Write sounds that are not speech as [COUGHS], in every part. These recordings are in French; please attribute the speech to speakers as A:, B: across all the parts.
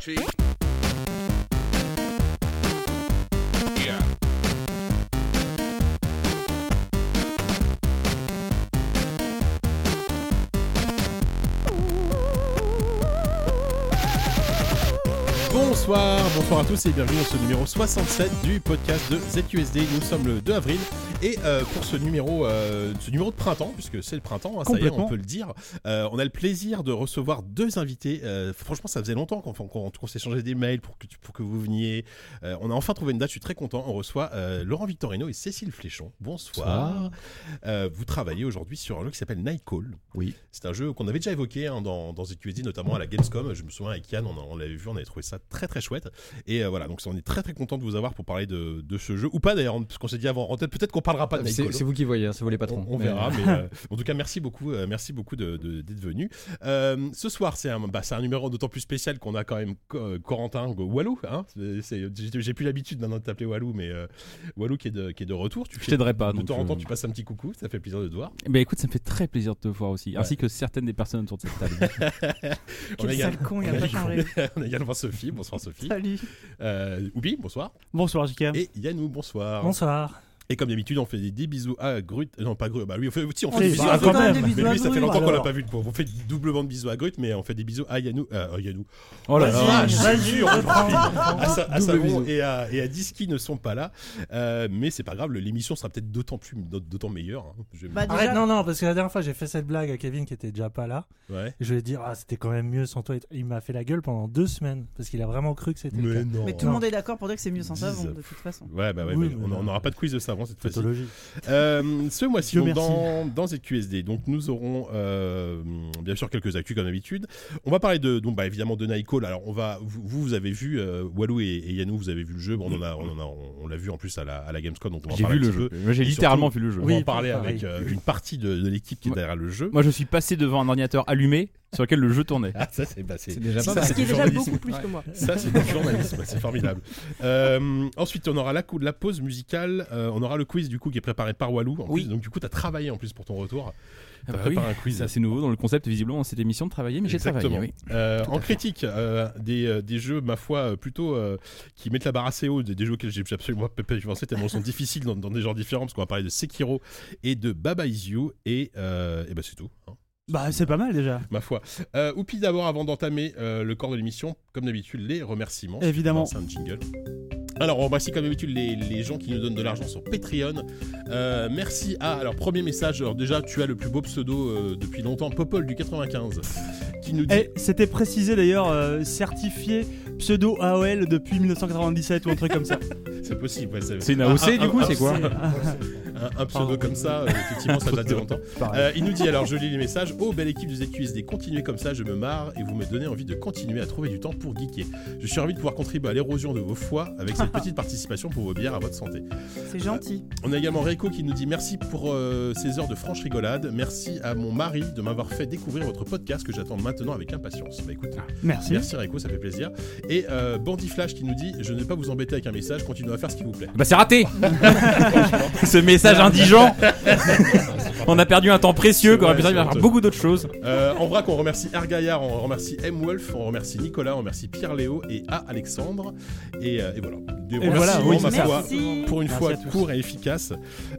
A: She. Yeah.
B: Bonsoir, bonsoir à tous et bienvenue dans ce numéro 67 du podcast de ZQSD. Nous sommes le 2 avril et euh, pour ce numéro, euh, ce numéro de printemps, puisque c'est le printemps, hein, ça y est, on
C: Complètement.
B: peut le dire, euh, on a le plaisir de recevoir deux invités. Euh, franchement, ça faisait longtemps qu'on qu'on- qu'on s'échangeait des mails pour que, tu- pour que vous veniez. Euh, on a enfin trouvé une date, je suis très content. On reçoit euh, Laurent Victorino et Cécile Fléchon. Bonsoir. Euh, vous travaillez aujourd'hui sur un jeu qui s'appelle Nightcall.
C: Oui.
B: C'est un jeu qu'on avait déjà évoqué hein, dans, dans ZQSD, notamment à la Gamescom. Je me souviens avec Yann, on, a- on l'avait vu, on avait trouvé ça très très chouette. Et euh, voilà, donc on est très très content de vous avoir pour parler de, de ce jeu. Ou pas d'ailleurs, parce qu'on s'est dit avant, en tête, peut-être qu'on parlera pas de
C: C'est
B: Nightcall.
C: c'est vous qui voyez, hein, c'est vous les patrons.
B: On, on
C: Mais,
B: verra,
C: euh,
B: mais euh, en tout cas, merci beaucoup, euh, merci beaucoup de- de- d'être venu. Euh, ce soir, c'est un, bah, c'est un numéro d'autant plus spécial qu'on a quand même Co- euh, Corentin Go- Walou. Hein C'est- c'est- J'ai j'ai plus l'habitude maintenant de t'appeler Walou, mais euh, Walou qui est de, qui est de retour. Tu
D: Je t'aiderai pas.
B: de
D: donc,
B: temps en
D: euh,
B: temps, tu passes un petit coucou, ça fait plaisir de te voir.
D: Bah écoute, ça me fait très plaisir de te voir aussi, ainsi que certaines des personnes autour de cette
B: [LAUGHS]
D: table.
B: On a
E: Quel
B: également-
E: sale con, il a pas changé.
B: [LAUGHS] on a également Sophie, bonsoir Sophie.
E: Salut.
B: Euh, Oubi, bonsoir.
F: Bonsoir JK.
B: Et Yannou,
F: Ah
B: bonsoir.
F: Bonsoir.
B: Et comme d'habitude, on fait des, des bisous à Grut. Non, pas Grut, bah oui, on fait, si, on
F: On
B: fait des
F: fait
B: bisous
F: des
B: à
F: bisous
B: Grut.
F: ah, quand même.
E: des
B: Mais
E: bisous à
B: lui, ça fait
E: Grut.
B: longtemps qu'on l'a
F: alors.
B: pas vu. quoi. On fait doublement de bisous à Grut, mais on fait des bisous à Yannou. euh, à Yannou.
D: Oh là là.
B: je
F: vas-y,
B: suis sûr,
F: reprends,
B: aujourd'hui.
F: reprends.
B: à, Sa- à
D: Double
B: Savon
D: bisous.
B: et à, et à Dis qui ne sont pas là. Euh, mais c'est pas grave, l'émission sera peut-être d'autant plus, d'autant meilleure. hein. Je-
E: Bah, déjà,
F: Arrête, non, non, parce que la dernière fois j'ai fait cette blague à Kevin qui était déjà pas là.
B: ouais.
F: Et je lui ai dit, ah, c'était quand même mieux sans toi. Et Il m'a fait la gueule pendant deux semaines parce qu'il a vraiment cru que c'était le
B: Mais
F: cas.
B: non.
E: Mais tout le monde est d'accord pour dire que c'est mieux sans savon, de toute façon.
B: Ouais, bah ouais,
F: Oui,
B: mais
F: mais
B: on on
F: non.
B: n'aura pas de quiz de savon cette fois-ci.
F: Tautologie.
B: Euh, ce mois-ci,
F: Dieu
B: donc,
F: merci.
B: dans, dans ZQSD, donc nous aurons euh, bien sûr quelques actus comme d'habitude. On va parler de, donc, bah, évidemment de Nightcall. Alors, on va, vous, vous vous avez vu, euh, Walou et, et Yannou, vous avez vu le jeu. Bon, on en a, on en a, on, on l'a vu en plus à la, à la Gamescom, donc on va en
D: J'ai
B: parler
D: vu
B: un
D: le
B: petit
D: jeu.
B: peu.
D: Moi, J'ai
B: Et
D: littéralement vu le jeu.
B: On va en
F: Oui,
B: parler
F: pareil.
B: avec euh, une partie de, de l'équipe qui est
D: Ouais.
B: derrière le jeu.
D: Moi, je suis passé devant un ordinateur allumé sur lequel le jeu tournait.
B: Ah, ça c'est bah, c'est-
C: C'est déjà
B: ça,
C: pas
B: c'est
C: mal.
E: Ce qui est
B: du
E: déjà
B: journalisme.
E: beaucoup plus que moi.
B: Ça, c'est du journalisme, c'est formidable. Euh, ensuite, on aura la, cou- la pause musicale. euh, on aura le quiz du coup qui est préparé par Walou. en
D: Oui.
B: plus. donc du coup, t'as travaillé en plus pour ton retour.
D: Ah
B: T'as
D: bah oui.
B: préparé un quiz.
D: C'est assez nouveau dans le concept, visiblement, dans cette émission de travailler, mais j'ai
B: Exactement.
D: travaillé. oui.
B: Euh,
D: Tout à
B: en
D: fait.
B: critique, euh, des, euh, des jeux, ma foi, euh, plutôt euh, qui mettent la barre assez haut, des, des jeux auxquels j'ai j'ai absolument pas pas- je pensais tellement ils sont difficiles dans, dans des genres différents, parce qu'on va parler de Sekiro et de Baba Is You, et, euh, et bah, c'est tout, hein,
F: Bah, c'est pas mal déjà.
B: ma foi. Euh, Oupi, d'abord, avant d'entamer euh, le corps de l'émission, comme d'habitude, les remerciements.
F: Évidemment.
B: C'est un jingle. Alors, on remercie comme d'habitude les, les gens qui nous donnent de l'argent sur Patreon. Euh, merci à. Alors, premier message. Alors, déjà, tu as le plus beau pseudo euh, depuis longtemps, Popol du 95, qui nous dit.
F: Eh,
G: Et c'était précisé d'ailleurs euh, certifié pseudo AOL depuis 1997 ou un truc comme ça.
B: C'est possible, ouais,
D: C'est une
B: un-
D: AOC,
B: un-
D: du coup,
B: un-
D: ah, c'est quoi
B: [LAUGHS] un, un pseudo
G: Pardon.
B: comme ça, euh, effectivement, ça date de
G: [LAUGHS]
B: longtemps.
C: Pareil.
B: Euh, il nous dit alors, je lis les messages. Oh, belle équipe du ZQSD, continuez comme ça, je me marre et vous me donnez envie de continuer à trouver du temps pour geeker. Je suis ravi de pouvoir contribuer à l'érosion de vos foies avec
G: [LAUGHS]
B: cette petite participation pour vos bières à votre santé.
E: C'est gentil.
B: On a également Reiko qui nous dit merci pour euh, ces heures de franche rigolade. Merci à mon mari de m'avoir fait découvrir votre podcast que j'attends maintenant avec impatience. Bah écoute,
G: Merci.
B: merci Reiko, ça fait plaisir. Et euh, Bandit Flash qui nous dit je ne vais pas vous embêter avec un message, continuez à faire ce qui vous plaît.
D: Bah c'est raté [LAUGHS] Ce message
B: [LAUGHS]
D: indigent On a perdu un temps précieux,
B: C'est
D: qu'on aurait pu
B: vrai,
D: servir à
B: c'est
D: faire
B: honteux.
D: beaucoup d'autres choses.
B: Euh, en vrac, on remercie Ergaillard, on remercie M. Wolf, on remercie Nicolas, on remercie Pierre Léo et A. Alexandre. Et, euh, et voilà. Des
F: Et voilà,
B: remerciements,
F: oui,
B: ma
F: c'est ça.
B: foi,
E: Merci.
B: Pour une
F: Merci
B: fois
F: à tous.
B: court et efficace.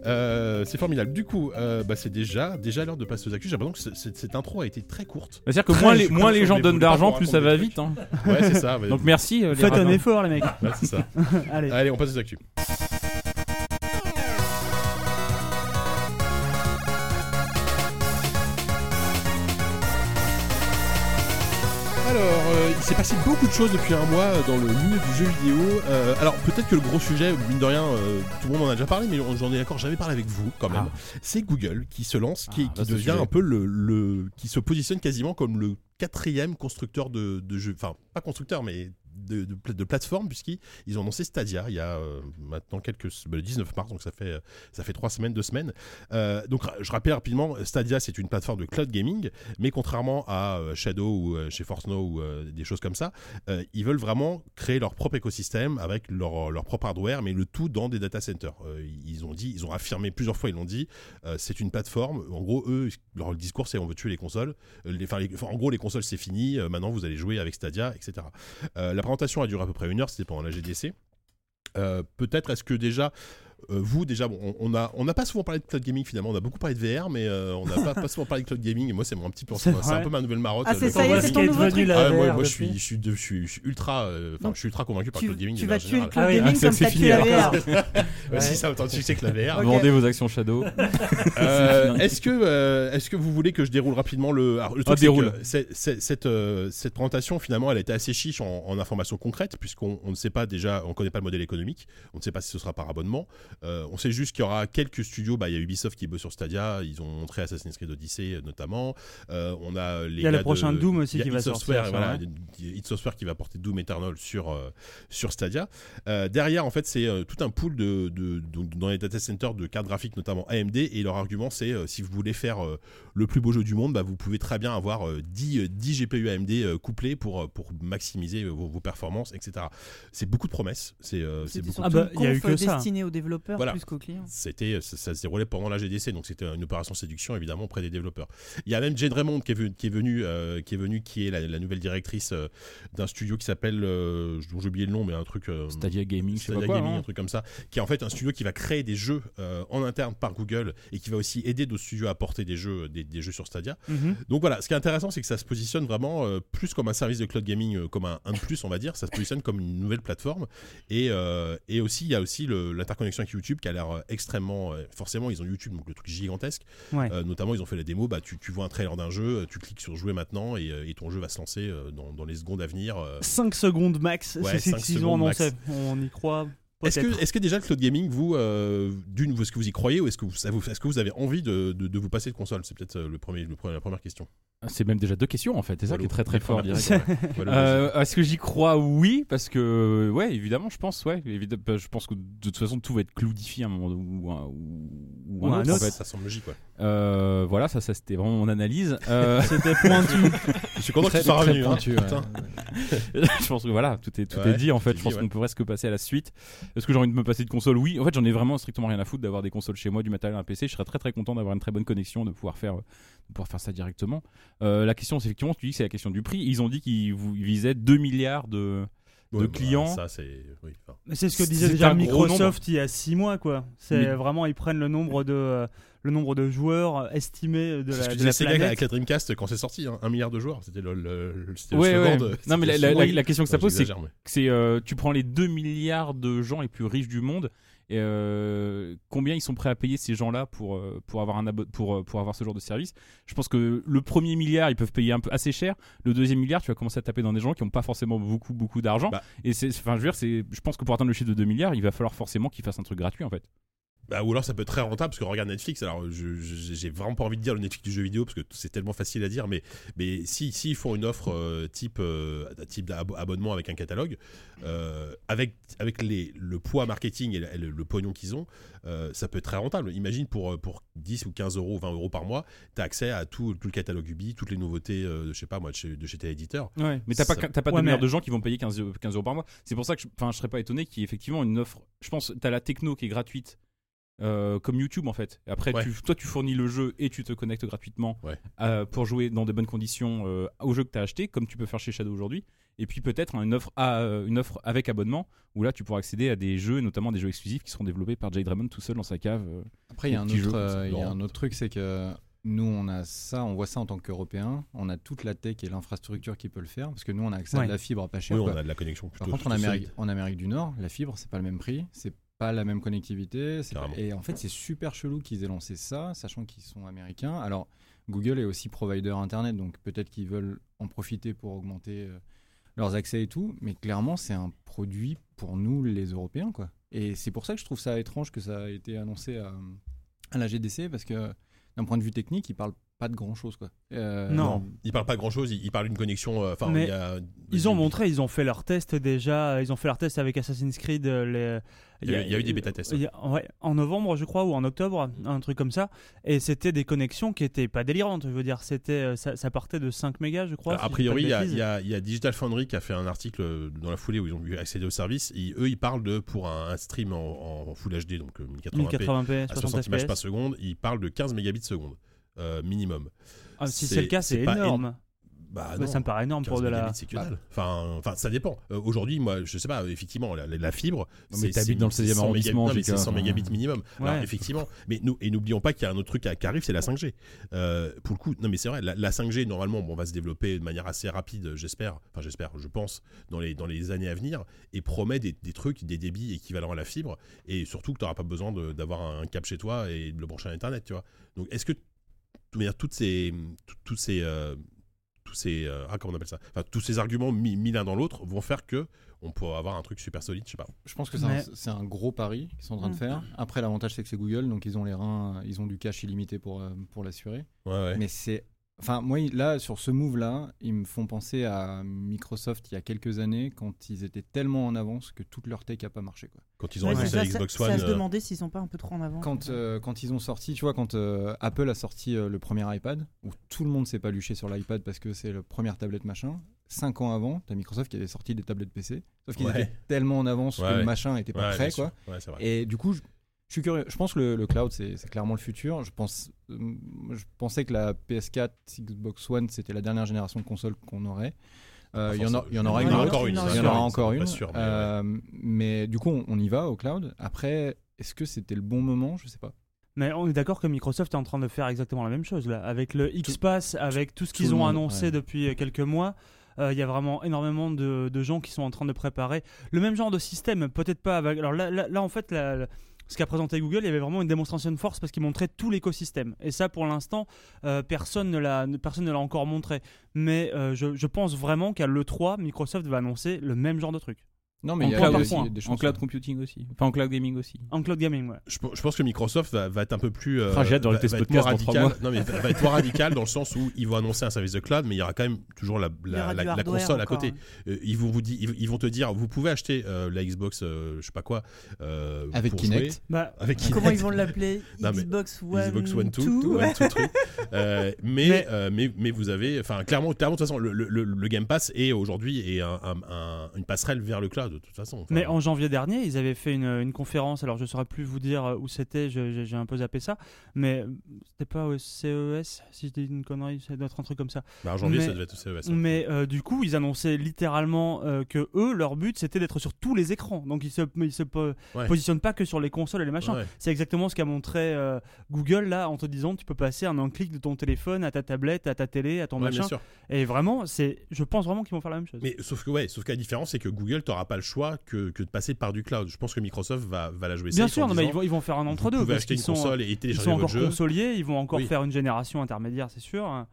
B: Euh, c'est formidable. Du coup, euh, bah, c'est déjà, déjà l'heure de passer aux actus. J'ai l'impression que c- c- cette intro a été très courte.
D: C'est-à-dire que
B: Très
D: moins les,
B: cool,
D: moins
B: mais
D: les gens
B: vous
D: donnent
B: voulez pas
D: d'argent,
B: qu'on
D: plus ça va
B: raconte des
D: vite. hein.
B: Ouais, c'est
F: [LAUGHS]
B: ça. ouais.
D: Donc merci euh, les
G: Faites un
D: radins.
G: effort les mecs.
B: Ouais, c'est ça.
G: Allez.
B: Allez, on passe aux actus. Alors, euh, il s'est passé beaucoup de choses depuis un mois euh, dans le milieu du jeu vidéo. Euh, alors, peut-être que le gros sujet, mine de rien, euh, tout le monde en a déjà parlé, mais on- j'en ai encore jamais parlé avec vous quand même. C'est Google qui se lance, qui,
D: Ah,
B: qui
D: vaste
B: devient
D: sujet.
B: un peu le, le- qui se positionne quasiment comme le quatrième constructeur de, de jeux. Enfin, pas constructeur, mais de, de, pla- de plateforme, puisqu'ils ils ont annoncé Stadia il y a euh, maintenant quelques. se- le 19 mars, donc ça fait, euh, ça fait trois semaines, deux semaines. Euh, donc ra- je rappelle rapidement, Stadia, c'est une plateforme de cloud gaming, mais contrairement à euh, Shadow ou euh, chez Force Now ou euh, des choses comme ça, euh, ils veulent vraiment créer leur propre écosystème avec leur, leur propre hardware, mais le tout dans des data centers. Euh, ils ont dit, ils ont affirmé plusieurs fois, ils l'ont dit, euh, c'est une plateforme. En gros, eux, leur discours, c'est on veut tuer les consoles. Euh, les- enfin, les- enfin, en gros, les consoles, c'est fini. Euh, maintenant, vous allez jouer avec Stadia, etc. Euh, la présentation a duré à peu près une heure, c'était pendant la GDC. Euh, Peut-être est-ce que déjà. euh, vous déjà, bon, on- on n'a on n'a pas souvent parlé de cloud gaming finalement, on a beaucoup parlé de VR, mais euh, on n'a pas, pas souvent parlé de cloud gaming et moi c'est mon- un petit peu, c'est
G: C'est
B: un
G: vrai.
B: peu ma nouvelle marotte.
E: Ah,
B: euh,
E: c'est
B: le
E: ça y
B: cloud
F: Comment
E: est, c'est
B: gaming.
E: ton
F: est
E: nouveau
F: devenu
E: truc.
F: la
B: Ah ouais, moi,
F: VR
B: moi je, suis,
F: depuis
B: je, suis de- je suis- je suis ultra. euh, Enfin,
E: Donc,
B: je suis ultra convaincu par le
E: Tu,
B: cloud gaming.
E: tu
B: d'une
E: vas
B: manière
E: tuer le
B: générale.
E: cloud
F: Ah oui,
E: gaming
D: ça,
E: comme
D: [LAUGHS] c'est
E: t'as
D: fini,
E: tué la
D: alors.
E: VR.
B: Ouais, Si ça autant de succès que la
G: [LAUGHS]
B: VR.
E: Ok.
D: Vendez vos actions Shadow.
B: Euh, est-ce que euh, est-ce que vous voulez que je déroule rapidement le, alors, le
D: Ah,
B: c'est
D: déroule.
B: que c'est- c'est- cette euh, cette présentation finalement elle a été assez chiche en, en informations concrètes puisqu'on on ne sait pas déjà on connaît pas le modèle économique on ne sait pas si ce sera par abonnement Euh, on sait juste qu'il y aura quelques studios bah il y a Ubisoft qui bosse sur Stadia ils ont montré Assassin's Creed Odyssey euh, notamment Euh, on a les
G: Il y a le
B: gars
G: prochain
B: de-
G: Doom aussi
B: il y a
G: qui va
B: id Software,
G: sortir. ça,
B: voilà,
G: ouais.
B: il y a id Software qui va porter Doom Eternal sur euh, sur Stadia euh, derrière, en fait, c'est euh, tout un pool de, de- de- dans les data centers de cartes graphiques, notamment AMD, et leur argument, c'est euh, si vous voulez faire euh, le plus beau jeu du monde, bah, vous pouvez très bien avoir euh, 10, euh, 10 GPU AMD euh, couplés pour, euh, pour maximiser euh, vos, vos performances, etc. C'est beaucoup de promesses. C'est euh, c'est
E: C'était
B: beaucoup.
E: surtout
G: Ah bah,
E: une
G: il y a eu
E: conf
G: que ça.
E: destinée aux développeurs
B: Voilà.
E: plus qu'aux clients.
B: C'était, ça, ça se déroulait pendant la GDC, donc c'était une opération séduction évidemment auprès des développeurs. Il y a même Jade Raymond qui est venue, qui est venue, euh, qui est, venue, qui est la, la nouvelle directrice euh, d'un studio qui s'appelle, euh, dont j'ai oublié le nom, mais un truc. euh,
D: Stadia Gaming, je sais pas
B: Stadia
D: quoi.
B: Gaming,
D: hein.
B: un truc comme ça, qui est en fait un studio qui va créer des jeux euh, en interne par Google et qui va aussi aider d'autres studios à porter des jeux, des, des jeux sur Stadia.
G: Mhm.
B: Donc voilà, ce qui est intéressant, c'est que ça se positionne vraiment euh, plus comme un service de cloud gaming, euh, comme un, un de plus, on va dire. Ça se positionne comme une nouvelle plateforme. Et, euh, et aussi, il y a aussi le- l'interconnexion avec YouTube qui a l'air euh, extrêmement. euh, forcément, ils ont YouTube, donc le truc gigantesque.
G: Ouais.
B: Euh, notamment, ils ont fait la démo. Bah, tu, tu vois un trailer d'un jeu, tu cliques sur jouer maintenant et, euh, et ton jeu va se lancer euh, dans, dans les secondes à venir. euh,
G: 5 secondes max,
B: Ouais,
G: c'est ce
B: cinq
G: qu'ils ont
B: secondes max.
G: annoncé. On y croit.
B: Est-ce
G: peut-être.
B: que, est-ce que déjà le cloud gaming, vous, euh, d'une, vous- est-ce que vous y croyez ou est-ce que vous, ça vous- est-ce que vous avez envie de, de- de vous passer de console C'est peut-être euh, le premier, le premier- la première question.
D: C'est même déjà deux questions en fait, c'est ça
B: Voilà,
D: qui est très très
B: les
D: fort.
B: premières [LAUGHS]
D: direct.
B: questions, ouais. Voilà,
D: Euh, Est-ce que j'y crois Oui, parce que ouais, évidemment, je pense, ouais, évidemment, bah, je pense que de toute façon tout va être cloudifié à un moment ou un, ou- ou un
G: Ou un
D: autre. en
B: vas-y.
D: fait.
B: Ça semble logique. Ouais.
D: Euh, voilà, ça, ça c'était vraiment mon analyse. Euh,
G: C'était pointu.
B: [LAUGHS] Je suis content que
D: Très-
B: tu sois
D: très
B: revenu. hein.
D: pointu, ouais.
B: Putain.
C: euh,
D: [LAUGHS] je pense que voilà, tout est tout
B: Ouais,
D: est dit en fait.
B: tout est
D: Je pense
B: dit,
D: qu'on
B: ouais.
D: peut presque passer à la suite. Est-ce que j'ai envie de me passer de console Oui. En fait, j'en ai vraiment strictement rien à foutre d'avoir des consoles chez moi, du matériel, un PC. Je serais très très content d'avoir une très bonne connexion, de pouvoir faire de pouvoir faire ça directement. Euh, la question, c'est effectivement, tu dis que c'est la question du prix. Ils ont dit qu'ils vous- ils visaient 2 milliards de
B: Ouais, bah,
D: clients.
B: ça, c'est. oui, enfin,
G: Mais c'est ce que
D: C'est
G: disait
D: un
G: déjà
D: gros
G: Microsoft il y a 6 mois quoi. C'est
D: Mais-
G: vraiment ils prennent le nombre de euh, le nombre de joueurs estimés
B: c'est
G: de
B: ce que
G: la, de
B: disait
G: la
B: Sega
G: planète.
B: avec la Dreamcast quand c'est sorti, hein, un milliard de joueurs. C'était le, le, le- c'était le
D: Ouais, ouais.
B: slogan de-
D: Non, mais la, la- la- la question que ça
B: Non,
D: pose, c'est
B: j'exagère, mais-
D: que c'est euh, tu prends les 2 milliards de gens les plus riches du monde et euh, combien ils sont prêts à payer ces gens-là pour euh, pour avoir un abo- pour euh, pour avoir ce genre de service je pense que le premier milliard ils peuvent payer un peu assez cher le deuxième milliard tu vas commencer à taper dans des gens qui n'ont pas forcément beaucoup beaucoup d'argent
B: Bah.
D: et c'est enfin je veux dire c'est je pense que pour atteindre le chiffre de 2 milliards il va falloir forcément qu'ils fassent un truc gratuit en fait
B: Bah, ou alors ça peut être très rentable parce que regarde Netflix. Alors je- je- j'ai vraiment pas envie de dire le Netflix du jeu vidéo parce que c'est tellement facile à dire, mais mais si s'ils font une offre euh, type euh, type d'abo- abonnement avec un catalogue, euh, avec avec les le poids marketing et, la- et le, le pognon qu'ils ont, euh, ça peut être très rentable. Imagine pour euh, pour 10 ou 15 euros, 20 euros par mois, t'as accès à tout tout le catalogue Ubi, toutes les nouveautés, euh, je sais pas moi de chez, de chez tes éditeurs.
G: Ouais.
D: Mais t'as pas,
B: Ça-
D: t'as pas
G: Ouais,
D: deux milliards de
G: mais-
D: gens qui vont payer 15, euros- 15 euros par mois. C'est pour ça que je, enfin, je serais pas étonné qu'il y ait effectivement une offre. Je pense t'as la techno qui est gratuite, euh, comme YouTube en fait. Après,
B: Ouais.
D: tu, toi, tu fournis le jeu et tu te connectes gratuitement
B: Ouais.
D: euh, pour jouer dans des bonnes conditions euh, au jeu que t'as acheté, comme tu peux faire chez Shadow aujourd'hui. Et puis peut-être hein, une offre, à, euh, une offre avec abonnement où là tu pourras accéder à des jeux, et notamment des jeux exclusifs qui seront développés par Jay Draymond tout seul dans sa cave. euh.
C: Après, il y a
D: Des
C: un
D: petits
C: autre,
D: jeux comme ça.
C: euh, il y a
B: Non.
C: un autre truc, c'est que nous, on a ça, on voit ça en tant qu'Européens. On a toute la tech et l'infrastructure qui peut le faire, parce que nous, on a accès à
G: Ouais.
C: de la fibre pas
B: Oui,
C: chère. quoi.
B: on a de la connexion plutôt.
C: Par contre, en
B: plutôt
C: Amérique,
B: solide.
C: en Amérique du Nord, la fibre, c'est pas le même prix, c'est pas la même connectivité. c'est pas-
B: Carrément.
C: Et en fait, c'est super chelou qu'ils aient lancé ça, sachant qu'ils sont américains. Alors, Google est aussi provider internet, donc peut-être qu'ils veulent en profiter pour augmenter euh, leurs accès et tout. Mais clairement, c'est un produit pour nous, les Européens, quoi. Et c'est pour ça que je trouve ça étrange que ça a été annoncé à, à la GDC, parce que d'un point de vue technique, ils parlent pas de grand chose quoi. Euh,
G: Non.
B: Il parle pas grand chose, il, il parle d'une connexion. euh, Enfin,
G: Mais
B: il y a-
G: Ils ont montré, ils ont fait leur test déjà, ils ont fait leur test avec Assassin's Creed. euh, les-
B: Il y a- il y a eu des bêta-tests,
G: il y a- ouais, en novembre, je crois, ou en octobre, un truc comme ça. Et c'était des connexions qui étaient pas délirantes. Je veux dire, c'était, euh, ça, ça partait de 5 mégas, je crois. si je
B: Euh, a
G: dis
B: priori,
G: pas
B: il
G: de
B: y, a-
G: bêtises.
B: il y a- il y a Digital Foundry qui a fait un article euh, dans la foulée où ils ont eu accéder au service. Et eux, ils parlent de pour un, un stream en, en Full HD, donc euh, 1080p,
G: 1080p,
B: à
G: 60
B: 60 images par
G: fps.
B: seconde, ils parlent de 15 mégabits seconde euh, minimum.
G: Ah, si
B: c'est-
G: c'est le cas,
B: c'est
G: c'est
B: pas
G: énorme.
B: Bah,
G: Bah,
B: non.
G: ça me paraît énorme
B: 15
G: pour de la.
B: mégabits, c'est que dalle.
D: Bah.
B: Enfin, enfin, ça dépend. Euh, Aujourd'hui, moi, je sais pas, euh, effectivement, la, la- la fibre.
D: Non, mais
B: c'est-
D: t'habites
B: c'est-
D: dans le
B: c'est
D: 16e
B: 100 mégabits-
D: arrondissement,
B: non, mais c'est
D: JK.
B: 100 mégabits minimum. Alors,
G: Ouais.
B: effectivement. Mais nous, et n'oublions pas qu'il y a un autre truc à- qui arrive, c'est la 5G. Euh, pour le coup, non, mais c'est vrai, la, la 5G, normalement, bon, va se développer de manière assez rapide, j'espère. Enfin, j'espère, je pense, dans les, dans les années à venir, et promet des, des trucs, des débits équivalents à la fibre, et surtout que tu n'auras pas besoin de- d'avoir un câble chez toi et de le brancher à Internet, tu vois. Donc, est-ce que, de toute manière, toutes ces. tout- Toutes ces euh, tous ces euh, ah, comment on appelle ça Enfin, tous ces arguments mis, mis l'un dans l'autre vont faire que on pourra avoir un truc super solide je sais pas
C: Je pense que c'est,
G: Mais-
C: un, c'est un gros pari qu'ils sont en train de
E: Mm.
C: faire. Après, l'avantage c'est que c'est Google, donc ils ont les reins, ils ont du cash illimité pour euh, pour l'assurer.
B: ouais ouais
C: Mais c'est. Enfin, moi, il- là, sur ce move-là, ils me font penser à Microsoft il y a quelques années, quand ils étaient tellement en avance que toute leur tech a pas marché. Quoi.
B: quand ils ont
E: Ouais,
B: annoncé
E: c'est
B: la
E: ça,
B: Xbox
E: ça-
B: One
E: ça se
B: euh,
E: demander s'ils sont pas un peu trop en avant.
C: Quand, euh, quand ils ont sorti, tu vois, quand euh, Apple a sorti euh, le premier iPad, où tout le monde s'est paluché sur l'iPad parce que c'est la première tablette machin, cinq ans avant, t'as Microsoft qui avait sorti des tablettes PC, sauf qu'ils
B: Ouais.
C: étaient tellement en avance
B: Ouais,
C: que
B: ouais.
C: le machin était pas
B: ouais,
C: prêt,
B: bien sûr.
C: quoi.
B: Ouais, c'est vrai.
C: Et du coup, je, je suis curieux. Je pense que le, le cloud, c'est c'est clairement le futur. Je, pense, euh, je pensais que la PS4, Xbox One, c'était la dernière génération de console qu'on aurait. Euh, Il y en a- il y en aura
E: Il
C: une
E: y en
C: autre.
E: aura encore une,
C: Il y en
E: Sûr,
C: aura encore une.
B: Pas sûr, mais ouais.
C: Euh, mais du coup, on, on y va au cloud. Après, est-ce que c'était le bon moment Je sais pas.
G: Mais on est d'accord que Microsoft est en train de faire exactement la même chose là, avec le X-Pass, avec tout ce
C: tout
G: qu'ils
C: le
G: ont
C: monde,
G: annoncé
C: ouais.
G: depuis quelques mois. euh, Il y a vraiment énormément de, de gens qui sont en train de préparer le même genre de système, peut-être pas avec. Alors là, là, là, en fait, la- la- ce qu'a présenté Google, il y avait vraiment une démonstration de force parce qu'ils montraient tout l'écosystème. Et ça, pour l'instant, euh, personne ne l'a, ne- personne ne l'a encore montré. Mais euh, je, je pense vraiment qu'à l'E3, Microsoft va annoncer le même genre de truc.
C: Non,
D: en
C: mais il y a
D: cloud
C: aussi
D: aussi,
C: des hein.
D: en
C: choses.
D: cloud computing aussi, enfin en cloud gaming aussi.
G: En cloud gaming, ouais.
B: je, pe- je pense que Microsoft va, va être un peu plus. euh,
D: Ah, j'ai hâte de
B: va-
D: réécouter ce
B: va être moins
D: podcast dans trois
B: radical. Non, mais va va être moins radical dans le sens où ils vont annoncer un service de cloud, mais il y aura quand même toujours la,
E: Il y
C: euh,
B: la-
E: aura
B: la-
E: du
B: la
E: hardware
B: console à
E: encore, hein.
B: côté. Euh, ils, vont vous dire, ils, ils vont te dire vous pouvez acheter euh, la Xbox, euh, je sais pas quoi. euh,
C: Avec
B: pour
C: Kinect.
B: jouer.
G: Bah,
B: Avec
E: hein.
B: Kinect.
E: Comment ils vont l'appeler
B: [LAUGHS] Non, mais-
E: Xbox One
B: Xbox One
E: Two,
B: 2,
E: ouais. [LAUGHS]
B: mais,
G: Mais-
B: euh, mais mais vous avez enfin clairement clairement de toute façon le, le- le- le Game Pass est aujourd'hui est un- un- un- une passerelle vers le cloud de toute façon. Enfin,
G: Mais en janvier dernier, ils avaient fait une, une conférence. Alors, je ne saurais plus vous dire euh, où c'était. je- je- J'ai un peu zappé ça. Mais euh, c'était pas au CES, si je dis une connerie, ça doit être un truc comme ça.
B: bah, en janvier
G: mais-
B: ça devait être CES. ouais.
G: Mais euh, du coup, ils annonçaient littéralement euh, que eux, leur but, c'était d'être sur tous les écrans. Donc, ils se, ils se po-
B: Ouais.
G: positionnent pas que sur les consoles et les machins.
B: Ouais.
G: C'est exactement ce qu'a montré euh, Google là, en te disant, tu peux passer en un clic de ton téléphone à ta tablette, à ta télé, à ton
B: Ouais, bien
G: machin.
B: sûr.
G: Et vraiment, c'est, je pense vraiment qu'ils vont faire la même chose.
B: Mais sauf que ouais, sauf que la différence c'est que Google t'aura pas le choix que, que de passer par du cloud. Je pense que Microsoft va, va la jouer.
G: Bien
B: safe en
G: sûr, non, mais
B: disant,
G: ils vont, ils vont faire un entre
B: Vous
G: deux
B: pouvez
G: parce
B: acheter
G: qu'ils
B: une
G: sont euh,
B: console et
G: Ils
B: télécharger
G: sont
B: votre
G: encore
B: jeu.
G: consoliers, ils vont encore
B: Oui.
G: faire une génération intermédiaire, c'est sûr.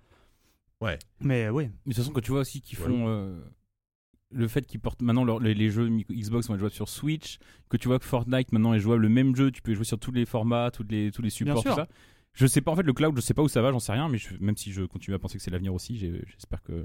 B: Ouais.
G: Mais oui.
D: Mais de toute façon, quand tu vois aussi qu'ils
B: Ouais.
D: font euh, le fait qu'ils portent maintenant leur- les, les jeux mi- Xbox vont être jouables sur Switch, que tu vois que Fortnite maintenant est jouable, le même jeu, tu peux jouer sur tous les formats, tous les, tous les supports, tout
G: sûr.
D: ça. Je sais pas, en fait, le cloud, je sais pas où ça va, j'en sais rien, mais je- même si je continue à penser que c'est l'avenir aussi, j'ai- j'espère que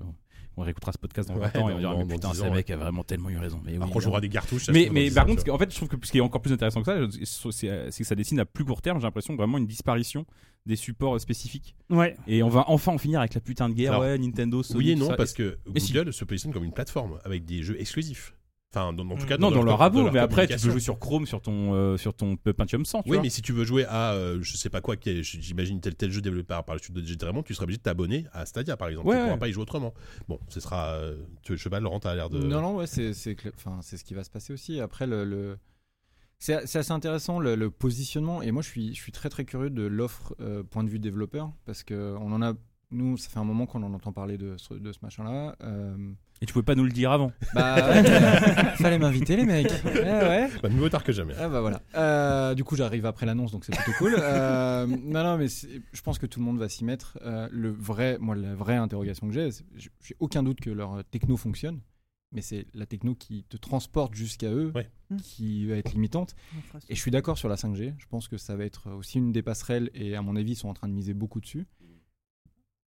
D: on réécoutera ce podcast dans
B: Ouais,
D: 20 ans et
B: dans-
D: on dira,
B: dans-
D: mais
B: dans
D: putain,
B: 10
D: ce
B: ans,
D: mec a vraiment tellement eu raison. Mais, oui,
B: Par contre,
D: évidemment.
B: j'auras des cartouches. ça se
D: mais,
B: trouve dans
D: mais
B: dix ans,
D: par
B: tu
D: contre, ce
B: vois.
D: qui- en fait, je trouve que ce qui est encore plus intéressant que ça, je- c'est c'est que ça dessine à plus court terme, j'ai l'impression, vraiment une disparition des supports euh, spécifiques.
G: Ouais.
D: Et on va enfin en finir avec la putain de guerre,
B: Alors,
D: ouais, Nintendo, Sony,
B: Oui et
D: tout
B: non,
D: ça.
B: parce que
D: Mais si.
B: Google se positionne comme une plateforme avec des jeux exclusifs. Enfin, dans, en tout
F: Mm.
B: cas,
D: Non, dans leur abo,
B: dans leur
D: mais après, tu peux
B: communication.
D: jouer sur Chrome, sur ton, euh, sur ton P- Pentium 100, tu
B: Oui,
D: vois.
B: mais si tu veux jouer à, euh, je sais pas quoi, qui est- j'imagine tel tel jeu développé par par le studio de Digital Diamond, tu serais obligé de t'abonner à Stadia, par exemple.
D: Ouais,
B: tu pourras
D: ouais.
B: pas y jouer autrement. Bon, ce sera. euh, tu, je sais pas, Laurent, t'as l'air de. [LAUGHS]
C: Non, non, ouais, c'est c'est cla- enfin, c'est ce qui va se passer aussi. Après, le, le- c'est c'est assez intéressant le, le positionnement. Et moi, je suis, je suis très très curieux de l'offre euh, point de vue développeur parce que on en a. Nous, ça fait un moment qu'on en entend parler de ce, de ce machin-là. Euh,
D: Et tu pouvais pas nous le dire avant.
C: [LAUGHS] bah, fallait m'inviter, les mecs. Eh ouais.
B: Bah, mieux tard que jamais.
C: Ah bah voilà. Euh, du coup, j'arrive après l'annonce, donc c'est plutôt cool. Euh, non, non, mais c'est- je pense que tout le monde va s'y mettre. Euh, le vrai, moi, la vraie interrogation que j'ai, c'est- j'ai j'ai aucun doute que leur techno fonctionne, mais c'est la techno qui te transporte jusqu'à eux
B: Ouais.
C: qui va être limitante. Et je suis d'accord sur la 5G. Je pense que ça va être aussi une des passerelles, et à mon avis, ils sont en train de miser beaucoup dessus.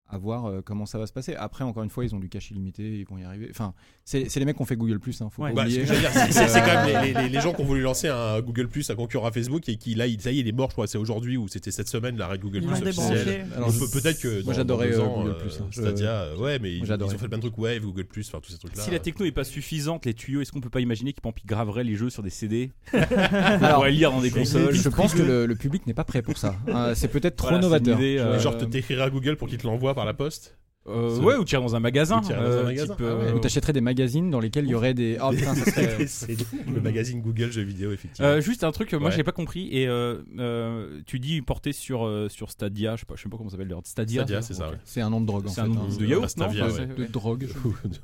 C: à voir euh, comment ça va se passer. Après, encore une fois, ils ont du cash illimité, ils vont y arriver. Enfin, c'est c'est les mecs qui ont fait Google Plus, hein, faut
G: Ouais.
B: Bah,
C: pas
B: ce
C: oublier.
B: que j'allais dire, c'est- c'est c'est quand même les, les- les- les gens qui ont voulu lancer un Google Plus, un concurrent à Facebook, et qui là, il- ça y est, il est mort, je crois, c'est aujourd'hui ou c'était cette semaine l'arrêt de Google
E: Ils
B: Plus
E: l'ont
B: officiel.
E: débranché.
C: Alors,
B: Donc,
C: je-
B: peut- Peut-être que dans,
C: moi j'adorais
B: dans deux
C: euh,
B: ans,
C: Google
B: euh,
C: Plus. hein. Je-
B: Stadia, euh, ouais, mais ils,
C: Moi, j'adorais.
B: ils ont fait plein de trucs Wave, Google Plus, enfin tous ces trucs-là.
D: Si la techno est pas suffisante, les tuyaux, est-ce qu'on peut pas imaginer qu'ils Pampi graverait les jeux sur des CD On
C: Alors,
D: pourrait lire dans des consoles.
C: je pense que le, le public n'est pas prêt pour [LAUGHS] ça. Euh, c'est peut-être trop
D: Voilà, c'est une
C: novateur.
D: idée, euh,
B: euh, genre te t'écrire à Google pour qu'il te l'envoie par la poste.
D: Euh,
B: Ce-
D: ouais, ou tirer dans un magasin.
B: Ou tirer dans un
D: euh,
B: magasin.
D: type,
B: Ah
D: euh,
B: ouais.
C: Ou t'achèterais des magazines dans lesquels il y aurait des. Oh putain,
B: [LAUGHS]
C: ça serait. [LAUGHS]
B: C'est le magazine Google jeux vidéo effectivement.
D: Euh, juste un truc, moi
B: Ouais.
D: j'ai pas compris. Et euh, euh, tu dis porté sur euh, sur Stadia, je sais pas, je sais pas comment ça s'appelle. d'ailleurs. Stadia,
B: Stadia, c'est ça.
C: [LAUGHS]
D: ok.
B: ouais.
C: C'est un nom de drogue en
D: C'est
C: fait.
D: un nom
C: hein.
B: euh,
D: de yaourt, non
B: Stadia,
D: Enfin,
B: ouais.
D: c'est-
C: De drogue.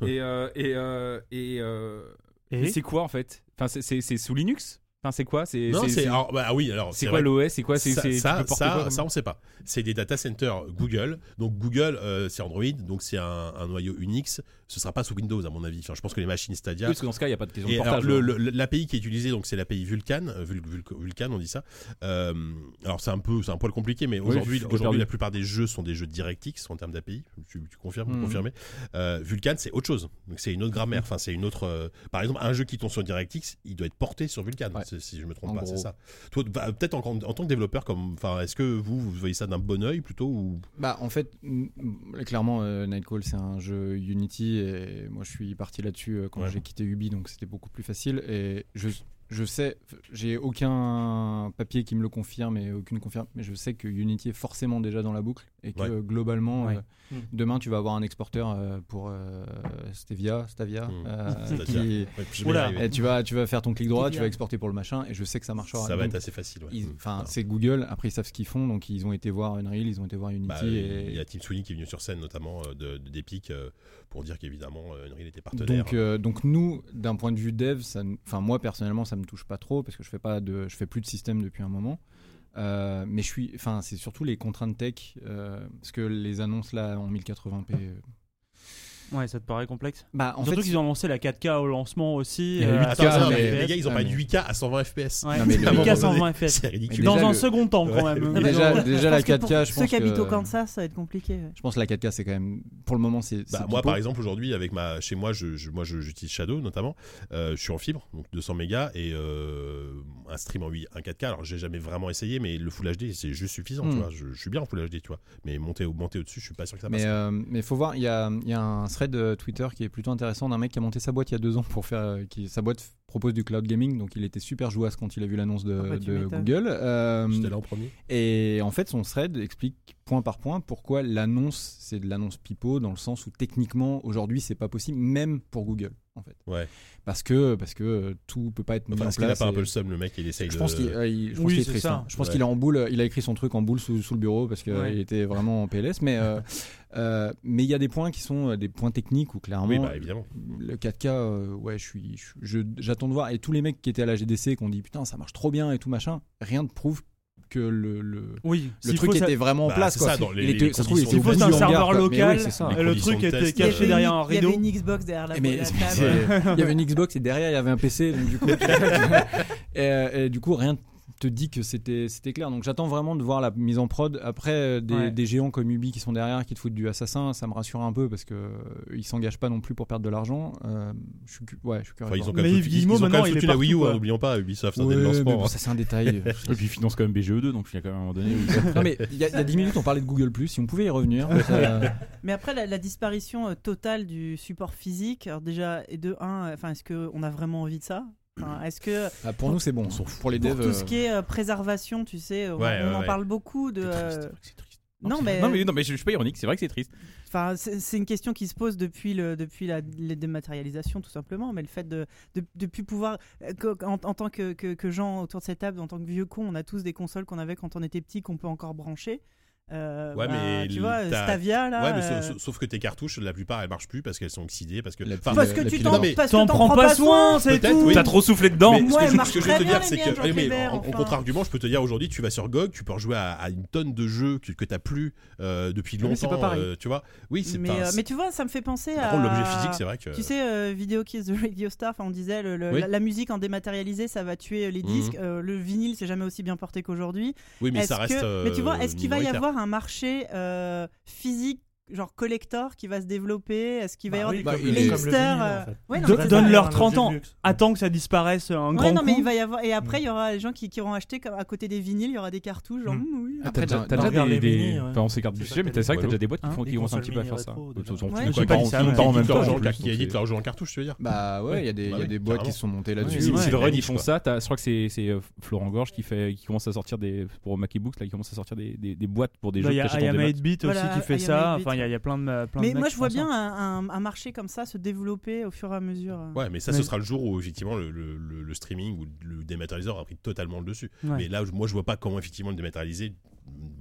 D: Et euh, et euh, et, euh,
F: Et
D: mais c'est quoi en fait Enfin, c'est- c'est c'est sous Linux Enfin, c'est quoi C'est
B: Non,
D: c'est-
B: c'est
D: c'est-
B: alors, bah, ah oui, alors
D: c'est
B: c'est
D: quoi
B: vrai
D: l'OS C'est quoi C'est
B: ça,
D: c'est- tu
B: ça,
D: peux porter
B: ça,
D: quoi comme-
B: ça, on sait pas. C'est des data centers Google. Donc Google, euh, c'est Android, donc c'est un, un noyau Unix. Ce sera pas sous Windows à mon avis. Enfin, je pense que les machines
D: Oui,
B: Stadia.
D: parce que dans ce cas, il n'y a pas de question de
B: et alors,
D: portage.
B: le-
D: hein.
B: le- l'API qui est utilisée, donc c'est l'API Vulkan, euh, Vul- Vulc- Vulkan, on dit ça. Euh, alors c'est un peu, c'est un poil compliqué, mais
D: Oui, je
B: aujourd'hui,
D: suis
B: aujourd'hui
D: perdu.
B: la plupart des jeux sont des jeux DirectX en termes d'API. Tu, tu confirmes, vous
C: Mhm.
B: confirmez. Euh, Vulkan, c'est autre chose. Donc c'est une autre grammaire. Enfin, c'est une autre. euh, par exemple, un jeu qui tombe sur DirectX, il doit être porté sur Vulkan,
C: Ouais.
B: c'est- si je me trompe
C: En
B: pas.
C: gros.
B: C'est ça. Toi, bah, peut-être en, en tant que développeur, comme, enfin, est-ce que vous, vous voyez ça d'un bon œil plutôt ou
C: Bah, en fait, m- m- clairement, euh, Nightcall, c'est un jeu Unity et moi, je suis parti là-dessus euh, quand
B: Ouais.
C: j'ai quitté Ubi, donc c'était beaucoup plus facile. Et je, je sais, j'ai aucun papier qui me le confirme et aucune confirme, mais je sais que Unity est forcément déjà dans la boucle et que
B: Ouais.
C: euh, globalement,
G: Ouais.
C: euh,
G: Mm.
C: demain, tu vas avoir un exporteur euh, pour euh, Stevia, Stavia,
B: Mm. [LAUGHS]
C: euh,
B: Stadia.
C: qui-
B: Ouais, je vais
G: Oula.
B: y arriver.
C: et tu vas, tu vas faire ton clic droit, tu
E: Stevia.
C: vas exporter pour le machin, et je sais que ça marchera.
B: Ça va
C: Donc,
B: être assez facile. ouais.
C: ils-
B: Mhm.
C: Enfin,
B: Alors,
C: c'est Google. Après, ils savent ce qu'ils font, donc ils ont été voir Unreal, ils ont été voir Unity.
B: Bah,
C: et...
B: Il y a Tim Sweeney qui est venu sur scène, notamment euh, de- de- d'Epic, euh, pour dire qu'évidemment, euh, Unreal était partenaire.
C: Donc, euh, donc nous, d'un point de vue dev, ça, n- enfin moi personnellement, ça me touche pas trop parce que je fais pas de, je fais plus de système depuis un moment. Euh, mais je suis, enfin c'est surtout les contraintes tech euh, parce que les annonces là en 1080p. euh,
G: Ouais, ça te paraît complexe
C: Bah en
G: Surtout
C: fait,
G: qu'ils ont lancé la 4K au lancement aussi.
C: Il y a
G: euh,
C: 8K,
B: Ah, Attends, attends,
C: mais-
B: mais les gars, ils ont
C: Ah,
B: pas
C: mais-
B: 8K à 120 FPS.
G: Ouais.
C: Non, mais
B: À un moment
G: 8K,
B: donné,
G: 120
B: [LAUGHS]
G: FPS.
B: C'est ridicule. Bah,
C: Mais
G: Dans
C: déjà,
G: un
C: le-
G: second temps, quand
B: Ouais.
G: même.
C: déjà,
G: Ils ont-
C: déjà la 4K, je
E: Ceux
C: pense
E: qui habitent au
C: que,
E: Kansas, ça va être compliqué. ouais.
C: je pense que la 4K c'est quand même, pour le moment c'est.
B: Bah,
C: c'est
B: moi,
C: pipo.
B: par exemple, aujourd'hui, avec ma, chez moi, je, je- moi, je- j'utilise Shadow notamment. Euh, je suis en fibre, donc 200 mégas et euh, un stream en 8, un 4K. Alors, j'ai jamais vraiment essayé, mais le Full HD, c'est juste suffisant. Tu
C: Hmm.
B: vois, je, je suis bien en Full HD, tu vois. Mais monter, au- monter au-dessus, je suis pas sûr que ça passe.
C: Mais euh, mais faut voir, il y a, il y a un thread euh, Twitter qui est plutôt intéressant d'un mec qui a monté sa boîte il y a deux ans pour faire, euh, qui sa boîte f- propose du cloud gaming, donc il était super jouasse quand il a vu l'annonce de,
E: Ah bah, tu
C: de
E: m'étonnes.
C: Google. Euh,
B: J'étais là en premier.
C: Et en fait, son thread explique point par point pourquoi l'annonce, c'est de l'annonce pipeau, dans le sens où techniquement, aujourd'hui, c'est pas possible, même pour Google, en fait.
B: Ouais.
C: Parce que, parce que euh, tout peut pas être mis
B: Enfin,
C: en
B: est-ce qu'il a
C: place.
B: pas un
C: et-
B: peu le seum, le mec, il essaye
C: je
B: de.
C: pense qu'il euh, il- je pense
G: Oui,
C: qu'il est
G: c'est
C: triste.
G: ça.
C: hein. Je pense
B: Ouais.
C: qu'il est en boule. Il a écrit son truc en boule sous, sous le bureau parce qu'il
G: Ouais.
C: était vraiment en PLS. Mais euh, euh, mais il y a des points qui sont euh, des points techniques où clairement
B: Oui, bah, évidemment.
C: le 4K, euh, ouais, je suis, je- je- j'attends de voir. Et tous les mecs qui étaient à la GDC, qui ont dit putain, ça marche trop bien et tout machin, rien ne prouve que le, le,
G: Oui,
C: le
G: s'il
C: truc
G: faut, ça-
C: était vraiment en
B: Bah,
C: place.
B: c'est
C: quoi.
B: ça, dans les-
C: Il
B: les
C: était- ça se trouve, il
B: conditions
C: était
G: de
C: au Bodyguard,
G: test. Il faut un serveur
C: quoi. Mais
G: local.
C: oui, c'est ça.
B: Les
G: Et le
B: conditions
G: truc
B: de
G: était
B: test,
E: Il y
G: caché
E: avait
G: derrière
E: une-
G: un
E: Il y
G: rideau.
E: avait une Xbox derrière la,
C: Eh, Mais
E: la
C: c'est-
E: table.
C: c'est- il y avait une Xbox et derrière il y avait un PC, donc du [LAUGHS] coup, et, euh, et du coup rien te dit que c'était c'était clair. Donc j'attends vraiment de voir la mise en prod. Après euh, des,
G: Ouais.
C: des géants comme Ubi qui sont derrière, qui te foutent du assassin, ça me rassure un peu parce que euh, ils s'engagent pas non plus pour perdre de l'argent. Euh, je suis, cu- ouais, je suis curieux.
B: Enfin,
C: de
B: ils ont
C: voir.
B: quand
G: Mais
B: même
G: Yves
B: foutu-
G: Guillemot,
B: ils ont quand même
G: maintenant, il
B: foutu
G: est
B: la
G: partout,
B: Wii U, hein,
G: quoi.
B: n'oublions pas, Ubisoft, un des
C: Ouais, mais
B: lancements.
C: bon, ça c'est un détail.
D: Et puis, ils financent quand même BGE2, donc il y a quand même un moment donné. où-
C: non mais il y, a- il y a 10 minutes on parlait de Google Plus, si on pouvait y revenir. ça- euh,
E: Mais après, la, la disparition euh, totale du support physique, alors déjà, et de 1, enfin, est-ce qu'on a vraiment envie de ça Enfin, Est-ce que
C: Ah, pour nous c'est bon, pour les
E: pour
C: devs.
E: tout
C: euh,
E: ce qui est euh, préservation, tu sais, euh, on,
B: Ouais,
E: on
B: ouais,
E: en
B: ouais.
E: parle beaucoup de.
D: C'est triste,
E: euh,
D: c'est vrai que c'est triste.
E: non,
D: c'est-
E: mais-
D: non, mais, non, mais je, je suis pas ironique, c'est vrai que c'est triste.
E: Enfin, c'est c'est une question qui se pose depuis, le, depuis la, la dématérialisation, tout simplement. Mais le fait de de, de plus pouvoir, euh, qu'en- en, en tant que, que, que gens autour de cette table, en tant que vieux con, on a tous des consoles qu'on avait quand on était petit qu'on peut encore brancher. Euh,
B: Ouais,
E: bah,
B: mais
E: tu vois,
B: t'as-
E: Stavia là.
B: Ouais, mais sa-
E: euh,
B: sa- sauf que tes cartouches, la plupart, elles marchent plus parce qu'elles sont oxydées, parce que.
C: La
B: Enfin,
C: pile-
E: parce que
C: la
E: tu
C: pile
E: t'en
B: d'or.
E: parce que
G: T'en
E: t'en
G: prends pas soin, c'est
B: Peut-être,
G: tout.
B: oui.
D: T'as trop soufflé dedans.
B: Mais ce
E: Ouais,
B: que je-
E: marche
B: ce que je
E: très
B: veux te
E: bien,
B: dire,
E: les
B: c'est
E: miens,
B: que,
E: Jean
B: oui, mais
E: Clébert,
B: en, en
E: enfin.
B: contre-argument, je peux te dire aujourd'hui, tu vas sur GOG, tu peux rejouer à, à une tonne de jeux que, que t'as plus euh, depuis
E: Ah,
C: Mais c'est
B: longtemps.
C: pas pareil.
B: euh, tu vois Oui, c'est
E: mais,
B: pas.
E: euh, mais tu vois, ça me fait penser
B: par
E: à.
B: contre, Oh, l'objet physique, c'est vrai que.
E: Tu sais, euh, Video Kiss the Radio Star, enfin, on disait le- le-
B: Oui.
E: la, la musique en dématérialisé, ça va tuer euh, les
B: Mhm.
E: disques. Euh, le vinyle, c'est jamais aussi bien porté qu'aujourd'hui.
B: oui, mais
E: Est-ce
B: ça reste.
E: que- mais tu vois,
B: euh,
E: est-ce qu'il va y
B: minoritaire.
E: avoir un marché euh, physique genre collector qui va se développer Est-ce qu'il va y
F: Bah
E: avoir
F: oui,
E: des
F: comme
B: Bah,
F: le-
B: il est-
F: comme le
E: hipsters,
F: vinyle,
E: euh,
F: en fait.
E: ouais, non,
G: Do-
E: mais c'est ça.
G: Donne-leur
F: Un
G: 30
F: objet de
G: ans.
F: luxe.
G: Attends que ça disparaisse euh, un
E: Ouais,
G: grand
E: non, mais
G: coup.
E: il va y avoir. Et après, il y aura les gens qui, qui auront acheté comme à côté des vinyles, il y aura des cartouches. Genre,
F: Mm.
E: hum, oui.
D: Après,
C: Dans-
D: Ah, t'as t'as
F: dans
D: déjà des.
F: Regarde les
D: des-
F: Mini, ouais.
D: Enfin, on s'écarte du
F: C'est
D: sujet,
F: ça
D: mais c'est vrai que t'as
B: qu'elle
D: déjà des boîtes qui
F: Hein,
D: font-
F: des
D: qui vont un
F: consoles
D: petit peu à
F: mini
D: faire ça.
F: rétro,
D: Ils
F: dedans.
D: sont
E: Ouais,
D: ils sont
E: j'ai pas
D: en
E: dit
D: même
E: ça,
D: temps,
E: ouais.
D: en même temps, en
B: Genre,
D: plus,
B: qui,
D: donc,
B: qui
D: euh,
B: édite leur jeu en cartouche, tu veux dire
C: Bah ouais, il y a des,
B: Bah
C: il y a
B: oui,
C: des boîtes qui
B: carrément.
C: se sont montées là-dessus.
D: Si,
B: Ouais.
D: si le Red, ils font
B: quoi.
D: ça. t'as- Je crois que c'est c'est, euh, Florent Gorge qui fait, qui commence à sortir des pour Mac et Books là, qui commence à sortir des, des, des boîtes pour des
G: Bah,
D: jeux
G: Il y
D: que
G: a
D: t'achètes en démat.
G: 8-bit aussi
E: Voilà,
G: qui fait
E: I Am
G: ça.
E: 8-bit.
G: Enfin, il y a- il y a plein de. plein
E: Mais
G: de mecs
E: moi,
G: qui
E: je vois
G: font ça.
E: bien un, un- un marché comme ça se développer au fur et à mesure.
B: Ouais, mais ça, ce
G: Mais-
B: sera le jour où effectivement le, le- le- le streaming ou le dématérialiseur a pris totalement le dessus.
G: Ouais.
B: Mais là, je- moi, je vois pas comment effectivement le dématérialisé,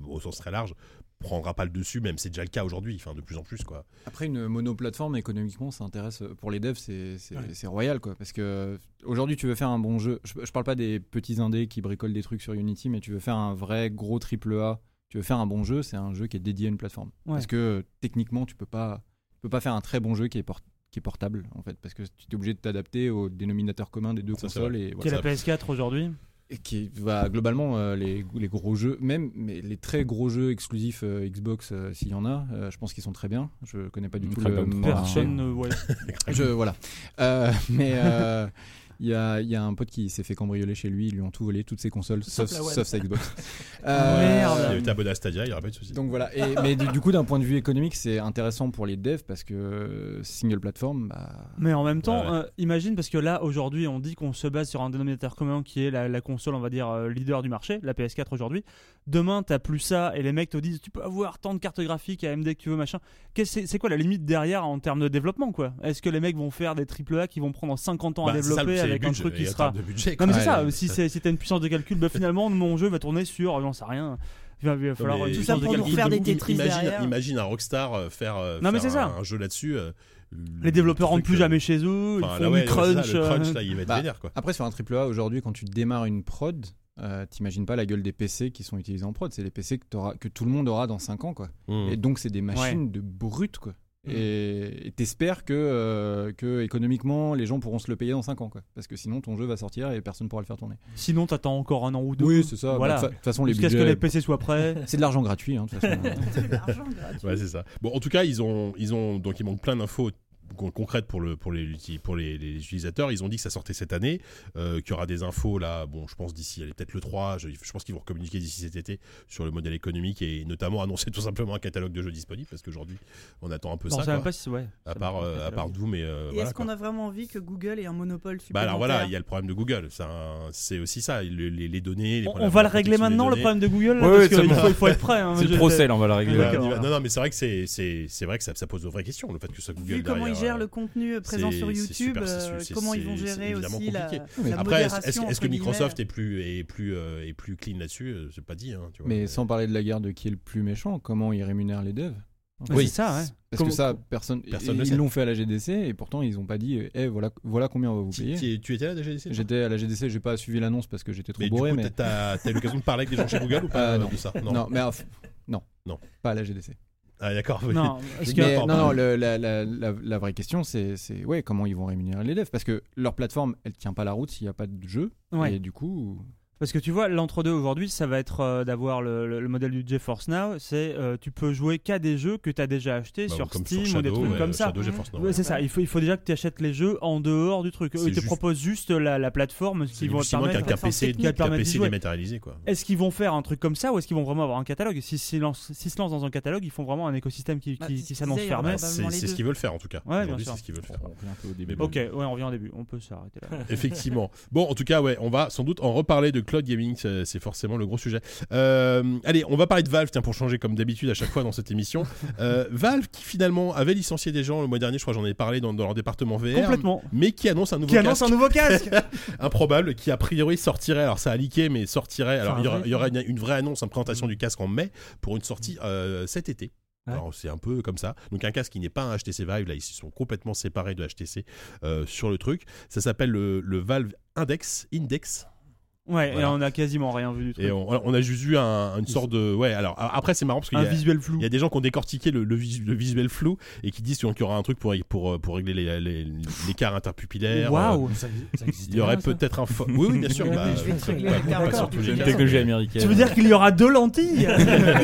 B: au sens très large, prendra pas le dessus, même c'est déjà le cas aujourd'hui, enfin de plus en plus quoi.
C: Après, une monoplateforme, économiquement, ça intéresse euh, pour les devs, c'est c'est-
F: Ouais.
C: c'est royal, quoi. Parce que euh, aujourd'hui, tu veux faire un bon jeu. Je, je parle pas des petits indés qui bricolent des trucs sur Unity, mais tu veux faire un vrai gros triple A. Tu veux faire un bon jeu, c'est un jeu qui est dédié à une plateforme.
G: Ouais.
C: Parce que euh, techniquement, tu peux pas, tu peux pas faire un très bon jeu qui est, por- qui est portable, en fait, parce que tu es obligé de t'adapter au dénominateur commun des deux
B: Ça, c'est
C: consoles et
G: Qui est
C: voilà.
G: la PS4 aujourd'hui
C: Et qui va globalement euh, les, les gros jeux, même mais les très gros jeux exclusifs euh, Xbox euh, s'il y en a, euh, je pense qu'ils sont très bien. Je connais pas du tout le
D: Crackdown trois,
C: marché.
G: Personne. euh, ouais.
C: Je voilà. Euh, mais euh, il y, a, il y a un pote qui s'est fait cambrioler chez lui, ils lui ont tout volé, toutes ses consoles, sauf,
F: la One.
C: sauf sa Xbox. Euh,
B: Il y
G: Merde.
B: avait abonné à Stadia, il n'y aura pas de souci.
C: Donc voilà, Et- mais du, du coup d'un point de vue économique c'est intéressant pour les devs parce que euh, single platform, bah,
G: Mais en même temps,
B: Ouais, ouais.
G: euh, imagine, parce que là, aujourd'hui, on dit qu'on se base sur un dénominateur commun qui est la, la console, on va dire, euh, leader du marché, la PS4 aujourd'hui. Demain, t'as plus ça et les mecs te disent tu peux avoir tant de cartes graphiques AMD que tu veux, machin. Qu'est-ce- C'est c'est quoi la limite derrière en termes de développement, quoi Est-ce que les mecs vont faire des AAA qui vont prendre 50 ans
B: Bah,
G: à
B: c'est ça,
G: développer
B: c'est le
G: avec un
B: budget,
G: truc qui
B: et en
G: sera.
B: termes de budget,
G: Non, mais
C: Ouais,
G: c'est ça,
C: ouais.
G: si c'est- si t'as une puissance de calcul, bah finalement, mon jeu va tourner sur, j'en sais rien, [LAUGHS] il va, il va falloir
B: mais
G: une
B: tout
E: ça
G: puissance de
E: pour nous
G: calcul
E: refaire
G: de
E: des
G: ouf.
E: Tetris. triste
B: Imagine,
E: derrière.
B: imagine un rockstar euh, faire, euh,
G: Non, mais
B: faire
G: c'est ça.
B: un, un jeu là-dessus. euh,
G: Les développeurs
B: le
G: rentrent
B: truc,
G: plus
B: euh,
G: jamais chez eux, ils
B: enfin,
G: font
B: là, ouais,
G: du
B: ouais, c'est ça,
G: crunch.
B: le crunch,
G: euh,
B: là, il va être
C: Bah,
B: vénère, quoi.
C: Après, sur un AAA, aujourd'hui, quand tu démarres une prod, euh, t'imagines pas la gueule des PC qui sont utilisés en prod. C'est les PC que, t'auras- que tout le monde aura dans 5 ans, quoi.
B: Mmh.
C: Et donc, c'est des machines de brutes, quoi.
G: Mmh.
C: Et et t'espères que, euh, que économiquement les gens pourront se le payer dans 5 ans quoi. parce que sinon ton jeu va sortir et personne pourra le faire tourner.
G: Sinon, t'attends encore un an ou deux.
C: Oui, c'est ça.
G: Voilà.
C: Bah, De toute fa- de toute façon, les
G: Jusqu'à ce que
C: budgets-
G: les PC soient prêts.
C: c'est de l'argent gratuit. hein, de toute
G: [LAUGHS]
C: façon.
E: L'argent gratuit.
B: Ouais, c'est ça. Bon, en tout cas, ils ont, ils ont donc il manque plein d'infos con- concrètes pour le pour les uti- pour les, les utilisateurs. Ils ont dit que ça sortait cette année, euh, qu'il y aura des infos là. Bon, je pense d'ici, elle est peut-être le 3. Je, je pense qu'ils vont communiquer d'ici cet été sur le modèle économique et notamment [LAUGHS] annoncer tout simplement un catalogue de jeux disponibles parce qu'aujourd'hui, on attend un peu
G: Bon,
B: ça.
G: ça même
B: quoi.
G: pas si ouais.
B: À part euh, à part Doom et euh,
E: Et
B: voilà.
E: est-ce qu'on
B: quoi.
E: a vraiment envie que Google ait un monopole
B: Bah
E: supplémentaire
B: alors voilà, il y a le problème de Google. C'est un- C'est aussi ça, le- les, les données. les
G: On,
B: problèmes
G: on va
B: de
G: le
B: protection
G: régler
B: des
G: maintenant le
B: données.
G: problème de
D: Ouais,
G: Google là, parce
D: ouais, c'est
G: qu'il
D: bon.
G: faut, il faut être prêt. hein,
D: C'est
G: je-
D: le procès, on va la régler.
B: Ouais,
G: D'accord.
B: on y va. Non, non, mais c'est vrai que c'est- c'est c'est vrai que ça, ça pose de vraies questions le fait que ça Google.
E: Vu comment ils
B: derrière,
E: gèrent le contenu euh, présent
B: c'est-
E: sur
B: c'est
E: YouTube,
B: super, c'est-
E: euh,
B: c'est-
E: comment ils
B: c'est-
E: vont
B: c'est
E: gérer
B: évidemment
E: aussi la,
B: compliqué.
C: Mais
E: la
B: Après, est-ce-
E: modération,
B: est-ce est-ce
E: entre
B: que Microsoft
E: guillemets.
B: est plus, est plus, euh, est plus clean là-dessus euh, C'est pas dit. hein, tu vois.
C: Mais sans parler de la guerre de qui est le plus méchant, comment ils rémunèrent les devs
G: Ouais,
B: Oui.
G: C'est ça, ouais.
C: Parce
G: Comment-
C: que ça, personne.
B: Personne ne sait.
C: ils l'ont fait à la GDC et pourtant ils n'ont pas dit, eh, voilà, voilà combien on va vous
B: Tu,
C: payer.
B: tu- tu étais là déjà ici
C: J'étais à la GDC, j'ai pas suivi l'annonce parce que j'étais trop
B: Mais du coup,
C: bourré.
B: t'as-
C: mais...
B: t'as t'as eu l'occasion de parler avec des gens chez Google ou pas
C: Euh,
B: euh,
C: non.
B: de ça
C: Non. mais enfin, non.
B: Non.
C: Pas à la GDC.
B: Ah, d'accord. oui.
G: Non, parce que-
C: Mais,
B: attends,
C: non, non,
B: pardon.
C: le- la, la- la- la vraie question, c'est c'est, ouais, comment ils vont rémunérer les devs Parce que leur plateforme, elle tient pas la route s'il n'y a pas de jeu.
G: ouais.
C: Et du coup.
G: Parce que tu vois, l'entre-deux aujourd'hui, ça va être euh, d'avoir le, le- le modèle du GeForce Now. C'est euh, tu peux jouer qu'à des jeux que tu as déjà achetés
B: Bah,
G: sur
B: comme
G: Steam ou des
B: Shadow,
G: trucs
B: ouais,
G: comme ça.
B: Shadow, GeForce, non,
G: Ouais,
B: ouais.
G: c'est ça, il faut, il faut déjà que tu achètes les jeux en dehors du truc. Eux,
B: C'est
G: Ils te
B: juste-
G: proposent juste la, la plateforme ce
B: C'est
G: qui vont te
B: difficilement qu'un qu'un
G: permettre.
E: plateforme
B: PC,
E: technique
B: qu'un
G: permette d'y
B: PC
G: jouer.
B: dématérialisé quoi.
G: Est-ce qu'ils vont faire un truc comme ça ou est-ce qu'ils vont vraiment avoir un catalogue S'ils si, lancent- s'ils se lancent dans un catalogue, ils font vraiment un écosystème qui,
E: Bah,
G: qui-
E: c'est ce
G: qui
E: qu'ils
G: s'annonce
E: disaient, il y aura
G: fermé.
B: Bah,
E: Ouais,
B: C'est
E: dans les
B: c'est ce
E: deux.
B: qu'ils veulent faire en tout cas.
G: Ouais, bien
B: Aujourd'hui,
G: sûr.
B: c'est ce qu'ils veulent faire. bon.
G: Ok, ouais, on revient au début, on peut s'arrêter là.
B: Effectivement. Bon, en tout cas, ouais, on va sans doute en reparler de cloud gaming, c'est c'est forcément le gros sujet. Euh, allez, on va parler de Valve, tiens, pour changer comme d'habitude à chaque fois dans cette émission. Euh, Valve qui finalement avait licencié des gens le mois dernier, je crois que j'en ai parlé dans, dans leur département VR.
G: Complètement.
B: Mais qui annonce un nouveau
G: Qui annonce
B: casque
G: un nouveau casque
B: [LAUGHS] improbable, qui a priori sortirait, alors ça a leaké, mais sortirait, alors
F: Enfin,
B: il y, aura,
F: un vrai
B: il y aura une, une vraie annonce, une présentation du casque en mai pour une sortie euh, cet été.
F: Ouais.
B: Alors c'est un peu comme ça. Donc un casque qui n'est pas un HTC Vive, là ils se sont complètement séparés de HTC euh, sur le truc. Ça s'appelle le, le Valve Index, Index
G: Ouais, et
B: Voilà.
G: on a quasiment rien vu du truc.
B: Et on, on a juste eu un- une sorte de. Ouais, alors a- après, c'est marrant parce qu'il y
G: Un
B: a.
G: visuel flou.
B: Il y a des gens qui ont décortiqué le, le, visu- le visuel flou et qui disent qu'il y aura un truc pour, pour, euh, pour régler les- les- l'écart interpupillaire. euh,
G: Waouh
F: Ça, ça existait
B: Il y aurait
F: pas, ça
B: peut-être un. fo- Oui, oui, bien sûr.
F: Ouais,
B: bah,
F: mais je vais te
B: pas-
F: régler
B: pas-
E: l'écart
B: pas sur tous les
E: interpupillaire.
B: cas.
E: Une technologie
D: américaine.
G: Tu veux dire qu'il y aura
B: [LAUGHS]
G: deux lentilles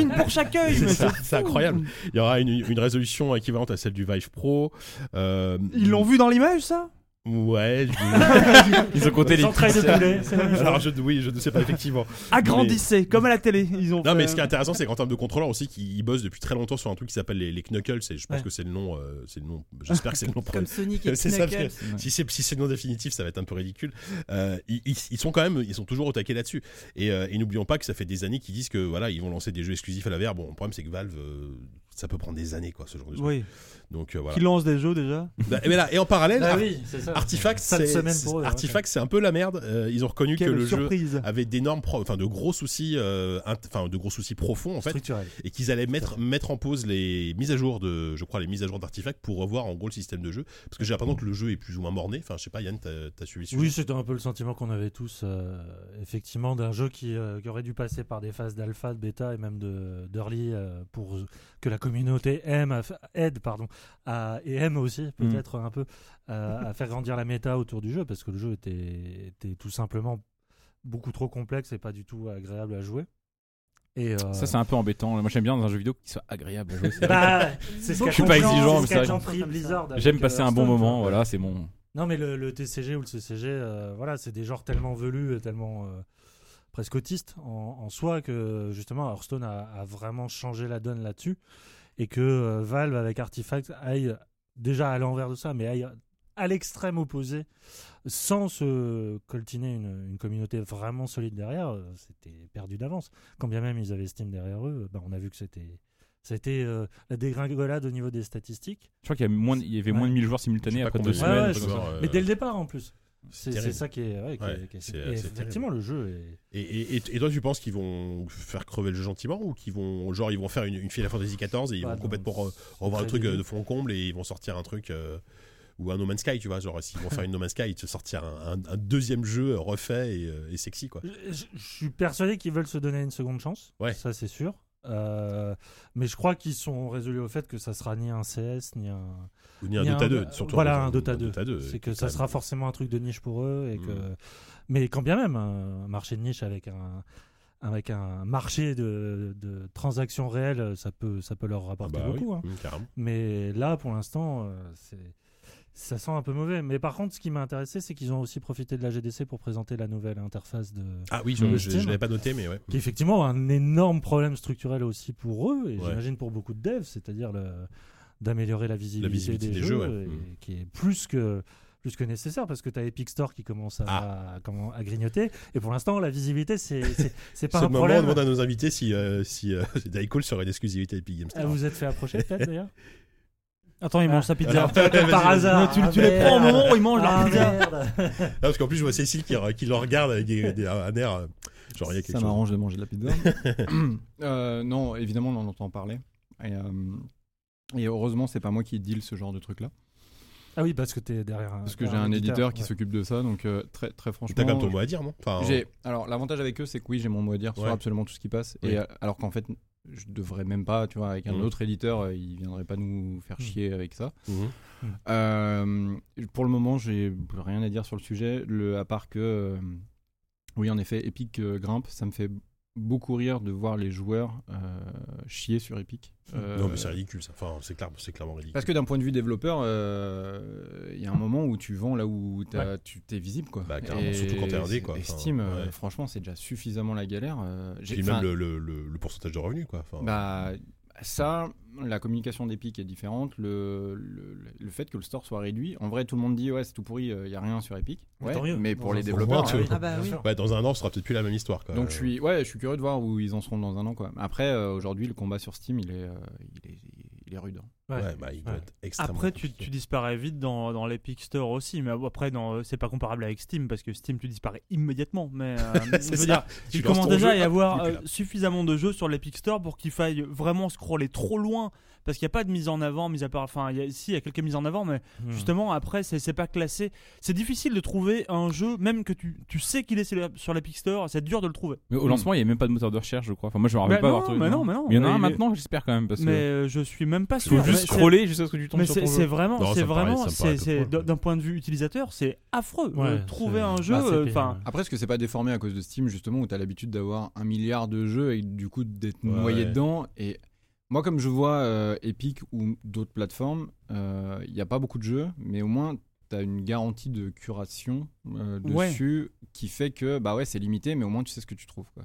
G: Une pour chaque œil
B: C'est
G: mais
B: ça,
G: c'est
B: c'est
G: fou.
B: incroyable. Il y aura une, une résolution équivalente à celle du Vive Pro. euh,
G: Ils l'ont vu dans l'image, ça
B: Ouais. je-
D: Ils ont compté les
F: Sans trail de
D: pixels.
F: poulet, c'est la même chose.
B: Alors, je, oui, je ne sais pas effectivement.
G: Agrandissez, comme à la télé. Ils ont
B: Non, mais
G: fait-
B: ce qui est intéressant, c'est qu'en termes de contrôleur aussi, qu'ils ils bossent depuis très longtemps sur un truc qui s'appelle les, les Knuckles. Et je pense
F: Ouais.
B: que c'est le nom. euh, c'est le nom. J'espère que c'est le nom. [LAUGHS] pro-
E: Comme Sonic et
B: C'est ça,
E: Knuckles.
B: Si c'est si c'est le nom définitif, ça va être un peu ridicule. Euh, ils, ils- ils sont quand même, ils sont toujours au taquet là-dessus. Et, euh, et n'oublions pas que ça fait des années qu'ils disent que voilà, ils vont lancer des jeux exclusifs à la VR. Bon, le problème c'est que Valve, euh, ça peut prendre des années quoi, ce genre de jeu.
G: Oui,
B: Donc euh, voilà.
G: qui lance des jeux déjà.
B: Bah, mais là, et en parallèle,
F: Ah
B: Ar-
F: oui, c'est ça.
B: Artifact,
F: Fin de
B: c'est
F: semaine
B: c'est-
F: pour eux, hein, ouais.
B: Artifact, c'est un peu la merde. Euh, ils ont reconnu que
G: Quelle
B: le jeu Ah.
G: surprise
B: avait d'énormes, pro- enfin de gros soucis, euh, int- enfin de gros soucis profonds en fait,
F: Structurel.
B: et qu'ils allaient mettre, mettre en pause les mises à jour de, je crois, les mises à jour d'artefacts pour revoir en gros le système de jeu. Parce que j'ai l'impression que le jeu est plus ou moins morné. Enfin, je sais pas, Yann, t'as t'as suivi ce
F: Mmh. Oui,
B: sujet
F: c'était un peu le sentiment qu'on avait tous, euh, effectivement, d'un jeu qui, euh, qui aurait dû passer par des phases d'alpha, de bêta et même de d'early euh, pour que la communauté aime, à fa- aide, pardon, à- et aime aussi peut-être un peu euh, à faire grandir la méta autour du jeu parce que le jeu était, était tout simplement beaucoup trop complexe et pas du tout agréable à jouer. Et euh,
D: Ça, c'est un peu embêtant. Moi, j'aime bien dans un jeu vidéo qui soit agréable à jouer. c'est vrai.
F: bah, c'est ce
E: Je
F: qu'a
E: suis pas
F: compris-
D: exigeant,
F: c'est ce
D: mais
F: qu'a
D: ça-
F: compris Blizzard [LAUGHS] avec,
D: J'aime passer
F: euh,
D: un bon
F: Hearthstone,
D: moment,
F: quoi.
D: voilà, c'est mon.
F: Non, mais le, le TCG ou le CCG, euh, voilà, c'est des genres tellement velus, et tellement euh, presque autistes en, en soi que justement Hearthstone a, a vraiment changé la donne là-dessus et que euh, Valve avec Artifact aille déjà à l'envers de ça, mais aille à l'extrême opposé sans se coltiner une, une communauté vraiment solide derrière, euh, c'était perdu d'avance. Quand bien même ils avaient Steam derrière eux, bah, on a vu que c'était c'était euh, la dégringolade au niveau des statistiques.
D: Je crois qu'il y, avait moins de- il y avait moins de 1000 joueurs simultanés
B: Je sais pas
D: après
B: combien
D: deux
B: de
F: Ouais,
D: semaines.
F: ouais,
D: un truc
F: je
D: comme ça.
B: joueurs, euh,
F: Mais dès le départ en plus.
B: c'est
F: C'est c'est
B: terrible.
F: ça qui est. ouais, qui est-
B: Ouais,
F: qui est-
B: c'est- euh,
F: et
B: c'est
F: effectivement, le jeu est.
B: Et, et, et- et toi, tu penses qu'ils vont faire crever le jeu gentiment ou qu'ils vont, genre, ils vont faire une, une Final Fantasy XIV et ils
F: Bah,
B: vont
F: non,
B: complètement re-
F: c'est
B: revoir le
F: très
B: truc euh,
F: débile.
B: de fond en comble et ils vont sortir un truc euh, ou un No Man's Sky, tu vois, genre s'ils vont faire une No Man's Sky, ils te sortir un, un- un deuxième jeu euh, refait et, euh, et sexy quoi.
F: Je, je- je suis persuadé qu'ils veulent se donner une seconde chance.
B: Ouais.
F: Ça, c'est sûr. Euh, mais je crois qu'ils sont résolus au fait que ça sera ni un CS ni un.
B: Ou ni un
F: ni
B: Dota 2, surtout.
F: Voilà, un Dota 2.
B: 2,
F: C'est que
B: qui
F: ça
B: est
F: sera
B: quand
F: forcément un truc de niche pour eux et que.
B: Mm.
F: Mais quand bien même un marché de niche avec un avec un marché de, de transactions réelles, ça peut ça peut leur
B: même-
F: rapporter
B: Bah oui,
F: beaucoup. hein.
B: mm, carrément.
F: Mais là, pour l'instant, euh, c'est- ça sent un peu mauvais. Mais par contre, ce qui m'a intéressé, c'est qu'ils ont aussi profité de la GDC pour présenter la nouvelle interface de.
B: Ah oui, je,
F: Mm.
B: je- je l'avais pas noté, mais ouais.
F: Qui est effectivement un énorme problème structurel aussi pour eux, et
B: Ouais.
F: j'imagine pour beaucoup de devs, c'est-à-dire le- d'améliorer la visibilité,
B: visibilité des
F: des, jeux,
B: jeux, ouais.
F: et-
B: Mm.
F: qui est plus que. Plus que nécessaire parce que tu as Epic Store qui commence à,
B: Ah.
F: à- comment, à grignoter et pour l'instant la visibilité c'est c'est- c'est
B: [LAUGHS] C'est
F: pas
B: le
F: un
B: moment on
F: problème.
B: demande à nos invités si, euh, si euh, [LAUGHS] Daikol serait une exclusivité Epic Games
F: Ah,
B: Store.
F: Vous vous êtes fait approcher peut-être
B: [LAUGHS]
F: d'ailleurs
G: Attends, il mange sa pizza.
F: [LAUGHS] Par hasard.
G: tu, tu
F: Ah,
G: [LAUGHS] les prends au
F: merde.
G: moment où Oh ils mangent
F: Ah,
G: leur pizza.
F: merde.
B: Ah, parce qu'en plus, je vois Cécile qui, re- qui le regarde avec des, des- un air. euh, Genre, il y a quelque
C: ça
B: chose.
C: m'arrange de manger de la pizza.
B: [LAUGHS]
C: [COUGHS] Euh, non, évidemment, on en entend parler. Et, euh, et heureusement, c'est pas moi qui deal ce genre de truc-là.
F: Ah oui, parce que t'es derrière un.
C: Parce que j'ai
F: derrière
C: un éditeur qui
F: ouais.
C: s'occupe de ça. Donc, euh, très, très franchement.
B: T'as quand même ton mot à dire, non Enfin, euh,
C: J'ai- alors l'avantage avec eux, c'est que oui, j'ai mon mot à dire sur
B: Oh. Ouais.
C: absolument tout ce qui passe.
B: Oui.
C: Et euh, alors qu'en fait, je devrais même pas, tu vois, avec un
B: Mhm.
C: autre éditeur, euh, il viendrait pas nous faire
B: Mm.
F: Mhm.
C: chier avec ça.
B: Mhm.
C: Euh, pour le moment, j'ai rien à dire sur le sujet, le, à part que, euh, oui, en effet, Epic euh, grimpe. Ça me fait beaucoup rire de voir les joueurs euh, chier sur Epic. Euh,
B: Non, mais c'est ridicule, ça. Enfin, c'est clair, c'est clairement ridicule.
C: parce que d'un point de vue développeur, euh, il y a
B: [LAUGHS]
C: un moment où tu vends là où t'as- tu t'es visible. Quoi.
B: Bah, carrément, surtout quand t'es indé, quoi.
C: Et
B: Enfin,
C: Steam, euh,
B: ouais.
C: franchement, c'est déjà suffisamment la galère. euh, j'ai-
B: Puis
C: enfin,
B: même le, le- le- le pourcentage de revenus, quoi. Enfin,
C: bah, ça, la communication d'Epic est différente. Le, le, le fait que le store soit réduit, en vrai, tout le monde dit ouais, c'est tout pourri, il n'y a rien sur Epic.
F: Mais
C: Ouais,
F: tant mieux.
C: mais
F: Dans
C: pour
F: un
C: les
F: sens.
C: développeurs.
B: Ah oui,
E: Ah bah
F: bien
E: oui.
F: sûr.
B: ouais, dans un an, ce sera peut-être plus la même histoire, quoi.
C: Donc je suis, ouais, je suis curieux de voir où ils en seront dans un an. Quoi. Après, euh, aujourd'hui, le combat sur Steam, il est, euh, il est, il est rude. hein.
F: Ouais.
B: Ouais, bah, il doit
F: Ouais.
B: être extrêmement
G: Après, tu,
B: compliqué.
G: tu disparais vite dans, dans l'Epic Store aussi, mais après, dans- euh, c'est pas comparable avec Steam parce que Steam, tu disparais immédiatement. Mais euh, je
B: [LAUGHS] C'est
G: veux
B: ça.
G: dire,
B: Tu
G: il
B: lances
G: commence
B: ton jeu,
G: déjà à y
B: hop,
G: avoir
B: il est
G: euh,
B: là.
G: suffisamment de jeux sur l'Epic Store pour qu'il faille vraiment scroller trop loin parce qu'il n'y a pas de mise en avant, mise à part. Enfin, il y a- si, il y a quelques mises en avant, mais
F: Hmm.
G: justement, après, c'est c'est pas classé. C'est difficile de trouver un jeu, même que tu, tu sais qu'il est sur la- sur l'Epic Store, c'est dur de le trouver.
D: Mais au lancement, il n'y avait même pas de moteur de recherche, je crois. Enfin, moi, je me rappelle
G: Bah
D: pas
G: non,
D: avoir trouvé.
G: mais
D: non.
G: non, mais non.
D: Il y en a
G: Mais
D: un
G: il est-
D: maintenant, j'espère quand même. Parce
G: Mais
D: que.
G: euh, je suis même pas sûr.
D: Faut
G: Mais
D: juste
G: c'est-
D: scroller jusqu'à ce que tu tombes
G: mais
D: sur
G: c'est
D: ton
G: c'est
D: jeu.
G: vraiment,
B: Non, ça
G: c'est
B: me paraît-
G: vraiment,
B: ça me paraît
G: c'est c'est-
B: tout con.
G: d'un point de vue utilisateur, c'est affreux. de
F: Ouais,
G: trouver
F: c'est-
G: un
F: bah,
G: jeu, euh,
F: c'est pire,
G: enfin,
D: hein.
F: ouais.
C: Après, est-ce que c'est pas déformé à cause de Steam, justement, où t'as l'habitude d'avoir un milliard de jeux et du coup d'être
B: Ouais,
C: noyé
B: ouais.
C: dedans Et moi, comme je vois euh, Epic ou d'autres plateformes, euh, il n'y a pas beaucoup de jeux, mais au moins t'as une garantie de curation euh,
G: Ouais.
C: dessus qui fait que, bah ouais, c'est limité, mais au moins tu sais ce que tu trouves, quoi.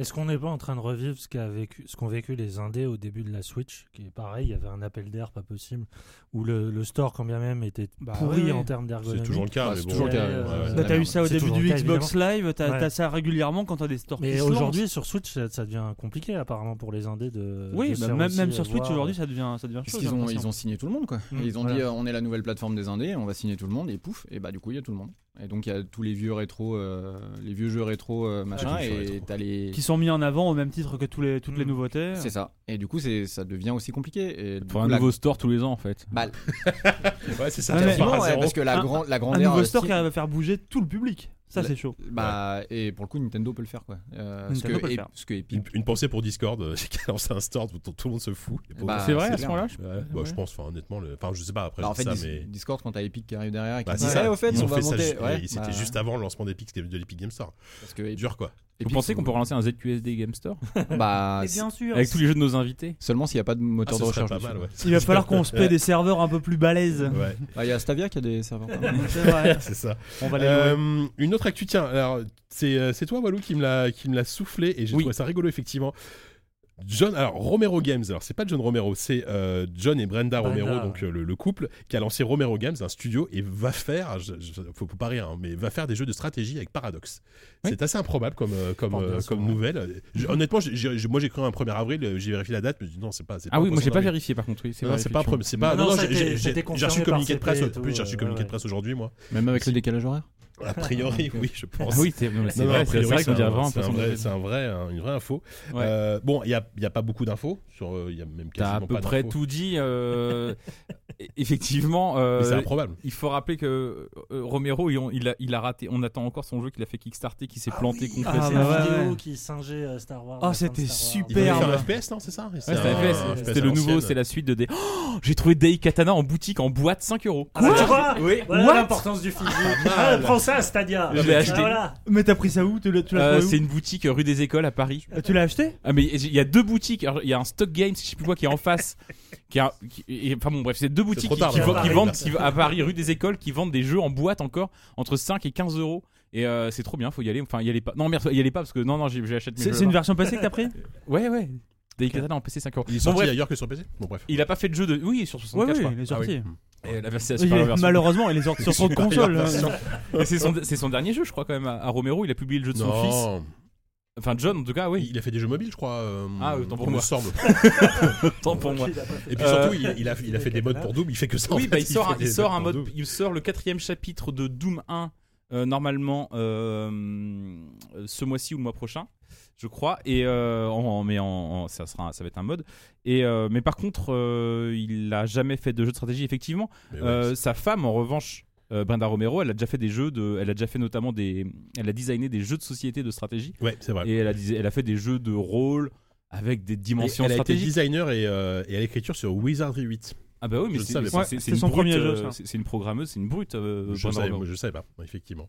F: Est-ce qu'on n'est pas en train de revivre ce qu'ont vécu, ce qu'ont vécu les Indés au début de la Switch Qui est pareil, il y avait un appel d'air pas possible, où le, le store, quand bien même, était pourri
G: oui.
F: en termes d'ergonomie. euh,
B: C'est toujours le cas.
C: Ouais,
B: mais
C: c'est
B: bon,
C: toujours le cas,
B: ouais,
F: ouais,
B: ouais,
F: ouais.
B: ouais.
F: la
G: Bah, t'as eu
F: merde.
G: ça au
F: C'est
G: début
F: toujours
G: du
F: le cas,
G: Xbox Live, t'as
F: Ouais.
G: t'as ça régulièrement quand t'as des stores qui
F: Mais
G: se
F: aujourd'hui,
G: lancent.
F: sur Switch, ça, ça devient compliqué apparemment pour les Indés de.
G: oui,
F: Euh, de
G: bah,
F: se faire
G: même,
F: aussi euh,
G: même sur Switch
F: avoir-
G: aujourd'hui, ça devient, ça devient chaud.
C: Parce
G: j'ai
B: hein,
C: qu'ils ont, ils
G: l'impression.
C: ont signé tout le monde, quoi.
B: Mmh,
F: Mm,
C: Et ils ont
F: voilà.
C: dit, euh, on est la nouvelle plateforme des indés, on va signer tout le monde, et pouf, et bah du coup, il y a tout le monde. Et donc, il y a tous les vieux rétro, euh, les vieux jeux rétro, euh, machin,
B: Ah, tous les jeux
C: et
B: rétro.
C: t'as les.
G: Qui sont mis en avant au même titre que tous les, toutes les
F: Mm.
G: nouveautés.
C: C'est ça. Et du coup, c'est, ça devient aussi compliqué. Et du
D: Pour
C: coup,
D: un
C: la-
D: nouveau store tous les ans, en fait.
C: Bah,
B: Ouais, c'est ça.
G: Ah, mais-
B: tu repars à
C: Quasiment, ouais,
B: zéro.
C: parce que la,
G: Un-
C: grande la
G: Un
C: grandeur.
G: nouveau hein.
C: euh,
G: store
C: Steam-
G: qui arrive à faire bouger tout le public. Ça,
C: La-
G: c'est chaud.
C: Bah, Et pour le coup, Nintendo peut le faire, quoi. Euh, ce,
G: Nintendo
C: que,
G: peut le
C: et-
G: faire.
C: ce que Epic.
B: Une, une pensée pour Discord, euh, [LAUGHS] c'est qu'elle a lancé un store dont tout le monde se fout. Les pauvres.
C: Bah,
D: c'est vrai,
C: c'est
D: à ce
C: clair.
D: moment-là je-
B: Ouais, bah,
D: ouais.
B: Je pense, enfin, honnêtement, le... enfin, je sais pas après,
C: Bah, en
B: je
C: fait,
B: dis ça,
C: Dis-
B: mais.
C: Discord, quand t'as Epic qui arrive derrière et qui
B: Bah,
C: dit,
B: c'est ça.
C: Eh, au fait,
B: Ils
C: on
B: ont
C: va
B: fait ça
C: monter.
B: juste-
C: Ouais,
B: et C'était
C: bah,
B: juste avant le lancement d'Epic, c'était de l'Epic Game Store.
C: Parce que
B: C'est
C: Epic-
B: dur quoi.
D: Vous
C: Epic,
D: pensez qu'on
C: c'est-
D: peut relancer un ZQSD Game Store
C: [LAUGHS] Bah,
E: Et Eh bien sûr.
D: Avec tous les jeux de nos invités
C: seulement s'il n'y a pas de
B: Ah,
C: moteur
B: ça
C: de
B: serait
C: recherche.
B: pas
C: dessus.
B: mal, ouais.
G: Il va falloir qu'on se paie des serveurs un peu plus balèzes.
B: Ouais,
C: Bah, il y a Stavia qui a des serveurs. pas mal.
G: C'est vrai.
B: [LAUGHS] c'est ça.
G: On va les louer.
B: Euh, une autre actu, tiens, alors c'est euh, c'est toi Walou qui me l'a qui me l'a soufflé et j'ai
D: Oui.
B: trouvé ça rigolo effectivement. John, alors Romero Games, alors c'est pas John Romero, c'est euh, John et Brenda,
F: Brenda,
B: Romero,
F: ouais.
B: donc euh, le, le couple qui a lancé Romero Games, un studio et va faire, je, je- faut pas rire, hein, mais va faire des jeux de stratégie avec Paradox.
D: Oui.
B: C'est assez improbable comme euh, comme
F: porte
B: euh,
F: bien son
B: comme
F: nom.
B: nouvelle. J'ai- honnêtement, j'ai- j'ai- moi j'ai cru un 1er avril, euh, j'ai vérifié la date, mais je me dis non c'est pas. c'est
D: Ah oui, moi j'ai pas
B: vérifié
D: vérifié par contre. oui,
B: Non,
D: vrai,
B: c'est pas un
D: effectivement.
B: problème, c'est pas.
F: Non,
B: Non,
F: ça a
B: j'ai-
F: été-
B: j'ai
F: ça a été
B: j'ai- j'ai reçu
F: confirmé
B: le
F: par
B: communiqué de presse.
F: CP et
B: En plus,
F: tout,
B: j'ai reçu le
F: ouais,
B: communiqué
F: ouais.
B: de presse aujourd'hui, moi.
C: Même avec le décalage horaire.
B: A priori, oui, je
D: Ah
B: pense.
D: oui, c'est non, mais c'est
B: Non, non, a
D: vrai, c'est
B: priori,
D: vrai qu'on
B: un-
D: dirait vraiment un
B: c'est
D: peu
B: un
D: son
B: vrai,
D: vrai.
B: c'est un vrai, un- une vraie info.
D: Ouais.
B: Euh, bon, il n'y a, il y a pas beaucoup d'infos. Sur, euh, il y a même
D: T'as
B: quasiment
D: à peu
B: pas
D: près
B: d'infos.
D: tout dit. euh, e- Effectivement, euh,
B: Mais c'est improbable.
D: il faut rappeler que euh, Romero, il, il a, il a raté. On attend encore son jeu qu'il a fait Kickstarter, qui s'est planté
F: contre
D: complètement.
G: Ah,
F: cette
G: bah ouais,
F: vidéo
G: ouais.
F: qui singeait euh, Star Wars.
G: Ah,
F: la fin de
G: c'était
F: Star Wars.
B: Ils avaient
G: super.
B: fait un
G: Merde.
B: FPS, non, c'est ça C'est
D: Ouais, c'était
B: un-
D: FPS,
B: un FPS
D: c'était
B: à
D: le nouveau,
B: l'ancienne.
D: c'est la suite de des. Oh, J'ai trouvé Dei Katana en boutique en boîte 5 euros.
F: Ah, bah, tu vois
D: Oui.
F: Voilà
G: What
F: l'importance du physique.
B: mal.
F: Ah, prends ça, Stadia.
D: Je l'ai
F: Ah,
D: acheté.
F: voilà.
G: Mais t'as pris ça où Tu l'as tu l'as
D: Euh,
G: trouvé
D: c'est une boutique euh, rue des Écoles à Paris.
G: où Euh, Tu l'as acheté
D: Ah, mais il y a deux boutiques. Alors, Il y a un Stock Games, je sais plus quoi, qui est en face. Qui a, qui- et- enfin bon, bref, c'est deux boutiques
B: trop
D: qui,
B: tard,
D: qui
B: là.
D: vendent- qui
F: À Paris,
D: vendent
B: là.
D: qui- à Paris, rue des Écoles, qui vendent des jeux en boîte encore entre 5 et 15 euros. Et euh, c'est trop bien, faut y aller. Enfin, y aller pas. Non, merde, y aller pas parce que non, non, j'ai- j'achète mes
G: C'est
D: jeux
G: c'est une
D: là-bas.
G: version passée que t'as pris
D: Ouais, ouais. Dei Katana en PC 5 euros.
B: Il est
D: Bon,
B: sorti
D: bref,
B: ailleurs que sur PC Bon, bref.
D: il a pas fait de jeu de. Oui, sur
G: Ouais,
D: 64, je
G: oui,
D: crois.
G: il
D: Ah
G: est sorti.
D: oui. Et la version, la
G: Il
D: super
G: est-
D: version.
G: Malheureusement, il est sorti sur Hein. trop de consoles.
D: Et c'est son, c'est son dernier jeu, je crois, quand même, à, à Romero. Il a publié le jeu de son fils.
B: Non,
D: Enfin, John, en tout cas, oui.
B: il a fait des jeux mobiles, je crois. euh,
D: Ah, autant pour
B: il me
D: moi.
B: semble.
D: Tant pour moi.
B: Et puis
D: Euh,
B: surtout, il, il a, il a fait des modes pour Doom, il fait que ça. en
D: Oui,
B: fait,
D: bah, il sort,
B: fait
D: un,
B: des
D: [LAUGHS] il sort un
B: modes pour
D: mode.
B: Doom.
D: Il sort le quatrième chapitre de Doom 1, euh, normalement, euh, ce mois-ci ou le mois prochain, je crois. Et euh, en- mais en, en- ça, sera, ça va être un mode. Et, euh, mais par contre, euh, il n'a jamais fait de jeu de stratégie, effectivement.
B: Mais ouais,
D: Euh, sa femme, en revanche, euh, Brenda Romero, elle a déjà fait des jeux de. Elle a déjà fait notamment des. Elle a designé des jeux de société de stratégie.
B: Ouais, c'est vrai.
D: Et elle a, dis- elle a fait des jeux de rôle avec des dimensions
B: elle a été
D: stratégiques.
B: designer et, euh, et à l'écriture sur Wizardry 8.
D: Ah bah oui, mais
B: Je le
D: c'est
B: savais
D: c'est-
B: pas.
D: c'est-
G: Ouais,
D: c'est
G: c'est
D: une
G: son
D: brute,
G: premier jeu,
D: euh,
G: ça.
D: c'est c'est une programmeuse, c'est une brute. euh,
B: je,
D: Brenda
B: savais,
D: Romero.
B: moi, je savais pas, effectivement.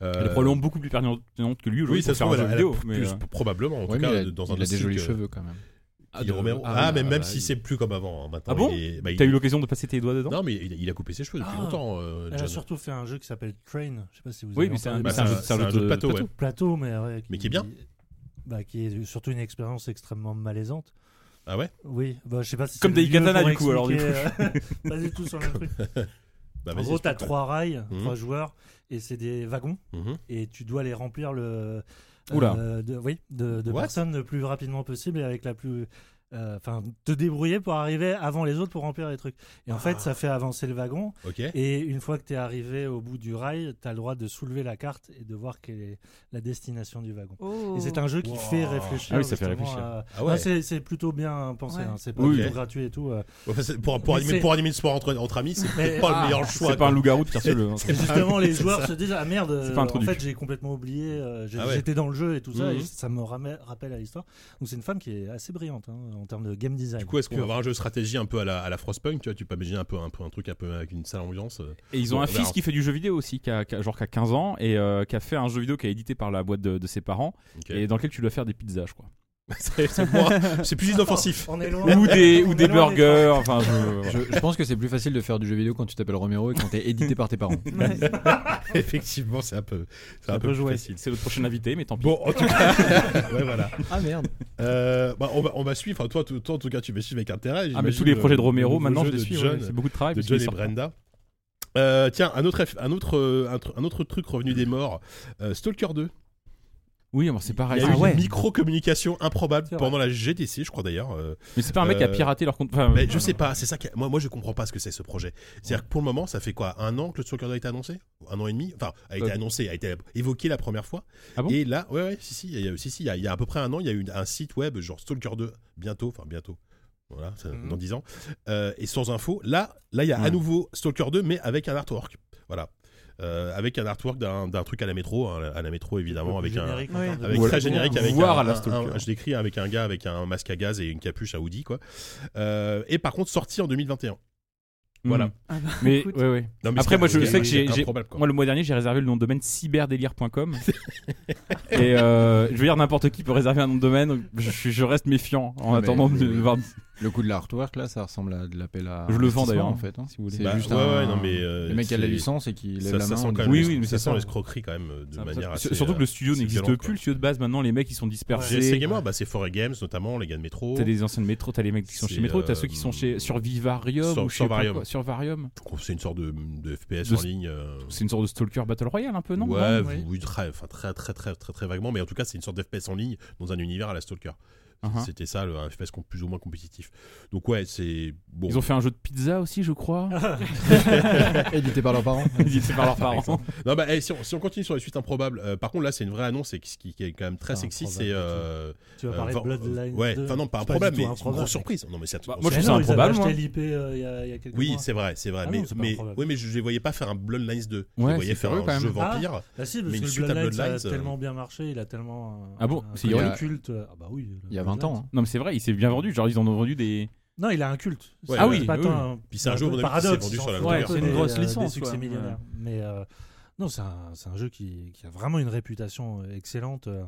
D: Elle est
B: Euh,
D: probablement beaucoup plus pertinente que lui
B: Oui,
D: aujourd'hui
B: ça
D: pour
B: se
D: faire
B: trouve,
D: un
B: elle,
D: jeu
B: elle a
D: vidéo.
B: plus-
D: mais, euh,
B: probablement, en
C: Ouais,
B: tout
C: mais
B: cas,
C: il a-
B: dans un
C: il a des
B: style
C: jolis
B: que-
C: cheveux quand même.
B: Ah, de-
D: de-
B: ah, mais
D: bah,
B: même
D: bah,
B: si
D: il-
B: c'est plus comme avant. hein, maintenant,
D: Ah bon
B: il est- bah, il-
D: T'as eu l'occasion de passer tes doigts dedans
B: Non, mais il, il a coupé ses cheveux depuis
F: Ah.
B: longtemps. euh,
F: Elle
B: John.
F: a surtout fait un jeu qui s'appelle Train. Je sais pas si vous
D: Oui,
F: avez
D: mais c'est un,
F: entendu
B: Bah,
D: c'est un jeu-
B: c'est
D: c'est un
B: un
D: jeu de plateau. ouais.
F: plateau, mais, euh, ouais,
B: Mais qui est bien.
F: Bah, qui est surtout une expérience extrêmement malaisante.
B: Ah ouais
F: Oui, bah, je sais pas si
D: Comme
F: c'est le
D: Daikatana,
F: mieux pour
D: du coup, alors, du
F: expliquer, euh, [LAUGHS] pas du tout sur le truc.
B: Bah,
F: en
B: vas-y,
F: gros, t'as
B: explique.
F: trois rails,
D: Mmh.
B: Mhm.
F: trois joueurs, et c'est des wagons,
B: Mhm.
F: et tu dois les remplir le.
D: Oula.
F: euh, de, oui, de, de
B: What
F: personnes le plus rapidement possible et avec la plus. euh, enfin, te débrouiller pour arriver avant les autres pour remplir les trucs. Et en fait, ça fait avancer le wagon.
B: Ok.
F: Et une fois que tu es arrivé au bout du rail, tu as le droit de soulever la carte et de voir quelle est la destination du wagon.
E: Oh.
F: Et c'est un jeu qui
B: Wow.
F: fait réfléchir.
D: Ah oui, ça fait
F: justement
D: réfléchir.
F: à-
B: Ah ouais.
F: Non, c'est- c'est plutôt bien pensé.
E: Ouais.
F: hein, C'est pas
B: Oui.
F: du tout
B: Ok.
F: gratuit et tout. euh.
B: Enfin, bah, c'est- pour, pour
F: Mais
B: animer,
F: c'est-
B: pour animer une sport entre, entre amis,
F: [LAUGHS]
B: c'est
F: Mais-
B: peut-être pas le
G: Ah,
B: meilleur choix.
D: C'est pas un
B: quoi.
D: loup-garou de Tierceleux.
B: [LAUGHS]
D: hein.
B: C'est
F: Et
B: pas-
F: justement, les
B: c'est
F: joueurs
B: ça.
F: se disent Ah merde,
D: C'est
F: euh,
D: pas un
F: en
D: truc du
F: fait,
D: tout.
F: j'ai complètement oublié. euh, j'ai-
B: Ah ouais.
F: J'étais dans le jeu et tout ça.
B: Mhm.
F: Et ça me ramè- rappelle à l'histoire. Donc, c'est une femme qui est assez brillante hein, en termes de game design.
B: Du coup, est-ce
F: [LAUGHS]
B: qu'on va avoir un jeu de stratégie un peu à la, à la Frostpunk Tu vois, tu peux imaginer un peu, un peu un truc un peu avec une sale ambiance. euh. [LAUGHS]
D: Et ils ont
B: Bon,
D: un
B: ben,
D: fils
B: on-
D: qui fait du jeu vidéo aussi, qui a, qui a- genre qui a 15 ans et euh, qui a fait un jeu vidéo qui est édité par la boîte de, de ses parents
B: Ok.
D: et dans lequel tu dois faire des pizzas, je crois.
B: c'est c'est moins- c'est plus juste offensif.
F: On est loin.
D: ou des, ou
F: On
D: des
F: est loin
D: burgers, enfin. je- voilà.
C: Je, je pense que c'est plus facile de faire du jeu vidéo quand tu t'appelles Romero et quand t'es édité par tes parents.
E: Ouais.
B: [LAUGHS] Effectivement, c'est un peu, c'est un peu plus facile.
D: C'est ah, notre prochain invité, mais tant pis.
B: Bon, en tout cas, [LAUGHS] ouais, voilà.
C: Ah merde.
B: Euh, bah, on, va, on va suivre. Enfin, toi, tout- toi, en tout cas, tu vas suivre avec intérêt.
D: ah, mais tous
B: j'imagine,
D: les
B: le-
D: projets de
B: le
D: Romero,
B: nouveau
D: maintenant
B: jeu
D: je les
B: de
D: suis.
B: John-
D: ouais, C'est beaucoup de travail.
B: de
D: parce qu'ils
B: John et
D: sortent pas.
B: Brenda. Euh, tiens, un autre, eff- un autre, euh, un, tr- un autre truc revenu des morts, euh, Stalker 2.
D: Oui, bon, c'est
B: Il
D: pareil.
B: y a
D: Ah
B: eu
D: ouais.
B: une micro-communication improbable
F: C'est vrai.
B: pendant la GDC, je crois d'ailleurs. euh.
D: Mais c'est pas un mec qui a
B: Euh,
D: piraté leur compte. enfin,
B: mais je sais pas, c'est ça que moi, moi je comprends pas ce que c'est ce projet. C'est-à-dire que pour le moment, ça fait quoi Un an que le Stalker 2 a été annoncé Un an et demi Enfin, a été
D: Euh.
B: annoncé, a été évoqué la première fois.
D: Ah bon
B: et là, ouais, ouais, si, si, il y a, si, si, il y a, il y a à peu près un an, il y a eu une- un site web genre Stalker 2, bientôt, enfin bientôt. Voilà, ça-
F: Mhm.
B: dans 10 ans. Euh, et sans info, là, là, il y a à
D: Ouais.
B: nouveau Stalker 2, mais avec un artwork. Voilà. Euh, avec un artwork d'un d'un truc à la métro, hein, à la métro évidemment, avec un,
F: Générique en
E: Ouais.
F: termes de-
B: avec
D: Voilà.
B: très générique avec
D: Voir
B: un-
D: à la
B: un-
D: Stalker.
B: un- je décris avec un gars avec un masque à gaz et une capuche à hoodie quoi Euh, et par contre sorti en 2021
D: Mhm.
B: voilà.
E: Ah bah,
D: Mais
E: écoute.
D: ouais, ouais.
B: Non, mais
D: Après,
B: c'est-
D: moi, je
B: c'est-
D: sais que
B: c'est
D: j'ai- j'ai-
B: improbable, quoi.
D: Moi, le mois dernier, j'ai réservé le nom de domaine cyberdélire.com. et euh, je veux dire, n'importe qui peut réserver un nom de domaine. donc Je, suis- je reste méfiant en
B: Ah,
C: Mais-
D: attendant de
C: mais-
D: voir.
C: Le coup de l'artwork là, ça ressemble à de l'appel à.
D: Je le vends, d'ailleurs,
C: en fait. hein.
D: si vous voulez.
C: C'est
B: Bah,
C: juste
B: ouais,
C: un-
B: ouais, non, mais, euh,
C: le mec qui a la
B: c'est-
C: licence et qui lève
B: ça,
C: la
B: ça
C: main.
B: sent quand
C: en disant-
B: même
D: Oui,
B: l'es-
D: oui, mais
B: ça
D: c'est
B: sent
D: ça.
B: l'escroquerie quand même euh, de manière assez
D: Surtout que le studio
B: c'est
D: n'existe
B: violent,
D: plus.
B: quoi.
D: Le studio de base, maintenant, les mecs, ils sont dispersés.
B: c'est c'est gamer bah c'est Foray Games notamment les gars de métro
D: T'as des anciennes métro, t'as les mecs qui sont
B: C'est,
D: chez métro, t'as
B: euh,
D: ceux qui sont chez Survivarium
B: Sur-
D: ou je sais pas
B: Survarium.
D: quoi, Survarium.
B: c'est une sorte de, de FPS
D: De-
B: en ligne euh,
D: C'est une sorte de stalker battle royale un peu, non
B: ouais,
D: Non
B: vous- oui, très, enfin, très très très très très vaguement mais en tout cas c'est une sorte d'FPS en ligne dans un univers à la Stalker
D: Uh-huh.
B: c'était ça le un FPS com- plus ou moins compétitif donc ouais c'est bon
D: Ils ont fait un jeu de pizza aussi,
B: [LAUGHS]
D: je crois.
C: Édité par leurs parents.
D: Édité par leurs parents.
B: Non, bah, eh, si, on, si on continue sur les suites improbables, euh, par contre, là, c'est une vraie annonce et qui, qui- qui est quand même très
F: Pas
B: sexy. C'est.
F: improbable du tout.
B: Euh,
F: Tu vas
B: euh,
F: parler de
B: Van-
F: Bloodlines.
B: Ouais,
F: 2.
B: enfin, non, pas un
F: C'est pas
B: problème,
F: du tout
B: mais
F: un
B: c'est une
F: problème.
B: grosse surprise. Non, mais c'est
D: Bah, moi, je
F: Mais
D: trouve ça
F: non, ils avaient
D: improbable, moi.
F: acheté l'IP euh, il y a- il y a quelques
B: Oui,
F: mois.
B: c'est vrai, c'est vrai.
F: Ah
B: mais,
F: non, c'est pas
B: mais,
F: improbable.
B: oui, mais je les voyais pas faire un Bloodlines 2. je
D: Ouais,
B: les voyais
D: c'est
B: faire
D: curieux,
B: un
D: quand
B: jeu
D: même.
B: vampire.
F: Ah si,
B: Mais
F: parce
B: une
F: que
B: suite
F: le
B: à
F: Bloodlines ça a
B: Bloodlines, euh,
F: tellement bien marché, il a tellement euh,
D: Ah bon,
F: un
D: c'est
F: côté
C: il y a-
F: culte. Ah bah oui. le
C: Il y a 20
F: Bloodlines.
C: ans. hein.
D: Non, mais c'est vrai, il s'est bien vendu. Genre, ils en ont vendu des.
F: Non, il a un culte.
B: Ouais,
D: Ah oui,
F: c'est pas
D: oui,
F: tant
D: oui.
F: un-
B: Puis c'est un
F: un
B: jeu, à mon
F: peu
B: avis, qui s'est
F: paradoxe,
B: vendu
F: sans
B: sur la euh,
F: fond,
D: Ouais,
B: longueur.
D: c'est une
F: des-
D: grosse
F: des
D: licence,
F: succès
D: ouais.
F: millionnaires. Mais euh, non, c'est un, c'est un jeu qui, qui a vraiment une réputation euh, excellente. euh,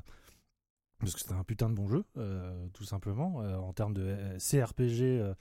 F: parce que c'est un putain de bon jeu, euh, tout simplement. Euh, en termes de euh, CRPG euh,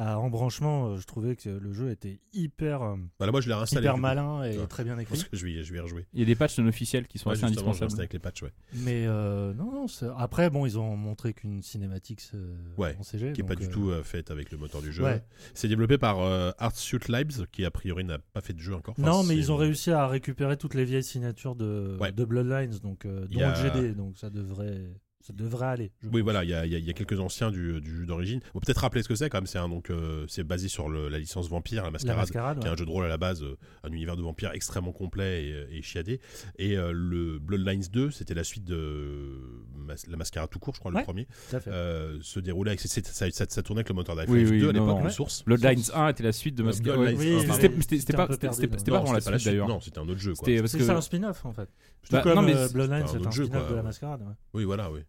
F: à embranchement, euh, je trouvais que le jeu était hyper, euh,
B: Bah, là, moi, je l'ai réinstallé.
F: hyper
B: du coup.
F: malin et
B: Ouais.
F: très bien
B: Je pense
F: écrit.
B: que je vais, y- je vais y rejouer.
D: Il y a des patchs non officiels qui sont
B: Ouais,
D: assez
B: justement, je l'ai installé
D: indispensables.
B: avec les patchs, ouais.
F: Mais euh, non, non, c'est- après, bon, ils ont montré qu'une cinématique euh,
B: Ouais,
F: en CG.
B: Qui est pas
F: donc,
B: du
F: euh,
B: tout euh, faite avec le moteur du jeu.
F: ouais.
B: C'est développé par euh, Art Suit Labs, qui a priori n'a pas fait de jeu encore. Enfin,
F: non, mais
B: c'est-
F: ils ont réussi à récupérer toutes les vieilles signatures de,
B: Ouais.
F: de Bloodlines, donc euh,
B: Il y
F: dont le
B: a-
F: GD, donc ça devrait, ça devrait aller. je
B: Oui,
F: pense.
B: voilà, il y a, il y a- il y a quelques anciens du, du jeu d'origine. On peut peut-être rappeler ce que c'est quand même. C'est un donc euh, c'est basé sur le- la licence Vampire, la
F: La
B: Mascarade,
F: mascarade.
B: qui est
F: ouais.
B: un jeu de rôle à la base, euh, un univers de vampires extrêmement complet et, et chiadé. Et euh, le Bloodlines 2, c'était la suite de euh, Mas- la Mascarade tout court, je crois, le
F: Ouais.
B: premier,
F: Tout à fait.
B: euh, se déroulait. Avec, c'est- ça, ça- ça tournait avec le moteur d'Half-Life
D: Oui, oui,
B: 2 à
D: non,
B: l'époque,
D: non.
B: le source. Euh,
D: Bloodlines 1 était la suite de Masquerade.
B: Bloodlines
D: Ouais.
B: Oui,
F: un,
B: c'était-
F: pardon.
D: C'était- C'était
F: C'était
D: c'était
F: un
D: pas
F: peu
D: c'était-
F: perdu,
D: c'était-
F: non.
D: c'était
B: Non,
D: pas vraiment la
B: c'était
D: suite d'ailleurs.
B: Non, c'était un autre jeu. quoi.
D: C'était euh, parce
F: C'était ça,
D: que.
F: un spin-off en fait. Tout
D: Bah,
F: comme
D: non, mais
F: euh,
D: c'est-
F: Bloodlines,
B: c'est un
F: c'est un
B: autre jeu,
F: spin-off
B: quoi.
F: de la mascarade. ouais.
B: Oui, voilà, oui.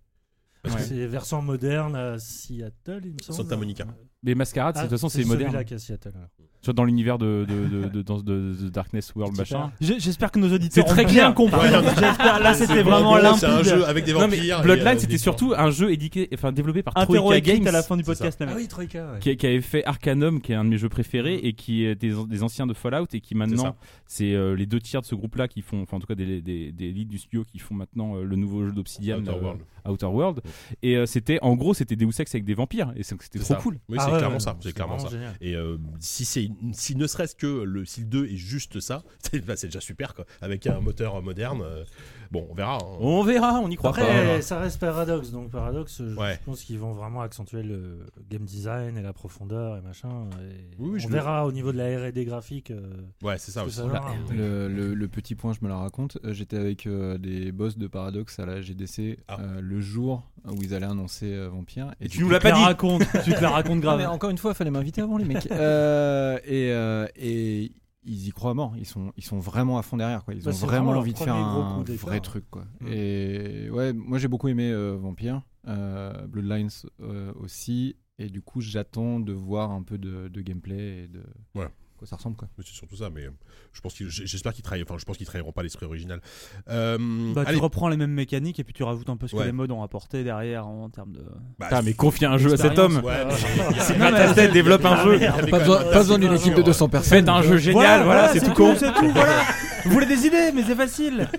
D: Ouais.
F: C'est versant moderne à Seattle, il me semble.
B: Santa Monica.
D: Mais Mascarade, c'est-
F: Ah,
D: de toute façon, c'est moderne.
F: Celui-là qui est à Seattle. alors.
D: Tu vois, dans l'univers de, de, de, de- dans- de- de Darkness World,
F: Petit
D: machin.
G: J'ai- J'espère que nos auditeurs
D: C'est
G: ont
D: très
G: bien
D: clair.
G: compris.
B: Ouais, non, mais-
G: J'espère- là, c'était vraiment
B: En gros,
G: limpide.
B: C'est un jeu avec des
D: Non, mais
B: vampires. et, euh,
D: Bloodline,
B: des-
D: c'était surtout un jeu édiqué, enfin, développé par
G: Interro
D: Troika
G: écrit
D: Games.
G: à la fin du
B: C'est ça.
G: podcast. la
F: Ah
G: mec.
F: oui, Troika. ouais.
D: qui, qui avait fait Arcanum, qui est un de mes jeux préférés et qui est des, des anciens de Fallout et qui maintenant, c'est euh, les deux tiers de ce groupe-là qui font, enfin en tout cas des, des, des leads du studio qui font maintenant euh, le nouveau jeu d'Obsidian,
B: Outer
D: euh,
B: World.
D: Outer World. Et euh, c'était, en gros, c'était Deus Ex avec des vampires et c'est- c'était
B: C'est
D: trop
B: ça.
D: cool.
B: Oui,
F: Ah
B: c'est
F: ouais,
B: clairement
F: ouais,
B: ça.
F: non,
D: Ah
B: C'est clairement ça.
F: vraiment génial.
B: Et euh, si c'est une- si ne serait-ce que le si le 2 est juste ça, [LAUGHS] c'est bah, c'est déjà super quoi. Avec un moteur moderne, euh, bon, on verra. hein.
G: Oh.
D: On verra, on y croit
F: Après,
D: pas.
B: voilà.
F: ça reste Paradox, donc Paradox, je, je
B: Ouais.
F: pense qu'ils vont vraiment accentuer le game design et la profondeur et machin. et
B: Oui, oui, je
F: on
B: le-
F: verra au niveau de la R&D graphique. euh,
B: Ah, Ouais, c'est ça
F: ce que
B: aussi.
F: ça
G: Voilà.
F: donnera.
C: Le, le- le petit point, je me la raconte. Euh, J'étais avec euh, des boss de Paradox à la GDC
B: Ah.
C: euh, le jour où ils allaient annoncer euh, Vampire.
D: Et tu
C: du
D: nous
C: coup-
D: l'as pas
G: la
D: dit.
G: raconte, tu te
C: [LAUGHS]
G: la racontes
C: Non, mais
G: grave.
C: encore une fois, fallait m'inviter avant les [LAUGHS] mecs. Euh, et, euh, et ils y croient à mort. Ils sont, ils sont vraiment à fond derrière. Quoi. Ils
F: Bah,
C: ont
F: c'est
C: vraiment
F: vraiment
C: l'envie de
F: leur
C: faire
F: premier gros
C: un
F: coup d'éclat.
C: vrai truc. Quoi.
F: Mm.
C: Et ouais, moi j'ai beaucoup aimé euh, Vampire, euh, Bloodlines euh, aussi. Et du coup, j'attends de voir un peu de, de gameplay et de
B: Voilà.
C: quoi ça ressemble. Quoi.
B: Mais C'est surtout ça, mais euh, je pense qu'ils, j- j'espère qu'ils trahiront. Enfin, je pense qu'ils trahiront pas l'esprit original. Euh,
G: Bah, tu
B: allez,
G: reprends les mêmes mécaniques et puis tu rajoutes un peu ce que
B: Ouais.
G: les modes ont apporté derrière en
B: [LAUGHS]
G: termes de.
B: bah,
D: [LAUGHS] Putain, mais confie un jeu à cet homme.
B: Ouais, Ah, mais il y a- il y a-
D: C'est pas ta
F: [LAUGHS]
D: tête, développe
F: Ah,
D: un jeu.
B: il y avait quand
C: Pas besoin,
B: même un
C: pas besoin
B: petit
C: d'une
B: peu
C: équipe
B: sur,
C: de
B: euh,
C: 200 personnes.
D: Faites un jeu génial, voilà, c'est tout con.
G: C'est tout, voilà. Vous voulez des idées, mais
B: [LAUGHS]
G: c'est facile.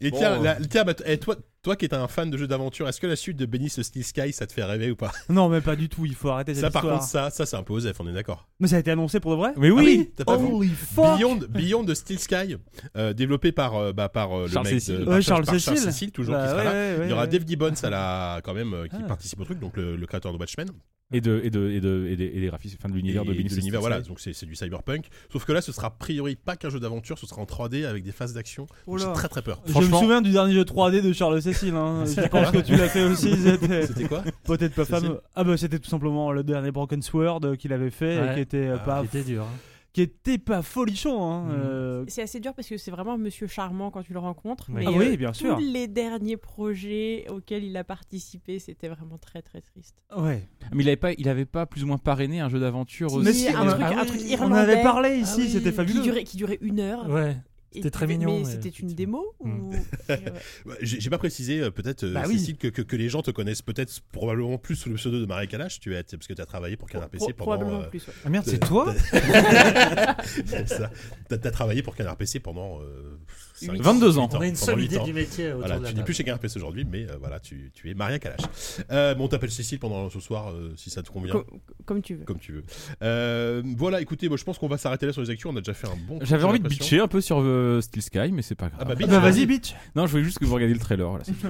B: Et tiens,
C: Bon,
B: la- tiens, bah, t- eh, toi, toi qui es un fan de jeux d'aventure, est-ce que la suite de Benny the Steel Sky, ça te fait rêver ou pas
G: Non, mais pas du tout. Il faut arrêter cette
B: Ça, par
G: histoire.
B: contre, ça, ça c'est un peu Osef, on est d'accord.
G: Mais ça a été annoncé pour de vrai Ah
D: Mais oui,
B: T'as pas vu
G: Holy fuck
B: Beyond, Beyond the Steel Sky, euh, développé par, euh, bah, par euh, le
D: Charles
B: mec
D: Cécile.
B: de
G: Ouais,
B: par
G: Charles
B: par Charles
G: Cécile.
B: Cécile, toujours
G: Bah
B: qui sera
G: ouais,
B: là.
G: ouais, ouais,
B: Il y aura
G: ouais.
B: Dave Gibbons à la, quand même, euh, qui
G: Ah.
B: participe au truc, donc le, le créateur de Watchmen.
D: et de et de et de et des, et des graphismes, enfin de
B: Et,
D: l'univers de Benny
B: de l'univers,
D: Sixteen
B: voilà,
D: Sides.
B: donc c'est c'est du cyberpunk. Sauf que là, ce sera a priori pas qu'un jeu d'aventure, ce sera en 3D avec des phases d'action.
E: Oh
B: Donc J'ai
E: là.
B: très très peur.
G: Je me
D: Franchement-
G: souviens du dernier jeu 3D de Charles Cécile.
B: [LAUGHS]
G: Hein. Je pense que tu l'as fait aussi. [LAUGHS] C'était
B: C'était quoi
G: peut-être pas
B: Cécile
G: fameux. Ah bah c'était tout simplement le dernier Broken Sword euh, qu'il avait fait et
F: Ouais.
G: qui était euh,
F: Ah,
G: pas
F: c'était dur. hein.
G: qui était pas folichon.
B: Mm.
G: Hein. euh.
H: C'est assez dur parce que c'est vraiment un monsieur charmant quand tu le rencontres.
F: Oui.
H: Mais
G: Ah
H: euh,
G: oui, bien sûr.
H: tous les derniers projets auxquels il a participé, c'était vraiment très très triste.
G: Ouais.
D: Ah, Mais il avait pas il avait pas plus ou moins parrainé un jeu d'aventure
H: Si,
D: aussi.
H: si, un
D: euh,
H: truc-
F: ah
H: un
F: oui,
H: truc
F: on en
H: irlandais.
G: On avait parlé ici,
H: Ah oui,
G: c'était fabuleux.
H: Qui durait, qui durait une heure.
F: Ouais.
H: Et
F: C'était
H: tu
F: très
H: fais,
F: mignon,
H: Mais
F: ouais,
H: c'était une
F: effectivement. Hmm.
H: démo [LAUGHS] ou...
B: [LAUGHS] Bah, J'ai j'ai pas précisé, euh, peut-être, euh,
G: Bah oui.
B: Cécile, que, que, que les gens te connaissent peut-être probablement plus sous le pseudo de Marie Kalash, tu as, parce que tu as travaillé pour Canard PC
H: Pro-
B: pendant.
H: Probablement
B: euh,
H: plus. ouais.
C: Ah merde,
B: c'est
C: c'est toi
B: [LAUGHS] C'est ça. T'as t'as travaillé pour Canard PC pendant euh, cinq-
D: 22 ans.
B: huit
F: On a une
B: pendant
F: seule
B: huit
F: idée
B: ans.
F: du métier autour
B: Voilà,
F: de la
B: tu n'es
F: table.
B: plus chez Canard PC aujourd'hui, mais euh, voilà, tu, tu es Maria Kalash. Euh, bon, on t'appelle Cécile pendant ce soir, euh, si ça te convient,
H: Com- Comme tu veux.
B: comme tu veux. Euh, voilà, écoutez, moi, je pense qu'on va s'arrêter là sur les actus. On a déjà fait un bon. tour,
D: J'avais
B: j'ai
D: envie de
B: l'impression.
D: bitcher un peu sur euh, Steel Sky, mais c'est pas grave.
B: Ah bah, bitch,
G: Ah bah
B: vas-y. [LAUGHS]
G: vas-y, bitch.
D: Non, je voulais juste que vous regardiez le trailer. voilà, c'est tout.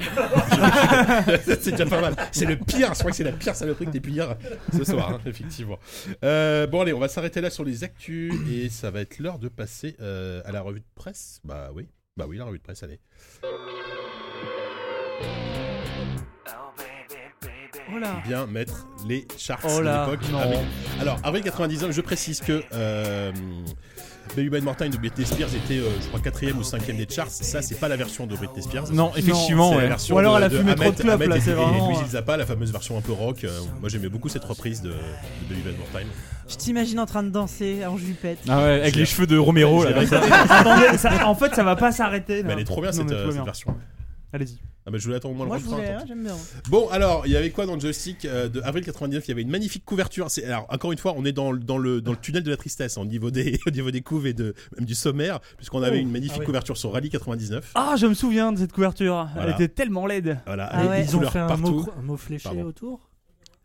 B: [LAUGHS] c'est déjà pas mal. C'est le pire. Je crois que c'est la pire saloperie que t'aies pu lire ce
D: [LAUGHS]
B: soir, hein, effectivement. Euh, bon, allez, on va s'arrêter là sur les actus et ça va être l'heure de passer euh, à la revue de presse. Bah oui, bah oui, la revue de presse, allez.
G: Oh là.
B: Bien mettre les charts
G: Oh
B: de
G: là.
B: l'époque.
G: Non.
B: Avril- Alors, avril 99, je précise que. Euh, Baby by Mortain de Britney Spears était, euh, je crois, quatrième ou cinquième des charts. Ça, c'est pas la version de Britney Spears.
D: Non, effectivement,
B: C'est la
D: ouais.
B: version
G: Ou alors
B: de-
G: elle a
B: de
G: fumé trop de
B: Ahmed-
G: clopes,
B: Ahmed
G: là,
B: et-
G: c'est
B: et
G: vraiment- euh,
B: Louis Zappa, la fameuse version un peu rock. Euh, moi, j'aimais beaucoup cette reprise de, de Baby Bad Mortime.
E: Je t'imagine en train de danser en jupette.
D: Ah ouais, avec
B: Je
D: les
B: l'ai-
D: cheveux de Romero là.
B: Je l'ai
D: comme ça.
G: Attendez, ça- en fait, ça va pas s'arrêter. là.
B: Mais elle est trop bien
G: Non,
B: cette,
G: mais tout
B: euh,
G: va
B: cette
G: bien.
B: version.
G: Allez-y.
B: Ah bah je voulais attendre au moins
E: Moi,
B: le
E: je
B: refrain,
E: voulais,
B: tant
E: hein,
B: pis.
E: j'aime bien.
B: Bon alors il y avait quoi dans le joystick euh, de avril 99 Il y avait une magnifique couverture. C'est alors encore une fois on est dans, le- dans le dans le tunnel de la tristesse hein, au niveau des [LAUGHS] au niveau des couves et de même du sommaire puisqu'on avait
F: Oh,
B: une magnifique
F: ah oui.
B: couverture sur Rally 99.
G: Ah, je me souviens de cette couverture.
B: Voilà.
G: Elle était tellement laide.
B: Voilà.
E: Ah
B: avec
E: ouais.
B: des
F: Ils ont
B: couleurs
F: fait un mot,
B: partout.
F: un mot fléché
B: Pardon.
F: autour.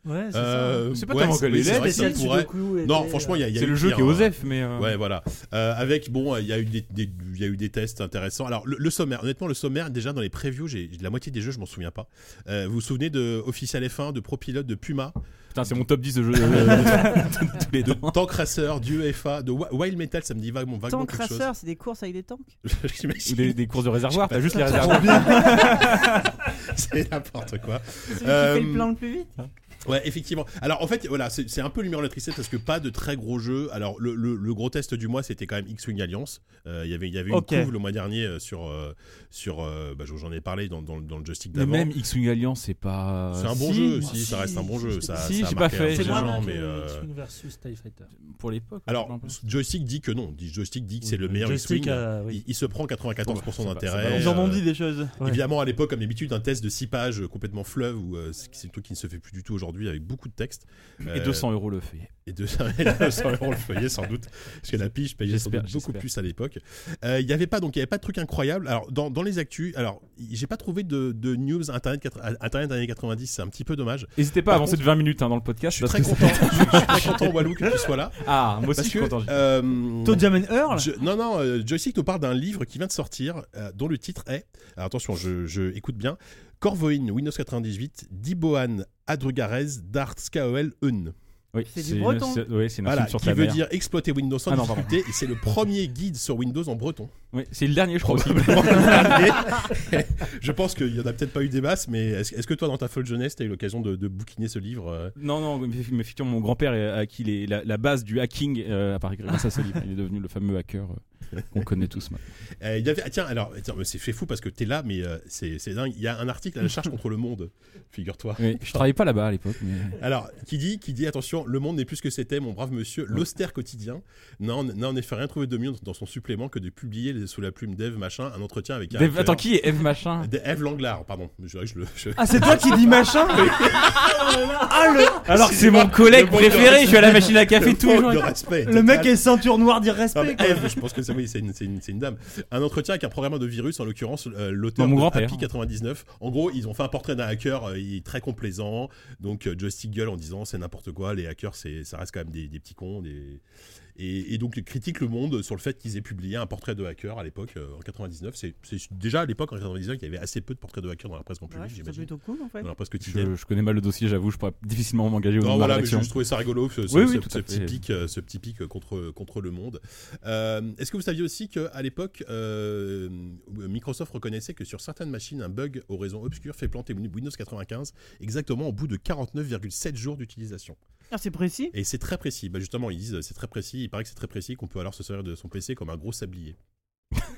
F: Ouais, c'est
B: Euh,
D: C'est pas
B: ouais,
D: tellement
B: c'est-
D: que les
B: oui, c'est
D: LED,
B: vrai que
F: ça.
B: ça pourrait. Non franchement il y a, il y a
D: C'est
B: eu
D: le jeu
B: pire,
D: qui est
B: hein.
D: Osef, mais. euh,
B: Ouais, voilà. Euh, avec, bon, il y, a eu des, des- il y a eu des tests intéressants. Alors, le, le sommaire, honnêtement, le sommaire, déjà dans les previews, j'ai la moitié des jeux, je m'en souviens pas. Euh, vous vous souvenez de Official F1, de Pro Pilot, de Puma,
D: Putain, c'est mon top 10 de jeux. euh,
B: [LAUGHS]
D: de tous les
B: de
D: deux.
B: Tank Racer, du EFA, de Wi- Wild Metal, ça me dit vaguement, vaguement
E: Tank
B: quelque chose.
E: Racer, c'est des courses avec des tanks.
D: Ou
B: [LAUGHS] J'imagine.
D: des, des courses de réservoir, t'as juste les réservoirs.
B: C'est n'importe quoi.
E: Celui
B: Euh,
E: qui fait le plan le plus vite.
B: Ouais, effectivement. Alors, en fait, voilà, c'est c'est un peu l'humeur de la tristesse parce que pas de très gros jeux. Alors, le, le- le gros test du mois, c'était quand même X-Wing Alliance. Euh, Il y avait- il y avait une
G: Ok.
B: couve le mois dernier euh, sur. euh, sur euh, bah, J'en ai parlé dans, dans, dans le joystick
D: Mais
B: d'avant.
D: même X-Wing Alliance, c'est pas.
B: C'est un bon
D: Si,
B: jeu,
D: moi,
B: si, ça reste un bon jeu. Ça,
D: Si,
B: ça a marqué
D: j'ai pas fait.
B: un
F: C'est
B: peu les
D: moins
B: gens,
F: moi
B: mais.
F: mais
B: euh,
F: versus TIE Fighter.
D: Pour l'époque. j'ai
B: Alors,
D: l'impression.
B: Joystick dit que non. Dit- Joystick dit que c'est le meilleur
F: Joystick,
B: X-Wing.
F: euh, oui.
B: Il, il se prend
D: Bon,
B: 94%
D: bah, c'est pas-
B: d'intérêt.
D: c'est
G: Ils en ont
B: euh,
G: dit des choses.
F: Ouais.
B: Évidemment, à l'époque, comme d'habitude, un test de 6 pages euh, complètement fleuve, où euh, c'est c'est un truc qui ne se fait plus du tout aujourd'hui avec beaucoup de textes. Euh,
D: Et 200 euros le feuillet.
B: [LAUGHS] Et 200 200 euros le feuillet, sans doute. Parce que la pige payait sans
D: J'espère,
B: doute beaucoup
D: j'espère.
B: plus à l'époque. Euh, Il n'y avait pas, donc il y avait pas de truc incroyable. Alors, dans, dans les actus, alors, j'ai pas trouvé de, de news Internet, quatre- Internet années 90, c'est un petit peu dommage.
D: N'hésitez pas à
B: Par
D: avancer de 20 minutes hein, dans le podcast.
B: Je suis
D: parce
B: très
D: que ça-
B: content, je suis très content, Walou, que tu sois
D: [LAUGHS]
B: là.
D: Ah, moi aussi,
B: Parce
D: je suis
B: que,
D: content.
B: euh,
G: Toad Jam and Earl
B: Je- non, non, euh, Joystick nous parle d'un livre qui vient de sortir, euh, dont le titre est, alors attention, je, je écoute bien, Corvoin Windows 98, Diboan Adrugarez Dart Skaol Un.
D: Oui,
E: C'est du
D: une-
E: breton.
D: c'est- Oui, c'est une
B: Voilà,
D: insulte sur
B: qui
D: ta
B: veut
D: mère.
B: dire exploiter Windows sans
D: Ah non, pardon.
B: difficulté, et c'est le premier guide sur Windows en breton.
D: Oui, c'est le dernier,
B: [LAUGHS]
D: je crois. aussi.
B: Probablement le dernier. je pense qu'il y en a peut-être pas eu des masses, mais est-ce est-ce que toi, dans ta folle jeunesse, t'as eu l'occasion de, de bouquiner ce livre euh
D: Non, non, mais mais effectivement, mon grand-père est- à qui les- la, la base du hacking euh, apparaît grâce à ce livre. Il est devenu le fameux hacker euh, qu'on connaît tous maintenant.
B: Euh, il y avait- ah, tiens, alors, tiens, mais c'est fait fou parce que t'es là, mais euh, c'est c'est dingue. Il y a un article à la charge contre le monde, figure-toi.
D: Oui, je travaillais pas là-bas à l'époque, mais
B: Alors, qui dit, qui dit, attention, le monde n'est plus ce que c'était, mon brave monsieur, l'austère quotidien n'a en, n'a en effet rien trouvé de mieux dans son supplément que de publier les- sous la plume d'Eve Machin un entretien avec un.
D: Dave- attends, qui est Eve Machin
B: Eve Langlard, pardon. Je, je le- je-
G: Ah, c'est toi qui
B: [LAUGHS]
G: dis machin Ah, le,
D: Alors que c'est mon collègue préféré, je suis à la machine
B: [LAUGHS]
D: à café tous les
B: Le
D: jours.
B: respect.
G: le mec
B: total.
G: est ceinture noire
B: Non,
G: d'irrespect
B: mais Ève, je pense que c'est oui, c'est une, c'est une- c'est une dame. Un entretien avec un programmeur de virus, en l'occurrence euh, l'auteur
D: Non, Bah, mon
B: de
D: grand-père. hein.
B: Happy 99. En gros, ils ont fait un portrait d'un hacker, euh, il est très complaisant. Donc euh, Joystick gueule en disant c'est n'importe quoi, les hackers, c'est, ça reste quand même des, des petits cons. Des... Et, et donc ils critiquent le monde sur le fait qu'ils aient publié un portrait de hacker à l'époque euh, en 99. C'est, c'est déjà à l'époque en 99, il y avait assez peu de portraits de hackers dans la presse en
E: Ouais,
B: public,
E: c'est
B: j'imagine.
E: plutôt cool en fait.
B: Dans la presse quotidienne.
D: Je, je connais mal le dossier, j'avoue, je pourrais difficilement m'engager au nom
B: Non,
D: de la
B: voilà, mais j'ai
D: rédaction.
B: juste trouvé ça rigolo, ce, ce-
D: Oui, oui,
B: ce-
D: tout à
B: ce petit
D: fait.
B: pic, euh, ce petit pic euh, contre, contre le monde. Euh, Est-ce que vous saviez aussi qu'à l'époque, euh, Microsoft reconnaissait que sur certaines machines, un bug aux raisons obscures fait planter Windows 95 exactement au bout de 49,7 jours d'utilisation
E: Ah, c'est précis.
B: Et c'est très précis. Bah, justement, ils disent euh, c'est très précis. Il paraît que c'est très précis qu'on peut alors se servir de son PC comme un gros sablier.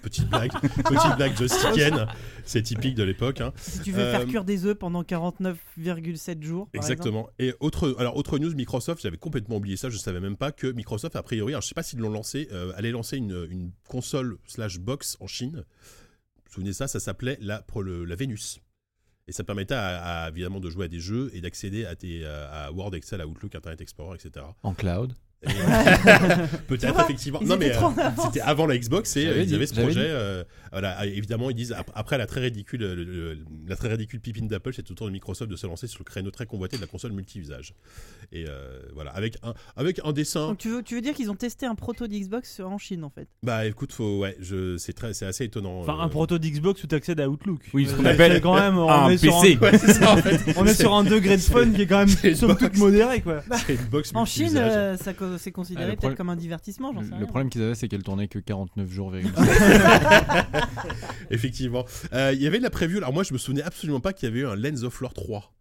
B: Petite
D: [LAUGHS]
B: blague, petite blague justicaine, c'est typique de l'époque. hein.
E: Si tu veux
B: Euh,
E: faire cuire des œufs pendant 49,7 jours. par exemple.
B: Exactement. Et autre, alors autre news, Microsoft, j'avais complètement oublié ça, je savais même pas que Microsoft, a priori, alors je sais pas s'ils l'ont lancé, euh, allait lancer une, une console slash box en Chine. Vous vous souvenez de ça, ça s'appelait la, pour le- la Vénus. Et ça permettait à, à, évidemment de jouer à des jeux et d'accéder à, tes, à à Word, Excel, Outlook, Internet Explorer, etc.
C: En cloud.
E: [LAUGHS]
B: Et- [LAUGHS] Peut-être
E: vois,
B: effectivement.
E: ils
B: Non mais
E: étaient trop en
B: euh,
E: avance.
B: c'était avant la Xbox et
C: J'avais
B: euh, ils
C: dit,
B: avaient ce
C: j'avais
B: projet.
C: dit.
B: euh, voilà, et évidemment ils disent ap- après la très ridicule, euh, le- le- la très ridicule pipine d'Apple, c'est au tour de Microsoft de se lancer sur le créneau très convoité de la console multivisage. Et euh, voilà, avec un avec un dessin.
E: Donc tu veux, tu veux dire qu'ils ont testé un proto d'Xbox en Chine en fait
B: Bah écoute, faut ouais, je c'est très c'est assez étonnant.
G: Enfin,
B: euh.
G: un proto d'Xbox où t'accèdes à Outlook.
D: Oui, ce qu'on
G: Euh,
D: appelle
G: c'est quand même. On,
D: Ah, un
G: est sur
D: PC.
B: [LAUGHS] Ouais, c'est
C: [LAUGHS]
B: ça en fait.
G: un, on est sur un degré de fun qui est quand
B: c'est
G: même
B: une
G: somme
B: box.
G: toute modéré, quoi.
B: C'est une box
E: En Chine,
B: multivisage.
E: euh, ça co- c'est
C: Ah,
E: considéré
C: le
E: peut-être
C: problème-
E: comme un divertissement, j'en sais
C: Le,
E: rien.
C: problème qu'ils avaient, c'est qu'elle tournait que 49 jours.
B: Effectivement. Euh, Il y avait de la preview. Alors moi, je me souvenais absolument pas qu'il y avait eu un Lens of Lore 3.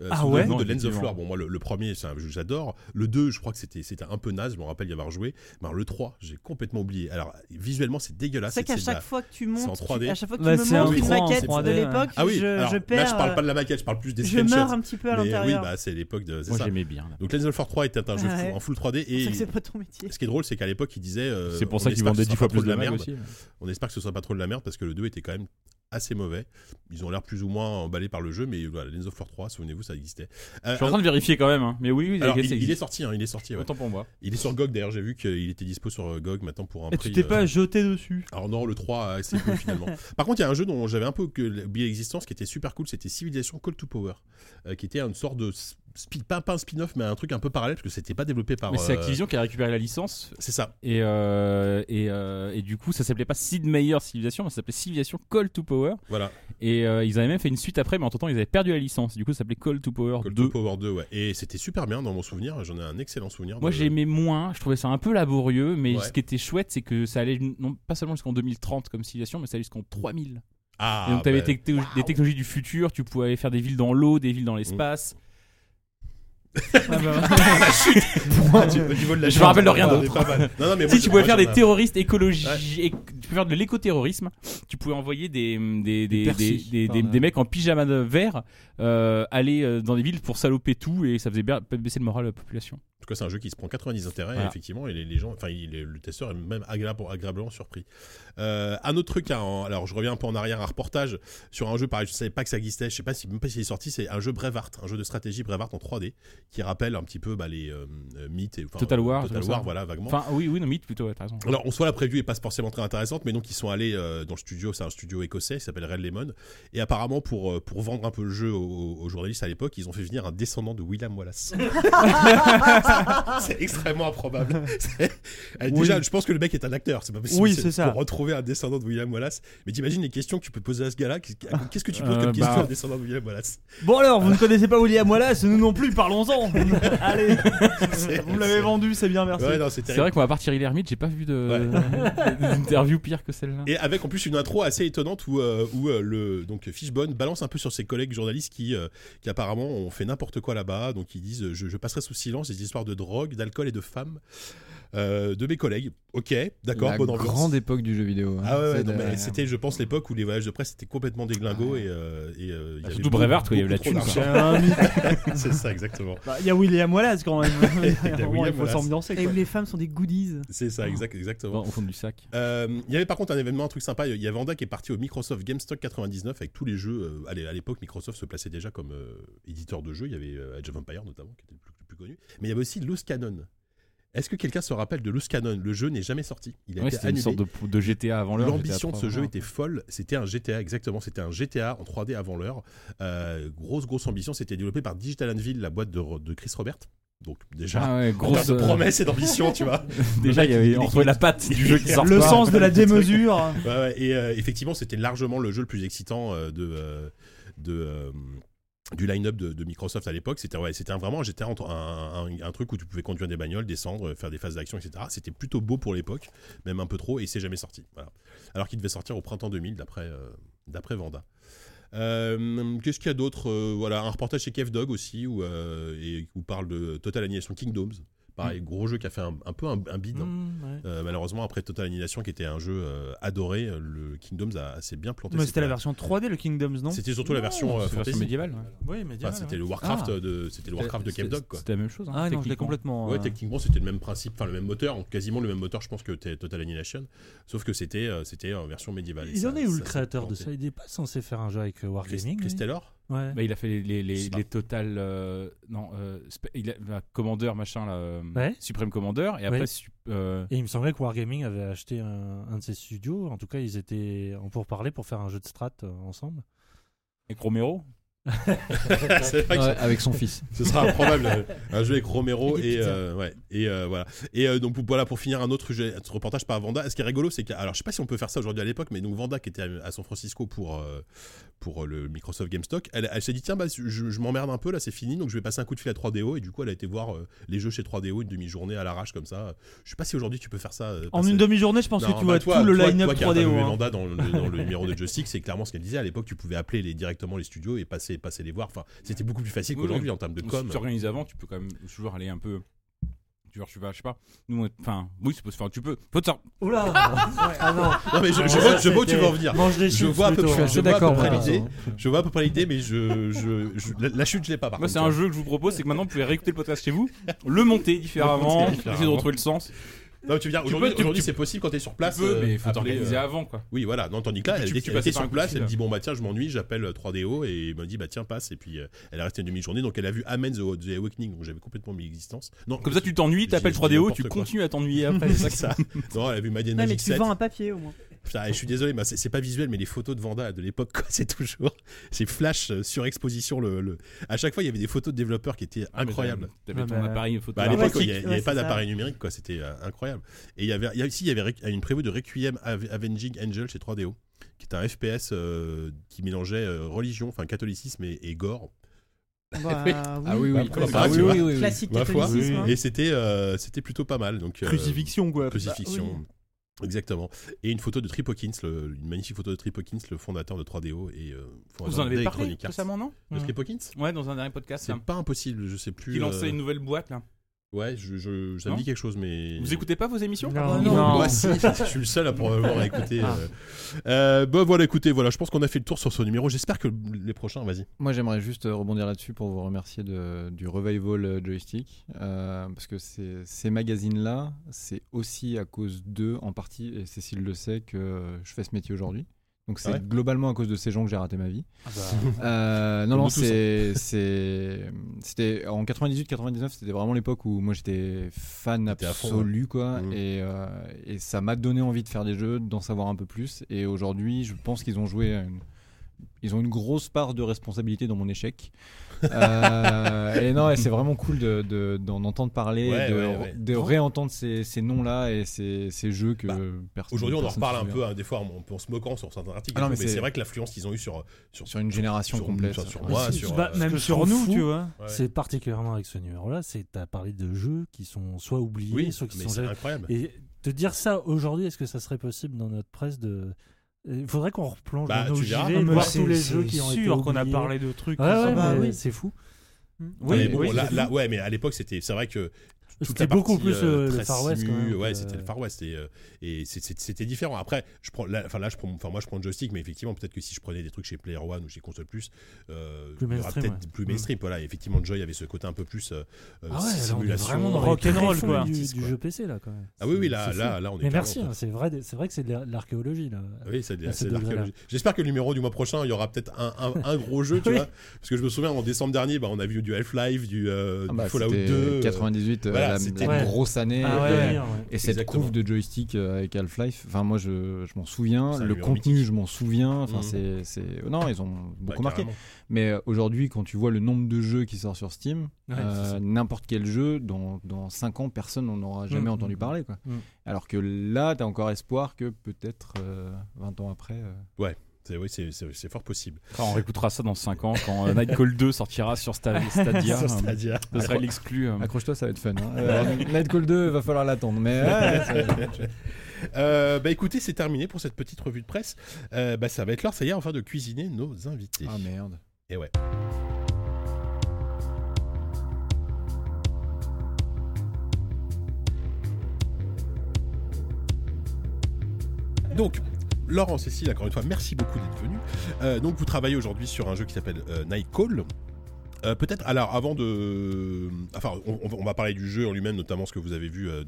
B: Euh,
G: Ah
B: souvenez-vous
G: ouais
B: de
D: Non,
B: Lens of
D: effectivement.
B: Lore. Bon, moi, le, le premier, c'est un jeu que j'adore. Le 2, je crois que c'était c'était un peu naze. Je me rappelle y avoir joué. Mais alors, le 3, j'ai complètement oublié. Alors, visuellement, c'est dégueulasse.
E: C'est qu'à
B: de la-
E: chaque fois que tu
B: c'est en
E: montes, tu-
B: 3D.
E: à chaque fois que
G: Bah,
E: tu
G: c'est
E: me
G: un
E: montres une
B: écran en
E: maquette
G: 3D,
E: de l'époque,
B: Ah oui,
E: je,
B: alors,
E: je perds,
B: là, je parle pas
E: euh,
B: de la maquette, je parle plus des
E: je
B: screenshots.
E: meurs un petit peu à
B: Mais oui,
E: l'intérieur.
B: bah, c'est l'époque de. c'est
D: Moi,
B: ça.
D: j'aimais bien. là.
B: Donc, Lens of Lore 3 était un jeu
E: Ouais.
B: fou- en full 3D.
E: C'est pour ça
B: Et
E: que c'est pas ton métier.
B: ce qui est drôle, c'est qu'à l'époque, ils disaient. euh,
D: C'est pour
B: on
D: ça qu'ils
B: espère que
D: vendaient
B: ce
D: 10
B: sera
D: fois
B: pas trop
D: plus de la merde.
B: on espère que ce sera pas trop de la merde parce que le 2 était quand même assez mauvais. Ils ont l'air plus ou moins emballés par le jeu, mais voilà, Lens of Lore 3, souvenez-vous, ça existait. Euh,
D: Je suis en train de vérifier quand même, hein. mais oui, oui,
B: alors,
D: ça
B: il, il est
D: existe.
B: sorti, hein, il est sorti. ouais.
D: Autant pour moi.
B: Il est sur GOG d'ailleurs, j'ai vu qu'il était dispo sur euh, GOG maintenant pour un
D: Eh,
G: Et
B: prix.
G: tu t'es
B: euh,
G: pas jeté dessus.
B: Alors non, le 3, euh, c'est cool
D: [LAUGHS]
B: finalement. Par contre, il y a un jeu dont j'avais un peu que- oublié l'existence qui était super cool, c'était Civilization Call to Power, euh, qui était une sorte de s- spin- pas, pas un spin-off, mais un truc un peu parallèle parce que c'était pas développé par.
D: Mais c'est
B: euh,
D: Activision qui a récupéré la licence
B: C'est ça.
D: et, euh, et, euh, et du coup ça s'appelait pas Sid Meier's Civilization, mais ça s'appelait Civilization Call to Power
B: Voilà.
D: et euh, ils avaient même fait une suite après, mais en temps ils avaient perdu la licence. Du coup ça s'appelait Call to Power
B: Call
D: 2.
B: to Power 2, ouais. Et c'était super bien dans mon souvenir. J'en ai un excellent souvenir.
D: Moi
B: de-
D: j'aimais moins, je trouvais ça un peu laborieux, mais
B: Ouais.
D: ce qui était chouette c'est que ça allait non pas seulement jusqu'en 2030 comme civilisation, mais ça allait jusqu'en 3000.
B: Ah.
D: et donc t'avais
B: bah,
D: des techno- des technologies du futur, tu pouvais aller faire des villes dans l'eau, des villes dans l'espace.
B: Mm. du, du vol de la
D: Je me
B: chute,
D: rappelle de rien
B: on est
D: d'autre.
B: Ah, pas mal. Non, non, mais
D: Si
B: moi,
D: tu pouvais [LAUGHS]
B: moi,
D: faire des
B: j'en ai-
D: terroristes écologiques, éc- tu peux faire de l'écoterrorisme. Tu pouvais envoyer des, des, des,
C: Persis,
D: des- des-
C: par
D: des-
C: là.
D: des mecs en pyjama de vert euh, aller euh, dans des villes pour saloper tout et ça faisait ba- baisser le moral de la population.
B: En tout cas, c'est un jeu qui se prend 90 intérêts,
D: Voilà.
B: effectivement, et les, les gens, enfin, il est- le testeur est même agréable- agréablement surpris. Euh, un autre truc, hein, en- alors je reviens un peu en arrière, un reportage sur un jeu, pareil, je savais pas que ça existait, je sais pas si, même pas s'il est sorti, c'est un jeu Brevart, un jeu de stratégie Brevart en 3D, qui rappelle un petit peu bah, les euh, euh, mythes et enfin,
D: Total
B: euh,
D: War,
B: Total
D: c'est comme
B: War,
D: ça.
B: voilà, vaguement.
D: Enfin, oui, oui, non, mythe plutôt, ouais, t'as raison.
B: Alors, en soi, la preview est pas forcément très intéressante, mais donc ils sont allés euh, dans le studio, c'est un studio écossais qui s'appelle Red Lemon, et apparemment pour, euh, pour vendre un peu le jeu aux, aux journalistes à l'époque, ils ont fait venir un descendant de William Wallace. c'est extrêmement improbable. [LAUGHS] C'est- Eh, Déjà, je pense que le mec est un acteur, c'est pas possible.
G: Oui, c'est ça.
B: Pour retrouver un descendant de William Wallace, mais t'imagines les questions que tu peux poser à ce gars-là Qu'est-ce que- Qu'est-ce que tu poses
D: Euh,
B: comme question
D: bah.
B: à un descendant de William Wallace
G: Bon alors, vous ne connaissez pas William Wallace, nous non plus,
B: [LAUGHS]
G: parlons-en. Allez,
B: C'est-
G: vous me l'avez vendu, c'est bien, merci.
B: Ouais, non, c'est
D: C'est
B: terrible.
D: vrai qu'on va partir Thierry l'ermite, j'ai pas vu de [LAUGHS] d'interview pire que celle-là.
B: Et avec en plus une intro assez étonnante où, euh, où euh, le donc Fishbone balance un peu sur ses collègues journalistes qui, euh, qui apparemment ont fait n'importe quoi là-bas. Donc ils disent euh, je, je passerai sous silence les histoires de drogue, d'alcool et de femmes euh, de mes collègues. Ok, d'accord,
C: La
B: bonne ambiance.
C: grande époque du jeu vidéo. hein.
B: Ah ouais, ouais,
C: C'est
B: non,
C: de-
B: mais c'était, je pense, l'époque où les voyages de presse étaient complètement déglingo et, euh, et euh, il y avait
D: Bah, surtout
B: beaucoup-
D: Brevard, quoi, il y avait la
B: beaucoup
D: thune,
B: trop
G: C'est
B: d'argent.
G: un mythe.
B: [LAUGHS] C'est ça, exactement.
G: Bah, Il y a William Wallace quand
B: [LAUGHS]
G: même.
B: y a
G: [LAUGHS] Vraiment,
B: William
G: il faut
B: Wallace.
G: s'ambiancer.
E: Et
G: quoi.
E: où les femmes sont des goodies.
B: C'est ça, exact, exactement.
D: Bon, au fond du sac.
B: Euh, Il y avait par contre un événement, un truc sympa. Il y avait Anda qui est parti au Microsoft Game Stock 99 avec tous les jeux. euh, allez, à l'époque, Microsoft se plaçait déjà comme euh, éditeur de jeux. Il y avait euh, Age of Empires notamment, qui était le plus, le plus connu. Mais il y avait aussi Loose Cannon. Est-ce que quelqu'un se rappelle de Loose Cannon Le jeu n'est jamais sorti. Il a
D: Ouais,
B: été
D: c'était une
B: annulé.
D: sorte de, de GTA avant l'heure.
B: L'ambition de
D: GTA
B: ce jeu
D: trois. hein.
B: était folle. C'était un GTA, exactement. C'était un GTA en 3D avant l'heure. Euh, grosse, grosse ambition. C'était développé par Digital Anvil, la boîte de, Ro- de Chris Robert. Donc déjà, [LAUGHS]
D: Ah ouais,
B: en termes
D: grosse.
B: de
D: euh,
B: promesse et d'ambition, tu vois.
D: Déjà, il y avait
B: Il est-
D: on retrouvait la patte du jeu qui sort.
G: Le
D: pas.
B: [LAUGHS]
G: sens de la démesure.
B: Ouais, ouais, et euh, effectivement, c'était largement le jeu le plus excitant euh, de, euh, de, euh, du line-up de, de Microsoft à l'époque. C'était ouais, c'était un- vraiment un GTA, un, un- un truc où tu pouvais conduire des bagnoles, descendre, euh, faire des phases d'action, etc. C'était plutôt beau pour l'époque, même un peu trop, et c'est jamais sorti. Voilà. Alors qu'il devait sortir au printemps 2000, d'après euh, d'après Vanda. Euh, Qu'est-ce qu'il y a d'autre Euh, Voilà, un reportage chez KF Dog aussi où, euh, et, où parle de Total Annihilation Kingdoms. Pareil, gros jeu qui a fait un, un peu un, un bide. hein.
G: Mm, ouais.
B: Euh, malheureusement, après Total Annihilation, qui était un jeu euh, adoré, euh, le Kingdoms a assez bien planté.
G: Mais c'était la version 3D, le Kingdoms, non
B: C'était surtout la version
D: C'est
B: euh,
D: la version
B: fantasy.
D: médiévale. ouais.
G: Oui, mais
B: Enfin, c'était le Warcraft
D: Ah.
B: euh, de, c'était le Warcraft de
D: C'est-
B: Cape Dog, quoi.
D: C'était la même chose. hein,
G: Ah non, je l'ai
D: techniquement.
G: complètement.
B: Ouais,
G: euh,
B: techniquement, c'était le même principe, enfin le même moteur, quasiment le même moteur, je pense que t'es Total Annihilation, sauf que c'était, euh, c'était en version médiévale. Et
F: Il
B: ça-
F: en est où
B: ça
F: le
B: s'est
F: créateur de
B: planté.
F: ça Il n'est pas censé faire un jeu avec
B: Chris,
F: euh, Wargaming.
B: Chris
F: lui
B: Taylor
F: Ouais.
D: Bah, il a fait les, les, les,
B: Je sais
D: les Total. euh, non, euh, sp- il a, la Commander, machin, là. euh,
F: Ouais.
D: Supreme Commander. Et après,
F: Ouais.
D: sup- euh,
F: Et il me semblait que Wargaming avait acheté un, un de ses studios. En tout cas, ils étaient en pourparlers pour faire un jeu de strat euh, ensemble.
D: avec Romero.
B: [LAUGHS] C'est vrai que
C: Ouais, avec son fils.
B: Ce sera improbable. euh, un jeu avec Romero
G: Et des
B: et,
G: pizzas.
B: euh, ouais, et euh, voilà. Et euh, donc pour- voilà pour finir un autre jeu- un reportage par Vanda. Ce qui est rigolo, c'est que alors je sais pas si on peut faire ça aujourd'hui à l'époque, mais donc Vanda qui était à, à San Francisco pour euh, pour euh, le Microsoft Game Stock, elle, elle s'est dit tiens bah je, je m'emmerde un peu là, c'est fini, donc je vais passer un coup de fil à 3DO et du coup elle a été voir euh, les jeux chez 3DO une demi-journée à l'arrache comme ça. Je sais pas si aujourd'hui tu peux faire ça. euh,
G: En
B: passer-
G: une demi-journée, je pense
B: non,
G: que tu
B: bah,
G: vois
B: toi-
G: tout le
B: toi-
G: line-up
B: toi qui as interviewé
G: 3D.
B: Vanda dans le, dans
G: [LAUGHS]
B: le numéro de Joystick, c'est clairement ce qu'elle disait. À l'époque, tu pouvais appeler les, directement les studios et passer, passer les voir. Enfin, c'était beaucoup plus facile
D: Oui,
B: qu'aujourd'hui en termes de
D: Donc,
B: com.
D: Si tu t'organises avant, tu peux quand même toujours aller un peu. Tu vois, je sais pas, je sais pas. Nous, on- enfin, oui, c'est possible. Enfin, tu peux. Faut te sor-
F: Oula Ah non
B: Non mais je, je
F: Non,
B: vois,
F: ça,
B: je vois où tu
F: c'était-
B: veux en venir.
F: Mange des
B: Je
F: chips
B: vois à peu
F: plutôt,
B: près-
F: hein.
B: je suis d'accord,
F: vois à peu
B: voilà.
F: près l'idée.
B: Je vois à peu près l'idée, mais je, je, je- la, la chute je l'ai pas. Par
D: Moi,
B: contre,
D: c'est un jeu que je vous propose, c'est que maintenant, vous pouvez réécouter le podcast chez [LAUGHS] vous, le monter
B: Le
D: différemment,
B: monter différemment.
D: essayer de retrouver le sens.
B: Non, tu veux dire
D: Tu
B: aujourd'hui,
D: peux- tu-
B: aujourd'hui,
D: tu-
B: c'est possible quand t'es sur place.
D: tu peux,
B: euh,
D: mais faut
B: appeler,
D: t'organiser
B: euh,
D: avant, quoi.
B: Oui, voilà. Non, tandis que là,
D: Tu-
B: elle,
D: tu
B: dès qu'elle
D: passes
B: était
D: par un
B: sur
D: coup de
B: place,
D: fil.
B: elle me dit bon bah tiens, je m'ennuie, j'appelle euh, 3DO et il me dit bah tiens passe. Et puis euh, elle est restée une demi-journée, donc elle a vu Amen the, the Awakening, donc j'avais complètement mis l'existence. Non,
D: Comme ça, tu t'ennuies,
B: J'ai-
D: t'appelles
B: j'ai
D: 3DO,
B: n'importe
D: tu
B: quoi.
D: continues à t'ennuyer après.
B: [LAUGHS] C'est ça. Non, elle a vu Mad in
E: Non, mais
B: Magic
E: tu
B: 7.
E: vends un papier au moins.
B: Putain, je suis désolé, mais c'est c'est pas visuel, mais les photos de Vanda de l'époque, quoi, c'est toujours. C'est flash, euh, surexposition. Le, le- À chaque fois, il y avait des photos de développeurs qui étaient incroyables.
D: T'avais
G: Ah,
D: ton
G: bah-
D: appareil photo.
B: Bah, à l'époque,
E: Ouais,
B: il n'y
E: c'est-
B: avait,
E: ouais,
B: pas
E: c'est ça.
B: d'appareil numérique, quoi. C'était euh, incroyable. Et il y avait, il y a aussi, il y avait ré- une prévue de Requiem Ave- Avenging Angel chez 3DO, qui est un FPS euh, qui mélangeait euh, religion, enfin catholicisme et, et gore.
E: Bah,
C: Ah oui, oui.
B: comment
C: Ah
B: ça,
C: oui,
B: tu vois.
C: oui, oui, oui.
E: Classique
B: Ma foi.
E: catholicisme. hein.
B: Et c'était, euh, c'était plutôt pas mal. Donc, euh,
G: Crucifixion, quoi.
B: Crucifixion.
E: Bah,
B: Exactement. Et une photo de Trip Hawkins, le- une magnifique photo de Trip Hawkins, le fondateur de 3DO et euh,
D: Vous en
B: fondateur
D: avez
B: des
D: parlé
B: Electronic Arts.
D: récemment, Mmh. non
B: De Trip Hawkins
D: Ouais, dans un dernier podcast.
B: C'est
D: là.
B: pas impossible, je sais plus.
D: Qui lançait
B: euh,
D: une nouvelle boîte, là.
B: Ouais, je, je- ça me
D: Non
B: dit quelque chose, mais. Ah
D: Vous écoutez pas Ah. vos émissions
F: Non.
G: Non.
B: Moi, si, je suis le seul à probablement à écouter. euh. Euh, bah voilà, écoutez, voilà, je pense qu'on a fait le tour sur ce numéro. J'espère que les prochains, vas-y.
C: Moi, j'aimerais juste euh, rebondir là-dessus pour vous remercier de- du revival euh, joystick. euh, parce que ces, ces magazines-là, c'est aussi à cause d'eux, en partie, et Cécile le sait, que euh, je fais ce métier aujourd'hui. Donc, c'est
B: Ah ouais
C: globalement à cause de ces gens que j'ai raté ma vie.
F: Ah bah,
C: Euh, non,
B: Comme
C: non,
B: nous tous,
C: c'est- c'est- c'était en 98-99, c'était vraiment l'époque où moi j'étais fan
B: T'étais à fond,
C: absolu, quoi.
B: Mhm.
C: Et, euh, et ça m'a donné envie de faire des jeux, d'en savoir un peu plus. Et aujourd'hui, je pense qu'ils ont joué. à une- Ils ont une grosse part de responsabilité dans
B: [LAUGHS]
C: mon échec. Euh, et non, et c'est vraiment cool de- de- d'en entendre parler,
B: Ouais,
C: de,
B: ouais, ouais.
C: de réentendre ces, ces noms-là et ces, ces jeux que
B: Bah,
C: personne.
B: Aujourd'hui, on en
C: personne se
B: reparle un
C: souvient.
B: peu, hein, des fois, on peut- en se moquant sur certains articles.
C: Ah non,
B: et
C: mais
B: tout, mais
C: c'est-
B: c'est vrai que l'influence qu'ils ont eue sur.
C: Sur une génération
B: sur-
C: complète.
B: sur- sur
C: Ouais.
B: moi,
F: Mais
B: sur,
F: bah,
B: euh,
F: ce
G: Même
F: que je
G: sur
F: trouve
G: nous,
F: fou,
G: tu vois.
B: Ouais.
F: C'est particulièrement avec ce numéro-là, c'est t'as parlé de jeux qui sont soit oubliés,
B: Oui,
F: soit qui
B: mais
F: sont
B: c'est
F: jamais-
B: incroyable.
F: Et te dire ça aujourd'hui, est-ce que ça serait possible dans notre presse de Il faudrait qu'on replonge
B: Bah,
F: dans nos
B: tu verras.
F: gilets,
B: Non, mais
F: voir
G: Ah, c'est-
F: tous les
G: c'est
F: jeux qui ont été
G: sûr qu'on a
F: oubliés.
G: parlé de trucs.
F: Ouais,
G: qui sont-
F: ouais,
E: Bah
F: mais
E: oui.
F: c'est fou.
B: Ah, mais
G: Oui,
B: bon,
G: oui,
B: là,
G: c'est
B: là-
G: fou.
B: ouais, mais à l'époque, c'était, c'est vrai que toute la
F: C'était beaucoup
B: partie,
F: plus
B: euh,
F: euh, le
B: très
F: Far West. quand
B: simu,
F: même,
B: ouais,
F: que-
B: c'était le Far West et, euh, et c'est- c'est- c'était différent. Après, je prends, là, enfin là, je prends, enfin moi, je prends le joystick, mais effectivement, peut-être que si je prenais des trucs chez Player One ou chez Console Plus, euh, il
F: Plus
B: y aura
F: mainstream,
B: peut-être
F: ouais. Mm.
B: plus mainstream. Voilà, effectivement, Joy avait ce côté un peu plus euh, euh,
F: Ah ouais, là, on est
B: simulation.
F: vraiment dans
B: euh,
G: rock
B: très
G: and roll,
B: fond
G: quoi.
F: du,
B: du-
F: du jeu PC là quand même.
B: Ah oui, oui,
F: C'est-
B: là,
F: c'est
B: là,
F: fou.
B: là, on est.
F: Mais
B: clairement-
F: merci, hein, Ah, c'est vrai, c'est vrai que c'est de la- l'archéologie là.
B: Oui, c'est de,
F: À
B: c'est
F: ce
B: de
F: degré-là.
B: l'archéologie. J'espère que le numéro du mois prochain, il y aura peut-être un, un- un gros jeu, tu
F: [LAUGHS] Oui.
B: vois. Parce que je me souviens, en décembre dernier, bah, on a vu du Half-Life, du, euh,
C: Ah
B: du
C: bah,
B: Fallout
C: c'était
B: 2. euh,
C: 98, euh,
B: voilà,
C: la-
B: c'était-
C: la,
F: Ouais.
C: grosse année.
F: Ah
C: et-
F: ouais, ouais.
C: Et cette
B: Exactement.
C: couve de joystick euh, avec Half-Life, enfin moi je, je m'en souviens,
B: C'est un
C: le
B: numéro
C: contenu
B: mythique.
C: je m'en souviens, enfin
B: Mhm.
C: c'est, c'est- non ils ont
B: bah,
C: beaucoup marqué.
B: carrément.
C: Mais euh, aujourd'hui quand tu vois le nombre de jeux qui sortent sur Steam,
F: Ouais,
C: euh,
F: c'est ça.
C: n'importe quel jeu, dans, dans 5 ans personne n'en aura jamais
F: Mhm.
C: entendu parler quoi.
F: Mhm.
C: Alors que là t'as encore espoir que peut-être euh, 20 ans après... euh,
B: C'est- Oui, c'est- c'est c'est fort possible.
D: Enfin, on réécoutera ça dans 5 ans quand euh, Nightcall 2 sortira sur Sta-
B: [LAUGHS]
D: Stadia.
B: Sur
D: Euh,
B: Stadia.
D: Ce serait l'exclu. euh.
C: Accroche-toi ça va être fun. hein. [LAUGHS] Euh, Nightcall 2 va falloir l'attendre mais... [LAUGHS] ouais, ça-
B: [LAUGHS] Euh, bah écoutez, c'est terminé pour cette petite revue de presse. Euh, bah ça va être l'heure, ça y est, enfin de cuisiner nos invités.
C: Ah merde.
B: Et ouais. Donc, Laurent, Cécile, encore une fois, merci beaucoup d'être venu. donc, vous travaillez aujourd'hui sur un jeu qui s'appelle euh, Nightcall. Euh, Peut-être, alors avant de. Enfin, on, on va- on va parler du jeu en lui-même, notamment ce que vous avez vu euh,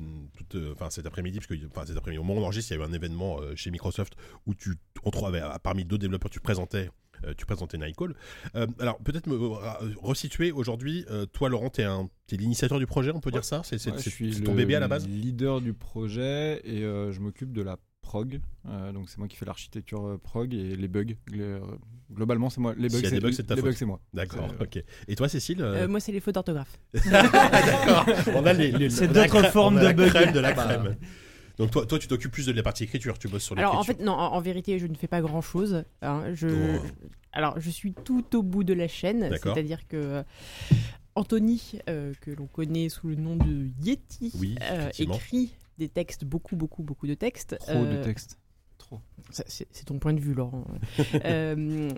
B: tout, euh, enfin, cet après-midi, parce que enfin, cet après-midi, au moment où on enregistre, il y a eu un événement euh, chez Microsoft où tu, entre, avec- parmi deux développeurs, tu présentais, euh, tu présentais Nightcall. Euh, alors, peut-être me euh, resituer aujourd'hui, euh, toi, Laurent, t'es un- t'es l'initiateur du projet, on peut dire ça C'est c'est-
C: Ouais, je
B: c'est-
C: suis
B: c'est ton
C: le
B: bébé à la base
C: leader du projet et euh, je m'occupe de la prog. Euh, donc c'est moi qui fais l'architecture euh, prog et les bugs. Le- globalement, c'est moi. Les bugs,
B: S'il y a des bugs, c'est de ta
C: les
B: faute.
C: bugs, c'est moi.
B: D'accord,
C: c'est-
B: ok. Et toi, Cécile euh,
H: Euh, moi, c'est les fautes d'orthographe.
B: D'accord, [LAUGHS] on a les, les-
G: C'est
B: on a la
G: d'autres
B: crème-
G: formes
B: on a
G: de
B: la
G: bug.
B: crème de la crème. Donc toi, toi tu t'occupes plus de la partie écriture, tu bosses sur l'écriture.
H: Alors en fait, non, en, en vérité, je ne fais pas grand chose. je,
B: Oh.
H: je- alors je suis tout au bout de la chaîne,
B: D'accord.
H: c'est-à-dire que euh, Anthony, euh, que l'on connaît sous le nom de Yeti,
B: Oui,
H: euh,
B: effectivement.
H: écrit des textes, beaucoup, beaucoup, beaucoup de textes.
C: Trop
H: Euh,
C: de texte. Trop.
H: ça, C'est c'est ton point de
B: [LAUGHS]
H: vue, Laurent. Euh,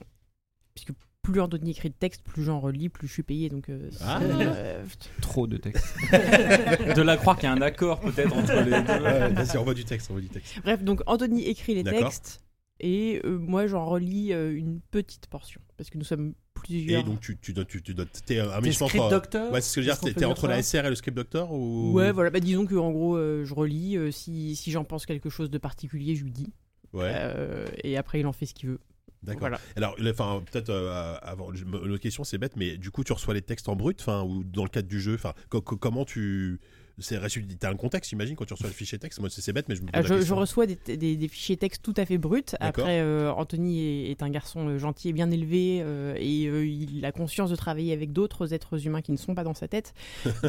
H: puisque plus Anthony écrit de textes, plus j'en relis, plus je suis payé. Donc, euh, c'est-
B: Ah.
H: euh,
C: Trop de texte.
D: De la croire qu'il y a un accord peut-être entre les deux.
B: Ouais, Vas-y, envoie du texte, envoie du texte.
H: Bref, donc Anthony écrit les
B: D'accord.
H: textes et euh, moi j'en relis euh, une petite portion parce que nous sommes plusieurs.
B: Et donc tu, tu, dois- tu, tu dois- t'es euh, un
F: T'es
B: méchant
F: script
B: entre...
F: docteur
B: Ouais, c'est ce que je veux dire,
F: Est-ce qu'on
B: t'es-
F: peut
B: t'es
F: dire
B: entre
F: ça
B: la SR et le script doctor ou...
H: Ouais, voilà, bah, disons que en gros euh, je relis, euh, si, si j'en pense quelque chose de particulier, je lui dis
B: Ouais,
H: Euh, et après il en fait ce qu'il veut.
B: d'accord.
H: Voilà.
B: Alors, le- enfin, peut-être euh, avant, je- me- la question c'est bête, mais du coup, tu reçois les textes en brut, enfin, ou dans le cadre du jeu, enfin, co- co- comment tu, c'est reçu- t'as un contexte, j'imagine, quand tu reçois le fichier texte. Moi, c'est c'est bête, mais je me pose la
H: Euh, je,
B: Eh
H: je
B: ben, question.
H: reçois des, des- des fichiers textes tout à fait bruts.
B: D'accord.
H: Après, euh, Anthony est, est un garçon euh, gentil et bien élevé euh, et euh, il a conscience de travailler avec d'autres êtres humains qui ne sont pas dans sa
B: [LAUGHS]
H: tête.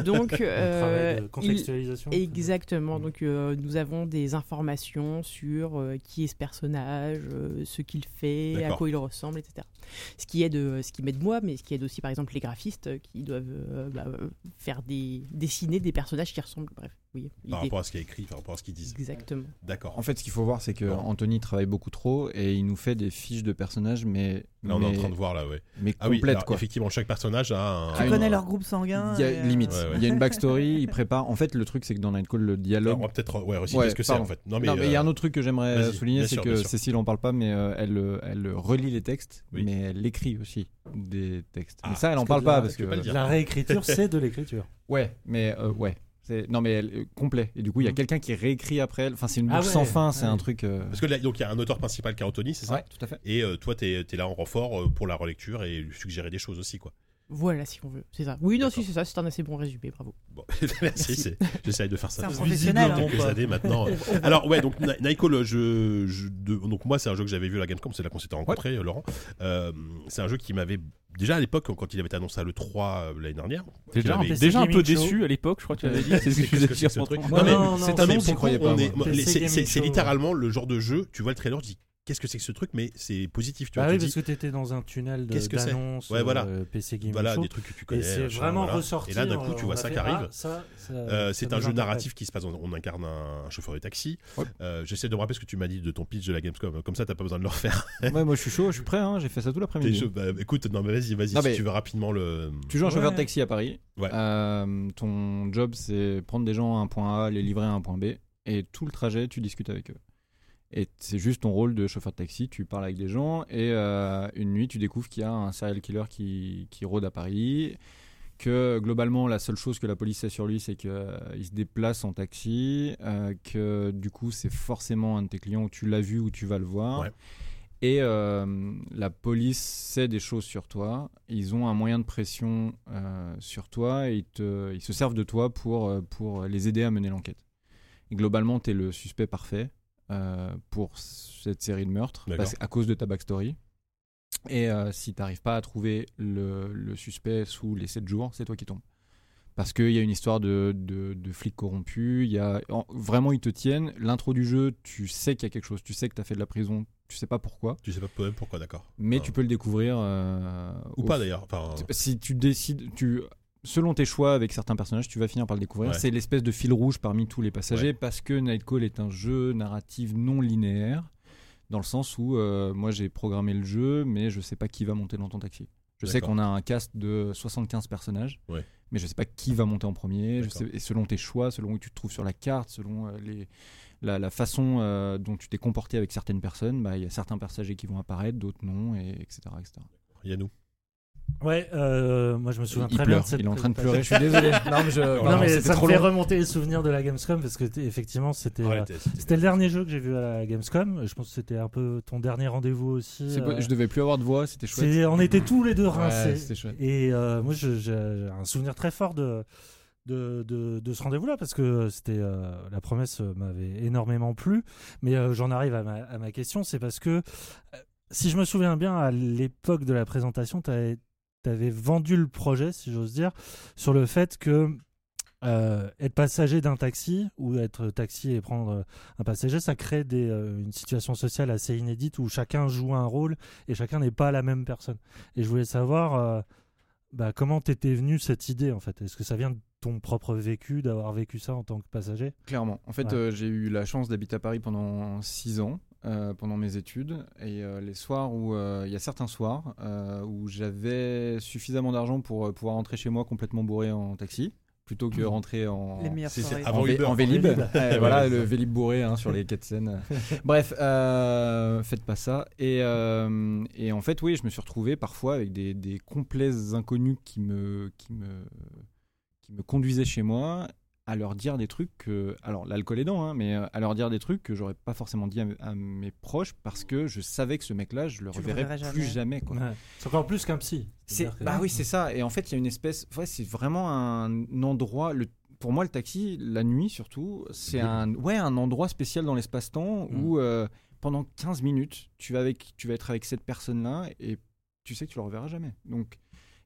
H: Donc, euh,
F: Travail de
H: il-
F: contextualisation.
H: Exactement.
F: Mm.
H: Donc, euh, nous avons des informations sur euh, qui est ce personnage, euh, ce qu'il fait, à
B: D'accord.
H: quoi il ressemble, etc. Ce qui aide, euh, ce qui m'aide moi, mais ce qui aide aussi, par exemple, les graphistes euh, qui doivent euh, bah, euh, faire des dessiner des personnages qui ressemble. Bref, oui.
B: Par
H: l'idée.
B: rapport à ce qui est écrit, par rapport à ce qu'ils disent.
H: Exactement.
B: D'accord.
C: En fait, ce qu'il faut voir, c'est que
B: Bon.
C: Anthony travaille beaucoup trop et il nous fait des fiches de personnages, mais
B: Là, on
C: mais,
B: est en train de voir, là, ouais.
C: mais
B: Ah oui,
C: complètes
B: alors,
C: quoi.
B: effectivement, chaque personnage a un.
C: Tu
E: Tu
C: Ah,
E: connais
C: une-
E: leur groupe sanguin.
C: Il y
E: et,
C: a
E: euh,
C: limite.
B: Ouais, ouais.
C: Il y a
B: [LAUGHS]
C: une backstory, il prépare. En fait, le truc, c'est que dans Nightcall, le
B: Alors,
C: dialogue.
B: on va peut-être ouais, aussi
C: Ouais,
B: ce que c'est
C: pardon.
B: en fait. Non, mais
C: Non, mais il y a un
B: euh,
C: autre truc que j'aimerais
B: vas-y, bien
C: souligner, c'est
B: sûr,
C: que
B: bien sûr.
C: Cécile en parle pas, mais euh, elle, euh, elle relit les textes,
B: Oui.
C: mais elle écrit aussi des textes.
B: Ah,
C: mais ça, elle en
F: parce
C: parle
F: que tu
C: pas
F: vas-
C: parce
B: tu
C: que.
B: peux pas le dire.
F: La
B: [LAUGHS]
F: réécriture, c'est de l'écriture.
C: Ouais, mais euh, ouais. C'est- Non, mais elle, euh, complet. Et du coup, il y a
F: Mhm.
C: quelqu'un qui réécrit après. elle. Enfin, c'est une
F: Ah
C: boucle
F: ouais,
C: sans fin. C'est
F: ouais.
C: un truc. euh,
B: Parce que là, donc il y a un auteur principal qui est Anthony, c'est ça
C: Ouais, tout à fait.
B: Et euh, toi, t'es es là en renfort euh, pour la relecture et lui suggérer des choses aussi, quoi.
H: Voilà, si on veut. C'est ça. Oui, non,
B: D'accord.
H: si, c'est ça. C'est un assez bon résumé. Bravo.
B: Bon, [LAUGHS] merci. c'est- J'essaye de faire
E: C'est
B: ça.
E: un
B: depuis [LAUGHS]
E: professionnel. hein.
B: Quelques années
C: [LAUGHS]
B: maintenant. Alors ouais, donc Ni- Nicole, je, je- de- donc moi c'est un jeu que j'avais vu à la Gamescom, c'est là qu'on s'était rencontrés, euh, Laurent. Euh, c'est un jeu qui m'avait déjà à l'époque quand il avait été annoncé à le 3 l'année dernière.
D: T'es déjà,
B: qu'il
D: un-
B: avait-
D: déjà un peu
F: Gaming Show.
D: déçu à l'époque, je crois que tu avais dit. C'est
B: Qu'est-ce
D: ce que je
B: que [LAUGHS] c'est
D: faisais dire
B: que ce
D: en
B: truc
D: train.
B: Non, mais
C: c'est
B: Non,
C: un
B: mais
C: nom, j'y
B: pour
C: croyais
B: vous, on
C: pas,
B: est-
F: moi.
B: les-
F: PC
B: C'est
F: Gaming
B: c'est- c'est
F: Show.
B: littéralement le genre de jeu. Tu vois le trailer, tu dis qu'est-ce que c'est que ce truc, mais c'est positif. Tu
F: Bah
B: vois,
F: oui,
B: tu
F: parce
B: dis,
F: que t'étais dans un tunnel de-
B: Qu'est-ce que c'est
F: d'annonces
B: Ouais, voilà.
F: euh, PC Gaming
B: voilà
F: Show.
B: des trucs que tu connais.
F: et c'est
B: machin,
F: vraiment
B: voilà.
F: ressorti.
B: Et là d'un coup,
F: on-
B: tu
F: on
B: vois
F: a
B: ça
F: fait,
B: qui arrive.
F: ah, ça, ça-
B: Euh,
F: ça
B: c'est
F: nous
B: un jeu
F: intéresse.
B: narratif qui se passe. dans- on incarne un, un chauffeur de taxi.
C: Ouais.
B: Euh, J'essaie de me rappeler ce que tu m'as dit de ton pitch de la Gamescom. Comme ça, t'as pas besoin de le refaire.
C: Ouais, moi, je suis chaud, je suis prêt. hein, J'ai fait ça tout
F: Ah,
B: T'es
C: l'après-midi.
B: chaud. Bah, écoute, non, mais vas-y, vas-y.
C: Non,
B: si
C: mais-
B: tu veux rapidement le.
C: Tu joues un chauffeur de
E: Ouais.
C: taxi à Paris.
B: Ouais.
C: Euh, ton job, c'est prendre des gens à un point A, les livrer à un point B. Et tout le trajet, tu discutes avec eux. Et c'est juste ton rôle de chauffeur de taxi. Tu parles avec des gens. Et euh, une nuit, tu découvres qu'il y a un serial killer qui, qui rôde à Paris. Que globalement, la seule chose que la police sait sur lui, c'est qu'il se déplace en taxi. euh, que du coup, c'est forcément un de tes clients où tu l'as vu ou tu vas le voir.
B: Ouais.
C: Et euh, la police sait des choses sur toi. Ils ont un moyen de pression euh, sur toi et ils, te- ils se servent de toi pour, euh, pour les aider à mener l'enquête. Et Globalement, tu es le suspect parfait euh, pour cette série de meurtres
B: D'accord.
C: parce- à cause de ta backstory. Et euh, si tu n'arrives pas à trouver le, le suspect sous les 7 jours, c'est toi qui tombes. Parce qu'il y a une histoire de, de, de flics corrompus, il y a, en- vraiment ils te tiennent. L'intro du jeu, tu sais qu'il y a quelque chose, tu sais que tu as fait de la prison, tu sais pas pourquoi.
B: Tu sais pas même pourquoi, d'accord.
C: Mais
B: Enfin,
C: tu peux le découvrir. euh,
B: Ah. Ou
C: au-
B: pas d'ailleurs. Enfin,
C: Si tu décides, tu selon tes choix avec certains personnages, tu vas finir par le découvrir.
B: Ouais.
C: C'est l'espèce de fil rouge parmi tous les passagers parce que Nightcall est un jeu narratif non linéaire dans le sens où euh, moi j'ai programmé le jeu, mais je sais pas qui va monter dans ton taxi. Je sais
B: D'accord.
C: qu'on a un cast de 75 personnages,
B: Ouais.
C: mais je sais pas qui va monter en premier. Je
B: D'accord.
C: sais- et selon tes choix, selon où tu te trouves sur la carte, selon euh, les, la, la façon euh, dont tu t'es comporté avec certaines personnes, bah, il y a certains passagers qui vont apparaître, d'autres non, et etc. etc.
B: Yannou.
F: Ouais, euh, moi je me souviens
C: il
F: très bien
C: pleure,
F: de cette
C: il est en train de pleurer, je suis désolé. [LAUGHS] Non, mais, je-
F: Non,
C: pardon,
F: mais
C: c'était
F: ça me
C: trop
F: fait
C: long.
F: remonter les souvenirs de la Gamescom parce que t'es- effectivement c'était
B: Ouais,
F: euh,
B: t'es-
F: c'était le dernier jeu que j'ai vu à la Gamescom. Je pense que c'était un peu ton dernier rendez-vous aussi.
C: C'est
F: euh,
C: pas- je devais plus avoir de voix, c'était
F: c'est-
C: chouette.
F: on était tous les deux
C: Ouais,
F: rincés.
C: c'était chouette.
F: Et euh, moi, je- j'ai j'ai un souvenir très fort de, de, de- de ce rendez-vous-là, parce que c'était euh, la promesse euh, m'avait énormément plu. Mais euh, j'en arrive à ma, à ma question, c'est parce que, euh, si je me souviens bien, à l'époque de la présentation, tu avais, vendu le projet, si j'ose dire, sur le fait que... euh, être passager d'un taxi ou être taxi et prendre un passager, ça crée des, euh, une situation sociale assez inédite où chacun joue un rôle et chacun n'est pas la même personne. Et je voulais savoir euh, bah, comment t'étais venu cette idée en fait Est-ce que ça vient de ton propre vécu, d'avoir vécu ça en tant que passager
C: Clairement. En fait,
F: Ouais.
C: euh, j'ai eu la chance d'habiter à Paris pendant 6 ans, euh, pendant mes études. Et euh, les soirs où. euh, Il y a certains soirs euh, où j'avais suffisamment d'argent pour euh, pouvoir rentrer chez moi complètement bourré en taxi, plutôt que rentrer en.
E: Les meilleures
B: C'est- c'est
E: soirées.
B: avant-
C: en, vé-
B: Uber,
C: en
B: en
C: Vélib. [LAUGHS]
F: Vélib.
C: Ouais, voilà, le Vélib bourré hein,
B: [LAUGHS]
C: sur les quais de Seine. Bref, euh, faites pas ça. Et, euh, et en fait, oui, je me suis retrouvé parfois avec des, des complaises inconnus qui me, qui, me, qui me conduisaient chez moi à leur dire des trucs que... Alors, l'alcool aidant, hein, mais euh, à leur dire des trucs que j'aurais pas forcément dit à, mes- à mes proches parce que je savais que ce mec-là, je le
E: Tu le
C: reverrais
E: reverrais
C: plus jamais.
E: jamais.
C: Quoi.
F: C'est encore plus qu'un psy.
C: C'est
F: C'est-à-dire que-
C: bah oui, c'est ça. Et en fait, il y a une espèce. Ouais, c'est vraiment un endroit. Le, pour moi, le taxi, la nuit surtout, c'est un ouais un endroit spécial dans l'espace-temps
F: Mm.
C: où euh, pendant 15 minutes, tu vas avec, tu vas être avec cette personne-là et tu sais que tu le reverras jamais. Donc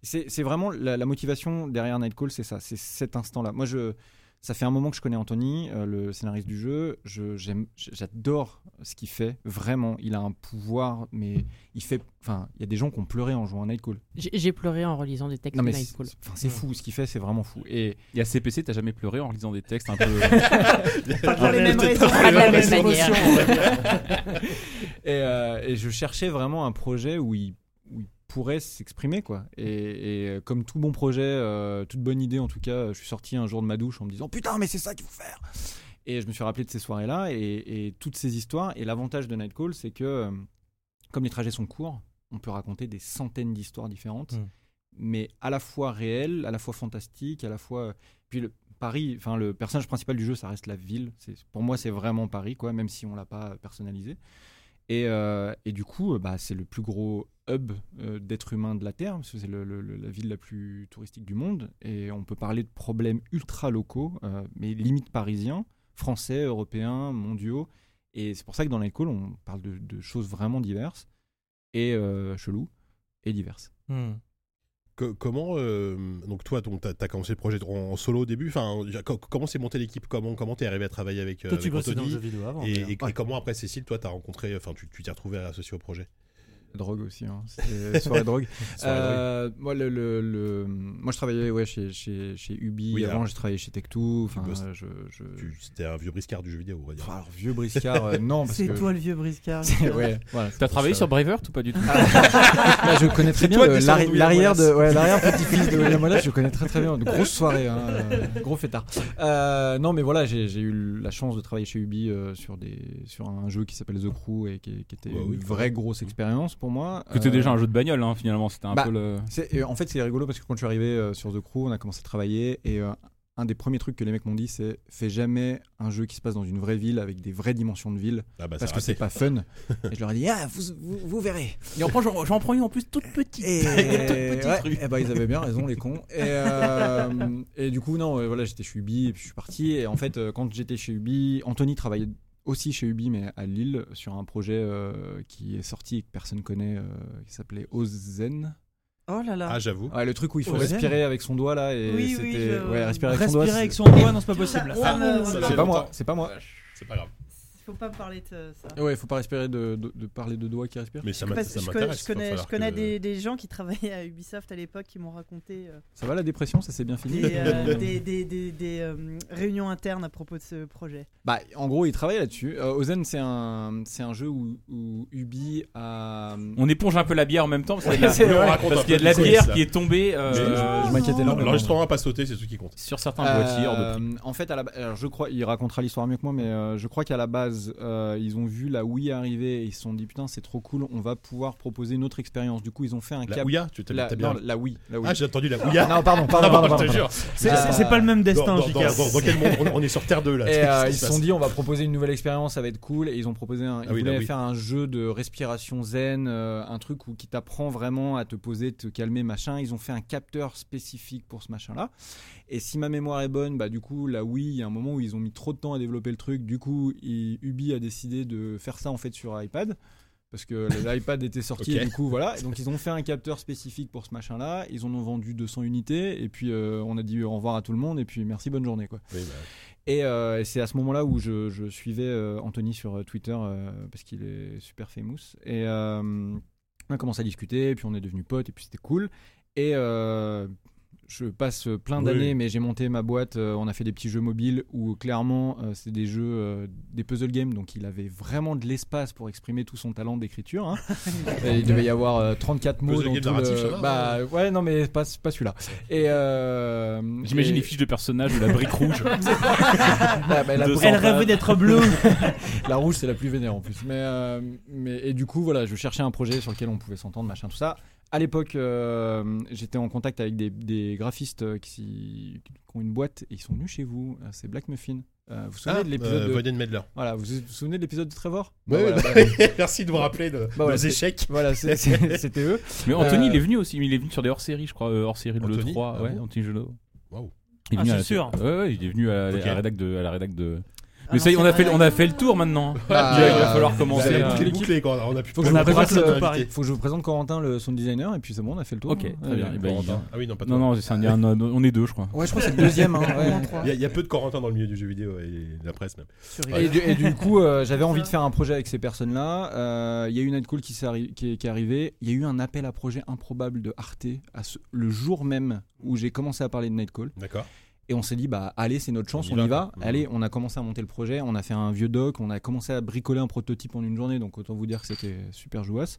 C: c'est c'est vraiment la, la motivation derrière Nightcall, c'est ça, c'est cet instant-là. Moi, je Ça fait un moment que je connais Anthony, euh, le scénariste du jeu. Je- j'aime- J'adore ce qu'il fait, vraiment. Il a un pouvoir, mais il fait. Enfin, il y a des gens qui ont pleuré en jouant à Nightcall.
H: J'ai j'ai pleuré en relisant des textes
C: Non,
H: de
C: mais c'est
H: Nightcall.
C: c'est- enfin, c'est fou, ce qu'il fait, c'est vraiment fou. Et [LAUGHS]
D: Il y a CPC, t'as jamais pleuré en lisant des textes un peu. euh,
E: Pas pour les mêmes raisons.
H: Pas de la même manière.
C: et, euh, et je cherchais vraiment un projet où il, où il pourrait s'exprimer quoi. Et, et, euh, comme tout bon projet, euh, toute bonne idée en tout cas, euh, je suis sorti un jour de ma douche en me disant putain mais c'est ça qu'il faut faire. Et je me suis rappelé de ces soirées là et, et toutes ces histoires. Et l'avantage de Night Call c'est que euh, comme les trajets sont courts, on peut raconter des centaines d'histoires différentes,
F: Mm.
C: mais à la fois réelles, à la fois fantastiques, à la fois euh, puis le Paris, enfin le personnage principal du jeu, ça reste la ville. C'est pour moi, c'est vraiment Paris, quoi, même si on l'a pas personnalisé. Et, euh, et du coup, euh, bah, c'est le plus gros hub euh, d'êtres humains de la Terre, parce que c'est le- le- le- la ville la plus touristique du monde. Et on peut parler de problèmes ultra locaux, euh, mais limite parisiens, français, européens, mondiaux. Et c'est pour ça que dans l'école, on parle de, de choses vraiment diverses et euh, cheloues et diverses.
F: Hmm.
B: Co- comment euh, donc toi donc t'as as commencé le projet en, en solo au début enfin co- comment s'est montée l'équipe comment comment t'es arrivé à travailler avec, euh,
F: Toi, tu
B: avec
F: bossais dans le
B: Anthony
F: jeu vidéo avant.
B: et,
F: d'ailleurs.
B: et- et comment après Cécile toi t'as rencontré enfin tu tu t'es retrouvé associé au projet
C: La drogue aussi, hein. c'est soirée [LAUGHS] drogue.
B: Sur la drogue.
C: Euh, moi, le, le- le- moi, je travaillais ouais, chez, chez, chez Ubi.
B: Oui,
C: avant,
B: alors,
C: j'ai travaillé chez Tech2. Enfin,
B: bosses-
C: euh, je, je...
B: Tu- c'était un vieux briscard du jeu vidéo on va dire
C: Pff, alors, vieux briscard, euh, non, parce
E: C'est
C: que. [LAUGHS]
E: toi le vieux briscard.
C: ouais, voilà.
D: t'as travaillé sur Braveheart ou pas du
C: [LAUGHS]
D: tout
C: Là, je connais très bien
B: toi
C: le-
B: qui sors
C: l'arri-
B: de William
C: l'arrière de
B: Wallace.
C: ouais, l'arrière petit-fils de [LAUGHS] William Wallace, je connais très très bien. Une grosse soirée, hein, [LAUGHS] euh, gros fêtard. Euh, non, mais voilà, j'ai j'ai eu la chance de travailler chez Ubi euh, sur des sur un jeu qui s'appelle The Crew et qui, qui était
B: Ouais,
C: une
B: oui, quand
C: vraie grosse expérience pour moi.
D: Que t'es
C: Euh,
D: déjà un jeu de bagnole, hein, finalement. C'était un
C: bah,
D: peu le.
C: C'est- et en fait, c'est rigolo parce que quand je suis arrivé euh, sur The Crew, on a commencé à travailler et euh, un des premiers trucs que les mecs m'ont dit, c'est fais jamais un jeu qui se passe dans une vraie ville avec des vraies dimensions de ville
B: ah bah
C: parce
B: ça
C: que c'est pas fun. et je leur ai dit ah vous, vous, vous verrez.
D: J'en prends une en plus toute petite. [LAUGHS]
C: Et, ouais,
D: rue.
C: eh ben, ils avaient bien raison les cons. Et, euh, et du coup non, euh, voilà, j'étais chez Ubi et puis je suis parti. Et en fait, euh, quand j'étais chez Ubi, Anthony travaillait aussi chez Ubi mais à Lille sur un projet euh, qui est sorti et que personne connaît, euh, qui s'appelait Ozen.
E: Oh là là.
B: ah j'avoue
C: Ouais, le truc où il faut
F: Ozen.
C: respirer avec son doigt là et
E: Oui, oui,
C: c'était
E: je-
C: ouais, respirer avec son
G: Respirer
C: doigt.
G: avec
C: c'est-
G: son doigt, non, c'est pas possible.
E: Ah, non,
B: ça,
E: non,
B: c'est
E: non.
C: C'est pas moi,
B: longtemps.
C: c'est pas moi.
B: c'est pas grave
E: Faut pas parler de ça.
C: Ouais, il faut pas respirer de, de, de parler de doigts qui respirent.
B: mais ça m'int-
E: Parce que
B: ça
E: je connais,
B: m'intéresse
E: je
B: va
E: connais,
B: falloir
E: je connais
B: que-
E: des, des gens qui travaillaient à Ubisoft à l'époque qui m'ont raconté euh,
C: Ça va la dépression, ça c'est bien fini.
E: des,
B: [LAUGHS]
C: [LAUGHS]
E: euh, des- des- des- des, euh, réunions internes à propos de ce projet.
C: Bah, en gros, il travaille là-dessus. Euh, Ozen, c'est un, c'est un jeu où, où Ubi a.
D: On éponge un peu la bière en même temps parce qu'il y a de la-
C: C'est vrai.
B: raconte
D: parce
B: un
D: qu'il y a
B: peu
D: de la
B: tout ça.
D: bière qui est tombée euh,
C: Je- je je m'inquiétais
B: Non,
C: énormément.
B: l'enregistrement a pas sauté c'est tout qui compte
D: sur certains boîtiers. hors de
C: Euh, en fait, à la, ba- alors, je crois, il racontera l'histoire mieux que moi, mais euh, je crois qu'à la base, euh, ils ont vu la Wii arriver et ils se sont dit putain, c'est trop cool, on va pouvoir proposer une autre expérience. Du coup, ils ont fait un
B: la
C: cap-
B: ouïa tu t'as
C: la,
B: t'as
C: non,
B: bien
C: la Wii. La Wii.
B: ah j'ai entendu la ouïa
C: non, pardon, pardon, pardon,
B: je
C: pardon,
B: te
C: pardon.
B: jure
G: C'est- C'est c'est pas le même
B: dans,
G: destin,
B: dans-
G: JK.
B: dans- dans- dans quel monde on, on est sur Terre 2 là
C: Et
B: Qu'est-ce
C: euh,
B: qui
C: ils
B: se
C: se
B: passe
C: sont dit on va proposer une nouvelle expérience, ça va être cool. Et ils ont proposé un, ils
B: Ah oui,
C: voulaient
B: là, oui.
C: faire un jeu de respiration zen, euh, un truc où qui t'apprend vraiment à te poser, te calmer, machin. Ils ont fait un capteur spécifique pour ce machin-là. Et si ma mémoire est bonne, bah du coup là oui, il y a un moment où ils ont mis trop de temps à développer le truc. Du coup, il- Ubi a décidé de faire ça en fait sur iPad. Parce que
B: [LAUGHS]
C: l'iPad était sorti,
B: Ok.
C: et du coup, voilà. Et donc, ils ont fait un capteur spécifique pour ce machin-là. Ils en ont vendu 200 unités. Et puis, euh, on a dit au revoir à tout le monde. Et puis, merci, bonne journée, quoi.
B: Oui, bah,
C: Et euh, c'est à ce moment-là où je, je suivais euh, Anthony sur euh, Twitter euh, parce qu'il est super famous. Et euh, on a commencé à discuter, et puis on est devenus potes, et puis c'était cool. Et euh, je passe plein
B: Oui.
C: d'années, mais j'ai monté ma boîte. euh, on a fait des petits jeux mobiles où clairement euh, c'est des jeux, euh, des puzzle games. Donc il avait vraiment de l'espace pour exprimer tout son talent
B: [LAUGHS]
C: d'écriture. hein. Et il devait y avoir euh, 34 mots.
B: Puzzle
C: dans
B: game
C: tout
B: narratif,
C: le-
B: ça va,
C: bah ouais, non mais pas, pas celui-là. Et euh,
D: J'imagine
C: et-
D: les fiches de personnages ou la brique rouge.
B: [LAUGHS]
C: Ah, bah, la
D: de
C: boîte-
G: Elle rêvait d'être bleue.
C: La rouge, c'est la plus vénère en plus. Mais, euh, mais, et du coup, voilà, je cherchais un projet sur lequel on pouvait s'entendre, machin, tout ça. À l'époque, euh, j'étais en contact avec des, des graphistes euh, qui, s'y- qui ont une boîte et ils sont venus chez vous. Euh, C'est Black Muffin. Euh, vous vous souvenez
B: ah,
C: de l'épisode
B: euh,
C: de...
B: Voyden Medler
C: Voilà, vous vous souvenez de l'épisode de Trevor
B: Ouais,
C: Bah,
B: ouais,
C: voilà, bah,
B: merci de vous rappeler de
C: voilà,
B: nos
C: c'est-
B: échecs
C: [LAUGHS] voilà, c'est- c'est- c'était eux.
D: Mais Anthony,
C: Euh,
D: il est venu aussi. Il est venu sur des hors-séries, je crois, euh, hors-série de
B: Anthony
D: l'E3.
B: Ah
D: ouais,
B: bon
D: Anthony Genot.
B: Waouh.
D: Il est
G: Ah,
D: venu à
G: c'est
D: la-
G: sûr.
D: Ouais, ouais, il est venu à, la-
B: Ok.
D: à la rédac de, à la rédac de. Mais ça y est, on a fait, on a fait le tour maintenant.
C: Bah,
D: il, va, il va falloir
B: On
D: commencer.
B: a
D: à-
B: bouclé les bouclés, quoi. On a pu
C: Faut que,
B: pas
C: je vous
G: a
B: passer
C: présente
G: presque
C: le-
G: tout
B: l'invité.
C: faut que je vous présente Corentin, le sound designer, et puis c'est bon, on a fait le tour. hein.
D: Ok, très bien. Eh ben, il vient.
B: Ah oui, non, pas toi.
D: Non, non, c'est un- un- un- on est deux, je crois.
C: Ouais, je crois que c'est le deuxième. hein, ouais. [LAUGHS]
B: Il y, a- il y a peu de Corentin dans le milieu du jeu vidéo et de la presse même.
C: Et du,
B: [LAUGHS]
C: et du coup, euh, j'avais envie de faire un projet avec ces personnes-là. Euh, Il y a eu une cool qui, s'est arri- qui, est- qui est arrivée. Il y a eu un appel à projet improbable de Arte à ce- le jour même où j'ai commencé à parler de Nightcall.
B: D'accord.
C: Et on s'est dit, bah allez, c'est notre chance,
B: On
C: on
B: y va,
C: y, va.
B: quoi. Mmh.
C: Allez, on a commencé à monter le projet, on a fait un vieux doc, on a commencé à bricoler un prototype en une journée, donc autant vous dire que c'était super jouasse.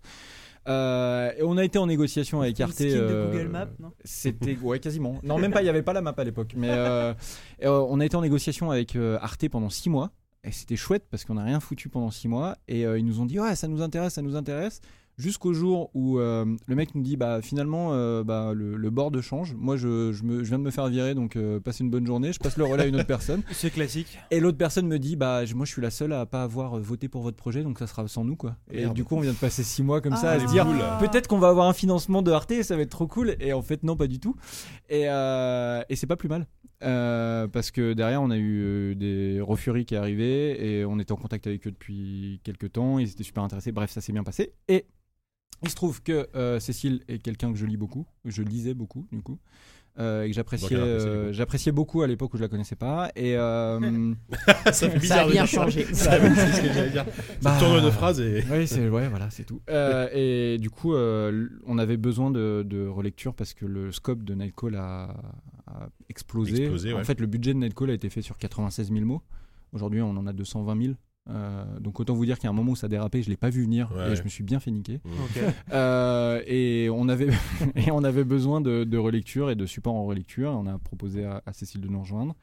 C: Euh, et on a été en négociation avec Arte.
E: skin de
C: euh,
E: Google Maps, non
C: c'était ouais quasiment. Non même pas, il y avait pas la map à l'époque. Mais euh, et, euh, on a été en négociation avec euh, Arte pendant six mois et c'était chouette parce qu'on n'a rien foutu pendant six mois et euh, ils nous ont dit ouais ça nous intéresse, ça nous intéresse. Jusqu'au jour où euh, le mec nous dit bah finalement euh, bah, le, le board change. Moi je, je me- je viens de me faire virer donc euh, passez une bonne journée. Je passe le relais à une autre personne
G: C'est classique. [LAUGHS]
C: et l'autre personne me dit bah je- moi je suis la seule à pas avoir euh, voté pour votre projet donc ça sera sans nous quoi. Et
B: Merde.
C: du coup on vient de passer six mois comme ça
E: Ah,
C: à se dire
E: cool.
C: Peut-être qu'on va avoir un financement de Arte, ça va être trop cool. Et en fait, non, pas du tout. Et, euh, et c'est pas plus mal. Euh, parce que derrière, on a eu euh, des Refuri qui est arrivé et on était en contact avec eux depuis quelques temps. Ils étaient super intéressés. Bref, ça s'est bien passé. Et il se trouve que euh, Cécile est quelqu'un que je lis beaucoup, que je lisais beaucoup du coup, euh, et que j'appréciais,
B: Donc, elle a apprécié,
C: euh,
B: du coup.
C: j'appréciais beaucoup à l'époque où je la connaissais pas.
B: [LAUGHS]
C: Et euh,
B: ça fait
H: Ça
B: bizarre
H: a
B: de
H: bien
B: dire ça.
H: changé.
B: [LAUGHS] Ça, c'est ce que j'allais dire.
C: Bah.
B: Ça tourne de phrase et.
C: [LAUGHS] Oui, c'est ouais, voilà, c'est tout. Euh, et du coup, euh, l- on avait besoin de, de relecture parce que le scope de Nightcall a, a explosé.
B: Explosé, ouais.
C: En fait, le budget de Nightcall a été fait sur 96 000 mots. Aujourd'hui, on en a 220 000. Euh, donc autant vous dire qu'il y a un moment où ça dérapait, je l'ai pas vu venir
B: Ouais,
C: et
B: ouais. Mmh.
C: je me suis bien fait niquer.
G: Ok.
C: Euh, et on avait [LAUGHS] et on avait besoin de, de relecture et de support en relecture. On a proposé à, à Cécile de nous rejoindre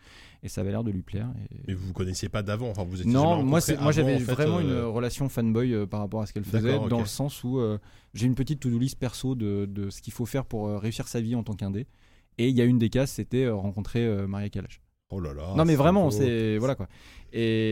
C: et ça avait l'air de lui plaire. Et-
B: Mais vous vous connaissiez pas d'avant, enfin vous étiez
C: non,
B: jamais
C: moi,
B: rencontrés
C: c'est- moi j'avais
B: avant, en fait,
C: vraiment
B: euh,
C: une relation fanboy euh, par rapport à ce qu'elle faisait,
B: D'accord, ok.
C: dans le sens où euh, j'ai une petite to-do list perso de, de ce qu'il faut faire pour euh, réussir sa vie en tant qu'indé. Et il y a une des cases, c'était euh, rencontrer euh, Maria Kalash.
B: Oh là là.
C: non, mais
B: c'est
C: vraiment,
B: beau.
C: c'est. Voilà quoi.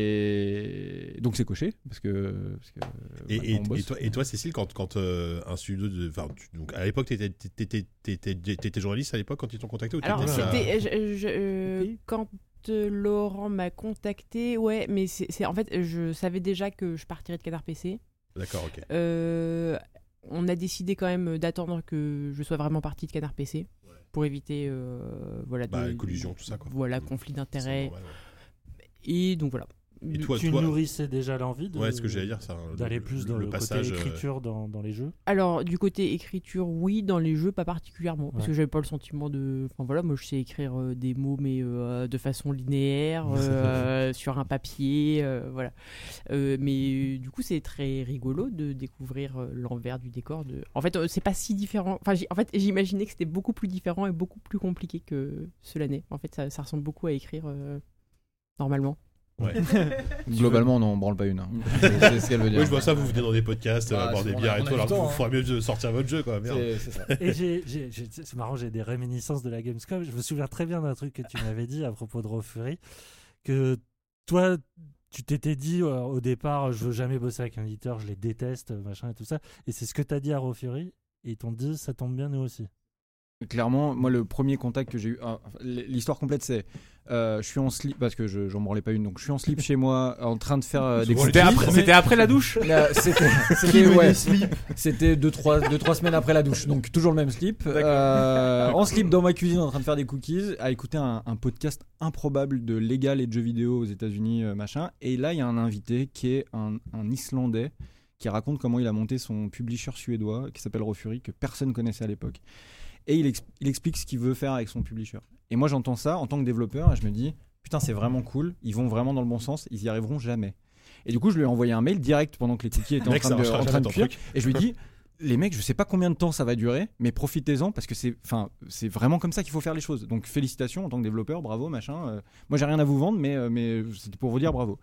C: Et donc c'est coché, parce que. Parce que euh,
B: Et, et-
C: maintenant, on bosse.
B: et toi, et toi, Cécile, quand, quand euh, un studio de. Enfin, tu- donc, à l'époque, t'étais- t'étais t'étais- t'étais journaliste à l'époque quand ils t'ont contacté ou t'étais
H: Alors,
B: déjà-
H: c'était. je- je- euh, quand euh, Laurent m'a contacté, ouais, mais c'est c'est- en fait, je savais déjà que je partirais de Canard PC.
B: D'accord, ok.
H: Euh, on a décidé quand même d'attendre que je sois vraiment partie de Canard PC pour éviter. euh, voilà,
B: Bah,
H: de-
B: collusion, tout ça, quoi.
H: Voilà,
B: Mm.
H: conflit
B: C'est
H: d'intérêts.
B: normal, ouais.
H: Et donc voilà.
B: Et toi,
F: tu
B: toi.
F: nourrissais déjà l'envie de-
B: Ouais, ce que j'allais dire, ça.
F: d'aller plus dans le,
B: passage, euh,
F: côté écriture dans, dans les jeux.
H: Alors, du côté écriture, oui, dans les jeux, pas particulièrement. Parce
F: Ouais.
H: que j'avais pas le sentiment de. Enfin voilà, moi je sais écrire euh, des mots, mais euh, de façon linéaire, euh, sur un papier, euh, voilà. Euh, mais euh, du coup, c'est très rigolo de découvrir euh, l'envers du décor. De... En fait, euh, c'est pas si différent. Enfin, j'ai- en fait, j'imaginais que c'était beaucoup plus différent et beaucoup plus compliqué que cela n'est. En fait, ça, ça ressemble beaucoup à écrire euh, normalement.
C: Globalement, on n'en branle pas une.
B: [LAUGHS]
C: hein. c'est c'est ce qu'elle veut dire.
B: Oui, je vois ça, vous venez dans des podcasts,
C: Ah,
B: euh, boire
C: c'est
B: des
C: bon, on a-
B: bières
C: on
B: et
C: a
B: tout,
C: du
B: alors
C: temps,
B: il
F: hein.
B: faudrait mieux de sortir votre jeu, quoi. Merde.
C: C'est- c'est ça.
F: Et j'ai- j'ai- j'ai- c'est marrant, j'ai des réminiscences de la Gamescom. Je me souviens très bien d'un truc que tu m'avais dit à propos de Raw Fury, que toi, tu t'étais dit euh, au départ, je veux jamais bosser avec un éditeur, je les déteste, machin et tout ça. Et c'est ce que t'as dit à Raw Fury, et ils t'ont dit, ça tombe bien nous aussi.
C: Clairement, moi, le premier contact que j'ai eu, ah, l'histoire complète, c'est euh, je suis en slip, parce que je j'en branlais pas une, donc je suis en slip chez moi, en train de faire euh, des
B: Souvent, les
D: C'était
C: courses.
D: après, c'était après la douche
C: Là, [LAUGHS] C'était c'était ouais, c'était deux trois deux trois semaines après la douche, donc toujours le même slip. Euh, en slip dans ma cuisine, en train de faire des cookies, à écouter un, un podcast improbable de légal et de jeux vidéo aux États-Unis, euh, machin. Et là, il y a un invité qui est un, un Islandais qui raconte comment il a monté son publisher suédois qui s'appelle Rofuri que personne connaissait à l'époque. Et il, ex- il explique ce qu'il veut faire avec son publisher. Et moi, j'entends ça en tant que développeur et je me dis putain, c'est vraiment cool. Ils vont vraiment dans le bon sens. Ils y arriveront jamais. Et du coup, je lui ai envoyé un mail direct pendant que les cookies étaient en
B: Mec, ça
C: train de,
B: marchera
C: en train
B: jamais,
C: de
B: ton
C: cuire.
B: truc.
C: Et je lui dis, les mecs, je sais pas combien de temps ça va durer, mais profitez-en parce que c'est, enfin, c'est vraiment comme ça qu'il faut faire les choses. Donc félicitations en tant que développeur, bravo, machin. Euh, moi, j'ai rien à vous vendre, mais, euh, mais c'était pour vous dire bravo.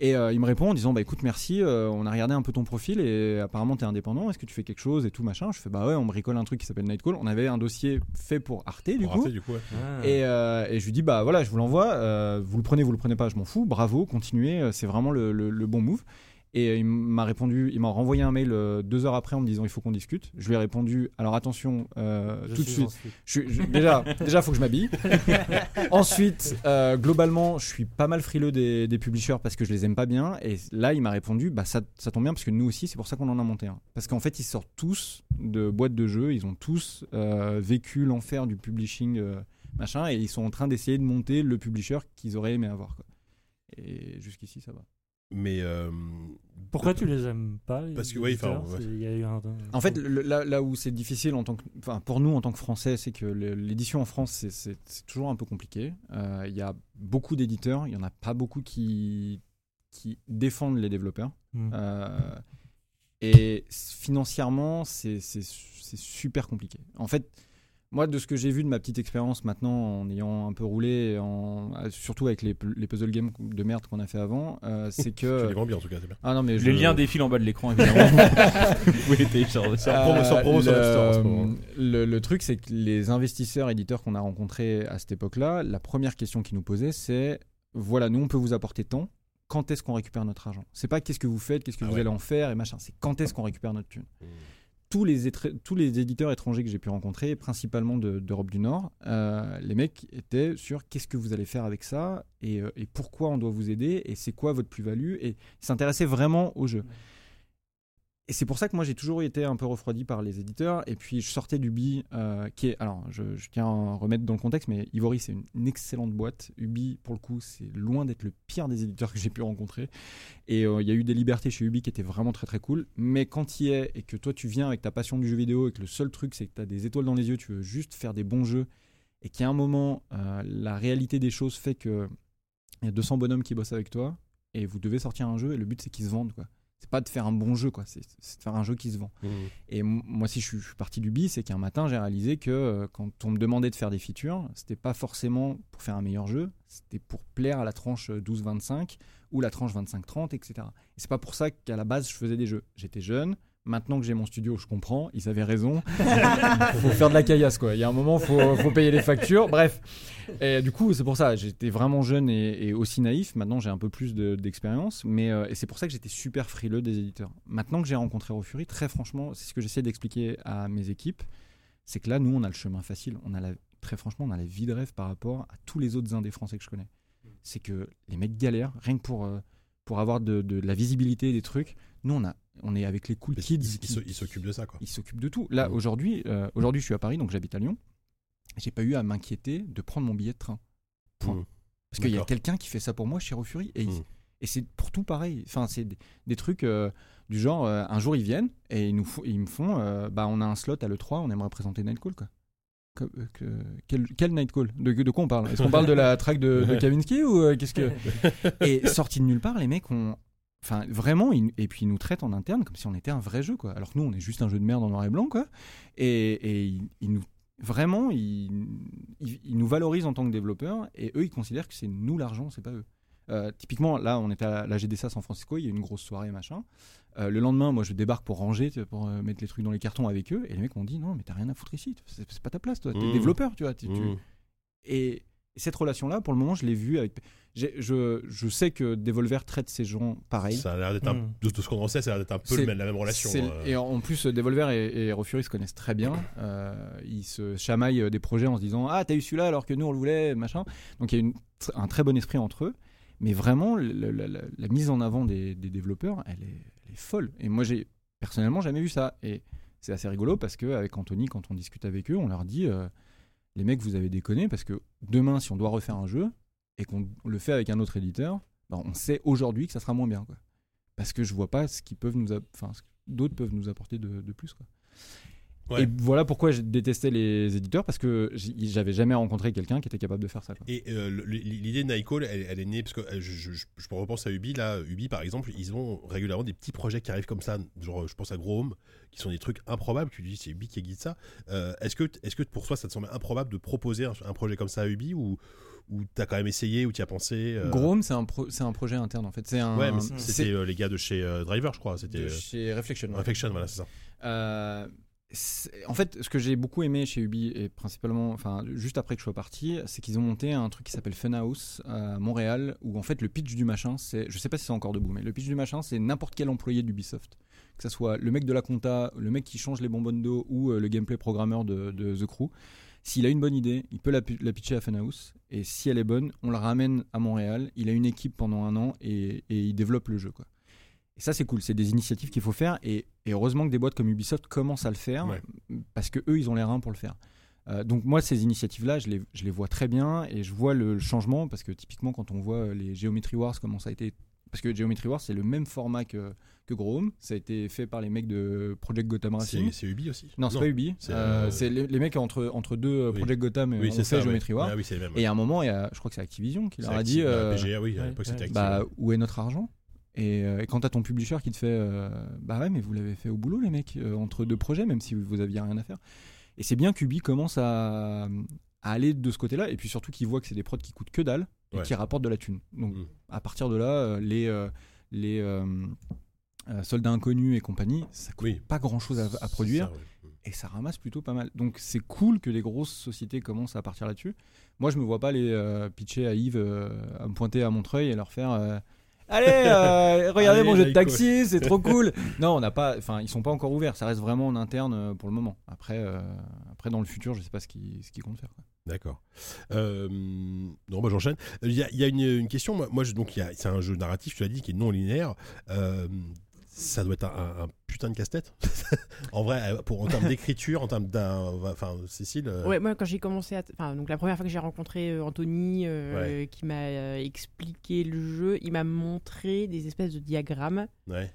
C: Et euh, il me répond en disant, bah écoute, merci, euh, on a regardé un peu ton profil et apparemment t'es indépendant, est-ce que tu fais quelque chose et tout machin. Je fais, bah ouais, on bricole un truc qui s'appelle Nightcall. On avait un dossier fait pour Arte du
B: Pour
C: coup.
B: rater, du coup, ouais.
C: Et, euh, et je lui dis bah voilà je vous l'envoie euh, vous le prenez vous le prenez pas je m'en fous bravo continuez euh, c'est vraiment le, le- le bon move Et euh, il m'a répondu, il m'a renvoyé un mail euh, deux heures après en me disant il faut qu'on discute. Je lui ai répondu alors attention euh,
F: Je
C: tout de
F: suis
C: suite.
F: ensuite.
C: Je, suis- je- déjà, déjà, faut que je m'habille. Ensuite, euh, globalement, je suis pas mal frileux des, des publishers parce que je les aime pas bien. Et là, il m'a répondu, bah ça, ça tombe bien parce que nous aussi, c'est pour ça qu'on en a monté un. Parce qu'en fait, ils sortent tous de boîtes de jeux, ils ont tous euh, vécu l'enfer du publishing euh, machin, et ils sont en train d'essayer de monter le publisher qu'ils auraient aimé avoir. quoi. Et jusqu'ici, ça va.
B: Mais euh,
F: Pourquoi tu les aimes pas les
B: Parce que, ouais,
F: éditeurs
B: enfin, ouais.
F: C'est- il y a eu un-
C: En fait, le- là, là où c'est difficile en tant que, enfin, pour nous en tant que Français, c'est que le- l'édition en France, c'est- c'est c'est toujours un peu compliqué. Euh, Il y a beaucoup d'éditeurs, il n'y en a pas beaucoup qui, qui défendent les développeurs.
F: Hmm.
B: Ah,
C: Euh, et s- financièrement, c'est c'est su- c'est super compliqué. En fait, moi, de ce que j'ai vu de ma petite expérience maintenant, en ayant un peu roulé, en, surtout avec les, pu- les puzzle games de merde qu'on a fait avant, euh, c'est
B: tu les
C: que.
B: vends bien en tout cas, c'est bien.
C: Ah non, mais je-
D: Les
C: [LAUGHS]
D: liens défilent en bas de l'écran, évidemment. Vous pouvez les télécharger.
B: C'est en promo- c'est en promo sur l'App Store en ce moment.
C: Euh, le- le truc, c'est que les investisseurs éditeurs qu'on a rencontrés à cette époque-là, la première question qu'ils nous posaient, c'est voilà, nous, on peut vous apporter tant. Quand est-ce qu'on récupère notre argent C'est pas qu'est-ce que vous faites, qu'est-ce que
B: Ah
C: vous
B: ouais.
C: allez en faire et machin. C'est quand est-ce qu'on récupère notre thune tous les, étre- tous les éditeurs étrangers que j'ai pu rencontrer, principalement de- d'Europe du Nord, euh, les mecs étaient sur qu'est-ce que vous allez faire avec ça et, euh, et pourquoi on doit vous aider et c'est quoi votre plus-value et ils s'intéressaient vraiment au jeu. Et c'est pour ça que moi j'ai toujours été un peu refroidi par les éditeurs et puis je sortais d'Ubi euh, qui est, alors je, je tiens à en remettre dans le contexte mais Ivory c'est une, une excellente boîte, Ubi pour le coup c'est loin d'être le pire des éditeurs que j'ai pu rencontrer et euh, il y a eu des libertés chez Ubi qui étaient vraiment très très cool. Mais quand il est et que toi tu viens avec ta passion du jeu vidéo et que le seul truc c'est que tu as des étoiles dans les yeux, tu veux juste faire des bons jeux et qu'à un moment euh, la réalité des choses fait que il y a 200 bonhommes qui bossent avec toi et vous devez sortir un jeu et le but c'est qu'ils se vendent quoi. C'est pas de faire un bon jeu quoi, c'est c'est de faire un jeu qui se vend. Et m- moi, si je suis, je suis parti du bi, c'est qu'un matin, j'ai réalisé que euh, quand on me demandait de faire des features, c'était pas forcément pour faire un meilleur jeu, c'était pour plaire à la tranche euh, 12-25 ou la tranche 25-30, etc. Et c'est pas pour ça qu'à la base, je faisais des jeux. J'étais jeune. Maintenant que j'ai mon studio, je comprends, ils avaient raison. faut faire de la caillasse, quoi. Il y a un moment, faut, faut payer les factures. Bref. Et du coup, c'est pour ça, j'étais vraiment jeune et, et aussi naïf. Maintenant, j'ai un peu plus de- d'expérience. mais euh, et c'est pour ça que j'étais super frileux des éditeurs. Maintenant que j'ai rencontré Rofuri, très franchement, c'est ce que j'essaie d'expliquer à mes équipes. C'est que là, nous, on a le chemin facile. On a la- très franchement, on a la vie de rêve par rapport à tous les autres indés français que je connais. C'est que les mecs galèrent, rien que pour, euh, pour avoir de, de- de la visibilité et des trucs. Nous, on, a, on est avec les cool
B: Parce
C: kids.
B: qu'ils- ils
C: qui-
B: se- Ils s'occupent de ça, quoi.
C: il s'occupe de tout. Là,
B: Mm.
C: aujourd'hui, euh, aujourd'hui, je suis à Paris, donc j'habite à Lyon. J'ai pas eu à m'inquiéter de prendre mon billet de train. Point.
B: Mm.
C: Parce qu'il y a
B: D'accord.
C: quelqu'un qui fait ça pour moi chez Rofuri. Et,
B: Mm.
C: et c'est pour tout pareil. Enfin, c'est des, des trucs euh, du genre, euh, un jour ils viennent et ils, nous fo- ils me font, euh, bah, on a un slot à l'E3, on aimerait présenter Nightcall, quoi. Que- euh, que- quel, quel Nightcall de, de quoi on parle Est-ce qu'on parle de la track de,
B: [LAUGHS]
C: de Kavinsky ou euh, qu'est-ce que [LAUGHS] Et sorti de nulle part, les mecs ont, Enfin, vraiment, ils- et puis ils nous traitent en interne comme si on était un vrai jeu, quoi. Alors que nous, on est juste un jeu de merde en noir et blanc, quoi. Et, et ils, ils nous, vraiment, ils, ils- ils nous valorisent en tant que développeurs, et eux, ils considèrent que c'est nous l'argent, c'est pas eux. Euh, typiquement, là, on était à la GDSA San Francisco, il y a eu une grosse soirée, machin. Euh, le lendemain, moi, je débarque pour ranger, tu vois, pour euh, mettre les trucs dans les cartons avec eux, et les mecs ont dit non, mais t'as rien à foutre ici, c'est c'est pas ta place, toi, t'es
B: Mmh.
C: développeur, tu vois. tu- tu-
B: Mm.
C: et cette relation-là, pour le moment, je l'ai vue avec. j'ai- Je, je sais que Devolver traite ces gens pareil.
B: Ça a l'air d'être un-
F: Mm.
B: de tout ce qu'on en sait, ça a l'air d'être un peu
C: C'est-
B: le même- la même relation.
C: C'est-
B: euh.
C: Et en plus, Devolver et, et Refuri se connaissent très bien. Euh, ils se chamaillent euh, des projets en se disant Ah, t'as eu celui-là alors que nous on le voulait, machin. Donc il y a une- un très bon esprit entre eux. Mais vraiment, le- la, la- la mise en avant des, des développeurs, elle est, elle est folle. Et moi, j'ai personnellement jamais vu ça. Et c'est assez rigolo parce qu'avec Anthony, quand on discute avec eux, on leur dit euh, Les mecs, vous avez déconné parce que demain, si on doit refaire un jeu et qu'on le fait avec un autre éditeur, ben, on sait aujourd'hui que ça sera moins bien. Quoi. Parce que je vois pas ce qu'ils peuvent nous, app- enfin, ce que d'autres peuvent nous apporter de, de plus. Quoi.
B: Ouais.
C: Et voilà pourquoi j'ai détesté les éditeurs parce que j- j'avais jamais rencontré quelqu'un qui était capable de faire ça. quoi.
B: Et euh, le- l'idée de Nightcall, elle, elle est née parce que euh, je, je- je- je repense à Ubi. Là, Ubi, par exemple, ils ont régulièrement des petits projets qui arrivent comme ça. Genre, euh, je pense à Gros Home, qui sont des trucs improbables. Tu dis, c'est Ubi qui guide ça. Euh, est-ce que, est-ce que pour toi, ça te semble improbable de proposer un, un projet comme ça à Ubi ou, ou t'as quand même essayé ou t'y as pensé euh,
C: Grom, c'est un, pro- c'est un projet interne en fait. C'est un.
B: Ouais, mais c-
C: c'est-
B: c'était euh, les gars de chez euh, Driver, euh, je crois. C'était
C: de
B: euh,
C: chez Reflection. ouais.
B: Reflection, voilà, c'est ça.
C: Euh, c'est- En fait, ce que j'ai beaucoup aimé chez Ubi, et principalement, enfin, juste après que je sois parti, c'est qu'ils ont monté un truc qui s'appelle Funhouse à Montréal, où en fait le pitch du machin, c'est, je sais pas si c'est encore debout, mais le pitch du machin, c'est n'importe quel employé d'Ubisoft, que ce soit le mec de la compta, le mec qui change les bonbonnes d'eau ou euh, le gameplay programmeur de, de The Crew. S'il a une bonne idée, il peut la, pu- la pitcher à Funhouse, et si elle est bonne, on la ramène à Montréal. Il a une équipe pendant un an et, et il développe le jeu, quoi. Et ça, c'est cool. C'est des initiatives qu'il faut faire. Et, et heureusement que des boîtes comme Ubisoft commencent à le faire
B: Ouais.
C: parce que eux, ils ont les reins pour le faire. Euh, donc moi, ces initiatives-là, je les, je les vois très bien et je vois le, le changement parce que typiquement, quand on voit les Geometry Wars, comment ça a été... Parce que Geometry Wars, c'est le même format que, que Gros Home. Ça a été fait par les mecs de Project Gotham Racing.
B: C'est c'est Ubi aussi
C: Non, c'est pas Ubi.
B: c'est,
C: Euh,
B: euh,
C: C'est les, les mecs entre, entre deux euh,
B: Oui.
C: Project Gotham et
B: Oui,
C: on
B: c'est
C: fait
B: ça. ouais.
C: Geometry Wars.
B: Ah oui, c'est les mêmes.
C: Et à un moment, il y a, je crois que c'est Activision qui
B: C'est bah,
C: leur a
B: Active-
C: dit... euh,
B: PGA, oui, à
F: ouais,
B: l'époque
F: ouais.
B: c'était Active.
C: bah, où est notre argent et, euh, et quand t'as ton publisher qui te fait euh, bah ouais mais vous l'avez fait au boulot les mecs euh, entre deux projets même si vous, vous aviez rien à faire et c'est bien qu'Ubi commence à, à aller de ce côté là et puis surtout qu'ils voient que c'est des prods qui coûtent que dalle et
B: Ouais.
C: qui rapportent de la thune donc
B: Mm.
C: à partir de là euh, les euh, les euh, euh, soldats inconnus et compagnie ça coûte
B: Oui.
C: pas grand chose à, à produire
B: C'est ça, ouais. Hmm.
C: et ça ramasse plutôt pas mal. Donc c'est cool que les grosses sociétés commencent à partir là-dessus. Moi, je me vois pas les euh, pitcher à Yves, euh, à me pointer à Montreuil et leur faire. euh, Allez, [LAUGHS] euh, regardez
B: Allez,
C: mon jeu de
B: Naïko.
C: taxi, c'est trop cool. [LAUGHS] non, on n'a pas, enfin, ils sont pas encore ouverts. Ça reste vraiment en interne euh, pour le moment. Après, euh, après, dans le futur, je sais pas ce qu'ils ce qu'ils comptent faire. quoi.
B: D'accord. Euh, non, bah j'enchaîne. Il y a, il y a une, une question. Moi, moi, je- donc, il y a- c'est un jeu narratif, tu l'as dit, qui est non linéaire. Euh, ça doit être un, un- un putain de casse-tête. [LAUGHS] en vrai, euh, pour, en termes d'écriture, en termes d'un. Enfin, Cécile. euh,
H: Ouais, moi quand j'ai commencé à. Enfin, donc la première fois que j'ai rencontré euh, Anthony, euh, qui m'a euh, expliqué le jeu, il m'a montré des espèces de diagrammes,
B: ouais.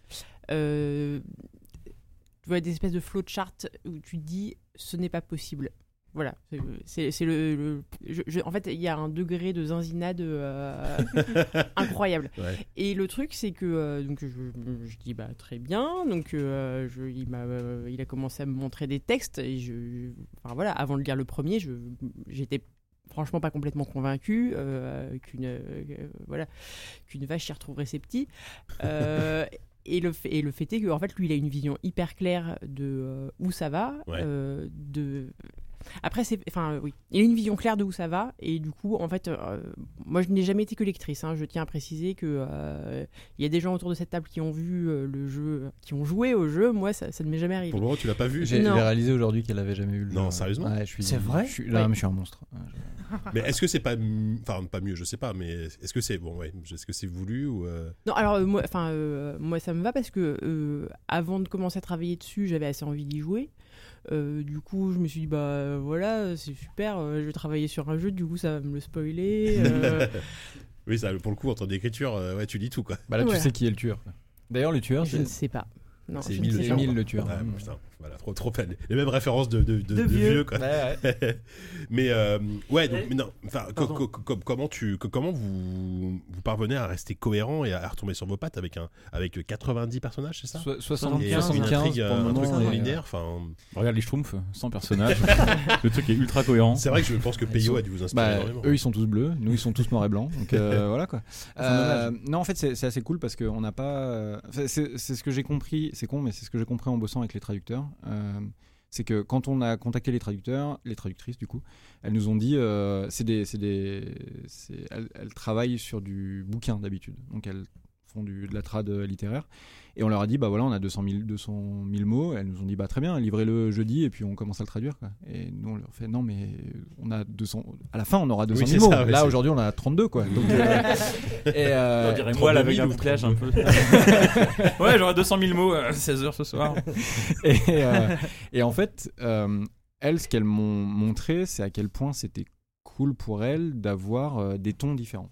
H: euh, tu vois, des espèces de flowchart où tu dis ce n'est pas possible. Voilà, c'est- euh, c'est c'est le. le- je- je- en fait, il y a un degré de zinzinade euh, incroyable.
B: Ouais.
H: Et le truc, c'est que euh, donc je, je dis bah très bien. Donc euh, je- il m'a euh, il a commencé à me montrer des textes et je, je- enfin voilà avant de lire le premier, je j'étais franchement pas complètement convaincu qu'une euh, voilà qu'une vache y retrouverait ses petits. Euh, Et le, fait, et le fait est que en fait lui il a une vision hyper claire de euh, où ça va
B: Ouais.
H: euh, de après c'est enfin euh, oui il a une vision claire de où ça va et du coup en fait euh, moi je n'ai jamais été que lectrice hein. je tiens à préciser que euh, il y a des gens autour de cette table qui ont vu euh, le jeu qui ont joué au jeu moi ça, ça ne m'est jamais arrivé
B: Pour le moment, tu l'as pas vu.
H: J'ai- Non. j'ai
C: réalisé aujourd'hui qu'elle avait jamais eu le.
B: Non, jeu. sérieusement
C: ouais, je suis,
G: C'est vrai
C: je suis, là,
H: Ouais.
C: mais je suis un monstre. Ouais, je-
B: Mais est-ce que c'est pas. m- Enfin, pas mieux, je sais pas, mais est-ce que c'est. Bon, ouais. Est-ce que c'est voulu ou. euh,
H: Non, alors euh, moi, enfin, euh, moi ça me va parce que euh, avant de commencer à travailler dessus, j'avais assez envie d'y jouer. Euh, du coup, je me suis dit bah euh, voilà, euh, c'est super, euh, je vais travailler sur un jeu, du coup ça va me le spoiler. euh.
B: Oui, ça, pour le coup, en termes d'écriture, euh, ouais, tu lis tout, quoi.
C: Bah là,
H: Voilà.
C: tu sais qui est le tueur. quoi. D'ailleurs, le tueur,
H: je ne
C: c'est
H: sais pas. Non,
B: C'est
H: je ne
B: Émile
H: sais
B: Le
H: pas.
B: Géant.
C: Émile le tueur.
B: Ah, Ouais,
C: Mmh.
B: putain, voilà, trop, trop. Les mêmes références de, de, de-
E: De
B: de
E: vieux.
B: vieux, quoi. [LAUGHS] mais euh, ouais, donc, mais non, enfin, co-
F: Pardon.
B: co- co- comment tu, co- comment vous, vous parvenez à rester cohérent et à, à retomber sur vos pattes avec un, avec 90 personnages, c'est ça
C: Soi-
B: Et
C: 75,
B: une intrigue, euh,
C: pour le
B: un truc
C: moment,
B: non
C: et-
B: linéaire. Enfin,
D: Regarde les Schtroumpfs, sans personnage. le truc est ultra cohérent.
B: c'est vrai que je pense que
C: Ils
B: Peyo
C: sont-
B: a dû vous inspirer
C: Bah,
B: énormément.
C: eux ils sont tous bleus, nous ils sont tous noirs et blancs, donc euh, voilà quoi. Euh,
G: dommage.
C: non en fait c'est c'est assez cool parce qu'on n'a pas, euh, c'est c'est- c'est ce que j'ai compris, c'est con mais c'est ce que j'ai compris en bossant avec les traducteurs, Euh, c'est que quand on a contacté les traducteurs, les traductrices du coup, elles nous ont dit, euh, c'est des, c'est des, c'est- elles, elles travaillent sur du bouquin d'habitude, donc elles font du, de la trad euh, littéraire et on leur a dit bah voilà on a 200 000, 200 000 mots elles nous ont dit bah très bien livrez-le jeudi et puis on commence à le traduire quoi. et nous on leur fait non mais on a 200 à la fin on aura 200
B: Oui,
C: 000
B: c'est
C: mots
B: ça, oui,
C: là
B: c'est-
C: aujourd'hui on en a 32 quoi
B: [LAUGHS]
C: Donc, euh, et, euh,
D: On dirait moi là, avec
B: 32
D: un
B: 000 ou
D: bouclage un peu. ouais, j'aurai 200 000 mots euh, à 16h ce soir.
C: et, euh, et en fait, euh, elles, ce qu'elles m'ont montré, c'est à quel point c'était cool pour elles d'avoir euh, des tons différents.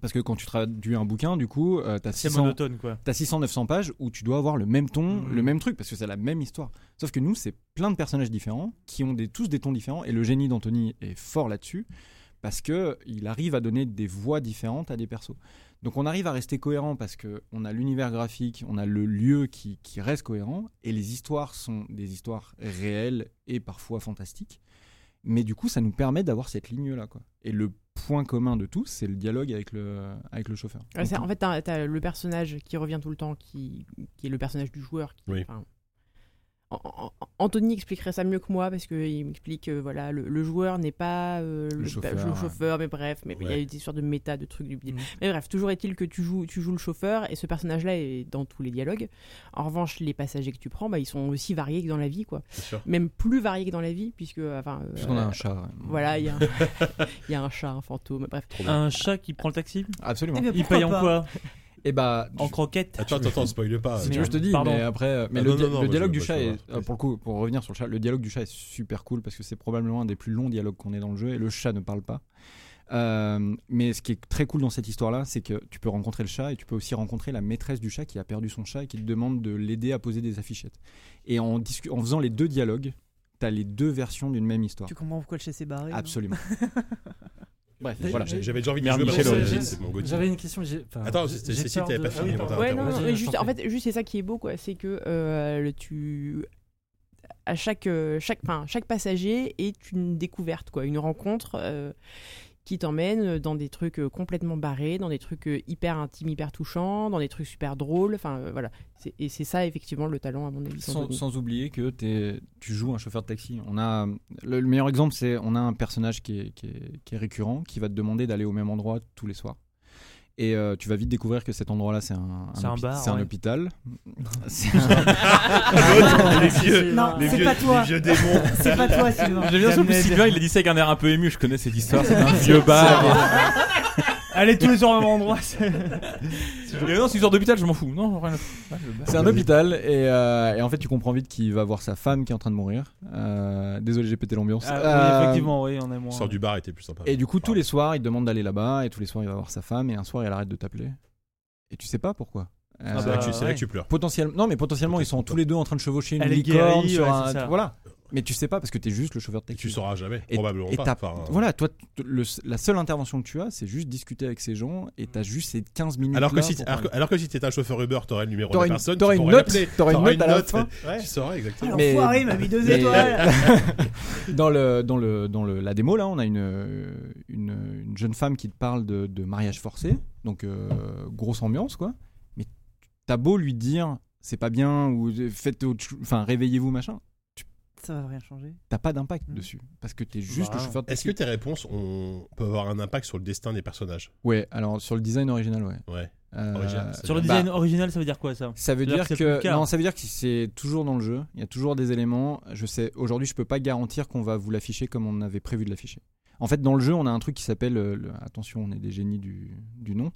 C: Parce que quand tu traduis un bouquin, du coup, euh, t'as
G: C'est
C: 600,
G: monotone quoi.
C: t'as 600, 900 pages où tu dois avoir le même ton,
G: Mhm.
C: le même truc, parce que c'est la même histoire. Sauf que nous, c'est plein de personnages différents qui ont des, tous des tons différents, et le génie d'Anthony est fort là-dessus, parce que il arrive à donner des voix différentes à des persos. Donc on arrive à rester cohérent parce que on a l'univers graphique, on a le lieu qui, qui reste cohérent, et les histoires sont des histoires réelles et parfois fantastiques. Mais du coup, ça nous permet d'avoir cette ligne-là. quoi. Et le point commun de tous, c'est le dialogue avec le, avec le chauffeur.
H: Ouais, Ah, c'est-
C: Donc,
H: en fait, t'as, t'as le personnage qui revient tout le temps, qui, qui est le personnage du joueur. qui-
B: Oui.
H: enfin, An- An- Anthony expliquerait ça mieux que moi parce qu'il m'explique que voilà, le, le joueur n'est pas euh, le,
C: chauffeur,
H: le
C: ouais.
H: chauffeur, mais bref, mais il y a
B: Ouais.
H: eu des sortes de méta, de trucs du bidule.
G: Mhm.
H: Mais bref, toujours est-il que tu joues, tu joues le chauffeur et ce personnage-là est dans tous les dialogues. En revanche, les passagers que tu prends, bah, ils sont aussi variés que dans la vie, quoi.
B: c'est sûr.
H: Même plus variés que dans la vie, puisque. Enfin, euh,
C: Puisqu'on a un chat. ouais.
H: Voilà, il y, a un- [LAUGHS] il y a un chat, un fantôme, bref.
G: Un chat qui prend le taxi
C: Absolument.
E: Eh bien,
G: Il
E: pourquoi
G: paye en
E: pas
G: quoi Ah,
C: Et bah,
G: En croquette
B: Attends, attends, attends, spoil pas.
C: Si
H: Mais
C: tu veux, je te dis,
G: pardon.
C: mais après, euh, mais
B: Ah
C: le,
B: non,
C: dia-
B: non, non,
C: le
B: mais
C: dialogue
B: je
C: du
B: veux
C: chat
B: pas
C: est,
B: savoir.
C: euh, pour le coup, pour revenir sur le chat, le dialogue du chat est super cool parce que c'est probablement un des plus longs dialogues qu'on ait dans le jeu et le chat ne parle pas. Euh, mais ce qui est très cool dans cette histoire-là, c'est que tu peux rencontrer le chat et tu peux aussi rencontrer la maîtresse du chat qui a perdu son chat et qui te demande de l'aider à poser des affichettes. Et en, discu- en faisant les deux dialogues, t'as les deux versions d'une même histoire.
E: Tu comprends pourquoi le chat s'est barré non
C: Absolument. Bref,
B: J'ai-
C: voilà.
B: j'ai- euh, J'avais déjà envie de
D: Mère
B: jouer, mais
D: Michel
B: c'est-
D: origine.
B: c'est mon Gauthier.
F: J'avais une question. j'ai- enfin,
B: Attends,
F: j'ai-
B: c'était-
F: j'ai
B: Cécile,
F: peur
B: t'avais
F: de-
B: pas
F: Ah
B: fini,
F: oui,
B: on t'a
F: pardon.
H: Ouais, non,
B: Vas-y,
H: non,
F: Vas-y,
H: et juste,
F: je t'en
H: en
F: prie.
H: fait, juste c'est ça qui est beau, quoi. C'est que euh, le- tu. À chaque, euh, chaque, enfin, chaque passager est une découverte, quoi. Une rencontre euh, qui t'emmène dans des trucs euh, complètement barrés, dans des trucs euh, hyper intimes, hyper touchants, dans des trucs super drôles. Enfin, euh, voilà. C'est- Et c'est ça, effectivement, le talent, à mon avis.
C: Sans,
H: d'Anthony.
C: sans oublier que t'es- tu joues un chauffeur de taxi. On a, le, le meilleur exemple, c'est on a un personnage qui est, qui est- qui est récurrent, qui va te demander d'aller au même endroit tous les soirs. Et euh, tu vas vite découvrir que cet endroit-là, c'est un,
G: C'est un
C: hôpi-
G: bar,
C: c'est un
G: ouais. [LAUGHS]
C: hôpital. C'est un-
B: les vieux,
E: Ah, Non,
B: les
E: c'est
B: vieux,
E: pas toi.
B: les vieux démons.
D: [LAUGHS]
E: C'est pas toi, Sylvain.
D: J'ai l'impression que
E: Jamais.
D: Sylvain il a dit ça avec un air un peu ému, je connais cette histoire,
C: [LAUGHS]
D: c'est un vieux bar.
G: [LAUGHS] Allez tous les jours au même endroit. c'est-
D: Mais non, c'est une histoire d'hôpital, je m'en fous. Non, rien à foutre.
C: c'est un hôpital. Et, euh, et en fait, tu comprends vite qu'il va voir sa femme qui est en train de mourir. Euh, désolé, j'ai pété l'ambiance.
G: Ah, oui,
C: Euh,
G: effectivement, oui, on est moins.
B: Sors du bar était plus sympa.
C: Et du coup, tous les soirs, il te demande d'aller là-bas. Et tous les soirs, il va voir sa femme. Et un soir, elle arrête de t'appeler. Et tu sais pas pourquoi.
G: Ah
B: C'est
C: Euh,
B: là que tu-
G: bah,
B: c'est là
G: ouais.
B: que tu pleures.
C: Potentiellement, non, mais potentiellement, ils sont tous les deux en train de chevaucher une
G: Elle est
C: licorne
G: guérie,
C: sur
G: ouais,
C: un-
G: c'est ça.
C: Voilà. Mais tu sais pas parce que t'es juste le chauffeur de
B: Et
C: taxi.
B: tu sauras jamais,
C: Et-
B: probablement
C: et
B: pas.
C: t'as-
B: Enfin,
C: Voilà, toi, t- le- la seule intervention que tu as, c'est juste discuter avec ces gens et t'as juste ces 15 minutes.
B: Alors que, si t- alors, que, alors que si t'étais un chauffeur Uber, t'aurais le numéro de
C: T'aurais
B: la
C: une,
B: personne,
C: t'aurais
B: tu
C: une
B: pourrais
C: note,
B: l'appeler.
C: t'aurais une
B: T'aurais
C: note à la fin.
B: Tu sauras exactement.
E: Alors,
G: Ah
C: Mais-
E: foiré, il m'a mis deux
C: mais-
E: étoiles.
C: [LAUGHS] Dans, le, dans, le, dans le, la démo, là, on a une, une, une jeune femme qui te parle de, de mariage forcé, donc euh, grosse ambiance, quoi. Mais t'as beau lui dire c'est pas bien ou euh, faites autre chose, enfin réveillez-vous, machin,
E: Ça va rien changer.
C: t'as pas d'impact
E: Mhm.
C: dessus parce que t'es juste
G: Bah,
C: le chauffeur de
B: Mm. Est-ce
C: taxi.
B: que tes réponses ont... peuvent avoir un impact sur le destin des personnages
C: Ouais, alors sur le design original, ouais.
B: Ouais.
C: Euh,
B: Original, c'est
G: Sur le
C: bah,
G: design original, ça veut dire quoi ça
C: Ça veut
G: C'est-à-dire
C: dire
G: que c'est plus le
C: que
G: cas.
C: non, ça veut dire que c'est toujours dans le jeu. Il y a toujours des éléments. Je sais. Aujourd'hui, je peux pas garantir qu'on va vous l'afficher comme on avait prévu de l'afficher. En fait, dans le jeu, on a un truc qui s'appelle euh, le- attention, on est des génies du, du nom,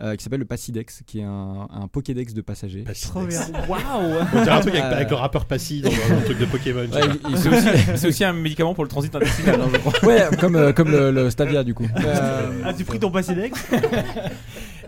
C: euh, qui s'appelle le Passidex, qui est un, un Pokédex de passagers.
B: Passy.
E: Trop bien.
G: Waouh
B: [LAUGHS] On dirait un truc avec,
C: Euh,
B: avec le rappeur Passy dans un truc de Pokémon. tu
C: Ouais,
B: vois.
C: il- il-
D: C'est aussi, [LAUGHS] c'est aussi un médicament pour le transit intestinal, hein, je crois.
C: ouais, comme euh, comme le, le Stavia du coup. Euh,
G: As-tu pris Ah, ton Passidex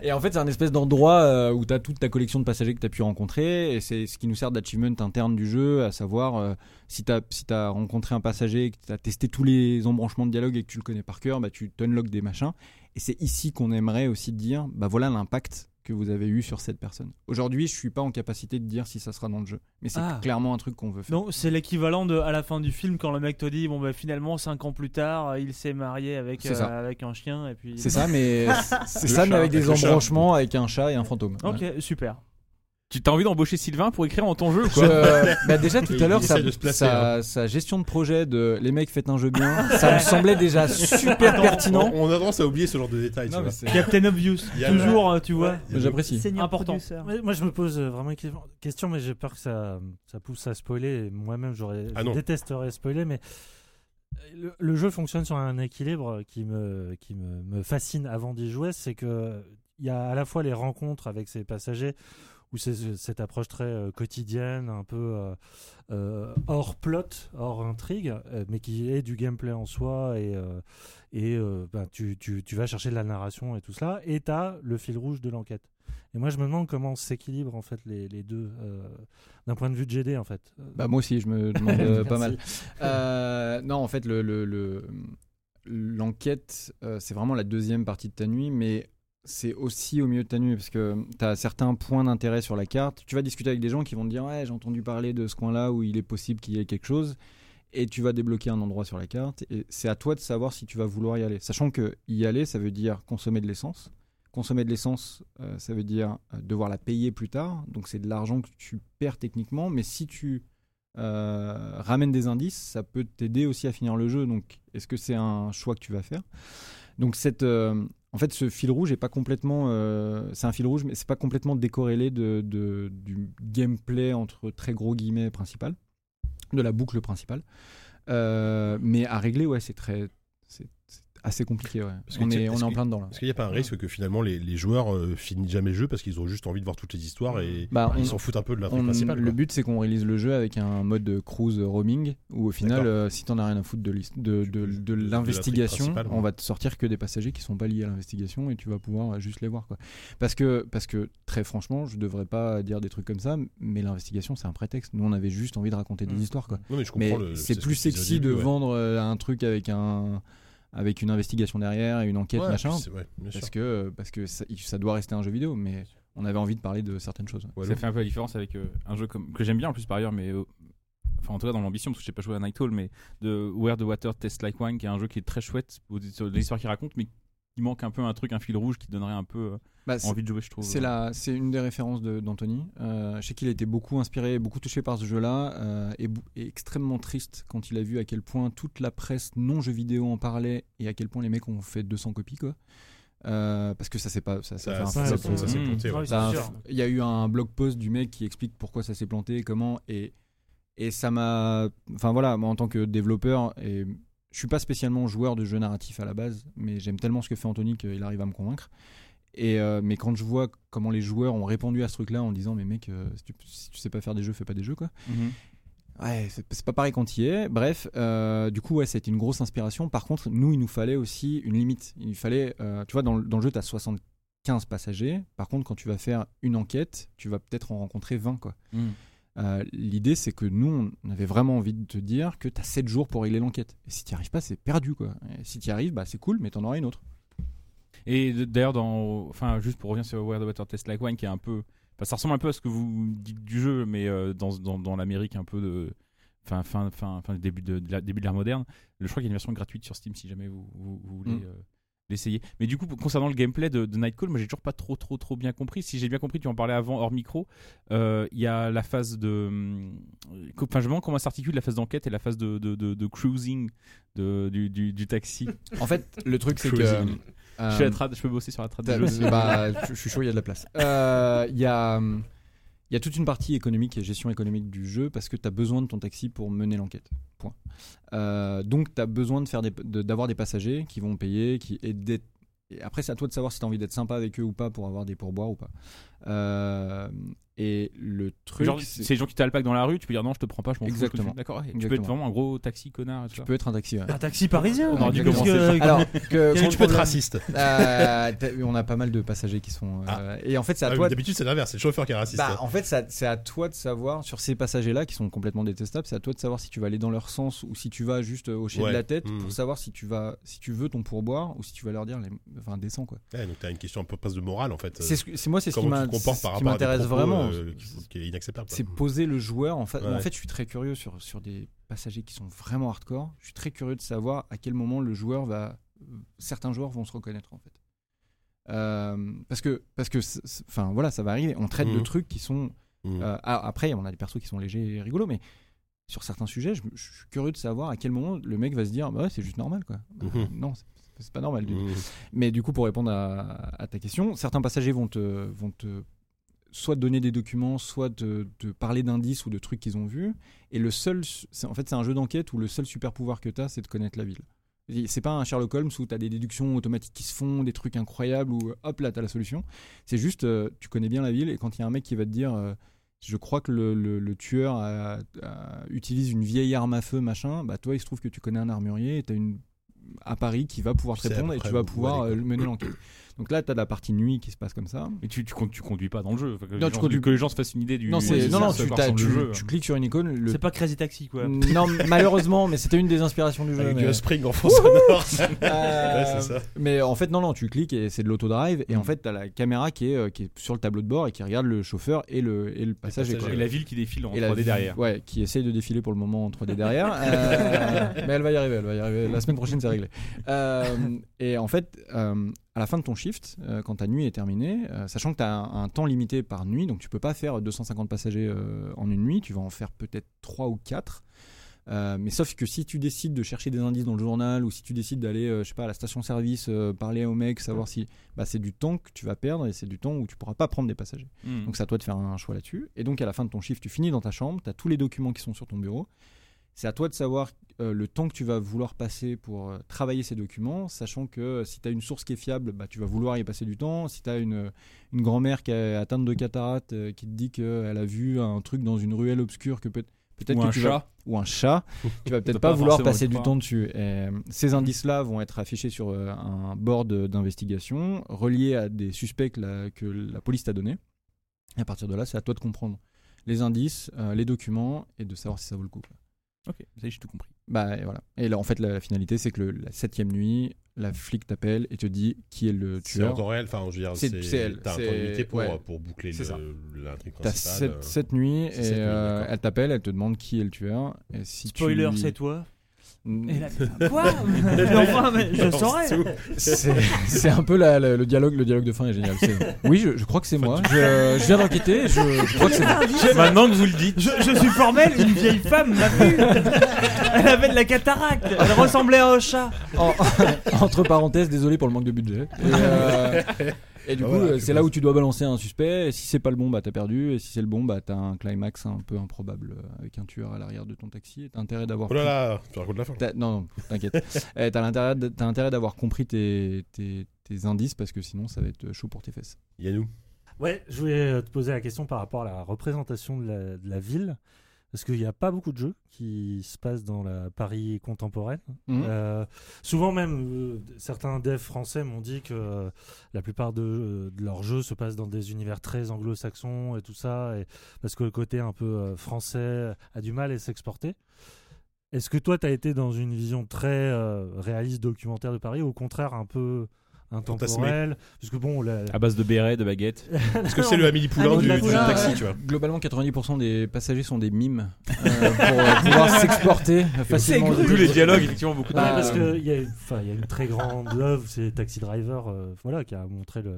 C: Et en fait, c'est un espèce d'endroit euh, où tu as toute ta collection de passagers que tu as pu rencontrer. Et c'est ce qui nous sert d'achievement interne du jeu, à savoir euh, si tu as, si t'as rencontré un passager, que tu as testé tous les embranchements de dialogue et que tu le connais par cœur, bah, tu unlocks des machins. Et c'est ici qu'on aimerait aussi dire bah, voilà l'impact que vous avez eu sur cette personne. Aujourd'hui, je suis pas en capacité de dire si ça sera dans le jeu. Mais c'est
G: Ah.
C: clairement un truc qu'on veut faire.
G: Non, c'est l'équivalent de à la fin du film quand le mec te dit bon bah finalement 5 ans plus tard il s'est marié avec
C: C'est
G: euh,
C: ça.
G: avec un chien et puis.
C: C'est ça, mais c'est ça,
B: Le
C: mais
B: chat,
C: avec des
B: avec le chat.
C: embranchements, avec un chat et un fantôme.
G: Ok super.
D: Tu t'as envie d'embaucher Sylvain pour écrire en ton jeu ou
B: [LAUGHS]
D: quoi
C: Je- bah déjà tout
B: Il
C: à l'heure,
B: essaie
C: sa,
B: de se placer, hein.
C: sa- sa gestion de projet de les mecs faites un jeu bien, ça me semblait déjà
B: [LAUGHS]
C: super pertinent.
B: On on a tendance à oublier ce genre de détails. tu vois.
G: [LAUGHS] Captain Obvious.
B: Il y a-
G: Toujours euh, tu vois.
C: Mais J'apprécie.
E: Seigneur
G: Important.
E: produceur.
F: Ouais, Moi, je me pose euh, vraiment une que- question, mais j'ai peur que ça, ça pousse à spoiler. et Moi-même, j'aurais,
B: Ah
F: je
B: non.
F: détesterais spoiler, mais euh, le, le jeu fonctionne sur un équilibre qui me, qui me, me fascine avant d'y jouer. C'est que il y a à la fois les rencontres avec ces passagers, où c'est ce- cette approche très euh, quotidienne, un peu euh, euh, hors plot, hors intrigue, euh, mais qui est du gameplay en soi et euh, et euh, ben, tu, tu- tu vas chercher de la narration et tout cela, et tu as le fil rouge de l'enquête. Et moi, je me demande comment s'équilibrent en fait les, les deux euh, d'un point de vue de GD en fait. Euh,
C: Bah moi aussi, je me demande
F: [LAUGHS]
C: euh, pas mal.
F: merci.
C: Euh, non, en fait, le- le- le- l'enquête, euh, c'est vraiment la deuxième partie de ta nuit, mais c'est aussi au milieu de ta nuit parce que tu as certains points d'intérêt sur la carte. Tu vas discuter avec des gens qui vont te dire ouais, j'ai entendu parler de ce coin-là où il est possible qu'il y ait quelque chose. Et tu vas débloquer un endroit sur la carte. Et c'est à toi de savoir si tu vas vouloir y aller. Sachant que y aller, ça veut dire consommer de l'essence. Consommer de l'essence, euh, ça veut dire euh, devoir la payer plus tard. Donc c'est de l'argent que tu perds techniquement. Mais si tu euh, ramène des indices, ça peut t'aider aussi à finir le jeu. Donc, est-ce que c'est un choix que tu vas faire Donc, cette, euh, en fait, ce fil rouge est pas complètement, euh, c'est un fil rouge, mais c'est pas complètement décorrélé de, de- du gameplay entre très gros guillemets principal, de la boucle principale. Euh, mais à régler, ouais, c'est très, c'est c'est assez compliqué. Ouais.
B: Parce que
C: On
B: tu-
C: est, on
B: est-ce
C: est en
B: que-
C: plein dedans là.
B: Est-ce qu'il n'y a pas un risque que finalement les, les joueurs euh, finissent jamais le jeu parce qu'ils ont juste envie de voir toutes les histoires et
C: Bah, on-
B: ils s'en foutent un peu de la
C: On-
B: principale
C: le
B: quoi.
C: but c'est qu'on réalise le jeu avec un mode de cruise roaming où au final euh, si t'en as rien à foutre de l'hist- de,
B: Tu
C: de-
B: peux-
C: de
B: de- de
C: l'investigation
B: l'intrigue principale, ouais.
C: on va te sortir que des passagers qui sont pas liés à l'investigation et tu vas pouvoir euh, juste les voir quoi. parce que parce que très franchement je devrais pas dire des trucs comme ça mais l'investigation c'est un prétexte nous on avait juste envie de raconter des
F: Mm.
C: histoires quoi
B: Non, mais je
C: mais
B: comprends le-
C: c'est
B: ce
C: plus
B: que tu disais au
C: sexy
B: début,
C: de
B: ouais.
C: vendre euh, un truc avec un avec une investigation derrière et une enquête
B: Ouais,
C: machin
B: puis c'est- ouais, bien sûr.
C: parce que parce que ça, ça doit rester un jeu vidéo mais on avait envie de parler de certaines choses ouais.
B: Walou.
D: Ça fait un peu la différence avec euh, un jeu comme, que j'aime bien en plus par ailleurs, mais euh, enfin en tout cas dans l'ambition, parce que j'ai pas joué à Night Hall, mais de Where the Water Tastes Like Wine, qui est un jeu qui est très chouette au- sur l'histoire qu'il raconte, mais qui manque un peu un truc, un fil rouge qui donnerait un peu euh,
C: Bah, c'est-
D: envie de jouer, je trouve.
C: C'est la, c'est une des références de- d'Anthony. Euh, je sais qu'il a été beaucoup inspiré, beaucoup touché par ce jeu-là, euh, et, bou- et extrêmement triste quand il a vu à quel point toute la presse non jeux vidéo en parlait et à quel point les mecs ont fait 200 copies quoi. Euh, parce que ça c'est pas, ça, ça fait
B: Ça
C: un
B: ça-
C: flop,
B: ça-
F: pour-
B: ça s'est
D: Mm.
B: planté. ouais.
G: Ah oui, c'est
C: ça a un
G: sûr.
C: f- Bah, Il y a eu un blog post du mec qui explique pourquoi ça s'est planté, comment et et ça m'a, enfin voilà, moi en tant que développeur et je suis pas spécialement joueur de jeux narratifs à la base, mais j'aime tellement ce que fait Anthony qu'il arrive à me convaincre. Et euh, mais quand je vois comment les joueurs ont répondu à ce truc-là en disant mais mec, euh, si, tu, si tu sais pas faire des jeux, fais pas des jeux quoi.
D: Mhm.
C: Ouais, c'est c'est pas pareil quand il est. Bref, euh, du coup, ouais, c'était une grosse inspiration. Par contre, nous, il nous fallait aussi une limite. Il fallait, euh, tu vois, dans, le- dans le jeu, t'as 75 passagers. Par contre, quand tu vas faire une enquête, tu vas peut-être en rencontrer 20, quoi.
D: Mhm.
C: Euh, L'idée, c'est que nous, on avait vraiment envie de te dire que t'as 7 jours pour régler l'enquête. Et si t'y arrives pas, c'est perdu, quoi. Et si t'y arrives, bah, c'est cool, mais t'en auras une autre.
D: Et de- d'ailleurs, dans, enfin, juste pour revenir sur Where the Water Tastes Like Wine, qui est un peu, enfin, ça ressemble un peu à ce que vous dites du jeu, mais euh, dans, dans, dans l'Amérique un peu de, fin, fin, fin, fin du début de, de la- début de l'ère moderne. Je crois qu'il y a une version gratuite sur Steam si jamais vous, vous- vous voulez.
C: Mm.
D: euh, l'essayer. Mais du coup, pour- concernant le gameplay de, de Nightcall, moi j'ai toujours pas trop trop trop bien compris. Si j'ai bien compris, tu en parlais avant hors micro. euh, Il y a la phase de, hum, co- enfin je me demande comment s'articule la phase d'enquête et la phase de, de, de- de cruising de, du, du, du taxi.
C: En fait, le truc, c'est que.
D: Cruising.
C: euh,
D: je, suis à la trad- je peux bosser sur la trad.
C: T'as-
D: du jeu.
C: bah, je je suis chaud, il y a de la place. Euh, Il y, a, hum, il y a toute une partie économique et gestion économique du jeu parce que tu as besoin de ton taxi pour mener l'enquête. Point. Euh, donc, tu as besoin de faire des- de- d'avoir des, passagers qui vont payer qui, et d'être- et après, c'est à toi de savoir si tu as envie d'être sympa avec eux ou pas pour avoir des pourboires ou pas. Euh, et le truc.
D: Genre,
C: c'est-
D: c'est les gens qui t'alpaquent dans la rue, tu peux dire non, je te prends pas, je m'en fous. je
C: Exactement.
D: continue. D'accord. ouais. Tu peux
C: Exactement.
D: être vraiment un gros taxi connard. et tout
C: Tu
D: ça.
C: peux être un
D: [LAUGHS]
C: taxi. ouais.
G: Un taxi parisien.
D: On aurait
C: dû
G: Parce
D: commencer
G: que-
C: Alors, que-
G: Quel est
B: Est-ce que tu
G: le
B: peux être
G: problème
B: raciste
C: euh, t'as- on a pas mal de passagers qui sont. euh,
B: Ah.
C: Et en fait, c'est à
B: Ah oui,
C: toi.
B: D'habitude, c'est l'inverse, c'est le chauffeur qui est raciste.
C: Bah, en fait, ça- c'est à toi de savoir, sur ces passagers-là qui sont complètement détestables, c'est à toi de savoir si tu vas aller dans leur sens ou si tu vas juste euh, hocher
B: Ouais.
C: de la tête
B: Mhm.
C: pour savoir si tu, vas, si tu veux ton pourboire ou si tu vas leur dire, les... enfin, descends quoi.
B: Ouais, Eh, donc, tu as une question un peu presque de morale en fait. euh,
C: C'est ce que- c'est moi, c'est ce qui
B: Comment
C: m'a-
B: tu te comportes
C: c'est
B: par
C: ce qui
B: rapport à des
C: m'intéresse
B: propos,
C: vraiment.
B: euh, qui- qui est inacceptable. quoi.
C: C'est poser le joueur en face.
B: Ouais.
C: En fait, je suis très curieux sur, sur des passagers qui sont vraiment hardcore. Je suis très curieux de savoir à quel moment le joueur va. Certains joueurs vont se reconnaître en fait. Euh, parce que, parce que, c'est- c'est- enfin voilà, ça va arriver. On traite de
B: Mhm.
C: trucs qui sont
B: Mm.
C: Euh, ah, après, on a des persos qui sont légers et rigolos, mais sur certains sujets, je, je suis curieux de savoir à quel moment le mec va se dire bah ouais, c'est juste normal quoi. Bah,
B: Mhm.
C: Non, c'est- c'est pas normal. du tout.
B: Mm.
C: Mais du coup, pour répondre à, à ta question, certains passagers vont te, vont te soit te donner des documents, soit te, te parler d'indices ou de trucs qu'ils ont vus. Et le seul, c'est- en fait, c'est un jeu d'enquête où le seul super pouvoir que tu as, c'est de connaître la ville. Et C'est pas un Sherlock Holmes où tu as des déductions automatiques qui se font, des trucs incroyables où hop là, tu as la solution. C'est juste, euh, tu connais bien la ville et quand il y a un mec qui va te dire. euh, je crois que le, le- le tueur a- a- utilise une vieille arme à feu, machin. Bah toi, il se trouve que tu connais un armurier et t'as une à Paris qui va pouvoir
B: Tu
C: te
B: sais à
C: répondre
B: peu
C: et tu
B: près
C: vas
B: où
C: pouvoir
B: aller,
C: euh, mener l'enquête. Donc là, t'as la partie nuit qui se passe comme ça.
D: Mais tu, tu, con- tu conduis pas dans le jeu. Enfin, que,
C: Non,
D: les
C: tu
D: gens-
C: conduis-
D: que les gens se fassent une idée du.
C: non,
D: de
C: c'est
D: ce
C: non,
D: que
C: non,
D: ça
C: tu,
D: va
C: t'as-
D: ressemble
C: tu-
D: le jeu.
C: tu cliques sur une icône. le-
G: C'est pas Crazy Taxi quoi.
C: Non,
G: [LAUGHS]
C: malheureusement, mais c'était une des inspirations du jeu.
B: Avec
C: mais-
B: du Offspring en fond sonore.
C: Euh,
B: [LAUGHS] Ouais, c'est ça.
C: Mais en fait, non, non, tu cliques et c'est de l'autodrive. Et
D: Mm.
C: en fait, t'as la caméra qui est, euh, qui est sur le tableau de bord et qui regarde le chauffeur et le, et le passager.
B: passagers,
C: quoi.
D: Et la ville qui défile en
C: Et la
D: 3D
C: vie-
D: derrière.
C: Ouais, qui essaye de défiler pour le moment en 3D derrière.
D: [LAUGHS]
C: Euh, mais elle va y arriver, elle va y arriver. La semaine prochaine, c'est réglé. Euh, et en fait, euh, à la fin de ton shift, euh, quand ta nuit est terminée, euh, sachant que tu as un, un temps limité par nuit, donc tu peux pas faire 250 passagers euh, en une nuit, tu vas en faire peut-être 3 ou 4. Euh, mais sauf que si tu décides de chercher des indices dans le journal ou si tu décides d'aller, euh, je sais pas, à la station-service, euh, parler au mec, savoir si, bah, c'est du temps que tu vas perdre et c'est du temps où tu pourras pas prendre des passagers.
D: Hmm.
C: Donc c'est à toi de faire un choix là-dessus. Et donc à la fin de ton chiffre, tu finis dans ta chambre, tu as tous les documents qui sont sur ton bureau. C'est à toi de savoir euh, le temps que tu vas vouloir passer pour euh, travailler ces documents, sachant que euh, si tu as une source qui est fiable, bah, tu vas vouloir y passer du temps. Si tu as une, euh, une grand-mère qui est atteinte de cataracte, euh, qui te dit qu'elle a vu un truc dans une ruelle obscure que peut- peut-être
D: Ou
C: que
D: un
C: tu
D: chat.
C: vas- ou un chat, tu vas peut-être
D: pas
C: pas, vouloir
D: forcément
C: passer
D: le
C: du
D: croire.
C: temps dessus. Et ces indices-là vont être affichés sur euh, un board euh, d'investigation, reliés à des suspects que la, que la police t'a donnés. Et à partir de là, c'est à toi de comprendre les indices, euh, les documents, et de savoir si ça vaut le coup. quoi.
D: Ok, ça y est, j'ai tout compris.
C: Bah et voilà. Et là, en fait, la, la finalité, c'est que le- la septième nuit, la flic t'appelle et te dit qui est le
B: [LAUGHS] C'est en
C: tueur.
B: temps réel, enfin, je veux dire,
C: C'est- c'est
B: c'est-
C: elle,
B: t'as un temps
C: c'est-
B: limité pour, euh,
C: ouais.
B: pour boucler
C: C'est ça.
B: le- l'intrigue
C: T'as
B: principale.
C: sept, sept nuits et
B: euh, C'est sept nuits,
C: euh,
B: d'accord.
C: elle t'appelle, elle te demande qui est le tueur. Et si
G: Spoiler,
C: tu...
G: c'est toi.
C: Mm. [LAUGHS]
G: Et là, [LAUGHS]
E: [LAUGHS]
G: putain, quoi Mais enfin, mais je saurais.
C: C'est [LAUGHS] c'est un peu la- la- le dialogue, le dialogue de fin est génial. c'est- Oui, je, je crois que c'est moi. Je, je viens d'enquêter. Je, je crois que c'est moi.
D: Maintenant que vous le dites,
G: Je, je suis formel, une vieille femme m'a vu. Elle avait de la cataracte. Elle ressemblait à un chat.
C: En- entre parenthèses, désolé pour le manque de budget. Et, euh, et du
B: Ah,
C: coup,
B: voilà,
C: euh,
B: tu
C: c'est là où tu dois balancer un suspect. Et si c'est pas le bon, bah t'as perdu. Et si c'est le bon, bah t'as un climax un peu improbable euh, avec un tueur à l'arrière de ton taxi. Et T'as intérêt d'avoir.
B: Oh là là, tu racontes la fin.
C: pris- t'as- Non, non, t'inquiète. [LAUGHS] Eh, t'as l'intérêt de- t'as intérêt d'avoir compris tes, tes- tes indices parce que sinon, ça va être chaud pour tes fesses.
B: Yannou.
F: Ouais, je voulais euh, te poser la question par rapport à la représentation de la, de la ville. Parce qu'il n'y a pas beaucoup de jeux qui se passent dans la Paris contemporaine.
C: Mhm.
F: Euh, souvent même, euh, certains devs français m'ont dit que euh, la plupart de, euh, de leurs jeux se passent dans des univers très anglo-saxons et tout ça, et, parce que le côté un peu euh, français a du mal à s'exporter. Est-ce que toi, tu as été dans une vision très euh, réaliste documentaire de Paris, ou au contraire un peu intemporelle Parce que bon, la-
D: à base de bérets, de baguettes.
B: Est-ce que c'est le Amélie Poulain
E: Amélie
B: du, du
E: Poulain,
B: taxi,
E: ouais.
B: tu vois
C: euh, Globalement, 90% des passagers sont des mimes euh, pour euh, pouvoir s'exporter facilement.
E: C'est
D: D'où les dialogues, effectivement, beaucoup de
F: Ouais,
C: Bah,
F: parce
B: euh,
F: qu'il y, a- enfin, il y a une
B: [LAUGHS]
F: très grande œuvre, c'est Taxi Driver, euh, voilà, qui a montré le,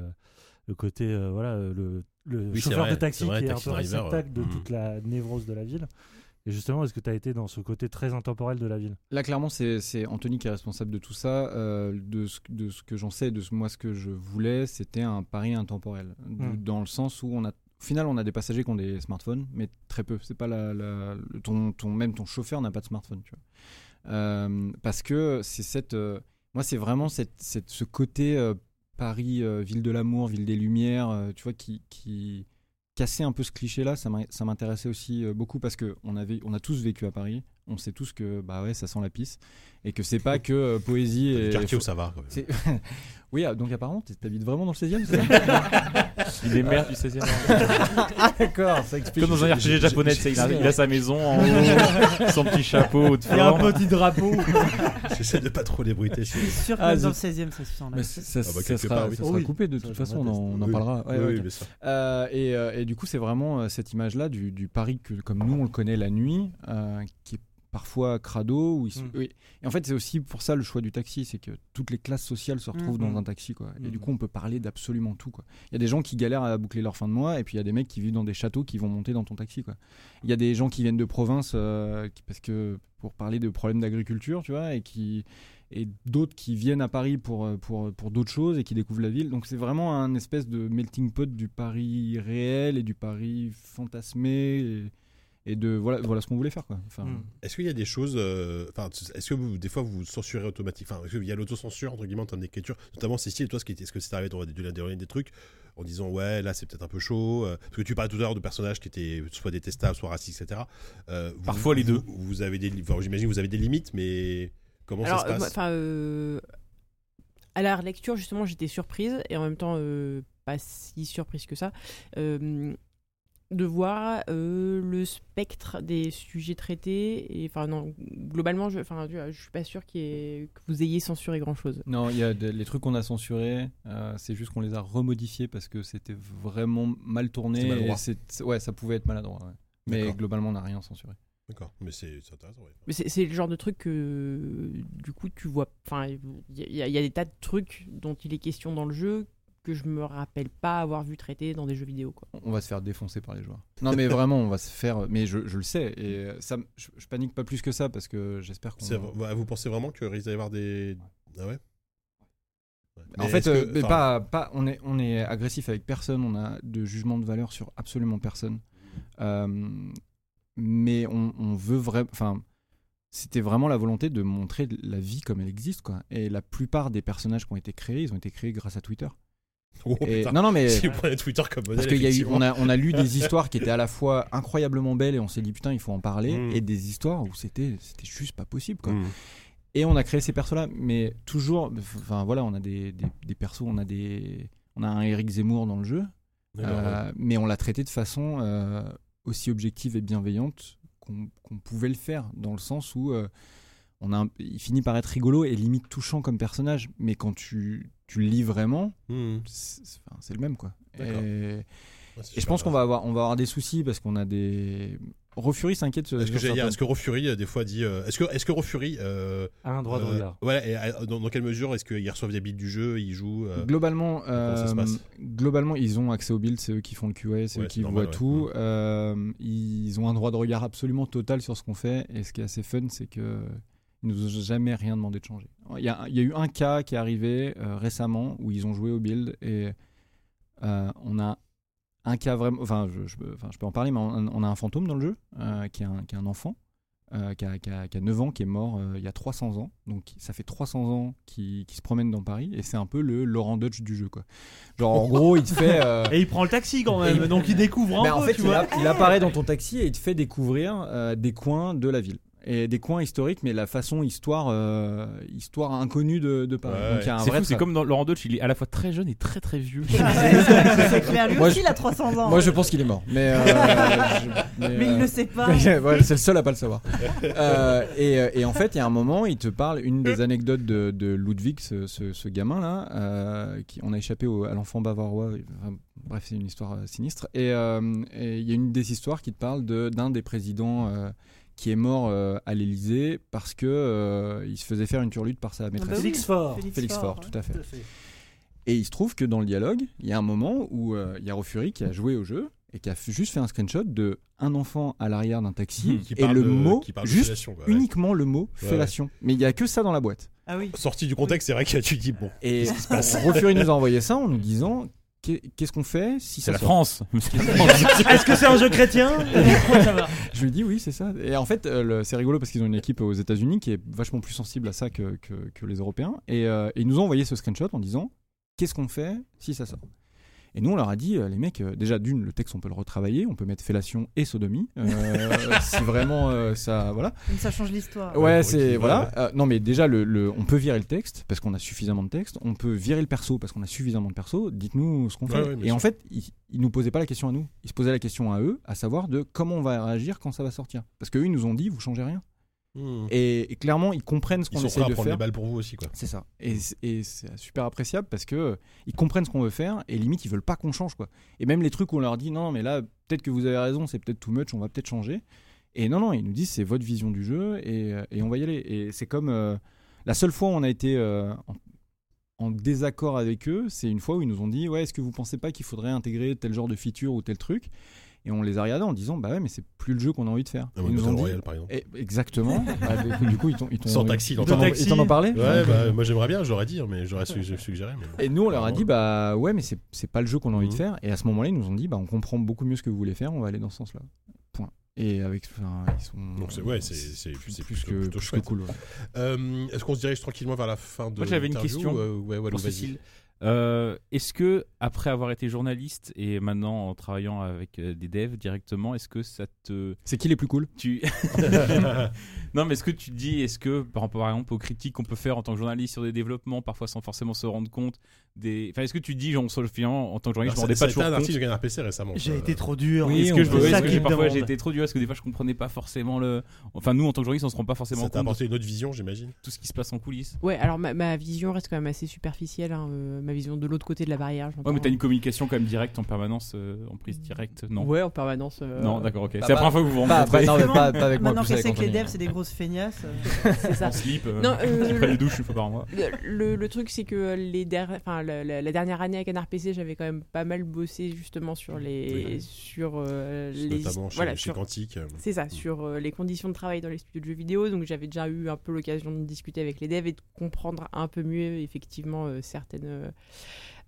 F: le côté, euh, voilà, le, le
B: Oui, c'est
F: chauffeur
B: vrai,
F: de taxi
B: c'est vrai,
F: qui est
B: Taxi
F: un peu
B: Driver,
F: réceptacle de
B: euh,
F: toute la névrose de la ville. Et justement, est-ce que tu as été dans ce côté très intemporel de la ville
C: Là, clairement, c'est c'est Anthony qui est responsable de tout ça. euh, de, ce, de ce que j'en sais, de ce, moi, ce que je voulais, c'était un pari intemporel. Du-
F: Mm.
C: Dans le sens où, on a, au final, on a des passagers qui ont des smartphones, mais très peu. C'est pas la, la- le- ton, ton- même ton chauffeur n'a pas de smartphone, tu vois. Euh, parce que c'est cette. euh, moi, c'est vraiment cette, cette- ce côté euh, Paris, euh, ville de l'amour, ville des lumières, euh, tu vois, qui. qui casser un peu ce cliché-là, ça m'in- ça m'intéressait aussi euh, beaucoup parce que on avait, on a tous vécu à Paris, on sait tous que bah ouais, ça sent la pisse et que c'est pas que euh, poésie
B: Du
C: et
B: quartier où ça va. quand même.
C: C'est- [LAUGHS] oui, ah, donc apparemment, t'es- t'habites vraiment dans le 16e, c'est ça
D: [LAUGHS] Il est maire du 16 e
C: Ah, d'accord, ça explique.
D: Comme dans un RPG japonais, tu sais, il a, il a sa maison en [LAUGHS] haut, son petit chapeau de
G: Il y a un
D: forme.
G: petit drapeau.
B: [LAUGHS] J'essaie de pas trop l'ébruiter.
E: Je suis sûr que
C: Ah,
E: même dans le
C: zut.
E: 16e, ça se sent là.
C: Mais ça, ça-
B: Ah bah,
C: ça
B: quelque
C: sera,
B: part, oui.
C: ça sera
F: Oui.
C: coupé de
F: Ça,
C: toute
F: je m'en
C: façon, on en, on en
B: Oui,
C: parlera.
B: oui,
C: Ouais, ouais,
B: oui,
C: ok.
B: bien sûr.
C: Euh, et, euh, et du coup, c'est vraiment euh, cette image-là du, du Paris que, comme nous, on le connaît la nuit, euh, qui est parfois crado. Où il se-
F: Mm.
C: oui. Et en fait, c'est aussi pour ça le choix du taxi, c'est que toutes les classes sociales se retrouvent
E: Mm.
C: dans un taxi. Quoi. Et
F: Mm.
C: du coup, on peut parler d'absolument tout. quoi. Il y a des gens qui galèrent à boucler leur fin de mois, et puis il y a des mecs qui vivent dans des châteaux qui vont monter dans ton taxi. quoi. Il y a des gens qui viennent de province euh, qui- parce que pour parler de problèmes d'agriculture, tu vois, et qui, et d'autres qui viennent à Paris pour, euh, pour, pour d'autres choses et qui découvrent la ville. Donc c'est vraiment un espèce de melting pot du Paris réel et du Paris fantasmé et, et de voilà, voilà ce qu'on voulait faire quoi. Enfin,
F: Mm.
B: Est-ce qu'il y a des choses. euh, Enfin, est-ce que vous, des fois, vous vous censurez automatiquement Enfin, est-ce qu'il y a l'autocensure, entre guillemets, en termes d'écriture Notamment, Cécile, toi, ce qui était- est-ce que c'est arrivé dans des derniers des trucs en disant, ouais, là, c'est peut-être un peu chaud euh, Parce que tu parlais tout à l'heure de personnages qui étaient soit détestables, soit racistes, etc. Euh, vous-
D: Parfois, les deux.
B: Vous, vous avez des. li- enfin, j'imagine que vous avez des limites, mais comment
H: Alors,
B: ça se
H: euh, moi,
B: passe
H: enfin, euh, à la relecture, justement, j'étais surprise et en même temps euh, pas si surprise que ça euh, de voir euh, le spectre des sujets traités. Et enfin, non, globalement, je, enfin, je, je suis pas sûre qu'il y ait- que vous ayez censuré grand chose.
C: Non, il y a des- les trucs qu'on a censurés, euh, c'est juste qu'on les a remodifiés parce que c'était vraiment mal tourné.
B: C'était maladroit.
C: et c'est- ouais, ça pouvait être maladroit. ouais. Mais
B: D'accord.
C: globalement, on n'a rien censuré.
B: D'accord, mais c'est c'est intéressant, ouais.
H: Mais c'est c'est le genre de truc que, du coup, tu vois. Enfin, il y, a- il y a des tas de trucs dont il est question dans le jeu que je me rappelle pas avoir vu traiter dans des jeux vidéo. Quoi.
C: On va se faire défoncer par les joueurs. Non, [LAUGHS] mais vraiment, on va se faire. Mais je, je le sais. Et euh, ça, me- je, je panique pas plus que ça parce que j'espère qu'on.
B: C'est- bah, Vous pensez vraiment qu'il risque d'y avoir des. Ah ouais Ouais.
C: En
B: Mais
C: fait,
B: est-ce que-
C: euh, mais
B: enfin,
C: pas, pas, on, est, on est agressif avec personne, on a de jugement de valeur sur absolument personne. Euh, mais on, on veut vraiment. Enfin, c'était vraiment la volonté de montrer la vie comme elle existe, quoi. Et la plupart des personnages qui ont été créés, ils ont été créés grâce à Twitter.
B: [LAUGHS] oh,
C: Et-
B: putain.
C: non, non, mais. euh,
B: Si vous prenez Twitter comme modèle,
C: Parce qu'il y a eu,
B: effectivement.
C: on a, on a
B: [LAUGHS]
C: lu des histoires qui étaient à la fois incroyablement belles et on s'est dit putain il faut en parler
B: Mm.
C: et des histoires où c'était c'était juste pas possible quoi.
B: Mm.
C: Et on a créé ces persos là, mais toujours, enfin voilà, on a des, des, des persos, on a des, on a un Eric Zemmour dans le jeu,
B: D'accord, ouais.
C: euh, mais on l'a traité de façon euh, aussi objective et bienveillante qu'on qu'on pouvait le faire, dans le sens où euh, on a un- il finit par être rigolo et limite touchant comme personnage, mais quand tu, tu le lis vraiment,
B: Mm.
C: c'est c'est- enfin, c'est le même quoi.
B: D'accord.
C: Et-
B: Ouais, c'est
C: et je
B: super
C: pense qu'on va avoir, on va avoir des soucis parce qu'on a des. Refury s'inquiète. sur-
B: Est-ce que
C: sur
B: j'allais dire,
C: certains-
B: est-ce que Rofuri euh, des fois dit, euh, est-ce que est-ce que Rofuri, euh,
F: À un droit de
B: euh,
F: regard.
B: voilà, et, euh, dans, dans quelle mesure est-ce qu'ils reçoivent des bits du jeu, ils jouent, euh,
C: Globalement,
B: comment ça se
C: euh,
B: passe
C: globalement, ils ont accès au build, c'est eux qui font le QA, c'est
B: Ouais,
C: eux
B: c'est
C: qui
B: normal,
C: voient
B: ouais.
C: tout.
B: Mm.
C: Euh, ils ont un droit de regard absolument total sur ce qu'on fait. Et ce qui est assez fun, c'est que ils nous ont jamais rien demandé de changer. Il y a, il y a eu un cas qui est arrivé euh, récemment où ils ont joué au build et euh, on a un cas vraiment. Enfin, je, je peux- enfin, je peux en parler, mais on, on a un fantôme dans le jeu euh, qui, est un, qui est un enfant. euh, qui, a, qui a- qui a 9 ans, qui est mort euh, il y a 300 ans. Donc ça fait 300 ans qu'il qu'il se promène dans Paris et c'est un peu le Laurent Dutch du jeu. Quoi. Genre en gros, il te fait. euh,
G: [LAUGHS] Et il prend le taxi quand même, donc il découvre un
C: ben, en
G: peu,
C: fait,
G: tu
C: il,
G: vois.
C: a- il apparaît dans ton taxi et il te fait découvrir euh, des coins de la ville. Et des coins historiques, mais la façon histoire, euh, histoire inconnue de, de Paris.
B: Ouais,
C: Donc il y a un
D: C'est
C: vrai
D: fou, c'est
C: tra-
D: comme dans Laurent Deutsch, il est à la fois très jeune et très très vieux.
E: [LAUGHS] c'est clair, lui
C: Moi,
E: aussi
C: je-
E: il a 300 ans.
C: Moi je pense qu'il est mort, mais.
D: [LAUGHS]
C: euh, je-
E: mais il
C: euh,
E: le sait
C: [LAUGHS]
E: pas.
C: Ouais, c'est le seul à pas le savoir. Euh, et, euh, et en fait, il y a un moment, il te parle une des anecdotes de, de Ludwig, ce, ce- ce gamin là, euh, qui on a échappé au- à l'enfant bavarois. Enfin, bref, c'est une histoire euh, sinistre. Et euh, et il y a une des histoires qui te parle de- d'un des présidents. euh, qui est mort euh, à l'Elysée parce que euh, il se faisait faire une turlute par sa maîtresse.
E: bah oui.
F: Félix Fort.
C: Félix Faure,
E: hein.
C: tout à fait. Et il se trouve que dans le dialogue, il y a un moment où euh, il y a Rofuri qui a joué au jeu et qui a f- juste fait un screenshot de un enfant à l'arrière d'un taxi
B: Hmm. qui
C: et
B: parle
C: le
B: de-
C: mot,
B: qui parle de
C: juste
B: fellation, quoi, ouais.
C: uniquement le mot
B: Ouais.
C: fellation. Mais il n'y a que ça dans la boîte.
E: Ah oui.
B: Sorti du contexte, c'est vrai que tu dis bon.
C: Et Rofuri nous a envoyé ça en nous disant qu'est- qu'est-ce qu'on fait si
D: [LAUGHS] [LAUGHS] C'est
C: ça
D: la
C: sort
D: France.
G: Est-ce que c'est un jeu chrétien Ça va.
C: Je lui ai dit oui, c'est ça. Et en fait, euh, le- c'est rigolo parce qu'ils ont une équipe aux États-Unis qui est vachement plus sensible à ça que, que- que les Européens. Et, euh, et ils nous ont envoyé ce screenshot en disant qu'est-ce qu'on fait si ça sort et nous, on leur a dit, euh, les mecs, euh, déjà d'une, le texte, on peut le retravailler, on peut mettre fellation et sodomie, euh, [LAUGHS] si vraiment euh, ça, voilà.
E: Comme ça change l'histoire.
C: Ouais,
B: pour
C: c'est
B: équilibrer,
C: voilà. Euh, non, mais déjà, le, le- on peut virer le texte parce qu'on a suffisamment de texte. On peut virer le perso parce qu'on a suffisamment de perso. Dites-nous ce qu'on
B: Ouais,
C: fait.
B: ouais, bien
C: Et en
B: sûr.
C: fait, ils, ils nous posaient pas la question à nous. Ils se posaient la question à eux, à savoir de comment on va réagir quand ça va sortir. Parce qu'eux, ils nous ont dit, vous changez rien. Hmm. Et, et clairement, ils comprennent ce
B: Ils
C: qu'on
B: sont prêts
C: essaie
B: à
C: de
B: prendre des
C: faire.
B: balles pour vous aussi quoi.
C: C'est ça. Et, c'est- et c'est super appréciable parce que euh, ils comprennent ce qu'on veut faire et limite ils veulent pas qu'on change quoi. Et même les trucs où on leur dit non mais là peut-être que vous avez raison, c'est peut-être too much, on va peut-être changer. Et non non, ils nous disent c'est votre vision du jeu et, euh, et on va y aller. Et c'est comme euh, la seule fois où on a été euh, en, en désaccord avec eux, c'est une fois où ils nous ont dit ouais est-ce que vous pensez pas qu'il faudrait intégrer tel genre de feature ou tel truc Et on les a regardés en disant bah ouais mais c'est plus le jeu qu'on a envie de faire.
B: Ah,
C: Et
B: ouais,
C: ils nous
B: Battle
C: ont dit
B: Royale, par exemple.
C: Eh,
I: [LAUGHS]
C: exactement. Bah, du- du coup ils t'ont ils t'ont-
B: Sans taxi dans
C: ils
B: le
C: t'en ont-
B: temps.
C: ils t'en ont parlé
B: Ouais, bah, moi j'aimerais bien, j'aurais dit, mais j'aurais su- j'ai suggéré. mais bon.
C: Et nous, on leur a dit,
B: Ouais.
C: bah ouais, mais c'est c'est pas le jeu qu'on a envie de
B: Mhm.
C: faire. Et à ce moment-là, ils nous ont dit, bah on comprend beaucoup mieux ce que vous voulez faire, on va aller dans ce sens-là. Point. Et avec. enfin, ils sont.
B: Donc c'est- ouais, c'est- c'est-
C: plus,
B: c'est
C: plus
B: plutôt-
C: que,
B: plutôt
C: plus que
B: chouette.
C: cool. ouais.
B: [LAUGHS] Euh, Est-ce qu'on se dirige tranquillement vers la fin de
D: Moi, j'avais une
B: l'interview,
D: question
B: euh, ouais, ouais, donc,
D: pour
B: vas-y. [LAUGHS]
D: Cécile. Euh, Est-ce que, après avoir été journaliste et maintenant en travaillant avec euh, des devs directement, est-ce que ça te.
C: C'est qui les plus cool
D: Tu... [LAUGHS] non, mais est-ce que tu te dis, est-ce que par rapport par exemple aux critiques qu'on peut faire en tant que journaliste sur des développements, parfois sans forcément se rendre compte des. Enfin, est-ce que tu dis, genre, sur le finalement, en tant que journaliste,
B: Alors,
D: je m'en rendais
G: Ah,
B: ça- ça a été
D: pas toujours
B: un
D: compte
B: article, j'ai gagné un PC récemment.
G: [LAUGHS] J'ai
B: Euh,
G: été trop dur.
D: Oui, est-ce que, je,
G: c'est
D: est-ce
G: ça
D: que
G: qui
D: j'ai-
G: me
D: parfois
G: demande.
D: j'ai été trop dur Est-ce que des fois je comprenais pas forcément le. Enfin, nous en tant que journalistes, on se rend pas forcément
B: Ça t'a
D: compte
B: apporté une autre vision, j'imagine.
D: de tout ce qui se passe en coulisses.
H: Ouais, alors ma, ma vision reste quand même assez superficielle, hein, euh, ma vision de l'autre côté de la barrière.
D: Ouais, mais
H: j'entends.
D: t'as une communication quand même directe en permanence, euh, en prise directe, non
H: Ouais, en permanence. euh,
D: Non, d'accord, ok. C'est
I: bah,
D: la
I: bah,
D: première fois que vous
I: Pas,
D: vous
I: pas-
C: Ah
D: rencontrez
I: non, mais pas, pas avec moi.
E: Maintenant
I: plus
E: qu'elle
I: avec
E: sait que les
I: Anthony.
E: devs, c'est des grosses feignasses. euh,
D: [LAUGHS]
H: C'est ça.
D: en slip, euh,
H: bah, Non, euh,
D: qui prennent les douches une fois par mois.
H: Le, le truc, c'est que les derni- enfin, la, la- la dernière année à Canard PC, j'avais quand même pas mal bossé justement sur les.
B: Oui.
H: Sur, euh, les
B: Notamment chez,
H: voilà,
B: chez
H: sur-
B: Quantique. euh,
H: C'est ça, sur euh, les conditions de travail dans les studios de jeux vidéo. Donc j'avais déjà eu un peu l'occasion de discuter avec les devs et de comprendre un peu mieux effectivement euh, certaines, euh,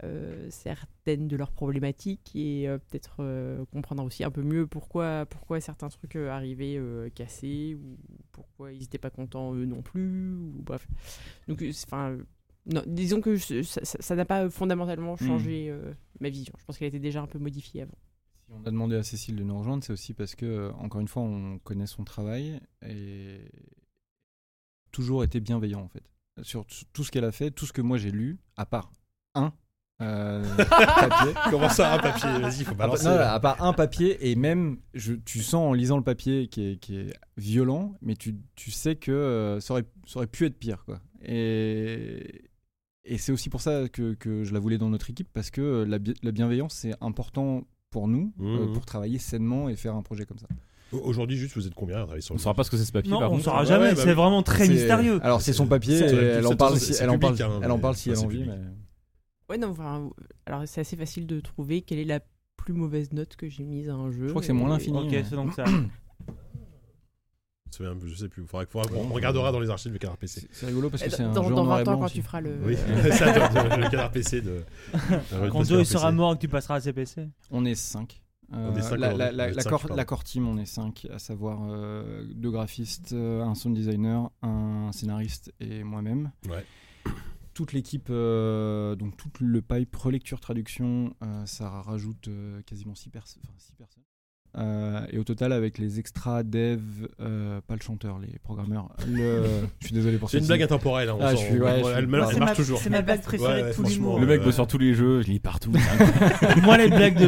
H: euh, certaines de leurs problématiques et euh, peut-être euh, comprendre aussi un peu mieux pourquoi, pourquoi certains trucs euh, arrivaient euh, cassés ou pourquoi ils n'étaient pas contents eux non plus. Ou, bref. Donc euh, c'est- 'fin, euh, non, disons que je- ça ça- ça n'a pas fondamentalement changé euh, ma vision. Je pense qu'elle était déjà un peu modifiée avant.
C: Si on a demandé à Cécile de nous rejoindre, c'est aussi parce que, euh, encore une fois, on connaît son travail et toujours été bienveillant en fait. Sur t- tout ce qu'elle a fait, tout ce que moi j'ai lu, à part un euh, papier.
B: [LAUGHS] Comment ça, un papier Vas-y, faut
I: Ah,
B: balancer.
C: Bah, Non, à part un papier, et même je, tu sens en lisant le papier qui est, qui est violent, mais tu, tu sais que euh, ça, aurait, ça aurait pu être pire. Quoi. Et, et c'est aussi pour ça que, que je la voulais dans notre équipe, parce que euh, la, bi- la bienveillance, c'est important pour nous,
B: Mmh,
C: euh,
B: mmh.
C: pour travailler sainement et faire un projet comme ça.
B: Au- Aujourd'hui, juste, vous êtes combien à travailler sur
D: On
B: le
D: saura pas ce que c'est ce papier.
G: Non,
D: par
G: on
D: contre.
G: saura
B: ouais,
G: jamais.
B: bah
G: c'est
B: oui. Hmm.
G: vraiment très
C: C'est-
G: mystérieux.
C: Alors c'est son papier,
B: c'est-
C: et elle en parle
B: c'est-
C: si
B: c'est
C: elle en parle,
B: public, hein,
C: elle en parle
B: mais
C: si elle
B: c'est
C: en vit.
B: public.
C: mais-
H: Ouais, non, enfin, alors c'est assez facile de trouver quelle est la plus mauvaise note que j'ai mise à un jeu.
C: Je crois que c'est moins
H: Et-
C: l'infini.
G: Ok,
C: ouais.
G: c'est donc ça.
B: C'est même- Je sais plus. Faudra, faudra- on regardera dans les archives de Canard PC.
C: C'est c'est rigolo parce que c'est
H: Dans,
C: un
H: Eh ben, dans
C: jeu en noir et
H: 20 ans,
C: blanc
H: quand
C: aussi.
H: tu feras le. [LAUGHS]
B: Oui, [LAUGHS]
C: euh,
B: ça, le, le Canard PC
C: [LAUGHS]
B: de. de-
G: Quand
B: de
G: Joe il
B: Canard
G: sera
B: PC.
G: mort et que tu passeras à CPC.
C: On est 5.
B: On est cinq
C: la,
B: aujourd'hui.
C: la- la-
B: Vous êtes
C: la
B: cinq,
C: cor-
B: je parle.
C: la core team, on est 5, à savoir euh, deux graphistes, euh, un sound designer, un scénariste et moi-même.
B: Ouais.
C: Toute l'équipe, euh, donc tout le pipe, relecture, traduction, euh, ça rajoute euh, quasiment 6 personnes. Euh, et au total, avec les extras, dev, euh, pas le chanteur, les programmeurs. le-
B: [LAUGHS]
C: Je suis désolé pour
B: C'est une
C: ceci.
B: blague intemporelle. hein, on
C: Ah,
B: s'en-
C: je suis- ouais,
B: on-
C: je suis-
B: elle,
C: Bah,
B: elle
E: c'est
B: marche
E: ma-
B: toujours.
E: C'est ma blague
B: Ouais,
E: préférée
B: ouais,
E: de tous les
B: franchement,
E: mots.
D: Le mec
B: euh,
D: bosse sur tous les jeux, je lis partout.
C: [LAUGHS]
G: Moi, les blagues de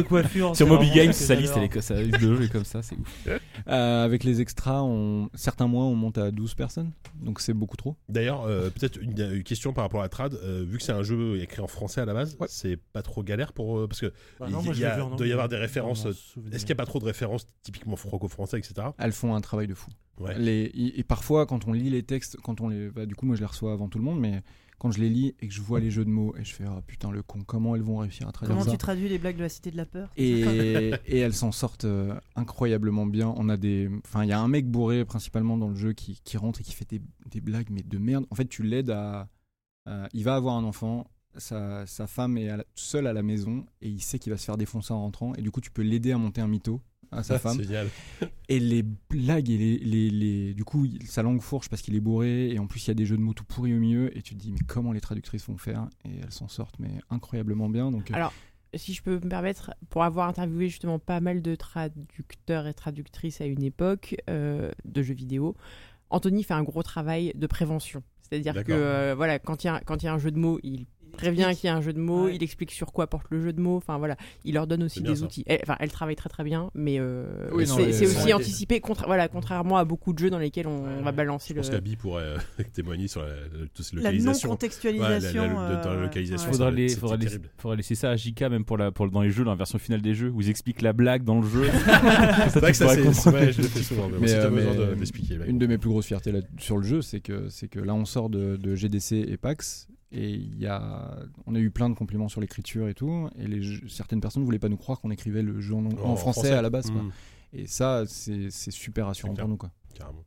D: sur
G: coiffure. c'est
D: Moby
G: vraiment
D: Games,
G: ce que
D: sa liste,
G: j'adore.
D: elle est, sa liste de jeux est comme ça, c'est ouf.
C: Euh, avec les extras, on... certains mois, on monte à 12 personnes. Donc c'est beaucoup trop.
B: D'ailleurs, euh, peut-être une, une question par rapport à la trad. euh, vu que c'est un jeu écrit en français à la base,
C: Ouais.
B: c'est pas trop galère pour. euh, parce que
G: Bah
B: Il
G: non,
B: y-
G: moi, je
B: il y
G: l'ai
B: a-
G: vu en
B: doit y avoir
G: anglais,
B: des références, euh,
G: dans mon souvenir.
B: est-ce qu'il n'y a pas trop de références typiquement franco-français, etc.
C: Elles font un travail de fou.
B: Ouais.
C: Les- et, et parfois, quand on lit les textes, quand on les, bah, du coup, moi je les reçois avant tout le monde, mais quand je les lis et que je vois les jeux de mots et je fais ah putain le con, comment elles vont réussir à traduire
E: Comment
C: ça
E: tu traduis les blagues de la cité de la peur
C: et, et elles s'en sortent euh, incroyablement bien. On a des, enfin, il y a un mec bourré principalement dans le jeu qui, qui rentre et qui fait des, des blagues mais de merde. En fait, tu l'aides à, à- il va avoir un enfant, sa, sa femme est à la- seule à la maison et il sait qu'il va se faire défoncer en rentrant et du coup tu peux l'aider à monter un mytho à sa femme.
B: Ah, C'est Génial.
C: Et les blagues et les, les, les- du coup il- sa langue fourche parce qu'il est bourré et en plus il y a des jeux de mots tout pourris au milieu et tu te dis mais comment les traductrices vont faire et elles s'en sortent mais incroyablement bien donc euh,
H: Alors, si je peux me permettre, pour avoir interviewé justement pas mal de traducteurs et traductrices à une époque euh, de jeux vidéo, Anthony fait un gros travail de prévention. C'est-à-dire que
B: D'accord.
H: euh, voilà, quand il y, a- quand il y a un jeu de mots, il prévient qu'il y a un jeu de mots,
E: Ouais.
H: il explique sur quoi porte le jeu de mots. Enfin voilà, il leur donne aussi
B: C'est bien
H: des
B: ça.
H: outils. Elle, enfin, elle travaille très très bien, mais euh,
C: Oui, non,
H: c'est
C: mais
H: c'est
C: ça
H: aussi
C: a
F: été-
H: anticipé. contra- voilà, contrairement à beaucoup de jeux dans lesquels on, on va
B: Je
H: balancer
B: pense
H: le.
B: qu'Abi pourrait euh, [LAUGHS] témoigner sur la, la, toute cette
E: La
B: localisation.
E: non-contextualisation.
B: Ouais, la- la-
E: euh,
B: dans la localisation.
E: ouais.
B: Ça
D: Faudra,
B: doit
D: les-
B: être-
D: faudra,
B: c'était
D: les-
B: terrible.
D: faudra laisser ça à JK même pour la, pour, dans les jeux, dans la version finale des jeux, où ils expliquent la blague dans le jeu.
B: C'est vrai que ça,
D: pourrais
B: c'est.
D: comprendre.
B: Ouais, je le fais souvent. Mais, bon,
C: Mais,
B: si t'as
C: euh,
B: besoin
C: mais-
B: de- d'expliquer. là,
C: Une de mes plus grosses fiertés là- sur le jeu, c'est que, c'est que là, on sort de, de GDC et PAX, et il y a, on a eu plein de compliments sur l'écriture et tout, et les, jeux- certaines personnes ne voulaient pas nous croire qu'on écrivait le jeu en, en
B: Oh, en
C: français,
B: français.
C: à la base. quoi.
B: Mm,
C: Et ça, c'est, c'est super rassurant
B: C'est clair.
C: pour nous. Quoi.
B: carrément.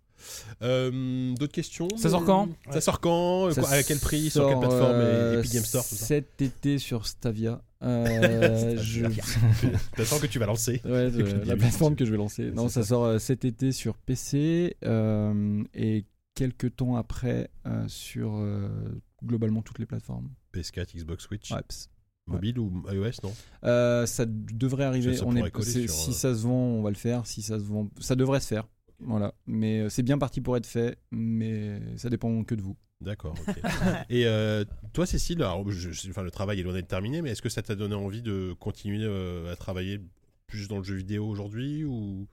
B: Euh, D'autres questions
D: Ça sort quand
B: Ça sort quand
C: Ça
B: Euh, Quoi- À quel prix Sur
C: sort,
B: quelle plateforme
C: euh,
B: Et- Epic Game Store tout ça.
C: Cet été sur Stavia.
B: [LAUGHS]
C: Euh, je-
B: T'attends que tu vas lancer.
C: [LAUGHS] Ouais,
B: Et puis,
C: euh, la
B: oui,
C: plateforme
B: c'est-
C: que je vais lancer. Non,
B: c'est
C: ça, sort euh, cet été sur PC euh, et quelques temps après euh, sur euh, globalement toutes les plateformes.
B: PS4, Xbox, Switch,
C: Ouais, ps-
B: mobile ou iOS, non
C: Euh, ça d- devrait arriver.
B: Ça, ça
C: on
B: pourrait
C: est,
B: coller
C: c'est-
B: sur,
C: si
B: euh,
C: ça se vend, on va le faire. Si ça se vend, [LAUGHS] ça devrait se faire. Voilà. Mais euh, c'est bien parti pour être fait, mais ça dépend que de vous.
B: D'accord. ok.
E: [LAUGHS]
B: Et euh, toi, Cécile, alors, je- je- enfin, le travail est loin d'être terminé, mais est-ce que ça t'a donné envie de continuer euh, à travailler plus dans le jeu vidéo aujourd'hui ou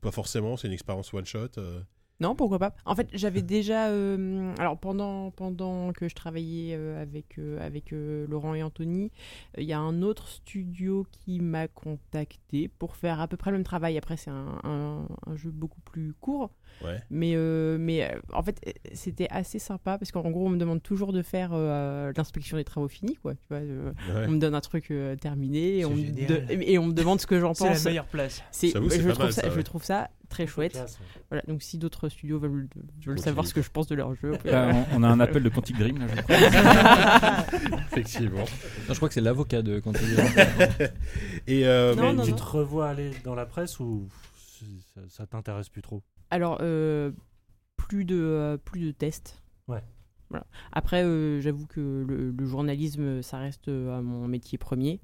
B: pas forcément C'est une expérience one shot. euh.
H: Non, pourquoi pas. En fait, j'avais déjà. euh, alors, pendant, pendant que je travaillais euh, avec, euh, avec euh, Laurent et Anthony, euh, il y a un autre studio qui m'a contacté pour faire à peu près le même travail. Après, c'est un, un- un jeu beaucoup plus court.
B: Ouais.
H: Mais, euh, mais euh, en fait, euh, c'était assez sympa parce qu'en gros, on me demande toujours de faire euh, l'inspection des travaux finis. Quoi, tu vois, euh,
B: Ouais.
H: On me donne un truc euh, terminé et
G: C'est
H: on, me
G: génial.
H: de- et on me demande ce que j'en
G: C'est la
H: pense.
G: meilleure place.
H: C'est-
B: J'avoue, c'est
H: je,
B: pas
H: trouve
B: mal,
H: ça,
B: ça,
H: je
B: ouais.
H: trouve ça très chouette.
F: Classe, ouais.
H: Voilà, donc si d'autres studios veulent, veulent savoir ce que je pense de
F: [LAUGHS]
H: leur jeu, on peut-
D: Là, on, on a un appel de Quantic Dream. là, je crois.
B: [LAUGHS] Effectivement.
C: je crois que c'est l'avocat de quand [LAUGHS]
B: Et euh,
H: Non,
F: Mais
H: non,
F: tu
H: non.
F: te revois aller dans la presse ou ça, ça t'intéresse plus trop
H: Alors, euh, plus, de, euh, plus de tests.
F: Ouais.
H: Voilà. Après, euh, j'avoue que le, le journalisme, ça reste euh, mon métier premier.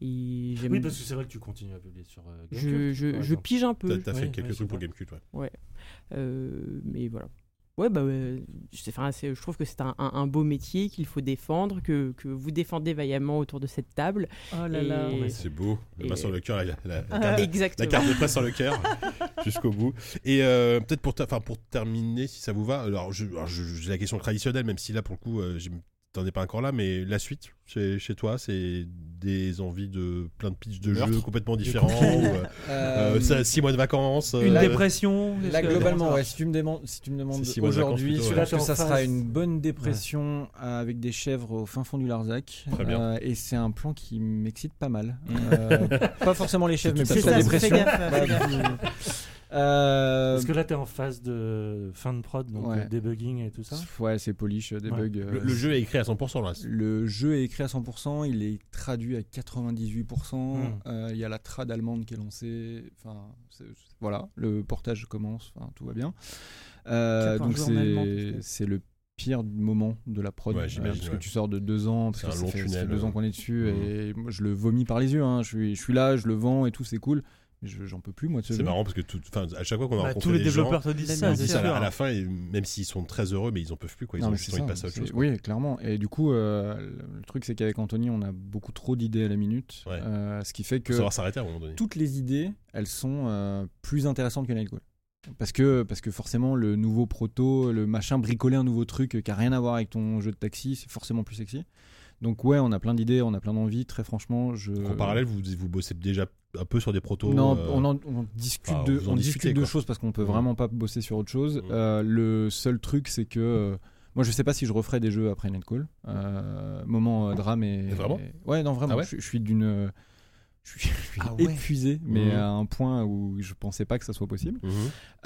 H: Et j'aime.
F: Oui, parce que c'est vrai que tu continues à publier sur euh,
H: je,
F: Gamecube,
H: je-
F: par
H: je
F: exemple.
H: pige
B: t'as
H: un peu.
B: t'as fait
F: Oui,
B: quelques
F: oui, c'est
B: trucs pour
F: vrai.
B: GameCube, ouais.
H: euh, mais voilà. Ouais, bah, ouais, c'est- enfin, c'est- je trouve que c'est un, un- un beau métier qu'il faut défendre, que, que vous défendez vaillamment autour de cette table.
G: Oh
H: là là. Et-
B: C'est beau. Le
H: et-
B: bas sur le cœur, la, la- la carte de- la
H: Ah, Exactement.
B: carte de presse sur le cœur [LAUGHS] jusqu'au bout. Et euh, peut-être pour, ta- enfin, pour terminer, si ça vous va, alors je- alors, je- j'ai la question traditionnelle, même si là pour le coup, euh, j'ai- t'en es pas encore là, mais la suite chez, chez toi, c'est des envies de plein de pitchs de
C: Meurtre.
B: jeux complètement différents. ou,
G: [LAUGHS]
B: euh, euh, ça, six mois de vacances.
G: Une
B: euh,
G: dépression. est-ce
C: Là,
G: que-
C: globalement, ouais, si tu me demandes, si tu me demandes
B: C'est six mois de vacances
C: aujourd'hui,
B: plutôt,
C: je
B: ouais.
C: pense
F: Tu l'as
C: que
F: fait
C: ça
F: en
C: sera
F: face.
C: une bonne dépression euh, avec des chèvres au fin fond du Larzac.
B: Très bien.
C: Euh, et c'est un plan qui m'excite
B: [LAUGHS]
C: pas mal. Euh, pas forcément les chèvres, mais
E: C'est
C: plutôt
E: ça,
C: la
E: fais
C: dépression. Bah,
E: gaffe, fais gaffe.
B: [LAUGHS]
C: Euh,
F: Parce que là, t'es en phase de fin de prod, donc
C: Ouais.
F: euh, debugging et tout ça.
C: ouais, c'est polish, euh, des
F: Ouais.
C: bugs. euh,
B: le, le jeu est écrit à 100% là.
C: Le jeu est écrit à 100%, il est traduit à 98%.
B: Hmm.
F: Mm.
C: euh, Il y a la trad allemande qui est lancée. Enfin, c'est- voilà, le portage commence, enfin, tout va bien. Euh,
E: Quatre
C: donc
E: jours en allemand, tout
C: c'est
E: ça.
C: c'est le pire moment de la prod,
B: Ouais,
C: euh,
B: j'imagine,
C: parce
B: ouais.
C: que tu sors de deux ans, parce
B: C'est
C: que
B: un
C: ça
B: long
C: fait, ça fait
B: tunnel,
C: deux
B: euh.
C: ans qu'on est dessus,
B: Mm.
C: et moi, je le vomis par les yeux. hein. Je, suis, je suis là, je le vends et tout, c'est cool. mais je- J'en peux plus, moi, de ce
B: C'est
C: jeu.
B: marrant parce que tout, enfin, à chaque fois qu'on a
G: Bah,
B: rencontré
G: tous les
B: des gens,
G: développeurs te disent ça,
B: ils
G: c'est
B: disent
G: sûr.
B: à la, à la fin, et même s'ils sont très heureux, mais ils en peuvent plus quoi. Ils
C: Non,
B: ont
C: mais
B: juste
C: c'est
B: envie de
C: ça,
B: passer à autre
C: c'est-
B: chose. quoi.
C: Oui, clairement. Et du coup, euh, le le truc, c'est qu'avec Anthony, on a beaucoup trop d'idées à la minute.
B: Ouais.
C: euh, ce qui fait
B: Faut
C: que
B: savoir s'arrêter à un moment donné.
C: toutes les idées, elles sont euh, plus intéressantes que l'alcool. Parce que, parce que forcément, le nouveau proto, le machin, bricoler un nouveau truc qui a rien à voir avec ton jeu de taxi, c'est forcément plus sexy. Donc ouais, on a plein d'idées, on a plein d'envies. Très franchement, je...
B: En parallèle, vous vous bossez déjà un peu sur des protos.
C: euh, Non,
B: euh,
C: on, en- on discute
B: bah,
C: de,
B: vous en
C: on
B: discutez,
C: discute de
B: quoi.
C: choses parce qu'on peut
B: Mm.
C: vraiment pas bosser sur autre chose.
B: Mm.
C: Euh, le seul truc, c'est que euh, moi, je sais pas si je referai des jeux après Netcall. Euh, moment euh, drame et
B: Ah. Et vraiment
C: et- ouais, non vraiment.
B: Ah ouais
C: je, je suis d'une, euh, [LAUGHS] je suis, je suis
G: Ah ouais.
C: épuisé, mais
B: Mm.
C: à un point où je pensais pas que ça soit possible.
B: Mhm.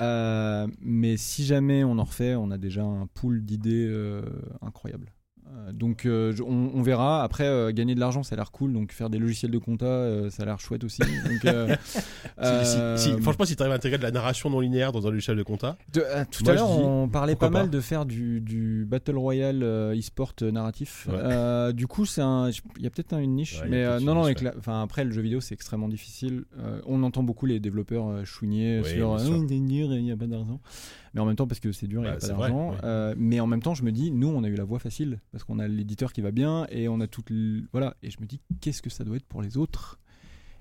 C: Euh, mais si jamais on en refait, on a déjà un pool d'idées euh, incroyable. Euh, donc euh, je- on, on verra. Après, euh, gagner de l'argent, ça a l'air cool. Donc faire des logiciels de compta, euh, ça a l'air chouette aussi. Donc, euh,
B: [LAUGHS] Si- si-
C: euh,
B: si- franchement, si tu arrives à intégrer de la narration non linéaire dans un logiciel de compta,
C: de- euh, tout
B: moi,
C: à l'heure,
B: je dis,
C: on parlait pas
B: pourquoi
C: mal
B: pas.
C: de faire du, du Battle Royale euh, e-sport euh, narratif.
B: Ouais.
C: Euh, du coup, c'est un- il y a peut-être un- une niche.
B: Ouais, il y a
C: mais euh,
B: peut-être une
C: non, non,
B: niche,
C: avec la- enfin, après, le jeu vidéo, c'est extrêmement difficile. Euh, on entend beaucoup les développeurs euh, chouiner
B: Oui,
C: sur
B: bien
C: euh,
B: sûr.
C: Oh, c'est dur et il n'y a pas d'argent. Mais en même temps, parce que c'est dur, il
B: Bah,
C: n'y a pas
B: c'est vrai,
C: d'argent.
B: ouais.
C: Euh, mais en même temps, je me dis, nous, on a eu la voie facile parce qu'on a l'éditeur qui va bien et on a toute. l- Voilà. Et je me dis, qu'est-ce que ça doit être pour les autres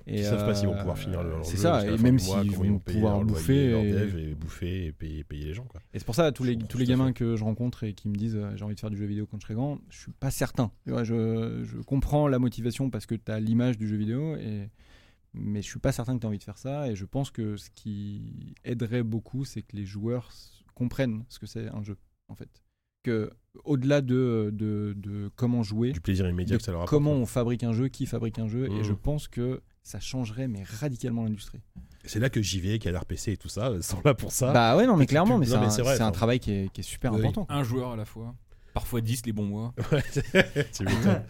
C: et euh,
B: ils savent pas s'ils vont pouvoir finir leur
C: C'est
B: jeu
C: ça,
B: jusqu'à la
C: et
B: fin
C: même
B: du mois,
C: s'ils
B: comment ils
C: vont
B: payer
C: pouvoir
B: leur loyer,
C: bouffer. euh,
B: leur
C: et-
B: dev et bouffer et payer, payer les gens. Quoi.
C: et c'est pour ça, tous
B: Je
C: les,
B: comprends
C: tous
B: tout
C: les
B: à
C: gamins
B: fait.
C: que je rencontre et qui me disent euh, j'ai envie de faire du jeu vidéo quand je serai grand, je suis pas certain. Tu vois, je, je comprends la motivation parce que tu as l'image du jeu vidéo, et, mais je suis pas certain que tu as envie de faire ça. Et je pense que ce qui aiderait beaucoup, c'est que les joueurs s- comprennent ce que c'est un jeu, en fait. Que au-delà de, de, de comment jouer,
B: Du plaisir immédiat
C: de
B: que ça leur apporte.
C: comment on fabrique un jeu, qui fabrique un jeu,
B: Mhm.
C: et je pense que ça changerait mais radicalement l'industrie.
B: C'est là que JV, qui a l'RPC et tout ça, euh, sont là pour ça.
C: bah ouais non mais
B: petite pub.
C: clairement mais
B: Non,
C: c'est
B: mais
C: un,
B: c'est vrai,
C: c'est un
B: enfin.
C: travail qui est, qui est super
B: Oui.
C: important. quoi.
D: un joueur à la fois. Parfois 10 les bons mois.
B: Ouais, tu m'étonnes.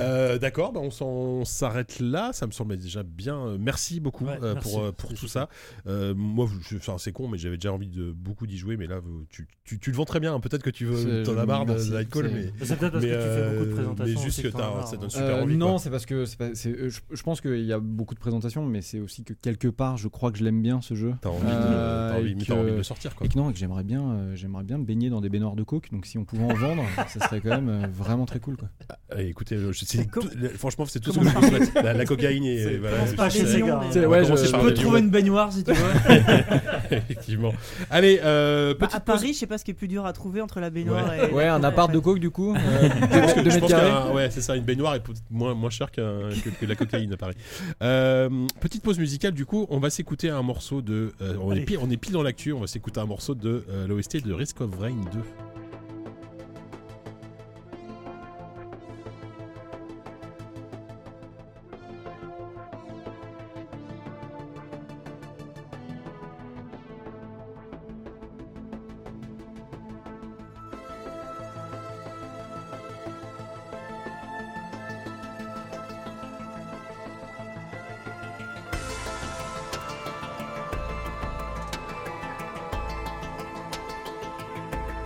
B: Euh, D'accord, bah, on s'en- on s'arrête là. Ça me semblait déjà bien. Euh, Merci beaucoup
F: Ouais,
B: euh,
F: merci.
B: pour, euh, pour
F: C'est
B: tout ça. Euh, moi, je- enfin, c'est con, mais j'avais déjà envie de beaucoup d'y jouer. Mais là, vous- tu, tu- tu le vends très bien. Hein. Peut-être que tu veux,
C: C'est-
B: t'en as marre de,
C: merci.
B: de l'alcool,
C: C'est-
B: mais.
F: C'est peut-être parce
B: mais,
F: que tu fais beaucoup de
B: euh,
F: présentations.
B: mais juste
F: aussi
B: que
F: que t'en as
B: t'as-
F: marre,
B: ça
F: hein.
B: donne super
C: Euh,
B: envie,
C: non,
B: quoi.
C: c'est parce que c'est pas- c'est- euh, je, je pense qu'il y a beaucoup de présentations, mais c'est aussi que quelque part, je crois que je l'aime bien ce jeu.
B: T'as envie, de-
C: Euh,
B: t'as envie,
C: et
B: mais t'as
C: que-
B: envie de le sortir, quoi.
C: Et que non, et que j'aimerais bien, euh, j'aimerais bien me baigner dans des baignoires de coke. Donc si on pouvait en
D: [LAUGHS]
C: vendre, ça serait quand même euh, vraiment très cool. Quoi.
B: Eh, écoutez, je- c'est
E: Com-
B: tout- le- franchement, c'est tout ce que
E: Comment
B: je vous souhaite. La, la cocaïne et euh, voilà.
F: commence par
B: le succès.
F: chez les gars.
B: On va
C: Ouais,
B: commencer
C: je-
B: par
G: Je peux
B: des
G: te
B: duos.
G: trouver une baignoire si tu veux.
B: [LAUGHS] Effectivement. Allez, euh,
E: Bah,
B: petite
E: à Paris, je sais pas ce qui est plus dur à trouver entre la baignoire et.
C: Ouais, un appart de
E: Ouais.
C: coke du coup. euh, [LAUGHS]
B: Je pense que-
C: deux
B: je
C: mètres
B: pense
C: carrés.
B: qu'un- ouais, c'est ça, une baignoire est peut-être moins, moins chère qu'un- que, que la cocaïne à Paris. Euh, petite pause musicale, du coup, on va s'écouter un morceau de. euh, on, est
F: Allez.
B: pile, on est pile dans l'actu, on va s'écouter un morceau de euh, l'OST de Risk of Rain 2.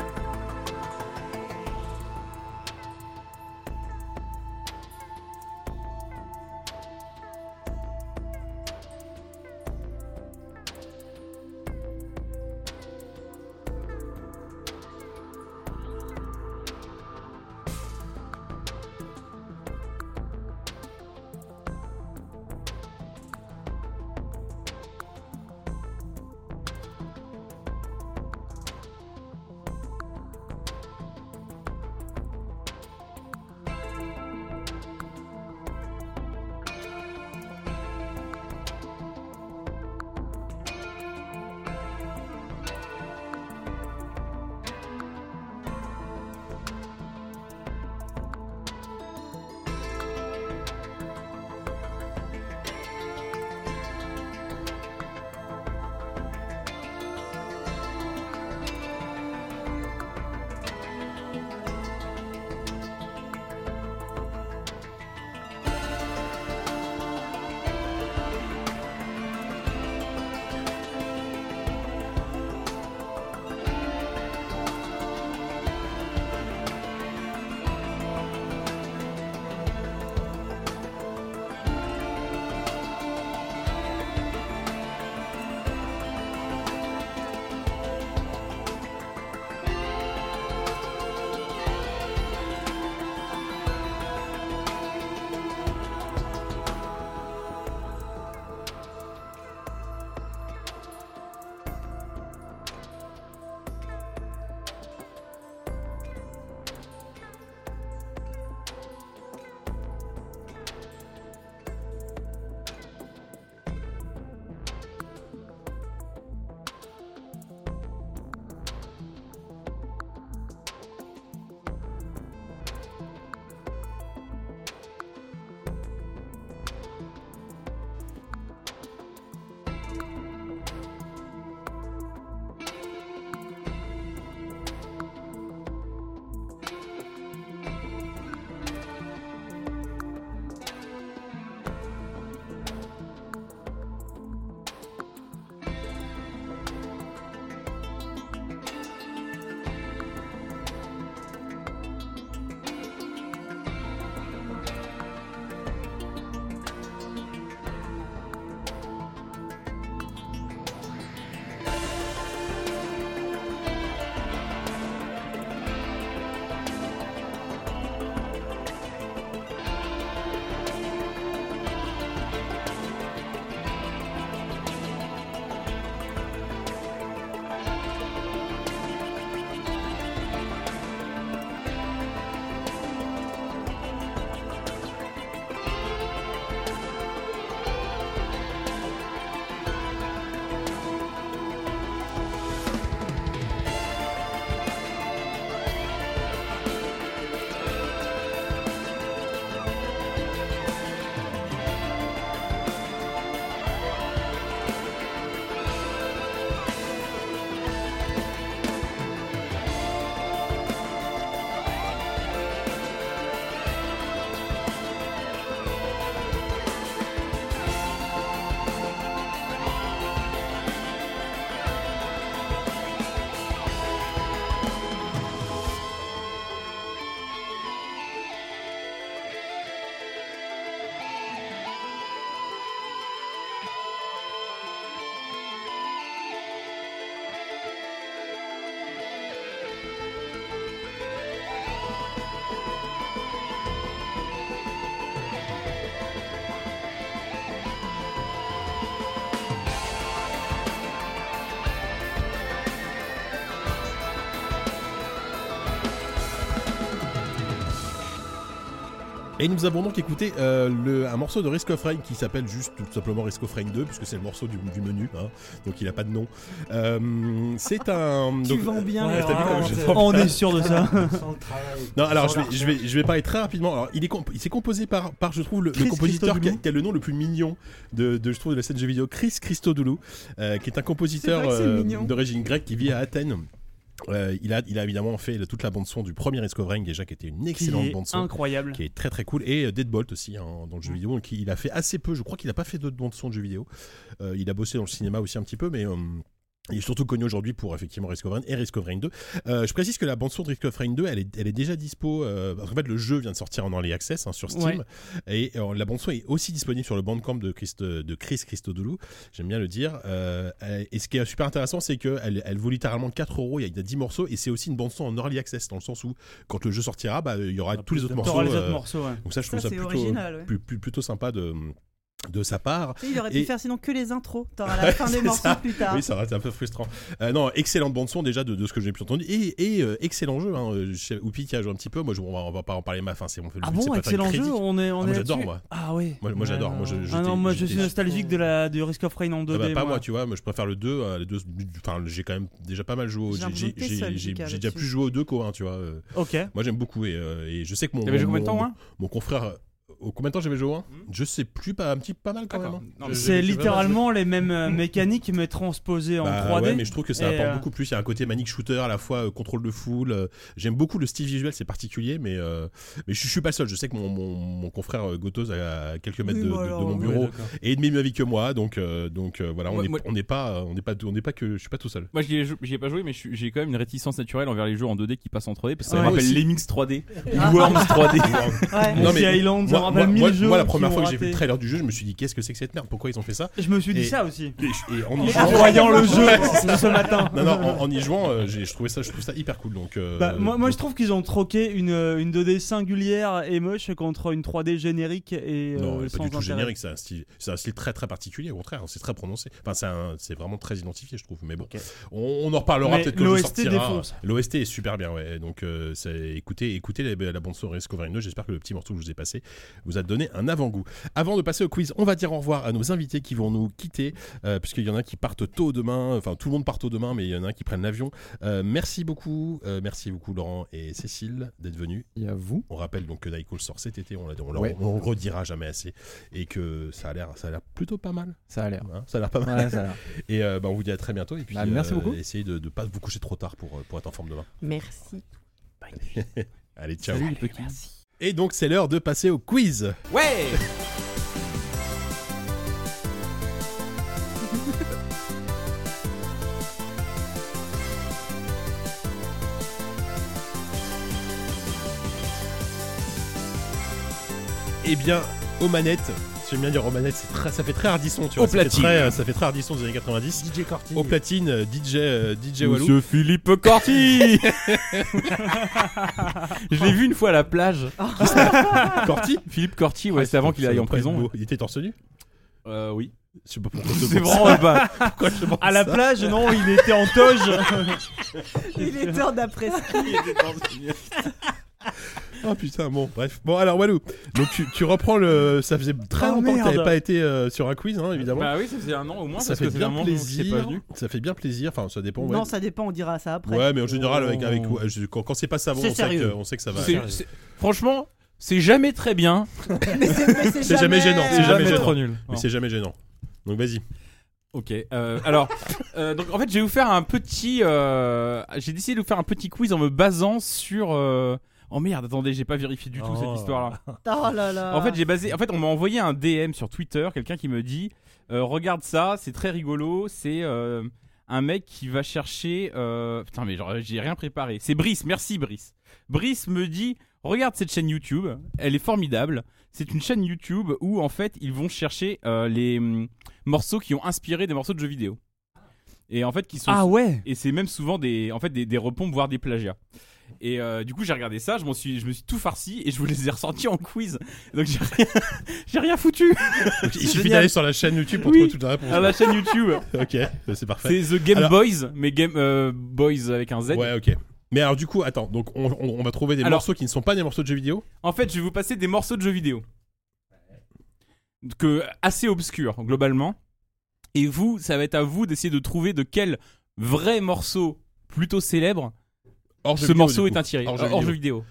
I: Thank
B: Et nous avons donc écouté euh, le, un morceau de Risk of Rain qui s'appelle juste tout simplement Risk of Rain 2, puisque c'est le morceau du, du menu, hein, donc il n'a pas de nom. Euh, c'est un.
E: Tu
B: donc,
E: vends bien.
B: Ouais,
E: le
B: t'as vu
E: travail.
B: comme je-
G: On est sûr
B: [LAUGHS]
G: de ça.
B: Non, alors je vais, je, vais, je vais parler très rapidement. Alors, il est comp- il s'est composé par, par, je trouve, le, le
G: Chris
B: compositeur qui a,
G: Christodoulou.
B: qui a le nom le plus mignon de, de, je trouve, de la scène jeu vidéo, Chris Christodoulou, euh, qui est un compositeur
E: C'est vrai que c'est
B: euh,
E: mignon.
B: d'origine grecque qui vit à Athènes. Euh, il, a, il a évidemment fait le- toute la bande son du premier Risk of Rain, déjà qui était une
G: Qui
B: excellente bande
G: est
B: son.
G: incroyable.
B: qui est très très cool et euh, Deadbolt aussi hein, dans le jeu vidéo donc il a fait assez peu je crois qu'il a pas fait d'autres bandes son de jeux vidéo Euh, il a bossé dans le cinéma aussi un petit peu mais euh, il est surtout connu aujourd'hui pour effectivement Risk of Rain et Risk of Rain 2. Euh, je précise que la bande son de Risk of Rain 2, elle est, elle est déjà dispo. euh, parce qu'en fait, le jeu vient de sortir en early access hein, sur Steam, et euh, la bande son est aussi disponible sur le Bandcamp de, Christ- de Chris Christodoulou. J'aime bien le dire. Euh, et ce qui est super intéressant, c'est qu'elle elle vaut littéralement 4 euros. Il y a 10 morceaux, et c'est aussi une bande son en early access dans le sens où quand le jeu sortira, bah, il y aura
F: Ah,
B: tous les
F: plus
B: autres
F: de-
B: morceaux.
G: T'auras les
B: euh,
G: autres morceaux, ouais.
B: donc ça, je
E: Ça,
B: trouve ça,
E: c'est
B: plutôt,
E: original, ouais.
B: plus- plus- plutôt sympa de, de sa part.
E: Tu sais, Il aurait pu
B: Et-
E: faire sinon que les intros. T'auras
B: [LAUGHS]
E: la fin
B: c'est
E: des morceaux
B: ça.
E: plus tard.
G: Ah.
B: Oui, ça reste un peu frustrant. Euh, non, excellente bande son déjà de, de ce que j'ai pu entendre et, et, euh, excellent jeu. Hein. Euh, je sais- Oupi qui a joué un petit peu. Moi, je, on, va, on va pas en parler. Ma fin, c'est mon
G: Ah bon, excellent jeu, on est, on
B: moi,
G: est
B: j'adore,
G: là-dessus
B: moi.
G: Ah ouais.
B: Moi, moi, j'adore. Moi, je,
G: Ah
B: j'étais-
G: non, moi je
B: j'étais-
G: suis nostalgique de la du Risk of Rain en 2D.
B: Ah bah, pas moi.
G: moi.
B: tu vois, mais je préfère le 2. euh, le deux- enfin, j'ai quand même déjà pas mal joué au
E: J'ai
B: j'ai-
E: l'impression
B: J'ai
E: que t'es seul,
B: j'ai- j'ai-
E: Lucas,
B: j'ai déjà
E: là-dessus.
B: plus joué au 2 qu'au 1, tu vois. euh.
G: Ok.
B: Moi j'aime beaucoup et, euh, et je sais que mon.
D: T'avais joué combien de temps,
B: mon-
D: hein
B: Mon confrère. euh, Au combien de temps j'avais joué au 1
D: Hmm.
B: Je sais plus, pas, un petit, pas mal quand même. hein.
D: D'accord. Non, mais-
G: C'est littéralement les mêmes euh, mécaniques mais transposées en
B: Bah
G: 3D.
B: ouais, mais je trouve que ça
G: Et,
B: apporte
G: euh,
B: beaucoup plus. Il y a un côté manic shooter, à la fois euh, contrôle de foule. euh, J'aime beaucoup le style visuel, c'est particulier, mais, euh, mais je, je suis pas le seul. Je sais que mon, mon, mon confrère euh, Gotos a à quelques mètres
E: Oui,
B: de,
E: bah
B: de- de
E: alors,
B: mon
E: ouais,
B: bureau
F: d'accord.
B: et est demi mieux que moi, donc, euh, donc euh, voilà, on
D: Moi-
B: n'est
D: moi-
B: on n'est pas, euh, on n'est pas, on n'est pas que je suis pas tout seul.
D: Moi, j'y ai, jou- j'y ai pas joué, mais je suis- j'ai quand même une réticence naturelle envers les jeux en 2D qui passent en 3D parce que ça
B: Ouais,
D: me rappelle
B: aussi.
D: Lemmings [LAUGHS] 3D,
E: Ah.
D: Worms 3D.
E: Ouais.
B: Non, mais
G: Monkey Island, ça me
B: Moi,
G: rappelle
B: moi-
G: mille
B: moi-
G: jeux
B: moi, la
G: qui
B: première
G: ont
B: fois que j'ai vu le
G: raté.
B: trailer du jeu, je me suis dit qu'est-ce que c'est que cette merde Pourquoi ils ont fait ça
G: Je me suis dit
B: Et-
G: ça aussi. Ah,
B: et, je- et en y
G: En
B: jouant, [LAUGHS]
G: voyant le jeu de ce matin.
B: non, non, en, en y jouant, euh, j'ai- je trouvais ça, je trouve ça hyper cool. Donc euh,
G: Bah, moi, moi, je trouve qu'ils ont troqué une, euh, une 2D singulière et moche contre une 3D générique et euh,
B: Non, elle est
G: sans
B: pas du tout
G: intérêt.
B: générique, c'est un, style, c'est un style très très particulier, au contraire, c'est très prononcé. Enfin, c'est, un- c'est vraiment très identifié, je trouve. Mais bon, on, on en reparlera
G: Mais
B: peut-être quand je
G: l'OST
B: sortira.
G: défonce.
B: L'OST est super bien, ouais. Donc, euh, c'est, écoutez, écoutez la, la bande son Risk of Rain 2. J'espère que le petit morceau que je vous ai passé vous a donné un avant-goût. Avant de passer au quiz, on va dire au revoir à nos invités qui vont nous quitter, euh, puisqu'il y en a qui partent tôt demain. Enfin, tout le monde part tôt demain, mais il y en a qui prennent l'avion. Euh, merci beaucoup, euh, merci beaucoup Laurent et Cécile d'être venus.
C: Et à vous.
B: On rappelle donc que Daikul sort cet été, on, l'a- on, l'a-
C: Ouais.
B: on le redira jamais assez, et que ça a l'air, ça a l'air plutôt pas mal.
C: Ça a l'air.
B: hein, ça a l'air pas mal.
C: Ouais, ça a l'air.
B: Et euh, bah, on vous dit à très bientôt. Et puis, euh,
C: Bah, merci beaucoup.
B: Essayez de ne pas vous coucher trop tard pour, euh, pour être en forme demain.
H: Merci.
B: Allez, ciao.
D: Salut, les petits.
B: Et donc, c'est l'heure de passer au quiz.
A: Ouais
B: [LAUGHS] Eh bien, aux manettes. J'aime bien dire aux manettes, c'est très- ça fait très hardisson, tu vois.
D: Au
B: ça fait
D: platine.
B: très, euh, ça fait très hardisson des années 90.
F: DJ Corti.
B: Au platine, euh, DJ, euh, DJ Walou.
D: Monsieur Philippe [LAUGHS] Corti Je l'ai vu une fois à la plage.
B: Corti
D: Philippe Corti, ouais,
B: Ah,
D: c'est avant
B: ça
D: qu'il aille
B: doit
D: en
B: pas être
D: prison.
B: beau. Il était torse nu
D: Euh, oui.
B: Je sais pas
D: [LAUGHS]
B: pourquoi. je te
D: C'est
B: demande
D: vraiment pas.
B: ça. [LAUGHS] Pourquoi je te demande
G: À la
B: ça
G: plage, non, il était en
B: [LAUGHS]
G: toge.
E: Il est temps d'après ça.
B: [LAUGHS] Ah putain, bon, bref. Bon, alors Walou, donc tu, tu reprends le. Ça faisait
E: Ah,
B: très
G: Oh,
B: longtemps que t'avais
G: merde.
B: pas été euh, sur un quiz, hein, évidemment.
D: Bah oui, ça faisait un an au moins
B: ça
D: parce
B: fait
D: que c'est
B: bien
D: un moment c'est pas
B: plaisir.
D: venu.
B: Ça fait bien plaisir, enfin, ça dépend. Ouais,
E: Non, ça dépend, on dira ça après.
B: ouais mais en général, avec,
D: Oh.
B: avec, ouais, je- quand, quand c'est pas savon,
E: C'est
B: on sait, que,
E: sérieux.
B: on sait que ça va.
D: C'est- c'est- Franchement, c'est jamais très bien.
E: Mais c'est mais
B: C'est jamais gênant, c'est
D: C'est
B: jamais
D: jamais
B: gênant.
D: trop nul.
B: Mais c'est jamais gênant. Donc vas-y.
D: Ok. euh,
B: [LAUGHS]
D: alors, euh, donc en fait, je vais vous faire un petit. euh, j'ai décidé de vous faire un petit quiz en me basant sur. euh, Oh merde, attendez, j'ai pas vérifié du tout
F: Oh.
D: cette histoire-là.
E: Oh là là.
D: En fait, j'ai basé. En fait, on m'a envoyé un DM sur Twitter, quelqu'un qui me dit euh, regarde ça, c'est très rigolo, c'est euh, un mec qui va chercher. euh, Putain, mais genre, j'ai rien préparé. C'est Brice, merci Brice. Brice me dit regarde cette chaîne YouTube, elle est formidable. C'est une chaîne YouTube où en fait ils vont chercher euh, les hum, morceaux qui ont inspiré des morceaux de jeux vidéo. Et en fait, qui sont
G: Ah ouais.
D: et c'est même souvent des en fait des, des repompes voire des plagiats et euh, du coup j'ai regardé ça je m'en suis je me suis tout farci et je vous les ai ressortis en quiz donc j'ai rien [LAUGHS] j'ai rien foutu
B: Donc, il suffit
D: génial.
B: d'aller sur la chaîne YouTube pour
D: Oui.
B: trouver toute la réponse.
D: à la chaîne YouTube
B: Ok, bah, c'est parfait.
D: c'est The Game
B: Alors-
D: Boys mais Game euh, Boys avec un Z
B: Ouais, ok. Mais alors, du coup, attends, donc on, on- on va trouver des
D: Alors-
B: morceaux qui ne sont pas des morceaux de jeux vidéo
D: En fait, je vais vous passer des morceaux de jeux vidéo. Que, assez obscurs, globalement. Et vous, ça va être à vous d'essayer de trouver de quel vrai morceau plutôt célèbre
B: Hors jeux
D: ce
B: vidéo,
D: morceau
B: du
D: est
B: coup.
D: inspiré.
B: Hors
D: Hors
B: jeu vidéo.
D: jeu vidéo.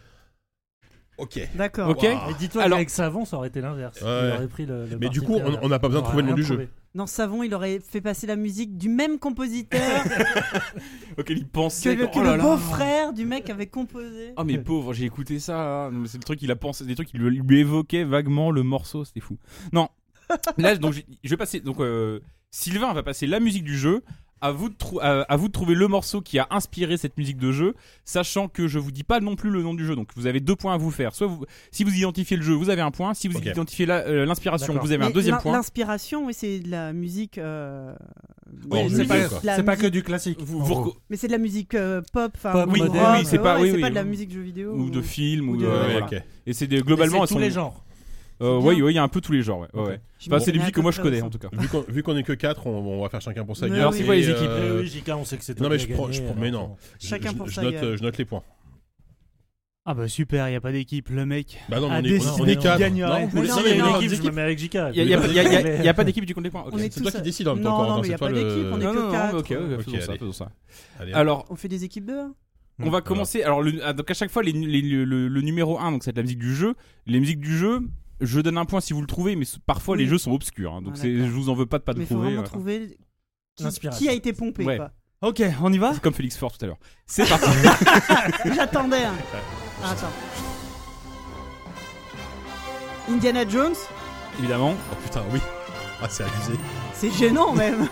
B: Ok.
E: D'accord.
D: Ok
B: Waouh.
F: Et dis-toi
D: Alors-
F: qu'avec Savon, ça aurait été l'inverse. Il
B: Ouais.
F: aurait pris le. le
B: Mais du
F: parti
B: coup,
F: pris
B: on-
F: inverse.
B: on n'a pas besoin de
F: aurait
B: trouver le nom
F: rien
B: du jeu.
F: trouvé.
E: Dans Savon, il aurait fait passer la musique du
D: [LAUGHS]
E: même compositeur
D: Auquel il
E: que
D: pensait.
E: le, que
D: oh
E: le
D: là là.
E: beau-frère du mec avait composé.
D: Oh mais pauvre, j'ai écouté ça. hein. Non, mais C'est le truc qu'il a pensé, des trucs qui lui, lui évoquaient vaguement le morceau, c'était fou. Non. Là donc j'ai- je vais passer donc euh, Sylvain va passer la musique du jeu. À vous, de trou- à, à vous de trouver le morceau qui a inspiré cette musique de jeu, sachant que je vous dis pas non plus le nom du jeu, donc vous avez deux points à vous faire. Soit vous, si vous identifiez le jeu, vous avez un point. Si vous
B: Ok.
D: identifiez la- euh, l'inspiration,
F: D'accord.
D: vous avez un
E: Mais
D: deuxième
E: l'in-
D: point.
E: L'inspiration, oui, c'est de la musique. euh,
B: Hors jeu
E: oui, c'est
F: c'est
B: vidéo,
E: pas-
F: pas,
B: quoi.
E: la
F: c'est pas
E: musique-
F: que du classique.
D: Vous,
F: en
D: vous
F: gros.
D: reco-
E: Mais c'est de la musique euh, pop, enfin
F: Pop,
E: ou
F: oui,
E: rock,
F: oui,
D: c'est pas-
E: ouais,
D: oui,
E: c'est
D: oui,
E: pas de la
D: oui.
E: musique jeux vidéo.
D: ou de films
E: ou
D: ou
E: de-
D: de-
E: Ouais,
D: voilà.
B: ok.
D: Et c'est des- globalement
F: C'est
D: elles
F: tous
D: sont-
F: les genres.
D: Euh,
E: C'est
D: oui,
E: bien.
D: oui, il y a un peu tous les genres. ouais, ouais, ouais. Enfin, c'est les musiques que moi je connais en tout cas.
B: Vu qu'on vu qu'on est que 4, on, on va faire chacun pour sa
E: Mais
B: gueule.
E: alors, c'est quoi
B: Et,
D: les équipes
B: euh,
F: oui, JK, on sait que c'est
B: non,
F: toi
B: mais
F: qui
B: je
F: as
B: prends- je
F: gagné,
B: prends- mais
F: alors,
B: non.
E: cas. Chacun
B: je,
E: pour
B: je
E: sa
B: note,
E: gueule.
B: euh, je note les points.
G: Ah bah super, il y a pas d'équipe, le mec.
B: Bah non, mais
G: A
B: on est- on est, on
G: décidé
B: est
G: qui
B: 4.
G: gagnerait.
B: Non, non,
E: Mais non,
B: mais
E: mais
B: il y a
E: non,
B: une
F: je
B: équipe,
F: me mets avec JK.
D: Il n'y a, y a- y a- y a pas d'équipe du compte des points. ok.
E: On est
B: C'est toi
E: tous-
B: qui décides en même
E: Non,
B: temps. Corentin,
E: non, mais il n'y
B: c'est
E: a
B: toi
E: hein, pas d'équipe, on
B: le...
E: est
D: Non,
E: que
D: non, non, ok,
E: quatre.
D: ok,
B: Ok,
D: faisons ça,
B: allez.
D: faisons ça.
B: Allez,
D: Alors,
E: On fait des équipes de 1
D: on va
B: Voilà.
D: commencer. Alors, le- ah, donc à chaque fois, les- les- le, le- le numéro 1, donc c'est la musique du jeu. Les musiques du jeu, je donne un point si vous le trouvez, mais c- parfois
E: Oui.
D: les jeux sont obscurs. hein, donc,
E: Ah,
D: c'est- je
E: d'accord.
D: vous en veux pas de pas
E: Mais
D: le
E: il faut
D: trouver.
E: vraiment
D: euh,
E: trouver qui,
F: L'inspiration.
E: qui a été pompé.
D: Ouais.
E: quoi.
G: Ok, on y va
D: C'est comme Félix Fort tout à l'heure. C'est
B: [LAUGHS]
D: parti. [LAUGHS]
E: J'attendais. hein. Attends. Indiana Jones,
D: Évidemment.
B: Oh putain, oui. Ah, c'est abusé.
E: c'est gênant même.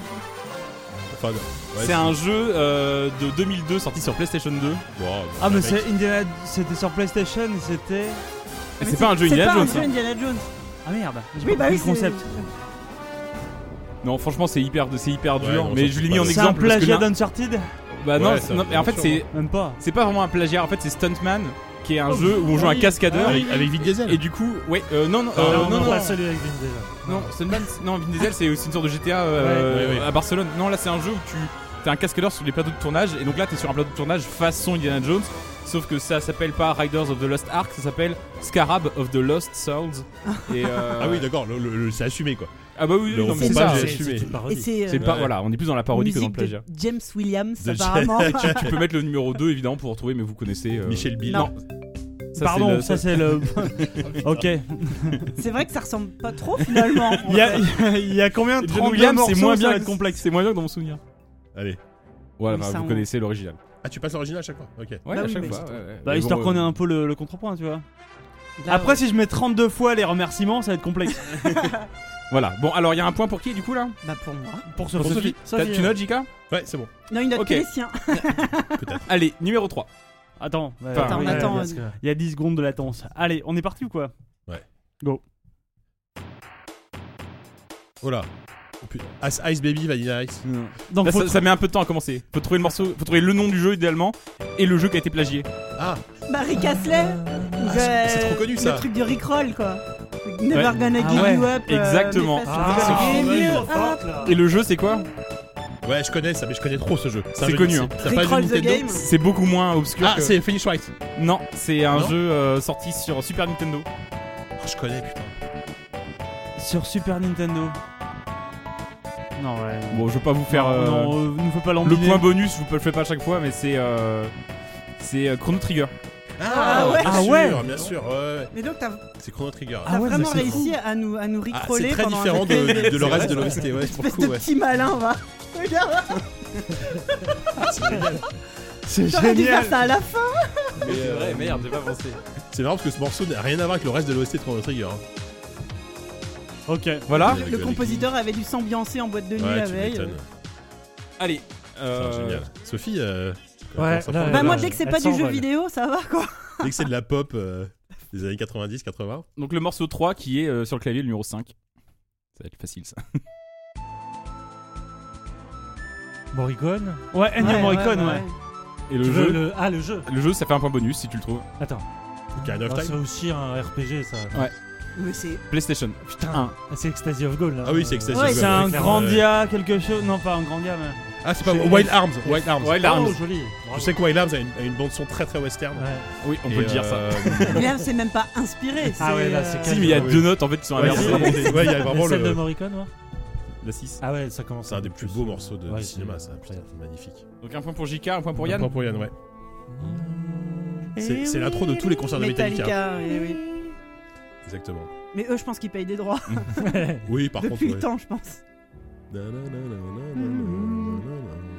B: Enfin, ouais,
D: c'est un jeu euh, de 2002 sorti sur PlayStation 2.
B: Wow,
G: Ah mais
B: mec,
G: c'est Indiana, c'était sur PlayStation, et c'était...
D: Et c'est pas un jeu Indiana Jones.
E: C'est pas un
D: hein.
E: jeu Indiana Jones.
G: Ah merde, j'ai
E: Oui, bah
G: pas
E: oui,
G: compris le concept.
E: c'est-
D: Non, franchement, c'est hyper, c'est hyper
B: Ouais,
D: dur.
B: on
D: mais
B: s'en
D: je l'ai
B: fout pas.
D: mis en
G: C'est un
D: exemple. parce que
G: plagiat
D: l'un-
G: d'Uncharted
D: Bah non,
B: Ouais,
D: c'est-
B: ça-
D: non, mais en fait, c'est
G: Même pas.
B: hein.
D: c'est pas vraiment un plagiat. En fait, c'est Stuntman, qui est un
G: Oh,
D: jeu où on joue
G: ah
D: un
G: oui.
D: cascadeur.
B: Avec, avec Vin Diesel.
D: Et du coup, ouais, euh, non, non, euh,
F: Non,
D: non,
F: non,
D: non,
F: pas celui avec Vin Diesel.
D: non, Sunman, non, Vin Diesel, c'est aussi une sorte de GTA euh,
B: Ouais. Ouais, ouais.
D: à Barcelone. Non, là, c'est un jeu où tu t'es un cascadeur sur les plateaux de tournage, et donc là, t'es sur un plateau de tournage façon Indiana Jones, sauf que ça s'appelle pas Riders of the Lost Ark, ça s'appelle Scarab of the Lost
E: [LAUGHS]
D: Souls. Et, euh,
B: Ah oui, d'accord, le- le- le- c'est assumé quoi.
D: ah bah oui, oui,
B: Le
D: non, mais c'est
E: repas,
D: ça.
B: j'ai-
D: C'est
B: assumé.
F: C'est une
E: Et
F: parodie.
E: c'est euh,
D: c'est pas,
B: Ouais.
D: voilà, on est plus dans la parodie que dans le
E: musique de
D: plagiat.
E: James Williams,
B: De
E: apparemment.
D: Tu peux mettre le numéro 2 évidemment pour retrouver, mais vous connaissez. euh,
B: Michel Bill.
D: Non, ça, c'est
G: Pardon,
D: le-
G: ça c'est le... [LAUGHS] ok.
E: [LAUGHS] c'est vrai que ça ressemble pas trop finalement.
G: Il y a, il y a combien de
D: John
G: 32
D: Williams, c'est
G: morceaux,
D: moins
G: ça va
D: bien
G: être compl-
D: complexe, c'est moins bien que dans mon souvenir.
B: Allez.
D: Voilà,
E: Oui,
D: bah,
E: ça,
D: vous
E: on-
D: connaissez l'original.
B: Ah, tu passes l'original à chaque fois Ok.
D: Ouais,
E: Bah
D: à
E: oui,
D: chaque
E: mais
D: fois.
E: c'est-
D: ouais, ouais.
G: Bah
D: Mais
G: histoire
D: bon,
G: qu'on ait
D: euh,
G: un peu le, le contrepoint, tu vois.
E: Là,
G: Après, si je mets 32 fois les remerciements, ça va être complexe.
D: Voilà. Bon, alors il y a un point pour qui du coup là
E: Bah pour moi.
G: Pour ce
D: Pour Sophie. T'as-
E: euh,
D: Tu notes, Jika
B: Ouais, c'est bon.
E: Non, il note
D: Ok.
E: que les siens. [LAUGHS]
D: Allez, numéro 3.
G: [LAUGHS] Attends, bah,
D: Attends,
G: oui,
E: on attend.
G: parce que- Il y a 10 secondes de latence. Allez, on est parti ou quoi
B: Oh là. Oh, putain. Ice, Ice Baby, Vanilla Ice.
G: Donc,
D: Là,
G: faut
D: ça, ça met un peu de temps à commencer. Faut trouver le morceau, faut trouver le nom du jeu idéalement et le jeu qui a été plagié.
B: Ah,
E: Marie Casley
B: ah, c'est c'est trop connu
E: Le
B: ça.
E: truc de Rickroll quoi. Never
D: Ouais.
E: gonna
G: Ah
E: give
G: ouais.
E: you up. euh,
D: Exactement.
E: des faces
F: Ah,
E: sur
F: c'est Ah,
E: des
F: fou,
E: faces.
F: ouais,
E: Give
F: trop
E: you up.
F: forte, là.
D: Et le jeu c'est quoi
B: Ouais, je connais ça, mais je connais trop ce jeu. un
D: C'est
B: jeu
D: connu,
B: de-
D: hein.
B: Ça parle
E: Rickroll
B: de
E: the
B: Nintendo.
E: game.
D: C'est beaucoup moins obscur.
B: Ah,
D: que-
B: c'est Finish Right.
D: Non, c'est un
B: Non
D: jeu euh, sorti sur Super Nintendo.
B: Oh, je connais, putain.
G: Sur Super Nintendo. Non, ouais.
D: Bon, je vais pas vous faire
G: Non,
D: euh,
G: non, euh, nous faut pas
D: le
G: l'embiner.
D: point bonus, je vous le fais pas à chaque fois, mais c'est euh, c'est euh, Chrono Trigger.
E: Ah, ouais.
B: bien
G: Ah,
B: sûr,
G: ouais.
B: Bien sûr, ouais, ouais.
E: Mais donc t'as
B: C'est Chrono Trigger.
E: t'as
G: ouais, mais
E: vraiment
G: c'est
E: réussi à nous à nous
B: Ah, c'est
E: Rickroller
B: très
E: Ah, pendant un
B: différent
E: jeu
B: de, de le
E: vidéo.
B: reste de l'OST, ouais, pour le
E: Espèce
B: coup,
E: de
B: ouais.
E: petit malin va. Regarde,
G: C'est
E: J'aurais dû faire
G: génial.
E: ça à la fin.
B: Mais, euh,
D: merde, j'ai pas pensé.
B: C'est marrant parce que ce morceau n'a rien à voir avec le reste de l'OST de Chrono Trigger. hein.
G: Ok.
D: Voilà.
B: Avec-
E: Ah, Le
B: avec-
E: compositeur avait dû s'ambiancer en boîte de nuit
B: Ouais,
E: la
B: tu
E: veille.
B: m'étonnes.
D: Allez. euh,
B: C'est génial. Sophie, euh,
F: Ouais,
B: ça
F: là,
B: prend,
F: là,
E: Bah
B: euh,
E: moi
F: là,
E: dès que c'est
F: elle
E: pas du jeu
F: s'envole.
E: vidéo, ça va quoi.
B: Dès que c'est de la pop euh, des années 90, 80.
D: Donc le morceau 3 qui est euh, sur le clavier le numéro 5. Ça va être facile ça.
F: Morricone.
G: Ouais, Ennio Morricone, ouais.
D: Et le
F: Tu
D: jeu
F: veux le. Ah, le jeu.
D: le jeu ça fait un point bonus si tu le trouves.
F: Attends.
B: Kind of
F: Ah, C'est
B: Time. Ah,
F: aussi un RPG, ça.
E: Mais c'est
D: PlayStation.
F: Putain.
D: Un.
F: Ah, C'est Ecstasy of Gold, là.
B: Ah oui, c'est Ecstasy
G: Ouais,
B: of
G: c'est un
B: Ouais.
G: Grandia quelque chose. Non, pas un Grandia, mais.
B: Ah, c'est pas Wild Arms. Wild Arms.
D: Wild
F: Oh,
D: Arms.
F: joli.
B: Je
F: Bravo.
B: sais que Wild Arms a une, a une bande son très très western. euh,
F: Ouais.
D: Oui, on peut le dire ça. [LAUGHS]
B: ça.
E: Mais là, c'est même pas inspiré.
F: Ah ouais, là,
E: euh,
F: c'est
D: Si, mais il y a
F: Ouais.
D: deux notes en fait qui sont
B: Ah, Ouais,
D: inversées.
B: c'est- ouais, il y a
F: Mais
B: vraiment
F: celle de
B: le.
F: Morricone, ouais.
D: La 6.
F: Ah ouais, ça commence.
B: C'est un des plus beaux morceaux de
F: Ouais,
B: du
F: c'est
B: cinéma, ça. Putain,
F: incroyable.
B: c'est magnifique.
D: Donc un point pour JK, un point pour Yann.
B: Un point Pour Yann, ouais. C'est
E: eh
B: c'est
E: oui,
B: l'intro de tous les concerts de Metallica.
E: Metallica. oui, oui.
B: Exactement.
E: Mais eux, je pense qu'ils payent des droits
B: [LAUGHS] Oui, par contre.
E: [LAUGHS] depuis
B: ouais.
E: le temps, je pense.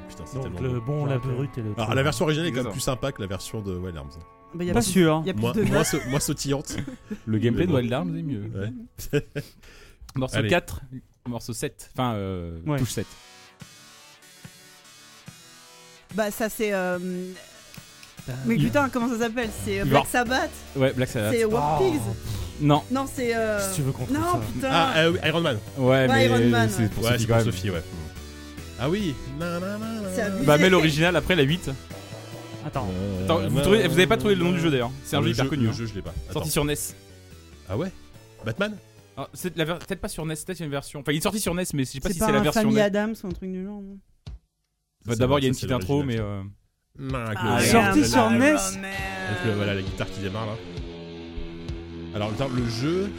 B: Putain, c'est
F: Donc
B: tellement
F: le
B: bon.
F: bon, la brute et le.
B: Alors la version originale est quand même
D: Bizarre.
B: plus sympa que la version de Wild Arms.
E: Bah, y a
G: Pas
E: plus-
G: sûr. hein.
E: y a plus
B: Moins,
E: de
B: moins,
E: notes.
B: sau- moins
E: [LAUGHS]
B: sautillante.
D: Le gameplay de
B: bon.
D: Wild Arms est mieux.
B: Ouais.
D: [LAUGHS] Morceau
B: Allez.
D: 4, morceau 7, enfin euh,
G: Ouais.
D: touche 7.
E: Bah, ça, c'est. euh, Mais
F: Il-
E: putain, comment ça s'appelle C'est euh,
D: Il
E: Black
D: va-
E: Sabbath
D: Ouais, Black Sabbath.
E: C'est War
F: Oh,
E: Pigs
D: Non,
E: Non, c'est. euh,
F: Si tu veux qu'on trouve
E: Non,
F: ça.
E: putain
B: Ah, euh, oui, Iron Man.
D: ouais, mais
E: Iron Man,
D: c'est
E: ouais.
D: pour
B: ouais,
D: Sophie
B: c'est
D: quand
B: pour
D: même.
B: Sophie, ouais. Ah oui. Na, na, na, na,
E: C'est
B: na.
E: abusé.
D: Bah, mets l'original après la 8.
G: Attends.
B: Euh,
D: Attends, vous,
B: na,
D: trouvez-
B: na,
D: vous avez pas trouvé le nom
B: na,
D: du jeu d'ailleurs. C'est un
B: Le
D: jeu hyper connu.
B: Le
D: hein.
B: jeu, je l'ai pas. Attends.
D: Sorti sur NES.
B: Ah ouais Batman
D: Ah, c'est la ver- Peut-être pas sur NES, peut-être une version. Enfin, il est sorti sur NES, mais je sais pas
E: C'est
D: si
E: pas
D: c'est la
E: un
D: version
E: Family
D: NES.
E: Adams ou un truc du genre. non
D: Bah, D'abord, il y a une
B: Ça, c'est
D: petite intro, mais.
B: l'original,
D: euh,
B: Non, avec le-
E: Ah,
G: Sorti
E: merde.
G: sur NES.
B: Avec le- voilà, la guitare qui démarre là. Alors, attends, le jeu.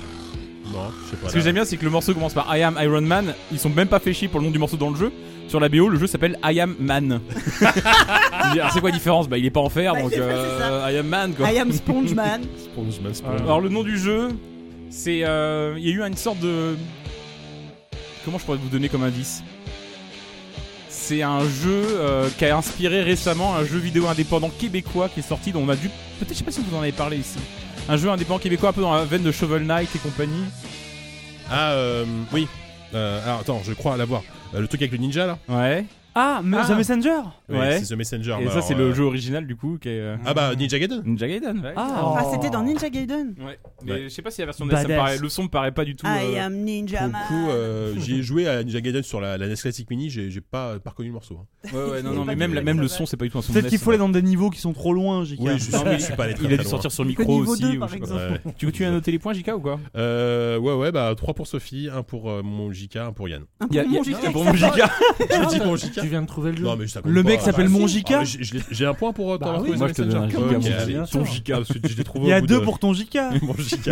B: Non, je sais pas.
D: Ce que j'aime bien, c'est que le morceau commence par I am Iron Man. Ils sont même pas fait chier pour le nom du morceau dans le jeu. Sur la BO, le jeu s'appelle I am Man. Je veux dire, c'est quoi la différence Bah, il est pas en fer,
E: Bah,
D: donc
E: c'est ça,
D: euh, I am Man quoi. Euh,
E: I am
D: [LAUGHS]
E: Sponge Man.
B: Spongeman, Spongeman.
D: Alors, le nom du jeu, c'est. euh, Il y a eu une sorte de. Comment je pourrais vous donner comme indice C'est un jeu euh, qui a inspiré récemment un jeu vidéo indépendant québécois qui est sorti, dont on a dû. Peut-être, je sais pas si vous en avez parlé ici. Un jeu indépendant québécois un peu dans la veine de Shovel Knight et compagnie.
B: Ah, euh, oui. Euh, alors, attends, je crois l'avoir. Euh, le truc avec le ninja là
D: Ouais.
G: Ah, mais
D: Ah.
G: The Messenger
B: Oui,
D: Ouais.
B: C'est The Messenger.
D: Et
B: bah,
D: ça, c'est
B: alors,
D: le
B: euh,
D: jeu original du coup qui est. euh,
B: Ah bah, Ninja Gaiden
D: Ninja Gaiden, ouais.
G: Ah,
E: Ah, c'était dans Ninja Gaiden
D: Ouais. Mais
B: Ouais.
D: je sais pas si la version NES, ça me
G: Badass.
D: paraît- le son me paraît pas du tout.
E: I
D: euh,
E: am Ninja
B: Pour
E: Man.
B: le coup, euh, j'y ai joué à Ninja Gaiden sur la, la NES Classic Mini, j'ai j'ai pas, pas reconnu le morceau. hein.
D: Ouais, ouais, non,
E: Il
D: non,
E: est
D: mais
E: pas
D: même,
E: du
D: la-
E: tout
D: même
E: comme
D: le
E: ça.
D: son, c'est pas du tout un son.
G: Peut-être
D: NES,
G: qu'il faut
D: ça.
G: aller dans des niveaux qui sont trop loin, JK.
B: Oui, je
D: Non, mais
B: sais, je suis pas allé très,
D: Il a
B: très
D: dû
B: loin.
D: sortir sur
E: Le
D: micro
E: niveau
D: aussi.
E: 2,
D: ou
E: par
D: je sais pas.
E: exemple.
B: Ouais.
D: Tu veux tu as noté les points, JK ou quoi
B: Euh, ouais, ouais, bah 3 pour Sophie, 1 pour euh, mon JK, 1 pour Yann.
E: Un
D: Il y a-
E: bon
D: il y a-
E: JK,
D: bon,
E: ça
D: JK.
B: Je dis mon JK
F: Tu viens de trouver le jeu.
B: Non, mais ça compte
G: Le
B: pas.
G: mec s'appelle Mon
B: Ah,
G: JK.
B: mais j'ai- je l'ai- J'ai un point pour euh,
F: Bah
B: t'avoir
F: oui,
B: trouvé
D: moi,
B: sur
D: je te donne un
B: Messenger. Ok,
D: JK, mon
B: allez,
F: JK.
B: Ton JK, parce que je l'ai trouvé
G: Il y a
B: au bout
G: deux
B: de-
G: pour ton JK.
B: Mon
G: [LAUGHS]
B: JK.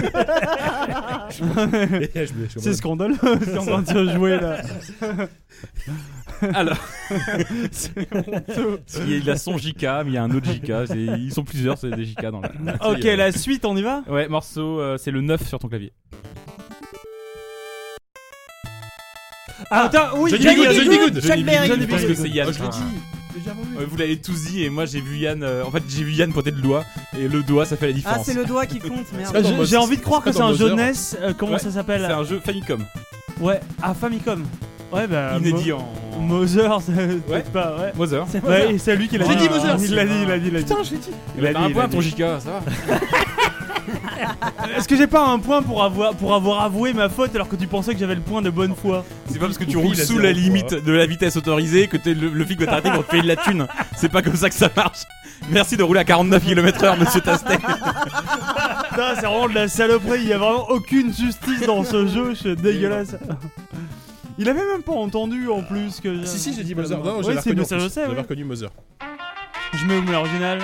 B: Et je me- je me-
G: C'est scandaleux [LAUGHS] si on est en train de jouer là.
D: Alors, il y a- il a son JK, mais il y a un autre JK. c'est- Ils sont plusieurs, c'est des JK dans la.
G: Ok, la suite, on y va
D: Ouais, morceau, euh, c'est le 9 sur ton clavier.
G: Ah, attends, oui,
B: Johnny
G: Johnny
B: Good,
G: Good.
B: Johnny Good.
E: Chuck Berry.
D: Je pense que c'est Yann. hein.
B: Oh, je l'ai dit.
D: Ouais, vous l'avez tous dit, et moi j'ai vu Yann. euh, en fait, j'ai vu Yann pointer le doigt, et le doigt ça fait la différence.
E: Ah, c'est le doigt qui compte, merde.
B: Ah,
G: J'ai-
B: Attends,
G: J'ai envie de croire
B: c'est
G: que
B: pas
G: c'est
B: dans
G: un jeu de
B: Bowser.
G: NES. euh, Comment
D: Ouais.
G: ça
D: C'est
G: s'appelle
D: un jeu Famicom,
G: Ouais, ah, Famicom. Ouais, bah.
D: inédit
G: Mo-
D: en.
G: Mother, [LAUGHS] c'est- peut-être pas, ouais.
D: Mother.
G: Ouais, et c'est lui qui l'a dit.
D: J'ai dit Mother.
G: Il l'a dit, il l'a dit, il l'a dit.
D: je l'ai dit.
G: Il a
D: T'as un
G: dit, il
D: point
G: a
D: ton
G: dit.
D: JK, ça va.
G: Est-ce que j'ai pas un point pour avoir, pour avoir avoué ma faute alors que tu pensais que j'avais le point de
B: [LAUGHS]
G: bonne foi
D: C'est pas parce que tu
B: Oui,
D: roules
B: il a
D: sous
B: zéro
D: la
B: point.
D: limite de la vitesse autorisée que t'es le, le flic va t'arrêter pour te payer de la thune. C'est pas comme ça que ça marche. Merci de rouler à 49 km/h, monsieur Tastet.
G: Putain, c'est vraiment de la saloperie, il y a vraiment aucune justice
B: [LAUGHS]
G: dans ce jeu, c'est dégueulasse. [LAUGHS] Il avait même pas entendu en plus que. je-
B: Ah. Si, si, j'ai dit Mother. Non,
G: Ouais,
B: j'avais
G: c'est-
B: reconnu.
G: mais
B: en
G: ça,
B: plus.
G: je sais,
B: J'avais
G: ouais.
B: reconnu Mother.
G: Je mets au moins l'original.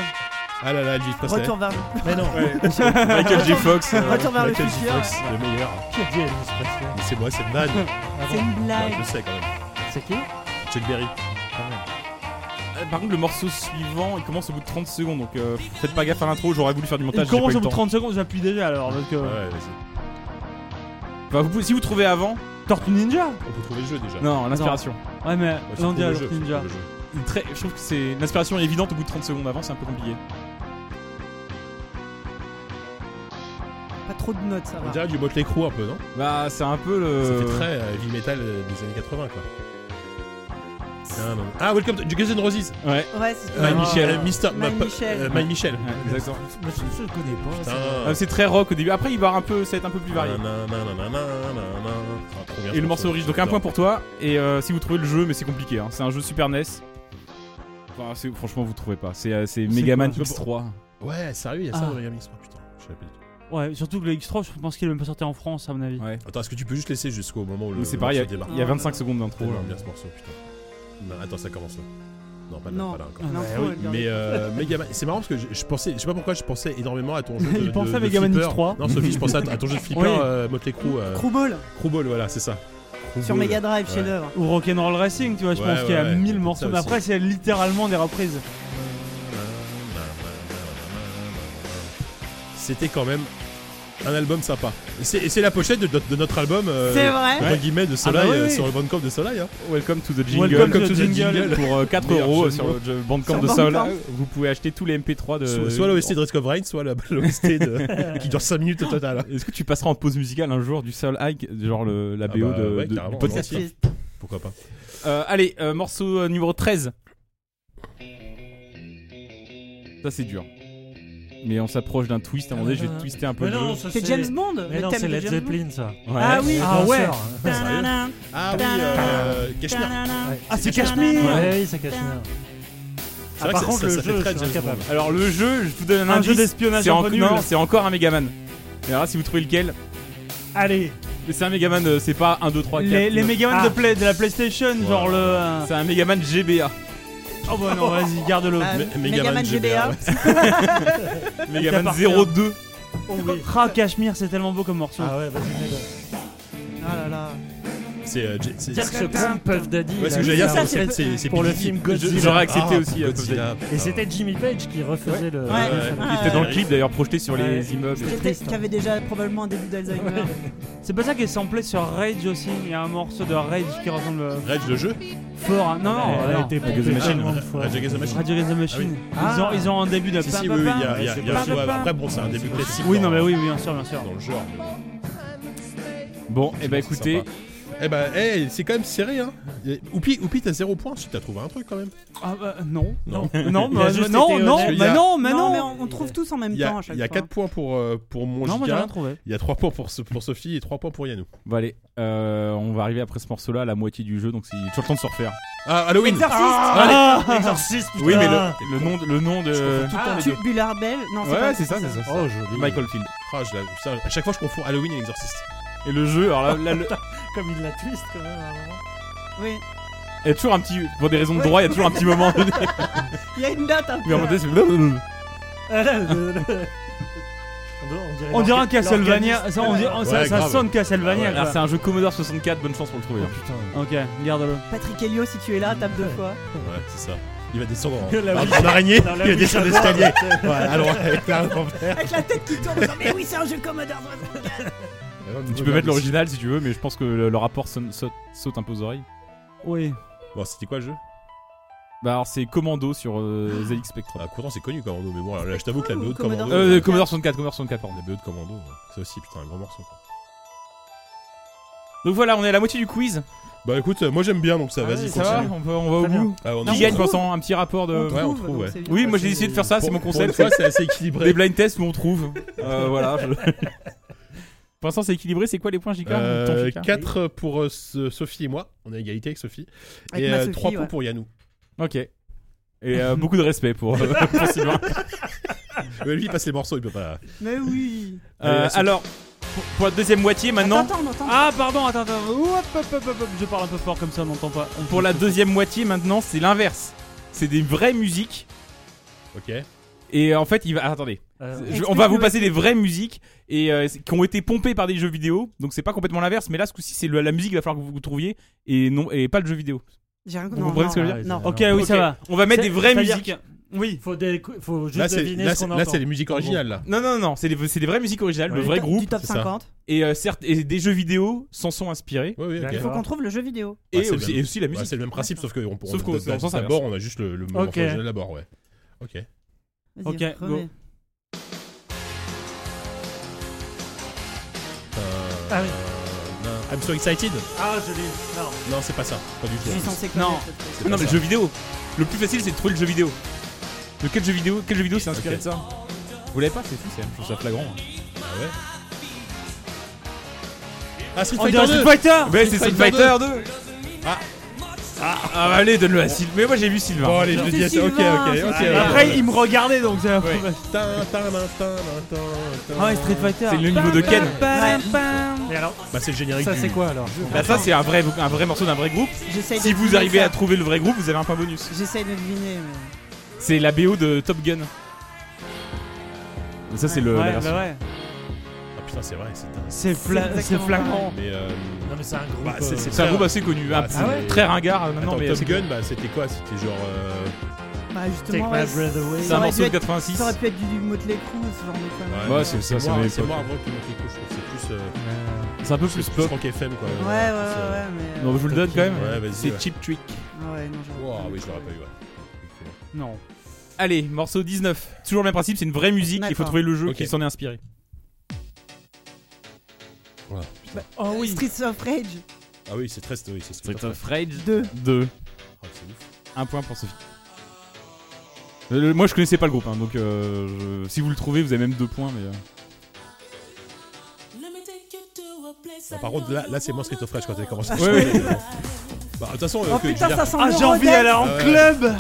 B: Ah là là, Elvis Presley.
E: Retour vers,
B: Mais non.
D: Michael J. Fox. euh,
E: Retour vers le
B: Michael J.
E: futur.
B: Fox, le meilleur.
F: Qui a dit Elvis Presley
B: Mais C'est moi, c'est Man.
E: C'est une
B: Ouais,
E: blague.
B: Je le sais quand même.
F: C'est qui
B: Chuck Berry.
D: Euh, Par contre, le morceau suivant, il commence au bout de 30 secondes, donc euh, faites pas gaffe à l'intro. J'aurais voulu faire du
G: Il
D: montage. j'ai pas eu
G: commence
D: le
G: au bout de
D: temps.
G: 30 secondes, j'appuie déjà alors parce que.
B: Ouais, vas-y.
D: Bah, vous pouvez- si vous trouvez avant.
G: Tortue Ninja
B: On peut trouver le jeu déjà.
D: Non, l'inspiration.
G: Ouais, mais
B: Ouais, faut
G: non, on dirait
B: trouver le
G: Tortue
B: jeu, faut
G: Ninja.
B: trouver le jeu.
D: Une Très, je trouve que c'est l'inspiration est évidente au bout de 30 secondes avant, c'est un peu compliqué.
E: Pas trop de notes, ça
B: On
E: va.
B: dirait du Motley Crue un peu, non
D: Bah, c'est un peu le.
B: Ça fait très euh, heavy metal euh, des années 80 quoi. Ah, non. Ah, Welcome to du Guns N' Roses.
D: Ouais.
E: Ouais, c'est
B: Mike
D: Ah.
B: Michel. euh, Mister-
E: Mike
B: ma-
E: Michel.
B: euh, Mike Michel.
D: Ouais, exactement.
F: Mais je je le connais pas.
B: Putain.
F: ça.
D: Euh, c'est très rock au début. Après, il va un peu, ça va être un
B: Ah,
D: peu plus varié. Et le morceau riche, donc un point pour toi. Et euh, si vous trouvez le jeu, mais c'est compliqué, hein. c'est un jeu Super NES. Enfin, c'est- franchement, vous trouvez pas. C'est euh, c'est Megaman
G: quoi
D: X3.
B: Ouais, sérieux, il y a ça
G: Ah.
B: dans Megaman X3, putain. Je savais pas du tout.
G: Ouais, surtout que le X3, je pense qu'il est même pas sorti en France à mon avis.
D: Ouais.
B: Attends, est-ce que tu peux juste laisser jusqu'au moment où le
D: Mais c'est pareil, euh,
B: morceau démarre
D: il y a 25 secondes d'intro.
B: Tellement
D: là.
B: bien ce morceau, putain. Non, attends, ça commence là. Non, pas là,
E: Non.
B: pas là encore.
E: Ah, Non,
F: Ouais,
E: faut
F: oui,
E: être dans
B: Mais
E: les-
B: euh, Megaman, c'est marrant parce que je, je pensais, je sais pas pourquoi, je pensais énormément à
D: [LAUGHS]
B: ton jeu. de-
G: Il
B: de-
G: pensait
B: de
G: à Megaman
B: flipper.
G: X3.
B: Non, Sophie, je pensais à, à ton jeu de flipper,
G: Oui.
B: euh, Motley Crue. euh,
E: Crewball
B: Crewball, voilà, c'est ça.
E: sur
B: Crewball.
E: Mega Drive,
B: Ouais.
E: chef d'œuvre.
G: Ou Rock'n'Roll Racing, tu vois, je
B: Ouais,
G: pense
B: ouais,
G: qu'il y a
B: ouais,
G: mille
B: ça
G: morceaux. Mais
B: aussi.
G: après, c'est littéralement des reprises.
B: C'était quand même un album sympa. Et c'est et c'est la pochette de, notre- de notre album. euh,
E: C'est vrai
B: Entre guillemets de Soleil
G: bah oui,
B: euh,
G: oui.
B: sur le Bandcamp de Soleil. hein.
D: Welcome to the
G: Welcome
D: Jingle.
G: to the
B: jingle.
D: Pour euh, 4
B: Meilleur jeu
D: euros
B: de
D: sur
B: mots.
D: le jeu Bandcamp
E: Sur
D: de Soul.
E: Bandcamp.
D: Vous pouvez acheter tous les MP3 de.
B: Soit- soit l'OST de Risk of Rain, soit la- [LAUGHS] l'OST [LAUGHS] de... qui dure 5 minutes au total. hein.
D: Est-ce que tu passeras en pause musicale un jour du Soul Hike, genre le, la
B: Ah
D: BO
B: bah
D: de,
B: ouais,
D: de-
B: carrément,
D: du podcast
B: volontiers. Pourquoi pas
D: Euh, Allez, euh, morceau euh, numéro 13. Ça, c'est dur. Mais on s'approche d'un twist. À un moment donné, je vais twister un peu
F: Mais
D: le jeu.
F: non, ça,
E: C'est James Bond
F: Mais
E: le
F: non,
E: thème
F: c'est
E: de
F: Led
E: James Bond.
F: Zeppelin, ça.
D: Ouais.
E: oui
G: Ah ouais.
E: Ta-da-da,
B: Ah oui, euh, Cashmere.
E: ta-da-da.
F: Ouais.
G: Ah, c'est Cashmere
F: Ouais, c'est Cashmere.
B: C'est
F: Ah,
B: vrai
F: par
B: que
F: contre,
B: ça-
F: le
B: ça fait
F: jeu,
B: très
F: je suis
B: James Bond.
F: incapable.
D: Alors, le jeu, je vous donne un,
G: Un
D: indice.
G: jeu d'espionnage
D: c'est
G: un
D: en-
G: peu nul.
D: non, c'est encore un Megaman. Et alors, là, si vous trouvez lequel.
G: Allez,
D: Mais c'est un Megaman, euh, c'est pas 1, 2, 3, 4.
G: les, les Megaman
F: Ah.
G: de, Play- de la PlayStation,
B: Ouais.
G: genre le. euh,
D: C'est un Megaman GBA.
G: Oh bah non, vas-y, garde-le.
E: Ah,
B: Me-
E: Megaman GBA.
B: ouais.
D: Megaman
G: t'appartient.
D: 02.
F: Oh oui.
G: Ah, Cashmere, c'est tellement beau comme morceau.
F: Ah ouais, vas-y, mets-le.
E: Ah là là.
B: C'est euh, J- c'est-
F: Dire que ce Pump Puff Daddy.
B: Ouais,
F: il
B: ce
F: a
B: que j'allais
F: eu
B: dire,
F: un
E: ça,
B: c'est-
E: c'est-
B: c'est c'est
F: pour le
B: Billy.
F: film Godzilla.
D: J'aurais accepté
B: Ah,
D: aussi. euh,
B: Godzilla,
F: Et
B: putain.
F: c'était Jimmy Page qui refaisait le.
E: Ouais.
B: Ouais,
F: le
B: ouais.
F: film.
D: Il était dans le clip d'ailleurs projeté sur les
F: Ah, Ouais.
D: immeubles.
F: C'est triste,
E: Qui avait déjà probablement un début d'Alzheimer.
G: C'est pas ça qui est samplé sur Rage aussi. Il y a un morceau de Rage qui ressemble euh,
B: Rage le jeu
G: fort. hein. Non,
B: Ah,
G: non,
F: Elle a
G: non.
D: Against
F: été
D: the
F: pompée
D: Machine.
F: tellement de fois.
B: Rage Against the Machine
G: Radio Against the Machine.
F: Ah oui.
G: ils, ont, ils ont un début de
B: Si,
G: pam,
B: si,
G: pam,
B: oui, oui,
G: pam.
B: il y a, il y a- il y a-
G: Pam, pam,
B: ouais,
G: pam.
B: Après, bon, c'est un début classique.
G: Oui,
B: dans-
G: non, mais oui, oui, bien sûr, bien sûr.
B: hein. Dans le genre.
D: Bon, et bah écoutez,
B: Eh ben, eh, c'est quand même serré, hein. Et- Oupi, Oupi, t'as zéro point si t'as trouvé un truc quand même.
G: Ah bah non.
B: Non. [LAUGHS]
G: Non,
F: Il a
G: mais
F: juste
G: non,
F: été
G: non,
F: honnête.
B: Il y
G: mais
B: a-
G: non, mais
E: non,
G: non.
E: mais on, on trouve tous en même
B: Il y
E: temps
B: a,
E: à chaque
B: il y a
E: fois. hein.
B: 4 points pour, euh, pour mon
G: Non, moi j'ai
B: Jika,
G: rien trouvé.
B: il y a 3 points pour, ce- pour Sophie et 3 points pour Yannou.
D: bon allez, euh, on va arriver après ce morceau-là à la moitié du jeu, donc c'est toujours le temps de se refaire.
B: Ah, Halloween
E: Exorciste
F: Exorciste, putain.
D: Oui, mais le, le nom, de- le nom de.
E: ah, Tubular Bell. Non, c'est
D: Ouais,
E: pas
D: c'est ça, c'est ça. c'est ça.
F: Oh, joli.
D: Michael Field.
B: Ah, je l'avoue, ça, à chaque fois, je confonds Halloween et l'exorciste.
D: Et le jeu, alors là, là, le-
F: Comme il la twist quand même. hein. à un moment.
E: Oui.
D: il y a toujours un petit. Pour des raisons de droit, il y a toujours un petit [LAUGHS] moment. Mais
E: Il y a une date hein. un peu.
D: à un moment donné, c'est-
F: Ah là, [LAUGHS] le- le- On dirait
G: On dirait un
F: l'orga-
G: Castlevania.
F: l'organiste.
G: Ça, on dirait- ça-
B: Ouais,
G: ça
B: grave.
G: sonne
B: Ah
G: Castlevania.
B: ouais.
D: Alors, c'est un jeu Commodore 64, bonne chance pour le trouver. hein.
G: quoi. Ok, garde-le.
E: Patrick Helio, si tu es là, tape deux fois.
B: Ouais, c'est ça. Il va descendre en,
F: La
B: en-
F: Ouija.
B: en araignée,
F: Non, la
B: il va
F: Ouija
B: descendre
F: board.
B: l'escalier. [LAUGHS]
F: [LAUGHS]
B: ouais, alors, avec la
E: Avec la tête qui tourne. en disant, Mais oui, c'est un jeu Commodore.
D: Tu peux mettre l'original si tu veux, mais je pense que le, le rapport sonne- saute, saute un peu aux oreilles.
G: Oui.
B: Bon, c'était quoi le jeu
D: Bah alors c'est Commando sur euh, ZX Spectrum.
B: Ah, pourtant, c'est connu Commando, mais bon, alors, là, je t'avoue que la BO de
E: Commodore.
B: Commando.
D: Euh,
B: euh,
D: Commodore 64, Commodore 64, pardon.
B: La BO de Commando, ouais. c'est aussi, putain, un grand morceau. quoi.
D: Donc voilà, on est à la moitié du quiz.
B: Bah écoute, euh, moi j'aime bien, donc ça,
F: Ah
B: vas-y,
F: oui,
D: Ça
B: continue.
D: va on, peut- on va au
F: Très
D: bout.
B: Ah, on
D: Qui
B: est-
D: gagne Vincent Un petit rapport de.
B: Ouais, on trouve,
E: donc
B: ouais.
E: c'est bien.
D: Oui, moi j'ai décidé de faire ça, c'est
B: Pour-
D: mon
B: pour
D: concept.
B: une fois, c'est assez équilibré.
D: [LAUGHS] Des blind tests où on trouve. Euh, voilà. je- [LAUGHS] Euh, Pour l'instant, c'est équilibré. C'est quoi les points, JK Ton JK
B: 4 Euh, pour euh, ce- Sophie et moi. On est à égalité avec Sophie.
E: Avec
B: et
E: ma
B: euh,
E: Sophie,
B: trois points
E: ouais.
B: pour Yannou.
D: Ok. Et euh, beaucoup de respect pour, [LAUGHS] euh, pour Sylvain.
B: Euh, lui, il passe les morceaux, il peut pas.
E: Mais oui.
B: Allez,
D: Euh,
B: la suite.
D: alors, pour, pour la deuxième moitié maintenant.
E: Attends, attends, attends.
G: Ah, pardon, attends, attends. Ouh, hop, hop, hop, hop, hop. Je parle un peu fort comme ça, on n'entend pas.
D: Pour la deuxième moitié maintenant, c'est l'inverse. C'est des vraies musiques.
B: Ok.
D: Et en fait, il va. Attendez.
F: Euh,
D: Je- on va vous passer des vraies musiques et euh, c'est- qui ont été pompées par des jeux vidéo. Donc c'est pas complètement l'inverse, mais là ce coup-ci c'est le- la musique. Il va falloir que vous, vous trouviez et non et pas le jeu vidéo.
E: J'ai rien
D: Vous
E: non,
D: comprenez
E: non,
D: ce que je veux
F: dire
E: Non.
G: Ok,
F: Alors,
G: oui, ça
D: Ok,
G: va.
D: On va mettre des vraies
G: c'est-à-dire
D: musiques.
G: que- Oui.
F: Faut, décou- faut juste
B: Là, c'est
F: deviner
B: là,
F: ce
B: c'est-
F: qu'on
B: là,
F: entend.
B: c'est les musiques originales. Là.
D: Non non non, c'est des, c'est des vraies musiques originales,
F: Ouais.
D: le
E: Du
D: vrai
E: top-
D: groupe
E: Du top
B: c'est ça.
E: 50.
D: et euh, certes et des jeux vidéo s'en sont inspirés
B: Oui, oui, ok.
E: Il faut qu'on trouve le jeu vidéo.
B: Ouais,
D: et,
B: c'est
D: aussi,
B: bien.
D: et aussi la
B: Ouais,
D: musique.
B: c'est le même principe, sauf que on,
D: Sauf
B: on,
D: qu'au- dans le sens
B: d'abord, on a juste le, le moment
F: Ok.
B: original d'abord, ouais. Ok.
E: Vas-y,
G: Ok, go.
E: remets.
B: Euh,
F: Ah oui.
B: euh, I'm so excited.
F: Ah, je l'ai. Non.
B: Non, c'est pas ça. Pas du
E: Je suis
B: tout.
E: censé
G: Non.
E: connaître. ce truc.
D: Ah non mais
B: ça.
D: le jeu vidéo. Le plus facile c'est de trouver le jeu vidéo. De quel jeu vidéo Quel jeu vidéo s'est inspiré
B: Ok.
D: de ça Vous l'avez pas C'est fou, c'est je trouve ça flagrant.
B: Ah ouais. Ah, Street
G: On
B: Fighter
G: dirait Street Fighter
D: Ah, Mais c'est Street
B: Street
D: Fighter
B: Fighter
D: 2. Ah. Ah, ah, allez donne-le à Sylvain. Mais moi j'ai vu Sylvain.
B: Bon,
C: Ah,
B: allez, je le dis à ça. Ok, ok, ok.
E: Sylvain,
G: Après, il me regardait donc c'est la
D: Ouais.
B: Tin, tin, tin, tin, tin, tin.
G: Ah ouais, Street Fighter.
D: C'est le niveau de Ken.
G: Pam, pam, pam.
F: Et alors,
D: Ah,
B: Bah, c'est le générique.
F: ça
B: du-
F: c'est quoi alors
D: Bah, ça, c'est un vrai, un vrai morceau d'un vrai groupe.
E: J'essaye
D: Si
E: de deviner
D: vous arrivez
E: ça.
D: à trouver le vrai groupe, vous avez un point bonus.
E: J'essaye de deviner. mais-
D: C'est la BO de Top Gun. Et ça, c'est le. la
G: Ouais,
D: version.
G: bah ouais.
B: Ah putain, c'est vrai, c'est dingue.
G: C'est fla-
E: exactement
G: c'est flagrant.
B: Mais euh,
F: Non mais c'est un groupe. euh,
B: Bah, c'est- c'est-
D: C'est un groupe assez connu,
B: Ah,
D: un-
B: c'est-
D: très ringard
B: attends,
D: maintenant, mais
B: Top
D: c'est-
B: Gun, bah, c'était quoi C'était genre. euh,
E: Bah,
F: Take
E: justement,
F: my
E: ouais,
F: breath away.
D: c'est
E: Ça
D: un
E: aurait
D: morceau de
E: dû être-
D: 86.
E: ça aurait pu être du, du Motley Crue, ce genre de quoi.
D: Ouais, c'est- ça, c'est
B: moi,
D: mes
B: c'est
D: époques.
B: moi avant qui m'a fait couche. C'est plus. euh,
D: C'est un peu plus
B: c'est plus
D: pop.
B: rock FM quoi.
E: Ouais, ouais,
B: Voilà, c'est, euh,
E: ouais, mais. euh,
D: Non, je vous le donne quand même.
B: Ouais, vas-y,
D: C'est
B: ouais.
D: Cheap Trick.
E: ah ouais, non, j'aurais
B: Wow,
E: pas
B: oui,
E: trouvé.
B: je l'aurais pas eu. Ouais. Effectivement.
G: Non.
D: Allez, morceau 19. Toujours le même principe, c'est une vraie musique, il faut
E: D'accord.
D: trouver le jeu
B: Ok.
D: qui s'en est inspiré.
E: Oh oui. Streets of Rage
B: Ah oui, c'est très. Oui, c'est Street of Rage.
D: Rage
E: 2.
D: 2.
B: Ah, c'est ouf.
D: Un point pour Sophie. Euh, le- moi je connaissais pas le groupe, hein, donc euh, je- si vous le trouvez, vous avez même deux points. Mais, euh,
B: Bon, Bah, par contre, là, là c'est moi Street of Rage quand elle commence à
D: Ouais,
B: chanter.
D: ouais.
B: Bah, de toute façon, euh,
E: Oh
B: que- je veux
E: putain,
B: dire-
E: ça sent
G: Ah,
E: le
G: j'ai envie
E: Eurodance.
G: d'aller en
B: Ouais.
G: club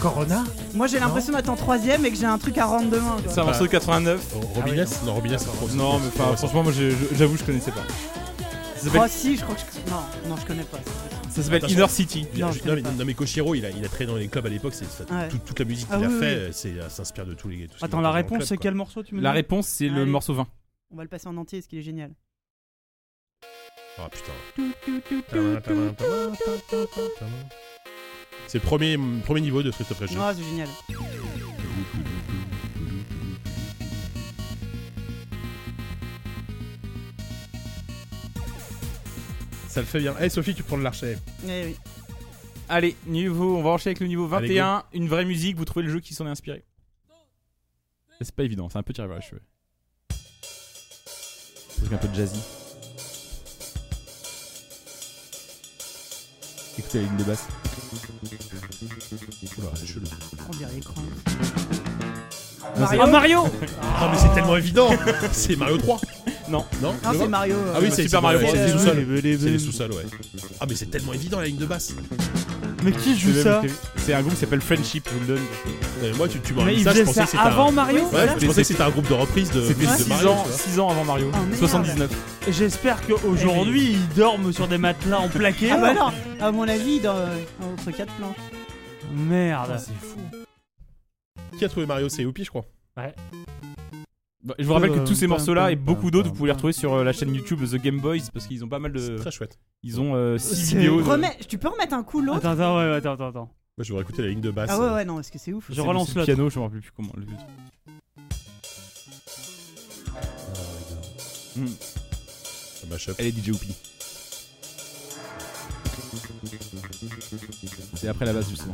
F: Corona
E: Moi j'ai l'impression d'être en troisième et que j'ai un truc à rendre demain. quoi.
D: C'est un morceau de 89.
B: Oh, Robinès Non, Robinès, c'est trop-
D: Ah Non, mais enfin, franchement, moi je- je- j'avoue, je connaissais pas. Ça
E: Oh
D: s'appelle-
E: si, je crois que je... Non, non, je connais pas. ça.
D: ça s'appelle
B: Attention.
D: Inner City.
B: Je veux dire,
E: Non,
B: je- non,
E: je connais
B: mais,
E: pas.
B: non, mais Koshiro, il a, il a traîné dans les clubs à l'époque, c'est, ça-
E: Ouais.
B: tout- toute la musique
E: Ah
B: qu'il a
E: oui,
B: fait, euh, c'est, euh, s'inspire de tous les. tout ce qu'il
G: Attends,
B: a entendu dans
G: la
B: le
G: réponse,
B: club,
G: c'est
B: quoi.
G: quel morceau tu me dis
D: La réponse, c'est le
E: Allez.
D: morceau 20.
E: On va le passer en entier parce qu'il est génial.
B: Ah putain. C'est le premier, premier niveau de Street of Rage.
E: Non, c'est génial.
B: Ça le fait bien. Hey Sophie, tu prends le larchet.
E: Eh oui.
D: Allez, niveau, on va enchaîner avec le niveau
B: Allez,
D: 21. une vraie musique, vous trouvez le jeu qui s'en est inspiré. C'est pas évident, c'est un peu tiré par les cheveux. Un truc un peu jazzy. Écoutez la ligne de basse.
B: Oula, c'est chelou.
E: On dirait l'écran.
G: Ah, Mario
B: Non mais c'est tellement évident. [LAUGHS] c'est Mario 3.
D: Non.
B: Non.
E: Non,
B: Le
E: c'est
B: bon
E: Mario.
B: Ah oui,
E: euh,
B: c'est
D: Super Mario
B: ouais,
D: Bros.
B: C'est les
E: Ouais,
B: sous-sols. C'est les sous-sols, ouais. Ah mais c'est tellement évident la ligne de basse.
G: Mais qui joue ça
D: C'est un groupe qui s'appelle Friendship, je vous le donne.
B: Euh, moi, tu, tu m'as
G: Mais
B: mis
G: il
B: ça, je
G: faisait
B: pensais
G: ça
B: que c'était
G: avant
B: un...
G: Mario
B: Ouais, je pensais que c'était un groupe de reprise de,
D: C'était
B: de
D: 6
B: Mario.
D: ans,
B: tu vois.
D: 6 ans avant Mario.
E: Oh, merde.
D: 79.
G: J'espère qu'aujourd'hui ils dorment sur des matelas en plaqué.
E: Ah bah non, à mon avis, dans, euh, entre quatre plans.
G: Merde.
B: Qui a trouvé Mario C'est Youpi, je crois.
D: Bon, Bah, je vous rappelle que tous ces
G: Pum,
D: morceaux-là et
G: pum,
D: beaucoup
G: pum,
D: d'autres,
G: pum,
D: vous pouvez les
G: pum.
D: retrouver sur euh, la chaîne YouTube The Game Boys parce qu'ils ont pas mal
B: C'est
D: de.
B: très chouette.
D: Ils ont 6
G: C'est-
D: vidéos. de-
E: Remets, tu peux remettre un coup l'autre
G: Attends, attends, ouais, ouais, attends, attends, attends.
B: Moi, je voudrais écouter la ligne de basse. euh,
E: Ah ouais, ouais, non, parce que c'est ouf.
G: Je
D: c'est-
G: relance
D: c'est le
G: l'autre.
D: piano, je me rappelle plus comment. le- Hmm.
B: euh, mashup. [LAUGHS]
D: Elle est DJ Oupi. C'est après la basse justement.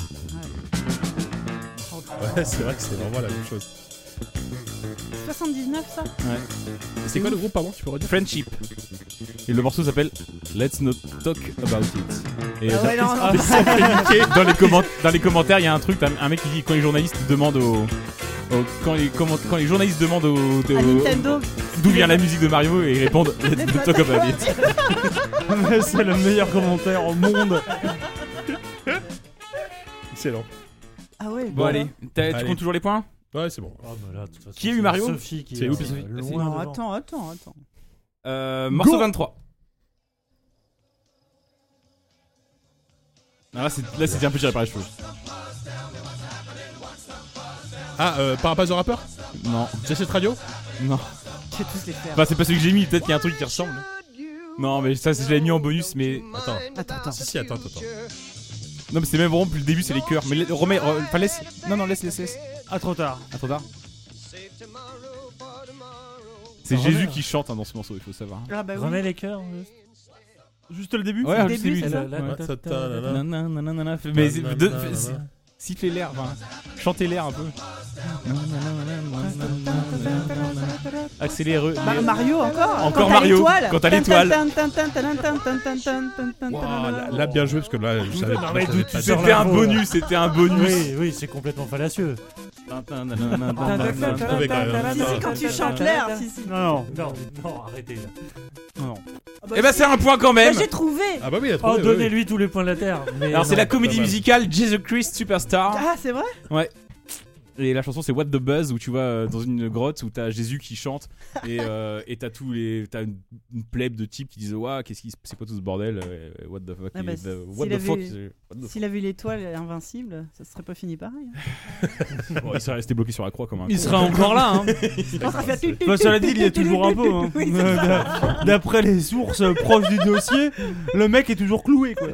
B: Ouais, c'est vrai que c'est vraiment la même chose.
E: 79 ça
B: C'est quoi le groupe, pardon Tu peux redire
D: Friendship. Et le morceau s'appelle Let's Not Talk About It. Et
E: Ah ouais, non, non.
D: ils sont fait niquer. dans, les comment- dans les commentaires, il y a un truc, t'as un mec qui dit quand les journalistes demandent aux. aux- quand, les, comment- quand les journalistes demandent aux. aux-
E: À Nintendo.
D: D'où vient la musique de Mario et ils
E: [LAUGHS]
D: répondent [LAUGHS]
E: Les
D: Let's Not Talk About
E: patates.
D: It.
G: [LAUGHS] C'est le meilleur commentaire au monde.
B: Excellent.
E: Ah ouais.
D: Bon, allez, t'as- tu
B: Allez.
D: comptes toujours les points
B: Ouais, c'est bon.
F: Oh, mais là, de toute façon,
D: Qui a eu Mario
F: Sophie qui
B: C'est
F: est
B: où,
F: euh,
D: Sophie
F: loin
E: Non,
F: devant.
E: attends, attends, attends.
D: Euh, morceau
G: Go
D: 23. Ah, là, c'est là, c'était un peu tiré par les cheveux.
B: Ah, euh, Parapaz de rappeur
D: Non,
B: J'ai cette radio
D: non.
E: Tu vas tous les faire.
D: Enfin, c'est pas celui que j'ai mis, peut-être qu'il y a un truc qui ressemble. Non, mais ça, c'est- je l'avais mis en bonus, mais.
B: Attends.
E: Attends, attends.
B: Si, si, attends, attends. attends.
D: Non, mais c'est même rond depuis le début, c'est les cœurs. Mais la- remets. re- Enfin, laisse. Non, non, laisse, laisse, laisse.
G: Ah, trop tard.
D: Attends, tard. C'est
F: Ah,
D: Jésus
F: remets.
D: qui chante hein, dans ce morceau, il faut savoir.
E: Ah bah oui.
F: Remets les cœurs. juste.
G: Juste le début
D: Ouais,
E: le
D: c'est
E: début,
D: lui.
E: c'est ça
D: Ouais.
B: Ouais, ça, ta, la, la.
D: Nanana, nanana, fais-
F: Bah,
D: Mais c'est- de-
B: Nanana.
D: c'est- sifflez l'air, enfin, chantez l'air un peu. Accéléreux.
E: Mar- Mario encore
D: Encore
E: Quand t'as
D: Mario,
E: l'étoile.
D: quand t'as l'étoile.
E: Tan, tan, tan, tan, tan, tan, tan, tan, tan, tan,
B: Wow,
E: tan,
B: là, là, bien joué parce que là, je savais
F: Non, mais
B: je savais
F: d'où tu
B: pas
F: sors
B: dire.
D: C'était un
F: l'info, là.
D: bonus, c'était un bonus.
F: Oui, oui, c'est complètement fallacieux.
B: trouvé quand même.
E: Si, si, quand tu chantes l'air, si, si.
G: Non, non,
F: Non, non, arrêtez. là.
G: non.
E: Ah bah
D: Et bah
E: si.
D: c'est un point quand
E: Bah,
D: même.
E: J'ai trouvé
B: Ah bah oui, il a trouvé.
F: Oh,
B: ouais, ouais.
F: donnez-lui tous les points de la terre. mais
D: Alors c'est
F: non.
D: la comédie
B: pas mal.
D: musicale Jesus Christ Superstar.
E: Ah, c'est vrai
D: Ouais. Et la chanson c'est What the Buzz où tu vas euh, dans une grotte où t'as Jésus qui [LAUGHS] chante et euh, et t'as tous les t'as une, une plèbe de types qui disent waouh qu'est-ce qui se- c'est quoi tout ce bordel euh, what the fuck
E: Ah bah,
D: is the- what
E: s'il
D: the fuck
E: avait-
D: is- what the
E: S'il avait l'étoile invincible, ça serait pas fini pareil. hein.
D: fuck Bon, il serait resté bloqué sur la croix comme un
G: Il
D: con.
G: sera encore là. Hein.
E: [LAUGHS]
G: Enfin, cela dit, il y est toujours un peu. hein.
E: Oui, c'est ça.
G: D'a- D'après les sources proches du dossier, le mec est toujours cloué. Quoi.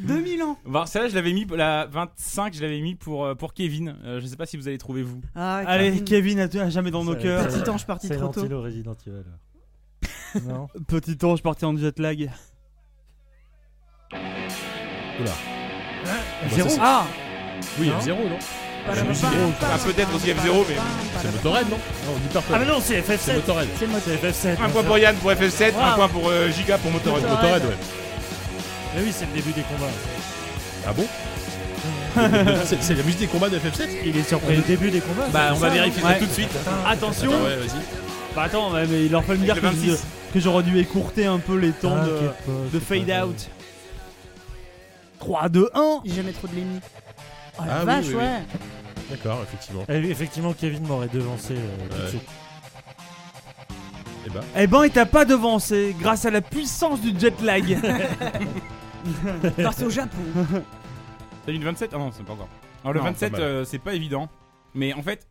E: 2000 ans.
D: Bon, celle-là, je l'avais mis, la 25, je l'avais mis pour, euh, pour Kevin. Euh, je sais pas si vous allez trouver vous.
E: Ah,
G: Allez, Kevin, à, à jamais dans nos
F: C'est-
G: cœurs.
E: Petit ange parti
F: C'est
E: trop tôt.
F: l'antilope Resident Evil. Non
G: Petit ange parti en jet lag.
B: Zéro
G: Ah
B: Oui, F0, non
A: Ah, peut-être aussi F0, mais
B: C'est Ah, Motorhead, non Non, Deep Purple.
F: Ah, mais non, c'est
B: c'est
F: FF7
B: Motorhead.
E: C'est le mot.
F: C'est FF7
G: Ah.
A: un point pour Yann pour FF7, un
F: Wow.
A: point pour euh, Giga pour Motorhead.
B: Motorhead, ouais.
F: Mais oui, c'est le début des combats.
B: Ah bon [LAUGHS] C'est c'est la musique des combats de FF7
F: Il est surpris. Le début des combats hein.
D: Bah,
A: On va vérifier ça
G: Ouais.
A: tout de suite.
G: Attention
B: Ah ouais, vas-y.
G: Bah attends, ouais, mais il leur fallu me dire
A: le
G: que, je-
A: 26.
G: que j'aurais dû écourter un peu les temps de,
F: T'inquiète pas,
G: de
F: c'est
G: fade
F: pas-
G: out. 3, 2, 1
E: J'ai Jamais trop de l'ennemi. Oh
B: Ah
E: la
B: oui,
E: vache,
B: oui, oui.
E: ouais.
B: D'accord, effectivement.
F: Eh oui, Effectivement, Kevin m'aurait devancé euh, tout de
B: Ouais.
F: suite.
B: Eh bah,
G: Eh ben, il t'a pas devancé grâce à la puissance du
F: [LAUGHS]
G: jet lag.
E: Parce au Japon.
D: T'as mis le 27 Ah non, c'est pas encore. Alors, le
B: Non,
D: 27,
B: pas mal.
D: euh, c'est pas évident. Mais en fait,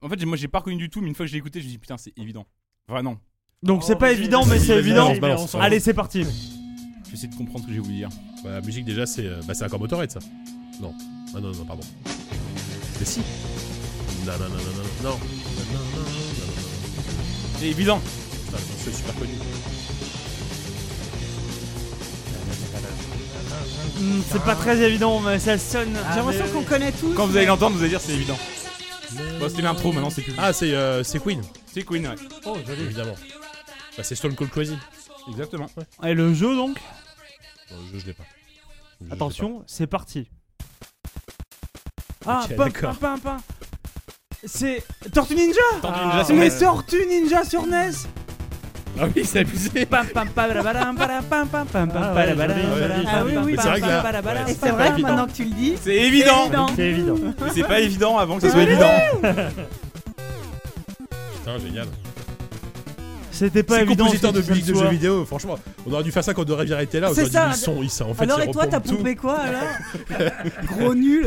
D: en fait, j'ai- moi j'ai pas reconnu du tout, mais une fois que je l'ai écouté, je me suis dit putain, c'est évident. Enfin, non.
G: Donc c'est
F: Oh,
G: pas
F: vas-y,
G: évident,
F: vas-y,
G: mais c'est
B: vas-y,
G: évident.
B: vas-y, balance,
F: on s'en
B: balance.
G: Allez, c'est parti.
D: Je vais essayer de comprendre ce que j'ai voulu dire.
B: bah, la musique déjà, c'est euh, bah, c'est encore Motorhead, ça Non. Ah non, non, pardon. Mais si Non, non, non, non, non, non. Non, non, non, non, non, non.
D: C'est évident
B: Putain, la chanson est super connue.
G: Hmm, C'est pas très évident, mais ça sonne.
F: Ah,
E: J'ai l'impression qu'on connaît tous.
D: Quand vous allez l'entendre, vous allez dire c'est évident. Bon, c'était l'intro, maintenant c'est plus.
B: Ah, c'est euh, c'est Queen,
D: c'est Queen, ouais.
F: Oh, joli.
B: évidemment. Bah, c'est Stone Cold Crazy.
D: Exactement.
G: Et Eh, le jeu donc
B: Non, je, je l'ai pas. Je- je l'ai
G: Attention, c'est parti. Ah,
B: Ok,
G: pam,
B: d'accord.
G: pam, pam, pam. C'est Tortue Ninja
D: Tortue
F: Ah,
D: Ninja,
G: C'est
D: sur
G: les
D: NES.
G: Tortues Ninja sur NES
B: pas. Ah oui, c'est abusé
G: Pam, pam, parabadam, parabam, pam, pam, pam,
F: Ah ouais,
G: parabadam,
F: joli,
B: joli.
G: parabadam,
E: Ah oui, oui,
B: Mais
G: pam,
B: c'est vrai que
G: pam,
B: là-
G: parabadam.
E: Et c'est
B: pas
E: vrai,
B: évident.
E: maintenant que tu le dis.
D: C'est évident
E: évident.
F: C'est évident.
D: Mais c'est pas évident avant que ça soit évident.
B: Putain, génial.
G: C'était pas
B: C'est
G: évident.
B: compositeur de
G: cette
B: musique de jeux
G: histoire.
B: vidéo, franchement. On aurait dû faire ça quand De Rivière était là. On
E: C'est
B: aurait dit,
E: ça.
B: ils sont, ils sont. En fait,
E: Alors
B: ils
E: et toi,
B: repompent
E: t'as
B: tout.
E: pompé quoi alors Gros nul.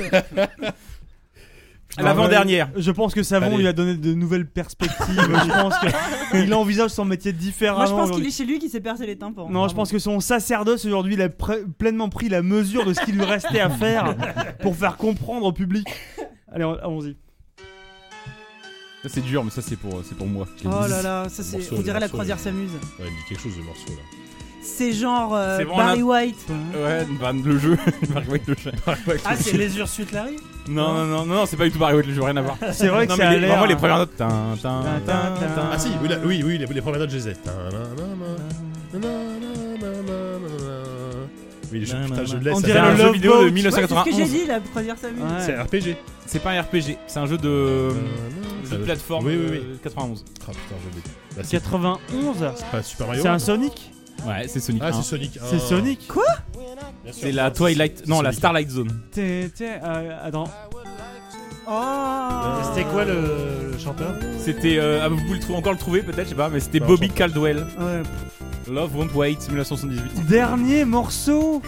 D: L'avant-dernière.
G: Je pense que Savon
B: Allez.
G: lui a donné de nouvelles perspectives. je pense qu'il envisage son métier différemment.
E: Moi, je pense qu'il
G: aujourd'hui.
E: est chez lui qui s'est percé les tympans.
G: Non, je pense que son sacerdoce aujourd'hui, il a pre- pleinement pris la mesure de ce qu'il lui restait à faire pour faire comprendre au public. Allez, on- allons-y.
D: Ça c'est dur, mais ça c'est pour, euh, c'est pour moi. Je l'ai
E: Oh
D: dit.
E: là là, ça c'est.
B: Morceau,
E: On dirait la
B: morceau,
E: croisière
B: oui.
E: s'amuse.
B: Ouais, il me dit quelque chose de morceau là.
E: C'est genre euh,
D: C'est vraiment
E: Barry White.
D: Ouais, bah, le [LAUGHS] jeu. Barry White le jeu.
F: Ah, c'est les Ursuites Larry
D: Non, non, non, non, non, c'est pas du tout Barry White le jeu, rien à voir.
G: C'est vrai que
D: Non,
G: ça a
D: mais les,
G: l'air.
D: vraiment les premières notes. Tin, tin,
G: Tin,
D: tin,
G: tin, tin.
D: tin.
B: Ah si, oui, là, oui, oui, les, les premières notes, je les ai. Nananananananana. Oui, les jeux, putain, je laisse.
G: On
B: ça
G: dirait
B: fait un
G: le
D: jeu
B: jeu-
G: Love
D: vidéo
G: Boat.
D: de
E: Ouais, c'est ce que j'ai
D: 1991.
E: dit, la croisière s'amuse.
G: Ouais.
B: C'est RPG.
D: C'est pas un RPG, c'est un jeu de, Euh, de
B: Ça veut-
D: plateforme
B: Oui, oui, oui.
D: euh, 91.
B: Ah putain, je l'ai. Bah, c'est
G: 91
B: pas Super Mario.
G: C'est un Sonic
D: Ouais, c'est Sonic
B: Ah,
D: 1.
B: c'est Sonic.
G: C'est Sonic Quoi
D: C'est la Twilight, non, la
B: Sonic.
D: Starlight Zone.
G: euh, Attends.
C: Euh,
E: Oh
F: C'était quoi le, le chanteur
D: C'était, euh, ah, vous pouvez le trouver, encore le trouver peut-être, je sais pas, mais c'était
B: Non,
D: Bobby
B: j'en-
D: Caldwell.
G: Ouais.
D: Love Won't Wait, 1978.
G: Dernier morceau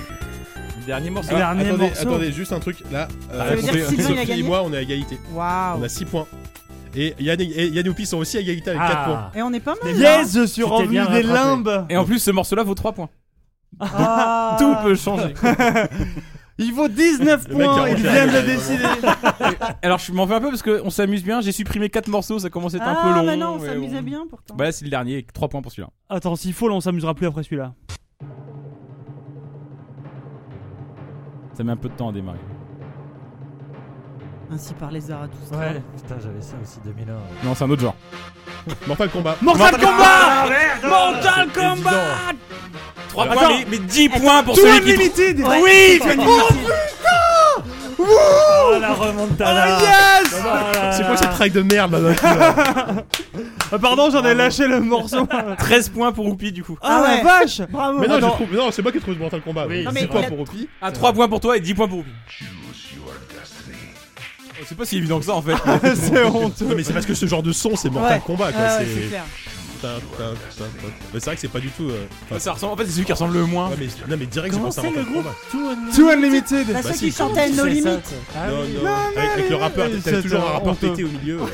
D: Dernier morceau.
B: Ah,
G: Dernier
B: attendez,
G: morceau.
B: attendez, juste un truc là. euh,
E: Ça veut dire que
B: Sophie
E: Sylvain, il a
B: et
E: gagné
B: moi, on est à égalité. On
E: Waouh
B: a 6 points. Et Yann et, et Yann et Oupi sont aussi à égalité
F: Ah.
B: avec 4 points.
E: Et on est pas mal hein.
G: Yes, je suis
F: t'es
G: revenu
F: bien
G: des
F: rattrapé.
G: limbes Ah.
D: Et en plus, ce morceau-là vaut 3 points.
E: là.
D: [LAUGHS] Tout peut changer.
G: [LAUGHS] Il vaut 19
B: Le mec
G: points,
B: qui a
G: il
B: rangé
G: vient de
B: la-
G: le décider
D: Alors, je m'en fais un peu parce qu'on s'amuse bien. J'ai supprimé 4 morceaux, ça commençait
E: Ah,
D: un peu long.
E: bah non, on
D: mais
E: s'amusait
D: bon.
E: bien pourtant.
D: Bah là, c'est le dernier, 3 points pour celui-là.
G: Attends, s'il faut, là, on s'amusera plus après celui-là.
D: Ça met un peu de temps à démarrer.
E: Ainsi parlait Zarathustra.
F: Ah, Ouais, putain, j'avais ça aussi 2001.
D: Non, c'est un autre genre.
B: Mortal Kombat.
G: Mortal Kombat
D: Mortal Kombat 3 points,
G: Attends.
D: mais, mais 10 points pour
G: Tout
D: celui qui trouve.
G: Unlimited
D: Oui
F: Oh la
G: Ah,
F: remontada
G: Yes
B: C'est quoi cette track de merde là, d'un coup, là
G: Ah, Pardon, j'en ai lâché le morceau. Ah,
D: 13 points pour Oupi du coup.
E: Ah ouais.
G: la vache
E: Bravo
B: Mais non,
G: Attends.
B: je trouve- non, c'est moi qui ai trouvé ce Mortal Kombat.
F: Oui,
B: Oui,
D: Ah,
E: Non, mais
B: c'est quoi
E: la-
B: pour Opi
D: À 3 points pour toi et 10 points pour Oupi. C'est pas si évident que ça
E: [LAUGHS]
D: en fait.
G: c'est honteux.
B: Non, mais c'est parce que ce genre de son, c'est
E: Ouais.
B: Mortal Kombat, quoi.
E: Ah ouais, c'est
B: c'est
E: clair.
B: Tin, tin, tin, tin. Mais c'est vrai que c'est pas du tout. euh, enfin,
D: Ça ressemble- En fait, c'est celui qui ressemble le moins.
B: ouais, mais, non, mais direct, c'est
F: Comment
B: pensé à
F: c'est
B: Mortal
F: le groupe
B: Kombat.
F: Too Unlimited
G: Too Unlimited
E: Bah,
B: Bah,
E: ceux
B: si,
E: qui
B: comment
E: chantaient à nos limites.
B: Non, non, avec, avec le rappeur,
G: mais
B: t'avais
G: c'est
B: toujours un rappeur
G: honteux.
B: pété au milieu. euh,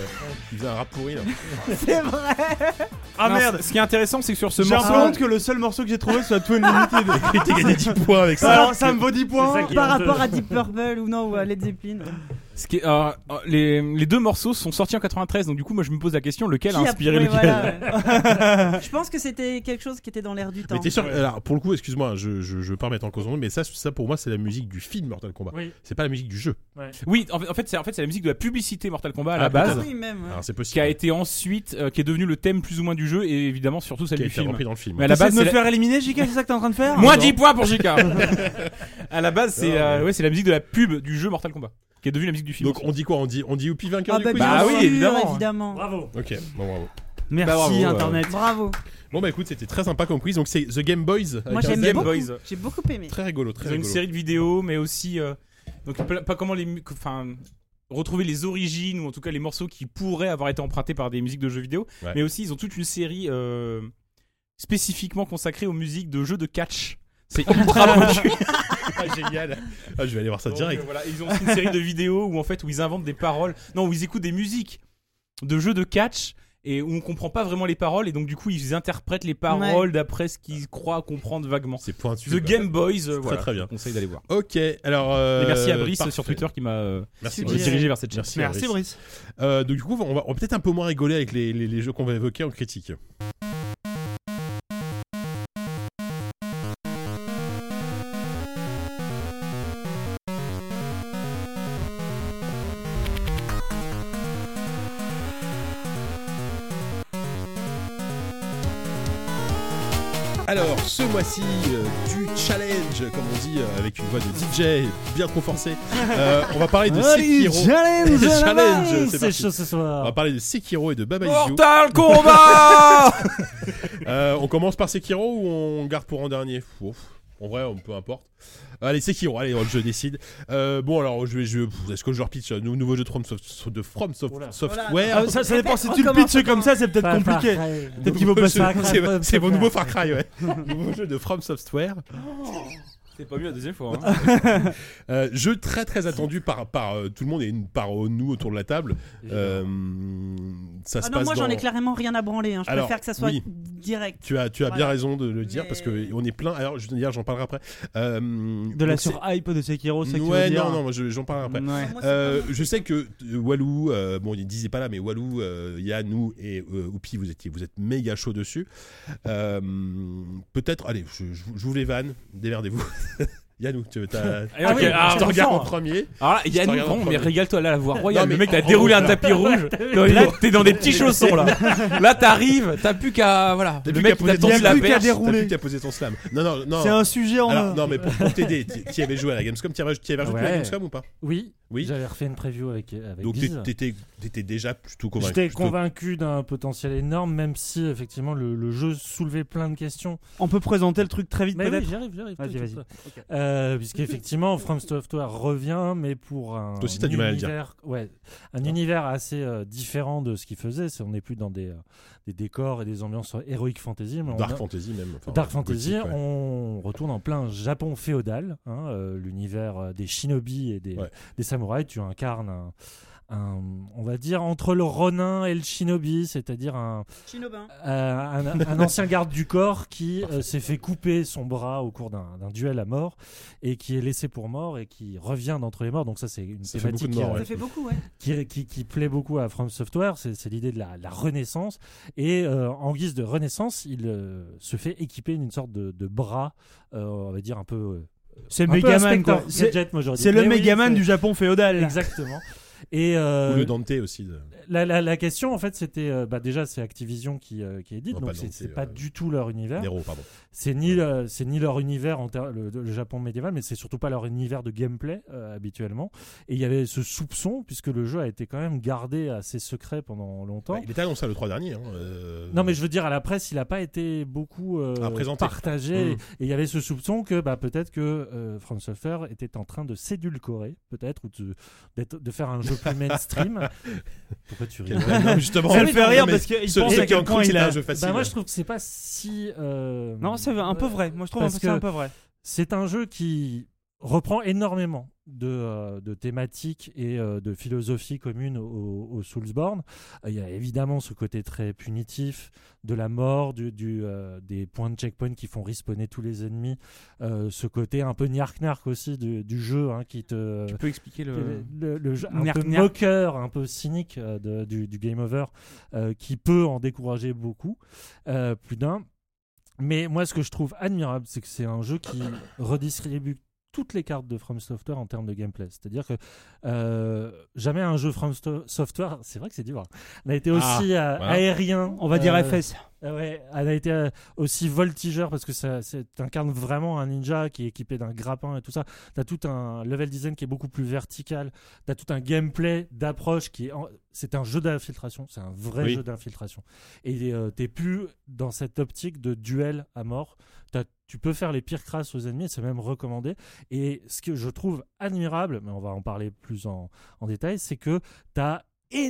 B: Il faisait un rap pourri là.
E: [LAUGHS] C'est vrai.
G: Ah
D: Non,
G: merde
D: Ce qui est intéressant, c'est que sur ce
G: J'ai
D: morceau.
G: l'impression que le seul morceau que j'ai trouvé soit Too Unlimited.
B: Il t'a gagné 10 points avec ça.
G: Alors, ça me vaut 10
F: C'est
G: points.
F: ça qui est
E: Par
F: honteux.
E: rapport à Deep Purple ou non ou à Led Zeppelin.
D: Ce qui est- alors, euh, les, les deux morceaux sont sortis en 93, donc du coup, moi je me pose la question lequel a
E: Qui
D: inspiré
E: oui,
D: lequel
E: voilà,
B: [LAUGHS]
E: ouais. Je pense que c'était quelque chose qui était dans l'air du temps.
B: Mais t'es sûr Alors pour le coup, excuse-moi, hein, je, je, je veux pas remettre en cause mon nom, mais ça, ça pour moi, c'est la musique du film Mortal Kombat.
F: Oui.
B: C'est pas la musique du jeu.
D: Oui, en fait, en fait, c'est en fait, c'est la musique de la publicité Mortal Kombat à
B: Ah,
D: la
E: Ah
D: base,
E: Oui, même. ouais.
B: Alors c'est
D: qui
B: possible.
D: a été ensuite, euh, qui est devenu le thème plus ou moins du jeu, et évidemment surtout celle
B: Qui a
D: du
B: été
D: film.
B: repris dans le film.
D: Mais à la
G: T'essaies
D: base,
G: de me
D: c'est la-
G: faire éliminer, JK, c'est ça que t'es en train de faire
D: moins 10 points
B: [LAUGHS]
D: pour JK. à la base, c'est
B: Non,
D: euh,
B: mais-
D: ouais, c'est la musique de la pub du jeu Mortal Kombat, qui est devenue la musique du film.
B: Donc on dit quoi On dit on dit Youpi vainqueur
E: Ah
B: du
E: bah,
B: quiz
D: Bah
E: bien
D: oui,
E: sûr,
D: évidemment.
F: Bravo.
B: Ok, bon bravo.
D: Bah, bravo,
G: Merci
D: ouais.
G: Internet.
E: Bravo.
B: Bon bah écoute, c'était très sympa comme quiz. Donc c'est The Game Boys. avec
E: Moi
B: un
E: j'aime
B: Z.
D: Game
E: beaucoup.
D: Boys.
E: J'ai beaucoup aimé.
B: Très rigolo, très
D: Ils ont une
B: rigolo.
D: série de vidéos, mais aussi euh, donc pla- pas comment les, mu- enfin retrouver les origines ou en tout cas les morceaux qui pourraient avoir été empruntés par des musiques de jeux vidéo,
B: Ouais.
D: mais aussi ils ont toute une série euh, spécifiquement consacrée aux musiques de jeux de catch.
B: [LAUGHS]
D: C'est ultra pointu.
B: Ah, génial. Ah, je vais aller voir ça
D: Donc,
B: direct.
D: euh, voilà, ils ont aussi une série de vidéos où en fait où ils inventent des paroles, non où ils écoutent des musiques de jeux de catch. Et où on comprend pas vraiment les paroles, et donc du coup ils interprètent les paroles d'après ce qu'ils croient comprendre vaguement.
B: C'est pointu.
D: The
B: quoi.
D: Game Boys, euh, voilà.
B: très bien.
D: je vous conseille d'aller voir.
B: Ok, alors. euh,
D: Et merci à Brice
B: parfait.
D: sur Twitter qui m'a euh,
B: Merci
E: Suggéré.
B: Brice.
D: dirigé vers cette chaîne.
B: Merci, à
G: Merci
B: Brice.
G: Brice.
B: Euh, donc du coup, on va, on va peut-être un peu moins rigoler avec les, les- les jeux qu'on va évoquer en critique. Alors, ce mois-ci, euh, du challenge, comme on dit, euh, avec une voix de DJ bien renforcée, euh, on va parler de Sekiro.
G: challenge,
B: Challenge, c'est
F: C'est
B: parti. Ah,
F: chaud ce
B: On va
F: soir.
B: parler de Sekiro et de Baba Is You. [LAUGHS]
D: Mortal Kombat
B: Euh, on commence par Sekiro ou on garde pour en dernier Ouf. En vrai, on- peu importe. Allez, Sekiro, allez, je décide. Euh, bon, alors, je vais, je, pff, est-ce que je leur pitch un nou- nouveau jeu de From, Sof- de From Sof-
F: Oula.
B: Software
G: Ah, ça, ça dépend, si tu le
E: Recommence,
G: pitches comme ça, c'est peut-être compliqué. Peut-être qu'il vaut pas ça.
B: C'est- c'est- C'est mon nouveau Far Cry, ouais. nouveau jeu de From Software.
D: C'est pas mieux la deuxième fois. [LAUGHS] hein.
B: Euh, jeu très très attendu par, par euh, tout le monde et par euh, nous autour de la table. Euh, ça se
E: Ah non,
B: passe
E: moi j'en ai
B: dans-
E: clairement rien à branler. hein. Je
B: Alors,
E: préfère que ça soit
B: oui.
E: direct.
B: Tu as, tu as bien
E: Voilà.
B: raison de le dire parce que
E: Mais-
B: on est plein. Alors, je d'ailleurs, j'en parlerai après. Euh,
G: De la
B: donc, c'est-
G: sur-hype de Sekiro, ça que tu veux
B: Ouais,
G: dire.
B: non, non, moi, je- j'en parlerai après.
G: Ouais.
E: Moi, c'est
B: Euh,
E: pas
B: je sais que euh, Walou, euh, bon, il disait pas là, mais Walou, euh, Yann, nous et euh, Oupi, vous étiez, vous êtes méga chaud dessus. Euh, Peut-être, allez, je, je- j'ouvre les vannes, démerdez-vous. [LAUGHS] Yanou, tu veux t'as-
D: Et ok,
F: oui,
D: ah,
B: je te regarde en
D: alors
B: premier.
D: là, il y a
B: Je te
D: nous,
B: regarde en
D: vraiment, Ah, mais
B: premier.
D: régale-toi là la voix royale.
B: Non,
D: le
B: mais
D: mec t'as
B: en-
D: déroulé
B: en-
D: un tapis rouge. là t'es dans des petits chaussons là. Là t'arrives, t'as plus qu'à voilà.
B: T'as
D: Le
B: plus
D: mec
B: qu'à
D: il t'a
B: poser ton
D: tendu la
B: slam.
G: plus qu'à
D: perche.
G: dire-
B: T'as
G: dérouler.
B: plus qu'à poser ton slam. Non, non, non.
G: C'est un sujet en
B: Alors,
G: un.
B: non, mais pour, pour t'aider, t'y t'y avais joué à la Gamescom, t'y avais, t'y avais joué à la
F: Ouais.
B: Gamescom ou pas
F: Oui,
B: Oui.
F: j'avais refait une preview avec, euh,
G: Bah,
F: avec
B: Donc
F: Guise.
B: t'é- t'étais t'étais déjà plutôt convaincu.
F: J'étais
B: plutôt-
F: convaincu d'un potentiel énorme, même si effectivement le, le jeu soulevait plein de questions.
G: On peut présenter le truc très vite
F: Mais oui,
G: peut-être
F: j'y arrive, j'y arrive.
G: Vas-y,
F: t'inquiète
G: vas-y.
F: pas. Euh, Puisqu'effectivement, From Software revient, mais pour un
B: Toi aussi, t'as du mal à le dire.
F: univers- ouais, un univers assez euh, différent de ce qu'il faisait. C'est- on n'est plus dans des, euh, des décors et des ambiances héroïques fantasy, mais on
B: Dark
F: a-
B: Fantasy même. enfin,
F: Dark Fantasy,
B: gothique, ouais.
F: on retourne en plein Japon féodal, hein, euh, l'univers euh, des shinobi et des,
B: Ouais.
F: des samouraïs. Tu incarnes un, un- on va dire, entre le ronin et le shinobi, c'est-à-dire un,
E: Shinobin.
F: euh, un,
B: [LAUGHS]
F: un ancien garde du corps qui euh, s'est fait couper son bras au cours d'un d'un duel à mort et qui est laissé pour mort et qui revient d'entre les morts. Donc ça, c'est une
B: Ça fait beaucoup
F: thématique euh,
B: de
F: qui-
B: morts,
E: Ça
B: ouais.
E: fait beaucoup, ouais.
F: qui, qui- qui plaît beaucoup à From Software, c'est c'est l'idée de la, la renaissance. Et euh, en guise de renaissance, il euh, se fait équiper d'une sorte de, de bras, euh, on va dire un peu. euh,
G: C'est
F: un peu
G: Megaman
F: inspecteur
G: quoi. C'est
F: Gadget, moi, j'aurais dit.
G: c'est le
F: Mais oui,
G: Megaman
F: c'est-
G: du Japon féodal.
F: Exactement. Et
B: Ou
G: [LAUGHS]
F: euh,
B: le Dante aussi. de-
F: la, la- la question, en fait, c'était euh, bah, déjà, c'est Activision qui, euh, qui édite,
B: Non, pas
F: donc
B: Dante,
F: c'est c'est
B: euh,
F: pas du tout leur univers.
B: Nero, pardon.
F: C'est ni, le- c'est ni leur univers, en ter- le, le Japon médiéval, mais c'est surtout pas leur univers de gameplay euh, habituellement. Et il y avait ce soupçon, puisque le jeu a été quand même gardé assez secret pendant longtemps.
B: Ouais, Bah, il était annoncé le 3 dernier. hein, euh,
F: Non, mais je veux dire, à la presse, il n'a pas été beaucoup euh,
B: Ah, présenté.
F: partagé.
B: Mm.
F: Et il y avait ce soupçon que bah, peut-être que euh, From Software était en train de s'édulcorer, peut-être, ou de, d'être- de faire un jeu plus
B: [LAUGHS]
F: mainstream. Pourquoi tu rigoles
B: Non, mais justement,
G: Ça me fait
B: non,
G: rire
B: mais
G: parce qu'il
B: ceux,
G: pense
B: ceux
G: à
B: qui
G: quel
B: ont cru
G: point
B: que
G: il
B: c'était
G: a.
B: un jeu facile.
F: Bah, moi, je trouve que c'est pas si. euh,
G: Non, c'est un peu vrai. Moi, je trouve que
F: Parce
G: c'est un
F: que-
G: peu vrai.
F: C'est un jeu qui reprend énormément de, euh, de thématiques et euh, de philosophies communes au, au Soulsborne. Euh, Il y a évidemment ce côté très punitif de la mort, du, du, euh, des points de checkpoint qui font respawner tous les ennemis, euh, ce côté un peu niarc-narc aussi du, du jeu hein, qui te...
D: Tu peux expliquer le.
F: Le, le jeu un
G: Niarc,
F: peu
G: niarc.
F: moqueur, un peu cynique euh, de- du, du game over, euh, qui peut en décourager beaucoup, euh, plus d'un. Mais moi, ce que je trouve admirable, c'est que c'est un jeu qui [COUGHS] redistribue toutes les cartes de From Software en termes de gameplay. C'est-à-dire que euh, jamais un jeu From Sto- Software, c'est vrai que c'est dur, hein, n'a été
B: Ah,
F: aussi euh,
B: voilà.
F: aérien.
G: On va dire
F: euh,
G: FS.
F: ah Ouais, elle a été euh, aussi voltigeur parce que ça, c'est- t'incarnes vraiment un ninja qui est équipé d'un grappin et tout ça. T'as tout un level design qui est beaucoup plus vertical. T'as tout un gameplay d'approche qui est, en- c'est un jeu d'infiltration, c'est un vrai
B: Oui.
F: jeu d'infiltration. Et euh, t'es plus dans cette optique de duel à mort. T'as- tu peux faire les pires crasses aux ennemis, c'est même recommandé. Et ce que je trouve admirable, mais on va en parler plus en, en détail, c'est que t'as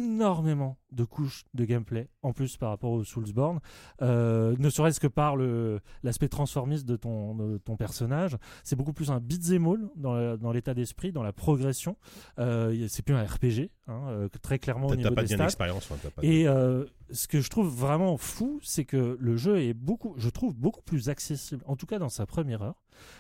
F: énormément de couches de gameplay en plus par rapport au Soulsborne. Euh, ne serait-ce que par le- l'aspect transformiste de ton, de ton personnage. C'est beaucoup plus un beat'em all dans, la- dans l'état d'esprit, dans la progression. Euh, y a- c'est plus un RPG, hein, euh, que très clairement au
B: T'as- T'as
F: niveau
B: pas
F: des
B: de gain
F: stats.
B: d'expérience. enfin, t'as pas de-
F: Et euh, ce que je trouve vraiment fou, c'est que le jeu est beaucoup, je trouve beaucoup plus accessible. En tout cas, dans sa première heure,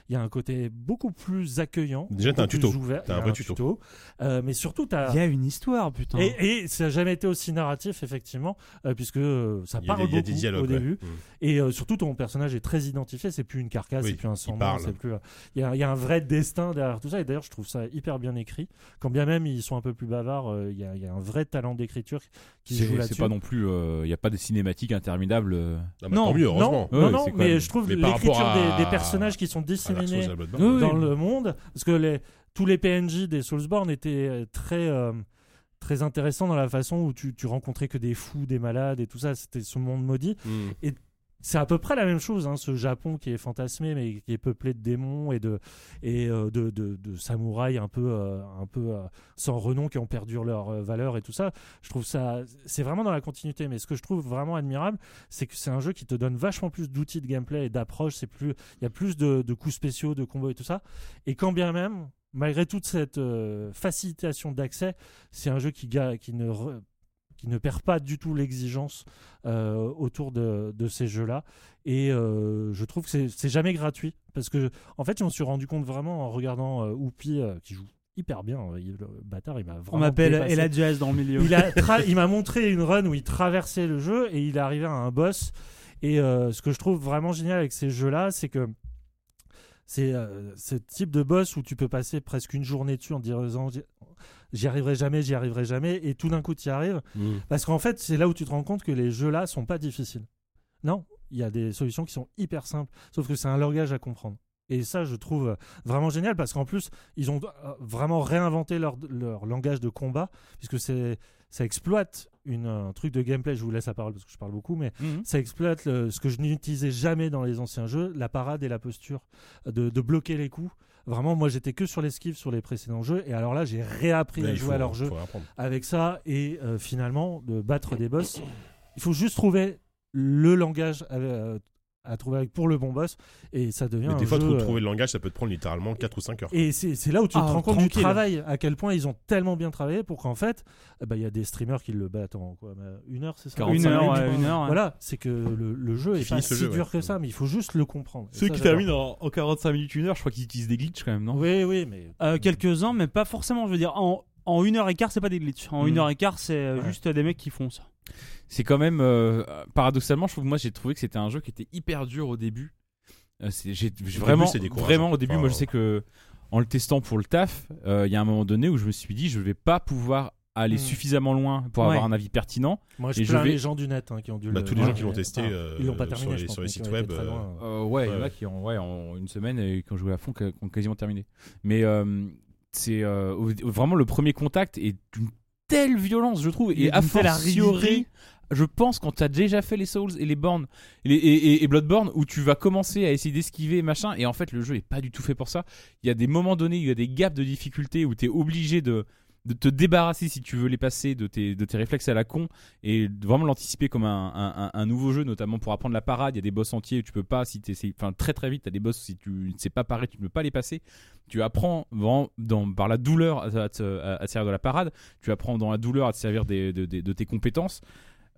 F: il y a un côté beaucoup plus accueillant.
B: Déjà, t'as un
F: beaucoup
B: tuto.
F: plus ouvert.
B: T'as un
F: Il y a
B: vrai tuto.
F: Euh, mais surtout, t'as
G: Il y a une histoire, putain.
F: et, et ça n'a jamais été aussi narratif, effectivement, euh, puisque euh, ça
B: Il y a
F: parle
B: des- il y a des
F: beaucoup
B: dialogues.
F: au
B: ouais.
F: début.
B: Mm.
F: Et euh, surtout, ton personnage est très identifié. C'est plus une carcasse,
B: Oui,
F: c'est plus un sans
B: il parle.
F: nom, c'est plus. euh, Il y, a- il y a un vrai destin derrière tout ça. Et d'ailleurs, je trouve ça hyper bien écrit. Quand bien même ils sont un peu plus bavards, euh, il y, a- il y a un vrai talent d'écriture qui se joue
D: C'est
F: là-dessus.
D: c'est pas non plus. Il n'y a pas de cinématique interminables. euh.
B: Ah bah, tant mieux, heureusement.
F: non,
D: Ouais,
F: non,
D: c'est quand
F: mais
D: même-
F: je trouve
B: mais par
F: l'écriture
B: rapport à-
F: des, des personnages qui sont
B: À Dark Souls,
F: disséminés
B: à Bloodborne.
D: Oui, oui.
F: dans le monde, parce que les, tous les PNJ des Soulsborne étaient euh, très euh, très intéressants dans la façon où tu, tu rencontrais que des fous, des malades et tout ça. C'était ce monde maudit.
D: Hmm.
B: Mm.
F: c'est à peu près la même chose, hein, ce Japon qui est fantasmé, mais qui est peuplé de démons et de, et, euh, de, de- de samouraïs un peu, euh, un peu euh, sans renom qui ont perdu leur euh, valeur et tout ça. Je trouve ça, c'est vraiment dans la continuité. Mais ce que je trouve vraiment admirable, c'est que c'est un jeu qui te donne vachement plus d'outils de gameplay et d'approche. C'est plus, il y a plus de, de coups spéciaux, de combos et tout ça. Et quand bien même, malgré toute cette euh, facilitation d'accès, c'est un jeu qui, ga- qui ne re- qui ne perd pas du tout l'exigence euh, autour de, de ces jeux-là. Et euh, je trouve que c'est- c'est jamais gratuit. Parce que, en fait, je m'en suis rendu compte vraiment en regardant euh, Oupi, euh, qui joue hyper bien. euh, il- le bâtard, il m'a vraiment.
G: On m'appelle
F: dépassé.
G: Ella Jazz dans le milieu.
F: Il a tra- il m'a montré une run où il traversait le jeu et il arrivait à un boss. Et euh, ce que je trouve vraiment génial avec ces jeux-là, c'est que c'est euh, ce type de boss où tu peux passer presque une journée dessus en disant j'y arriverai jamais, j'y arriverai jamais, et tout d'un coup tu y arrives.
B: Mm.
F: Parce qu'en fait, c'est là où tu te rends compte que les jeux-là sont pas difficiles. Non, il y a des solutions qui sont hyper simples, sauf que c'est un langage à comprendre. Et ça, je trouve euh, vraiment génial parce qu'en plus, ils ont euh, vraiment réinventé leur, leur langage de combat, puisque c'est ça exploite une, un truc de gameplay. Je vous laisse la parole parce que je parle beaucoup, mais
G: Mhm.
F: ça exploite le- ce que je n'utilisais jamais dans les anciens jeux, la parade et la posture, euh, de, de bloquer les coups. Vraiment, moi, j'étais que sur l'esquive sur les précédents jeux, et alors là, j'ai réappris
B: Mais
F: à
B: il
F: jouer
B: faut-
F: à leur jeu
B: faut apprendre.
F: avec ça et euh, finalement de battre des boss. Il faut juste trouver le langage euh, à, trouver avec- pour le bon boss et ça devient
B: Mais
F: un
B: des fois,
F: jeu,
B: trou-
F: euh,
B: trouver le langage, ça peut te prendre littéralement 4 ou 5 heures.
F: et c'est c'est là où tu
G: Ah,
F: te rends compte du
G: tranquille.
F: travail, à quel point ils ont tellement bien travaillé pour qu'en fait, euh, bah, il y a des streamers qui le battent en quoi, euh, une heure, c'est ça
D: 45
G: Une heure, ouais, une heure. ouais.
F: Voilà, c'est que le, le jeu
B: Qui
F: est pas
B: finissent
F: si
B: le jeu,
F: dur
B: ouais.
F: que ça, mais il faut juste le comprendre. Et
D: Ceux
F: ça,
D: qui
F: j'adore.
D: terminent en, en 45 minutes, 1 heure, je crois qu'ils utilisent des glitches quand même,
B: hein.
D: non
F: Oui, oui, mais
G: Euh, Quelques-uns, mais pas forcément. Je veux dire, en, en une heure et quart, c'est pas des glitches. En
D: Mhm.
G: une heure et quart, c'est euh,
F: Ouais.
G: juste des mecs qui font ça.
D: C'est quand même. euh, paradoxalement, je trouve, moi j'ai trouvé que c'était un jeu qui était hyper dur au début. Euh, c'est- j'ai- j'ai
B: début,
D: vraiment,
B: c'est décourageant.
D: vraiment au début,
B: Enfin,
D: moi je sais que en le testant pour le taf, euh, il y a un moment donné où je me suis dit, je vais pas pouvoir aller
F: Mm.
D: suffisamment loin pour
G: Ouais.
D: avoir un avis pertinent.
F: moi je
D: Et je
F: plains
D: vais-
F: les gens du net hein, qui ont dû
B: Bah,
F: le-
B: tous les gens
F: Ouais.
B: qui l'ont testé,
F: Ah,
B: euh,
F: ils l'ont pas
B: sur
F: terminé
B: les-
F: je pense,
B: sur les
F: donc ils
B: sites
F: ont été
B: web,
F: très loin.
D: Euh, ouais, il y en
B: Ouais.
D: a qui ont, ouais, en une semaine et qui ont joué à fond, qui ont quasiment terminé. Mais euh, c'est euh, au- vraiment le premier contact est d'une telle violence, je trouve,
G: Et
D: et a
G: d'une telle aridité.
D: fortiori. Je pense quand t'as déjà fait les Souls et les Born et, les- et- et- et Bloodborne où tu vas commencer à essayer d'esquiver machin et en fait le jeu est pas du tout fait pour ça. Il y a des moments donnés, il y a des gaps de difficulté où t'es obligé de de te débarrasser si tu veux les passer de tes, de tes réflexes à la con et de vraiment l'anticiper comme un, un- un- un nouveau jeu, notamment pour apprendre la parade. Il y a des boss entiers où tu peux pas, si t'essayes- enfin très très vite, t'as des boss si tu ne sais pas parer, tu ne peux pas les passer. Tu apprends vraiment dans, par la douleur à, à te, à- à te servir de la parade, tu apprends dans la douleur à te servir des- de, de- de tes compétences.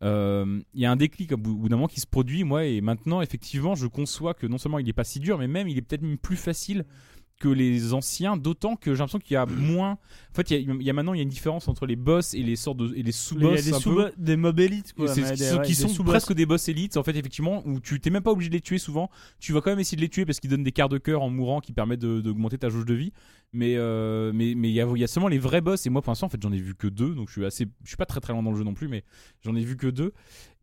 D: Euh, Il y a un déclic au bout au bout d'un moment qui se produit, moi, et maintenant, effectivement, je conçois que non seulement il n'est pas si dur, mais même il est peut-être même plus facile que les anciens, d'autant que j'ai l'impression qu'il y a moins. En fait, il y a, il y a maintenant il y a une différence entre les boss et les sortes de et les
G: Il y a
D: sous-boss
G: des,
D: un
G: sous
D: peu.
G: des mobs élites, quoi.
D: C'est
G: mais des-
D: ceux
G: ouais,
D: qui
G: des
D: sont
G: sous-boss.
D: presque des boss élites, en fait, effectivement, où tu t'es même pas obligé de les tuer souvent. Tu vas quand même essayer de les tuer parce qu'ils donnent des quarts de cœur en mourant qui permettent de- d'augmenter ta jauge de vie. Mais euh, mais mais il y a, il y a seulement les vrais boss. Et moi, pour l'instant, en fait, j'en ai vu que deux, donc je suis assez, je suis pas très très loin dans le jeu non plus, mais j'en ai vu que deux.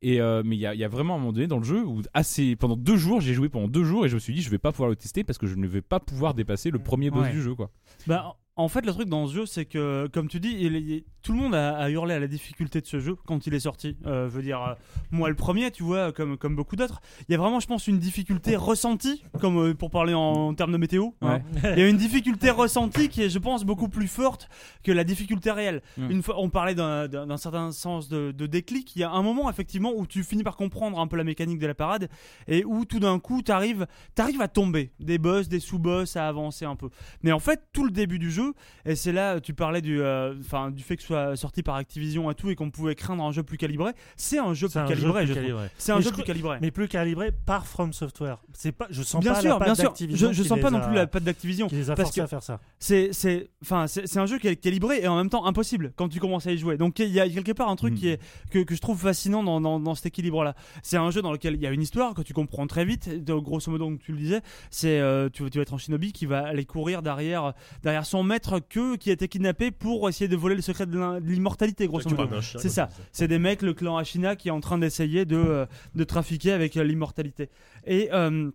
D: Et euh, mais il y, a- il y a vraiment un moment donné dans le jeu où assez pendant deux jours, j'ai joué pendant deux jours et je me suis dit, je vais pas pouvoir le tester parce que je ne vais pas pouvoir dépasser le premier boss
G: Ouais.
D: du jeu, quoi.
G: Bah, en fait, le truc dans ce jeu, c'est que, comme tu dis, il- il- tout le monde a, a hurlé à la difficulté de ce jeu quand il est sorti. Euh, je veux dire, euh, moi le premier, tu vois, comme, comme beaucoup d'autres, il y a vraiment, je pense, une difficulté ressentie, comme euh, pour parler en, en termes de météo. hein. Il y a une difficulté ressentie qui est, je pense, beaucoup plus forte que la difficulté réelle.
D: Mm.
G: Une fois, on parlait d'un- d'un d'un certain sens de, de déclic. Il y a un moment, effectivement, où tu finis par comprendre un peu la mécanique de la parade et où tout d'un coup, t'arrives, t'arrives à tomber des boss, des sous-boss, à avancer un peu. Mais en fait, tout le début du jeu, et c'est là, tu parlais du, euh, enfin, du fait que ce soit sorti par Activision et tout, et qu'on pouvait craindre un jeu plus calibré. C'est un jeu
F: C'est
G: plus
F: un jeu
G: calibré,
F: plus
G: je trouve.
F: calibré.
G: C'est un
F: Mais
G: jeu
F: je
G: plus
F: crois-
G: calibré.
F: Mais plus calibré par From Software. C'est pas, je sens
G: bien
F: pas la
G: sûr,
F: patte
G: bien sûr.
F: d'Activision
G: Je, je
F: qui
G: sens
F: les
G: pas
F: a-
G: non plus la patte d'Activision.
F: qui les a
G: parce
F: forcés
G: que-
F: à faire ça.
G: C'est, c'est, enfin, c'est, c'est un jeu qui est calibré et en même temps impossible quand tu commences à y jouer. Donc il y a quelque part un truc
D: Mhm.
F: Hmm.
G: qui est, que, que je trouve fascinant dans, dans, dans cet équilibre-là. C'est un jeu dans lequel il y a une histoire que tu comprends très vite. De, grosso modo, donc tu le disais, c'est euh, tu, tu vas être un shinobi qui va aller courir derrière, derrière son maître que, qui a été kidnappé pour essayer de voler le secret de, l'in- de l'immortalité, grosso modo. C'est ça. C'est des mecs, le clan Ashina, qui est en train d'essayer de, euh, de trafiquer avec euh, l'immortalité. Et euh,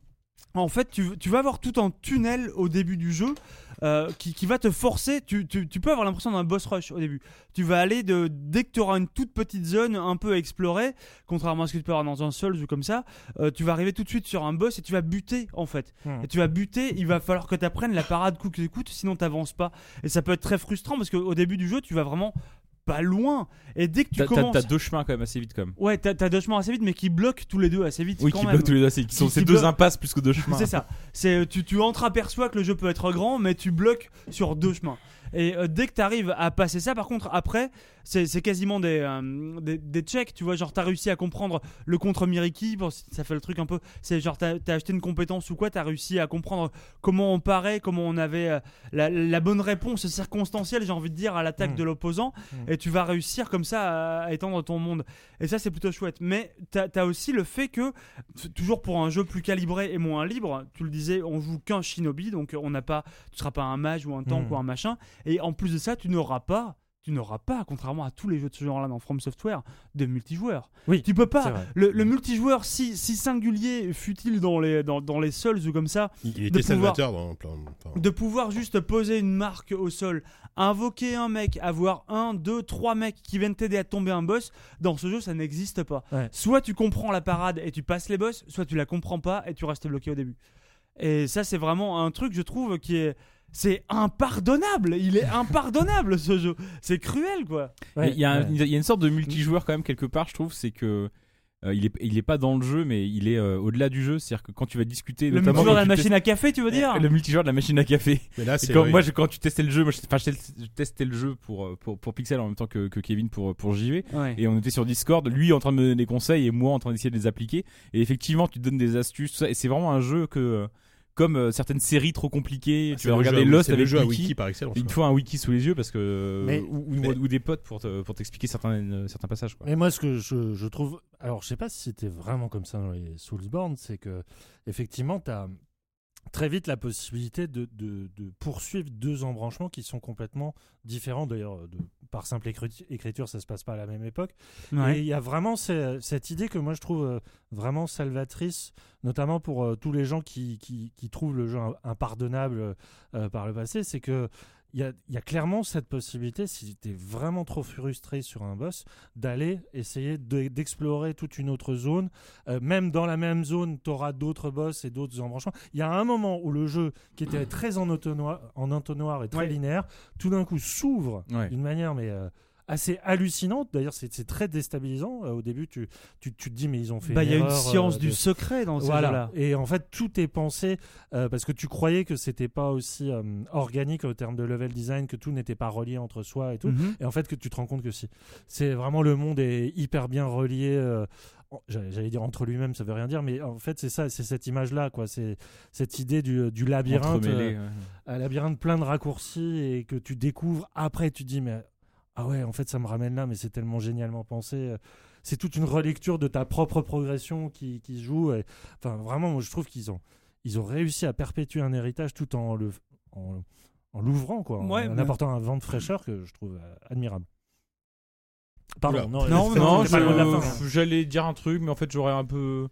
G: en fait, tu, tu vas avoir tout un tunnel au début du jeu euh, qui, qui va te forcer. Tu, tu- tu peux avoir l'impression d'un boss rush au début. Tu vas aller de. Dès que tu auras une toute petite zone un peu explorée, contrairement à ce que tu peux avoir dans un seul jeu comme ça, euh, tu vas arriver tout de suite sur un boss et tu vas buter en fait.
F: Hmm.
G: Et tu vas buter, il va falloir que tu apprennes la parade coup que coûte, sinon t'avances pas. Et ça peut être très frustrant parce qu'au début du jeu, tu vas vraiment pas loin. Et dès que tu
D: T'as- T'as
G: commences.
D: t'as deux chemins quand même assez vite, comme.
G: Ouais, t'as t'as deux chemins assez vite, mais qui bloquent tous les deux assez vite.
D: Oui,
G: quand
D: qui
G: même.
D: bloquent tous les deux, c'est qui sont
G: Qui-
D: ces
G: qui
D: deux
G: bloquent.
D: impasses plus que [LAUGHS] deux chemins.
G: C'est ça. C'est tu tu entre-aperçois que le jeu peut être grand, mais tu bloques sur deux chemins. Et euh, dès que tu arrives à passer ça, par contre, après, c'est c'est quasiment des, euh, des, des checks, tu vois. Genre, t'as réussi à comprendre le contre Miriki, bon, ça fait le truc un peu. C'est genre, t'as as acheté une compétence ou quoi, t'as réussi à comprendre comment on parait, comment on avait euh, la, la bonne réponse circonstancielle, j'ai envie de dire, à l'attaque
F: Mm.
G: de l'opposant.
F: Mm.
G: Et tu vas réussir comme ça à, à étendre ton monde. Et ça, c'est plutôt chouette. Mais t'as as aussi le fait que F- toujours pour un jeu plus calibré et moins libre, tu le disais, on joue qu'un shinobi, donc euh, on n'a pas, tu seras pas un mage ou un tank
F: Mhm.
G: ou un machin. Et en plus de ça, tu n'auras pas, tu n'auras pas, contrairement à tous les jeux de ce genre-là dans From Software, de multijoueur.
F: Oui,
G: tu peux
F: C'est
G: pas.
F: vrai. Hmm.
G: Le, le multijoueur, si, si singulier fut-il dans les, dans, dans les Souls ou comme ça,
B: Il, il
G: de
B: était
G: pouvoir-
B: salvateur dans plein. enfin,
G: de pouvoir juste poser une marque au sol, invoquer un mec, avoir un, deux, trois mecs qui viennent t'aider à tomber un boss, dans ce jeu ça n'existe pas.
F: Ouais.
G: Soit tu comprends la parade et tu passes les boss, soit tu la comprends pas et tu restes bloqué au début. Et ça c'est vraiment un truc je trouve qui est... C'est impardonnable, il est impardonnable ce jeu. C'est cruel quoi.
D: Mais Il y, a un-
F: Ouais.
D: il y a une sorte de
B: Mm.
D: multijoueur quand même quelque part, je trouve, c'est que euh, il, est, il est pas dans le jeu, mais il est euh, au-delà du jeu. C'est-à-dire que quand tu vas discuter,
G: Le
D: notamment quand
G: multijoueur de la
D: tu testes-
G: machine à café tu veux dire
D: le multijoueur de la machine à café.
B: Mais là,
D: Et
B: Ah, c'est.
D: quand-
B: oui.
D: moi, je- quand tu testais le jeu, moi, je, enfin, je test- je testais le jeu pour, euh, pour, pour Pixel en même temps que, que Kevin pour, pour JV.
G: Ouais.
B: Mm.
D: Et on était sur Discord, lui en train de me donner des conseils et moi en train d'essayer de les appliquer. Et effectivement, tu te donnes des astuces, tout ça. Et c'est vraiment un jeu que, euh, comme euh, certaines séries trop compliquées,
B: Ah, C'est
D: tu vas
B: le jeu à-
D: regarder Lost
B: c'est le
D: avec
B: jeu à
D: Wiki.
B: Wiki par excellence.
D: Il te faut un wiki sous les yeux parce que euh,
F: Mais-
D: ou, ou-
B: mais-
D: ou des potes pour te- pour t'expliquer certains euh, certains passages quoi.
F: Mais moi, ce que je, je trouve. Alors, je sais pas si c'était vraiment comme ça dans les Soulsborne, c'est que, effectivement, tu as très vite la possibilité de, de- de poursuivre deux embranchements qui sont complètement différents. D'ailleurs, de- par simple écrit- écriture, ça se passe pas à la même époque. Et il y a vraiment ce- cette idée que moi je trouve euh, vraiment salvatrice, notamment pour euh, tous les gens qui, qui- qui trouvent le jeu im- impardonnable euh, par le passé, c'est que il y a, il y a clairement cette possibilité, si tu es vraiment trop frustré sur un boss, d'aller essayer de- d'explorer toute une autre zone. Euh, même dans la même zone, tu auras d'autres boss et d'autres embranchements. Il y a un moment où le jeu, qui était très en entonnoir, en entonnoir et très
G: Ouais.
F: linéaire, tout d'un coup s'ouvre
D: Ouais.
F: d'une manière mais euh, assez hallucinante. D'ailleurs, c'est c'est très déstabilisant. Euh, au début, tu, tu, tu te dis, mais ils ont fait.
G: Bah, il y a une
F: erreur, euh,
G: science
F: de-
G: du secret dans ces
F: voilà.
G: jeux-là.
F: Et en fait, tout est pensé euh, parce que tu croyais que c'était pas aussi euh, organique au terme de level design, que tout n'était pas relié entre soi et tout.
G: Mhm.
F: Et en fait, que tu te rends compte que si. C'est vraiment le monde est hyper bien relié. euh, en- J'allais j'allais dire entre lui-même, ça veut rien dire, mais en fait, c'est ça, c'est cette image-là, quoi. C'est cette idée du, du labyrinthe,
D: Entremêlé, ouais.
F: euh, un labyrinthe plein de raccourcis et que tu découvres après, tu te dis, mais ah ouais, en fait, ça me ramène là, mais c'est tellement génialement pensé. C'est toute une relecture de ta propre progression qui, qui se joue. et- enfin, vraiment, moi, je trouve qu'ils ont, ils ont réussi à perpétuer un héritage tout en le. En, en l'ouvrant, quoi, en-
G: Ouais,
F: en
G: mais-
F: apportant un vent de fraîcheur que je trouve euh, admirable. Pardon,
B: Oula.
F: non, [LAUGHS]
G: Non,
F: c'est-
D: Non,
F: c'est pas
D: je-
F: loin de la fin. hein.
D: j'allais dire un truc, mais en fait, j'aurais un peu.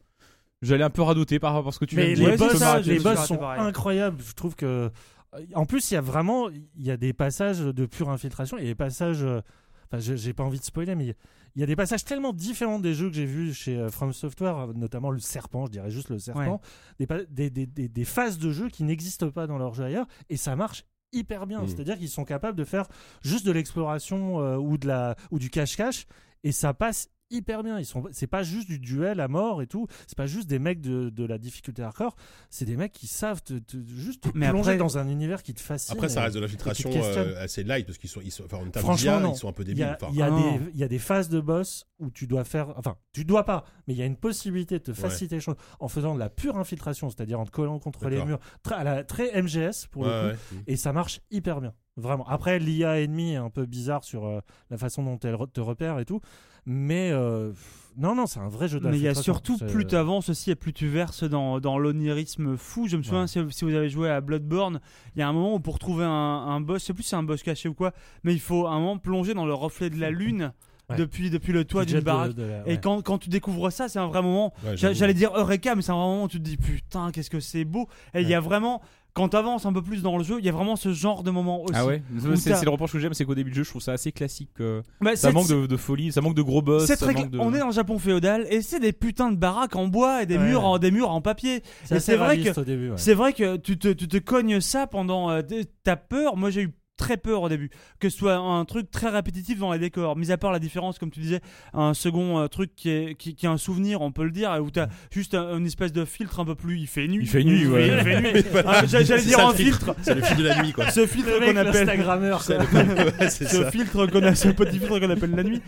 D: J'allais un peu radoter par rapport à ce que tu viens
F: Mais
D: de
F: les
D: dire.
G: Ouais,
F: boss,
G: c'est ça,
F: les
G: je
F: boss
G: suis raté
F: sont
G: pareil.
F: incroyables. Je trouve que. euh, En plus, il y a vraiment. Il y a des passages de pure infiltration. Il y a des passages. euh, Enfin, je- j'ai pas envie de spoiler, mais il y a des passages tellement différents des jeux que j'ai vus chez euh, From Software, notamment le serpent, je dirais juste le serpent. Des pa- Des, des- des- des phases de jeu qui n'existent pas dans leur jeu ailleurs. Et ça marche hyper bien.
B: Mm.
F: C'est-à-dire qu'ils sont capables de faire juste de l'exploration euh, ou, de la- ou du cache-cache. Et ça passe hyper bien. Ils sont, c'est pas juste du duel à mort et tout. C'est pas juste des mecs de, de la difficulté hardcore. C'est des mecs qui savent te- te- juste te
G: Mais
F: plonger
G: après-
F: dans un univers qui te fascine.
B: Après, ça
F: Et
B: reste de l'infiltration
F: petites questions.
B: euh, assez light parce qu'ils sont, ils sont, enfin, en termes
F: Franchement,
B: d'IA,
F: non.
B: ils sont un peu
F: Il y
B: débiles.
F: a,
B: Enfin,
F: il y a
G: Ah non.
F: des, il y a des phases de boss où tu dois faire, enfin, tu dois pas, mais il y a une possibilité de te faciliter les choses en faisant de la pure infiltration, c'est-à-dire en te collant contre les
B: D'accord.
F: murs, très, à la- très MGS pour le coup.
B: ouais, ouais.
F: Et ça marche hyper bien, vraiment. Après, l'IA ennemie est un peu bizarre sur euh, la façon dont elle re- te repère et tout. Mais euh, pff, non, non, c'est un vrai jeu
G: Mais il y a
F: d'infiltration.
G: surtout
F: C'est- euh,
G: plus t'avances aussi et plus tu verses dans, dans l'onirisme fou. Je me souviens
F: Ouais.
G: si, si vous avez joué à Bloodborne, il y a un moment où pour trouver un, un boss, je sais plus si c'est un boss caché ou quoi, mais il faut un moment plonger dans le reflet de la lune
F: Ouais.
G: depuis, depuis le toit
F: Tu
G: d'une
F: jettes de-
G: baraque.
F: de la-
G: Et
F: ouais.
G: quand, quand tu découvres ça, c'est un vrai moment.
B: Ouais,
G: J'a-
B: j'avoue.
G: J'allais dire Eureka, mais c'est un vrai moment où tu te dis putain, qu'est-ce que c'est beau. Et il y a vraiment, quand t'avances un peu plus dans le jeu, il y a vraiment ce genre de moment aussi.
D: Ah ouais
G: Ou
D: C'est
G: t'as-
D: c'est le reproche que j'aime, c'est qu'au début du jeu, je trouve ça assez classique. euh,
G: Bah,
D: Ça
G: c'est-
D: manque de, de folie, ça manque de gros boss.
G: c'est
D: ça
G: très
D: manque
G: cla-
D: de-
G: On est dans le Japon féodal et c'est des putains de baraques en bois et des
F: Ouais.
G: murs en des murs en papier.
F: C'est
G: Et
F: assez
G: c'est vrai
F: réaliste
G: que-
F: au début. ouais.
G: C'est vrai que tu te, tu te cognes ça pendant. euh, t- T'as peur. Moi, j'ai eu très peur au début. Que ce soit un truc très répétitif dans les décors. Mis à part la différence, comme tu disais, un second euh, truc qui est, qui, qui est un souvenir, on peut le dire, où t'as juste un- une espèce de filtre un peu plus. Il fait nuit.
D: Il fait nuit,
G: Il
D: ouais.
G: fait- il fait
B: [LAUGHS]
G: nuit. Ah, j'a- J'allais
B: C'est
G: dire
B: ça,
G: un
B: le
G: filtre.
B: C'est le fil de la nuit, quoi.
G: Ce filtre qu'on appelle.
F: Instagrammeur,
B: C'est le- ouais, c'est
G: ce
B: ça.
G: filtre qu'on a- ce petit filtre qu'on appelle la nuit.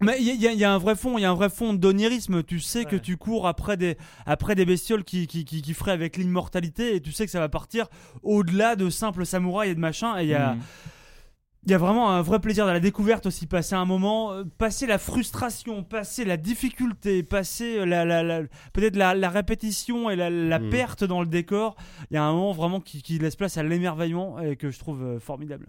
G: Mais il y, a- il y a- il y a un vrai fond, il y a un vrai fond d'onirisme. Tu sais que
F: Ouais.
G: tu cours après des après des bestioles qui qui, qui, qui feraient avec l'immortalité et tu sais que ça va partir au-delà de simples samouraïs et de machin. Et il y a
D: Mm.
G: il y a vraiment un vrai plaisir dans la découverte aussi, passer un moment, euh, passer la frustration, passer la difficulté, passer euh, la, la, la- peut-être la, la répétition et la, la
B: Mhm.
G: perte dans le décor. Il y a un moment vraiment qui, qui laisse place à l'émerveillement et que je trouve euh, formidable.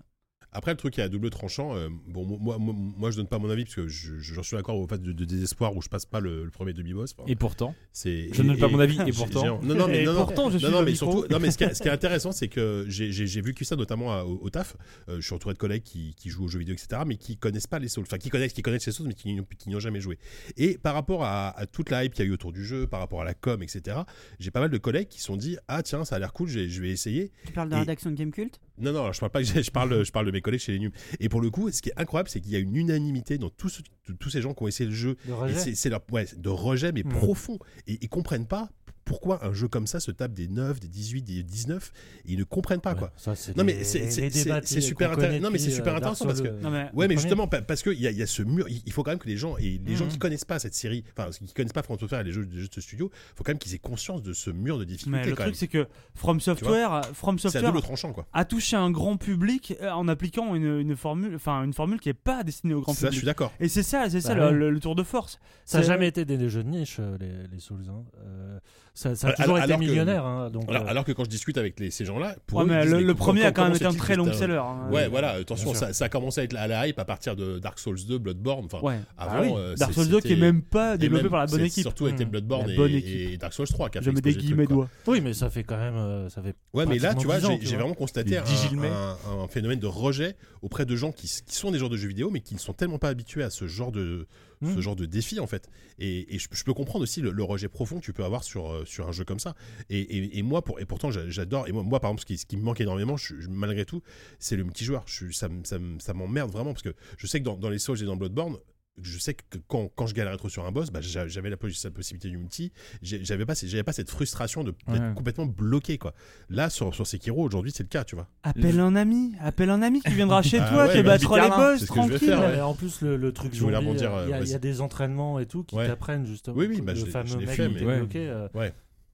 B: Après, le truc est à double tranchant. euh, bon, moi, moi, moi, je donne pas mon avis parce que je, je- j'en suis d'accord au fait de, de désespoir où je passe pas le, le premier demi-boss. Enfin,
D: Et pourtant,
B: c'est-
D: je ne donne
B: et-
D: pas mon
F: [LAUGHS]
D: avis,
B: j'ai-
D: et
B: j'ai-
D: pourtant.
B: Non, non, mais
G: et
B: non, non.
G: pourtant, je suis
B: Non, non,
G: le
B: mais
G: micro.
B: surtout, non, mais ce qui, est-
D: [LAUGHS]
B: ce qui est intéressant, c'est que j'ai- j'ai j'ai vécu ça notamment à- au, au taf. Euh, je suis entouré de collègues qui, qui jouent aux jeux vidéo, etc., mais qui connaissent pas les Souls. Enfin, qui connaissent, qui connaissent les Souls, mais qui, n'y ont- qui n'y ont jamais joué. Et par rapport à, à toute la hype qu'il y a eu autour du jeu, par rapport à la com, etc., j'ai pas mal de collègues qui se sont dit Ah, tiens, ça a l'air cool, j'ai- je vais essayer.
E: Tu parles de
B: Et-
E: la rédaction de Game Cult
B: Non, non, alors je parle pas que j'ai- je parle, je parle de mes collègues chez les Num. Et pour le coup, ce qui est incroyable, c'est qu'il y a une unanimité dans tous, ceux- tous ces gens qui ont essayé le jeu
F: de
B: et
F: rejet.
B: c'est- C'est leur ouais, de rejet, mais
G: Hmm.
F: Mm.
B: profond. Et ils comprennent pas pourquoi un jeu comme ça se tape des 9, des 18, des 19. Et ils ne comprennent pas, quoi.
F: Ça, c'est
B: Non, mais
F: les-
B: c'est-
F: les
B: c'est-
F: débats
B: c'est- c'est super
F: qu'on
B: intéressant.
F: connaît
B: Non, mais c'est
F: depuis,
B: super
F: euh,
B: intéressant
F: Dark Souls,
B: parce
G: Non, mais-
B: Ouais, mais
F: Le
B: justement, pa- parce qu'il y, a- il y a ce mur. Il il faut quand même que les gens, et les
G: Hmm.
B: gens qui connaissent pas cette série, enfin, qui connaissent pas France Software et les jeux, les jeux de ce studio, faut quand même qu'ils aient conscience de ce mur de difficulté.
G: Mais le
B: quand
G: truc,
B: même.
G: c'est que From Software, From
B: c'est à
G: Software
B: double tranchant, quoi.
G: a touché un grand public euh, en appliquant une, une formule, enfin une formule qui est pas destinée au grand
B: Ça, je
G: public.
B: suis d'accord.
G: Et c'est ça, c'est
F: Bah
G: ça le,
F: ouais.
G: le- le tour de force.
F: Ça n'a
G: C'est-
F: jamais été des des jeux de niche, euh, les, les Souls. hein. Euh, ça, ça a
B: Alors-
F: toujours été
B: alors que-
F: millionnaire. hein, donc,
B: Alors,
F: euh,
B: alors que quand je discute avec les- ces gens-là, pour
G: Ouais,
B: eux, ils
G: mais
B: disent,
G: le,
B: mais
G: le
B: quand-
G: premier
B: quand-
G: a quand même
B: comment
G: été
B: ce
G: un
B: titre
G: très
B: est
G: long
B: un-
G: seller. hein.
B: Ouais, voilà, attention,
F: sûr.
B: ça, ça a commencé à être la, la hype à partir de Dark Souls 2, Bloodborne. Enfin,
G: Ouais.
B: avant,
G: oui.
B: euh,
G: Dark
B: c'est-
G: Souls 2 qui est
B: c'était-
G: même pas
B: et
G: développé
B: même,
G: par la bonne
B: c'est
G: équipe.
B: Surtout été
F: Hmm.
B: Bloodborne
G: La
B: et,
G: bonne équipe.
B: et Dark Souls 3 qui a fait
G: Je mets des
B: exploser le truc,
G: guillemets
B: quoi.
G: doigts.
F: Oui, mais ça fait quand même. euh, ça fait
B: Ouais, mais là, tu vois,
F: pratiquement 10 ans,
B: j'ai
F: tu
B: j'ai
F: vois.
B: vraiment constaté
A: Les
B: un,
A: dix Gilmets.
B: un- un phénomène de rejet auprès de gens qui, s- qui sont des joueurs de jeux vidéo, mais qui ne sont tellement pas habitués à ce genre de,
F: Hmm.
B: ce genre de défi, en fait. Et, et je, je peux comprendre aussi le, le rejet profond que tu peux avoir sur, euh, sur un jeu comme ça. Et, et- et moi, pour, et pourtant, j'a- j'adore. Et moi, moi, par exemple, ce qui, ce qui me manque énormément, je- je- malgré tout, c'est le multijoueur. Je, suis- ça me- ça me- ça m'emmerde vraiment, parce que je sais que dans, dans les Souls et dans Bloodborne, je sais que quand, quand je galérais trop sur un boss, bah, j'a- j'avais la, possi- la possibilité du multi, J'ai- j'avais pas, ces- j'avais pas cette frustration de d'être
D: Ouais.
B: complètement bloqué quoi. Là sur, sur Sekiro aujourd'hui c'est le cas tu vois.
G: Appelle un ami, appelle un ami qui viendra chez
B: Ah
G: toi,
B: ouais,
G: qui
B: bah,
G: battra les
B: littéralement,
G: boss,
B: c'est ce que je vais
G: tranquille.
B: faire,
F: Ouais,
B: ouais.
F: mais En plus, le, le truc
B: Je voulais
F: zombie,
B: rebondir,
F: euh, il y,
B: euh,
F: a- il y a
B: vas-y.
F: des entraînements et tout qui
B: Ouais.
F: t'apprennent justement.
B: Oui, oui,
F: Le-
B: bah, je
F: le
B: l'ai-
F: fameux
B: je l'ai
F: mec
B: fait,
F: qui
B: mais-
F: était
D: Ouais.
F: bloqué, euh.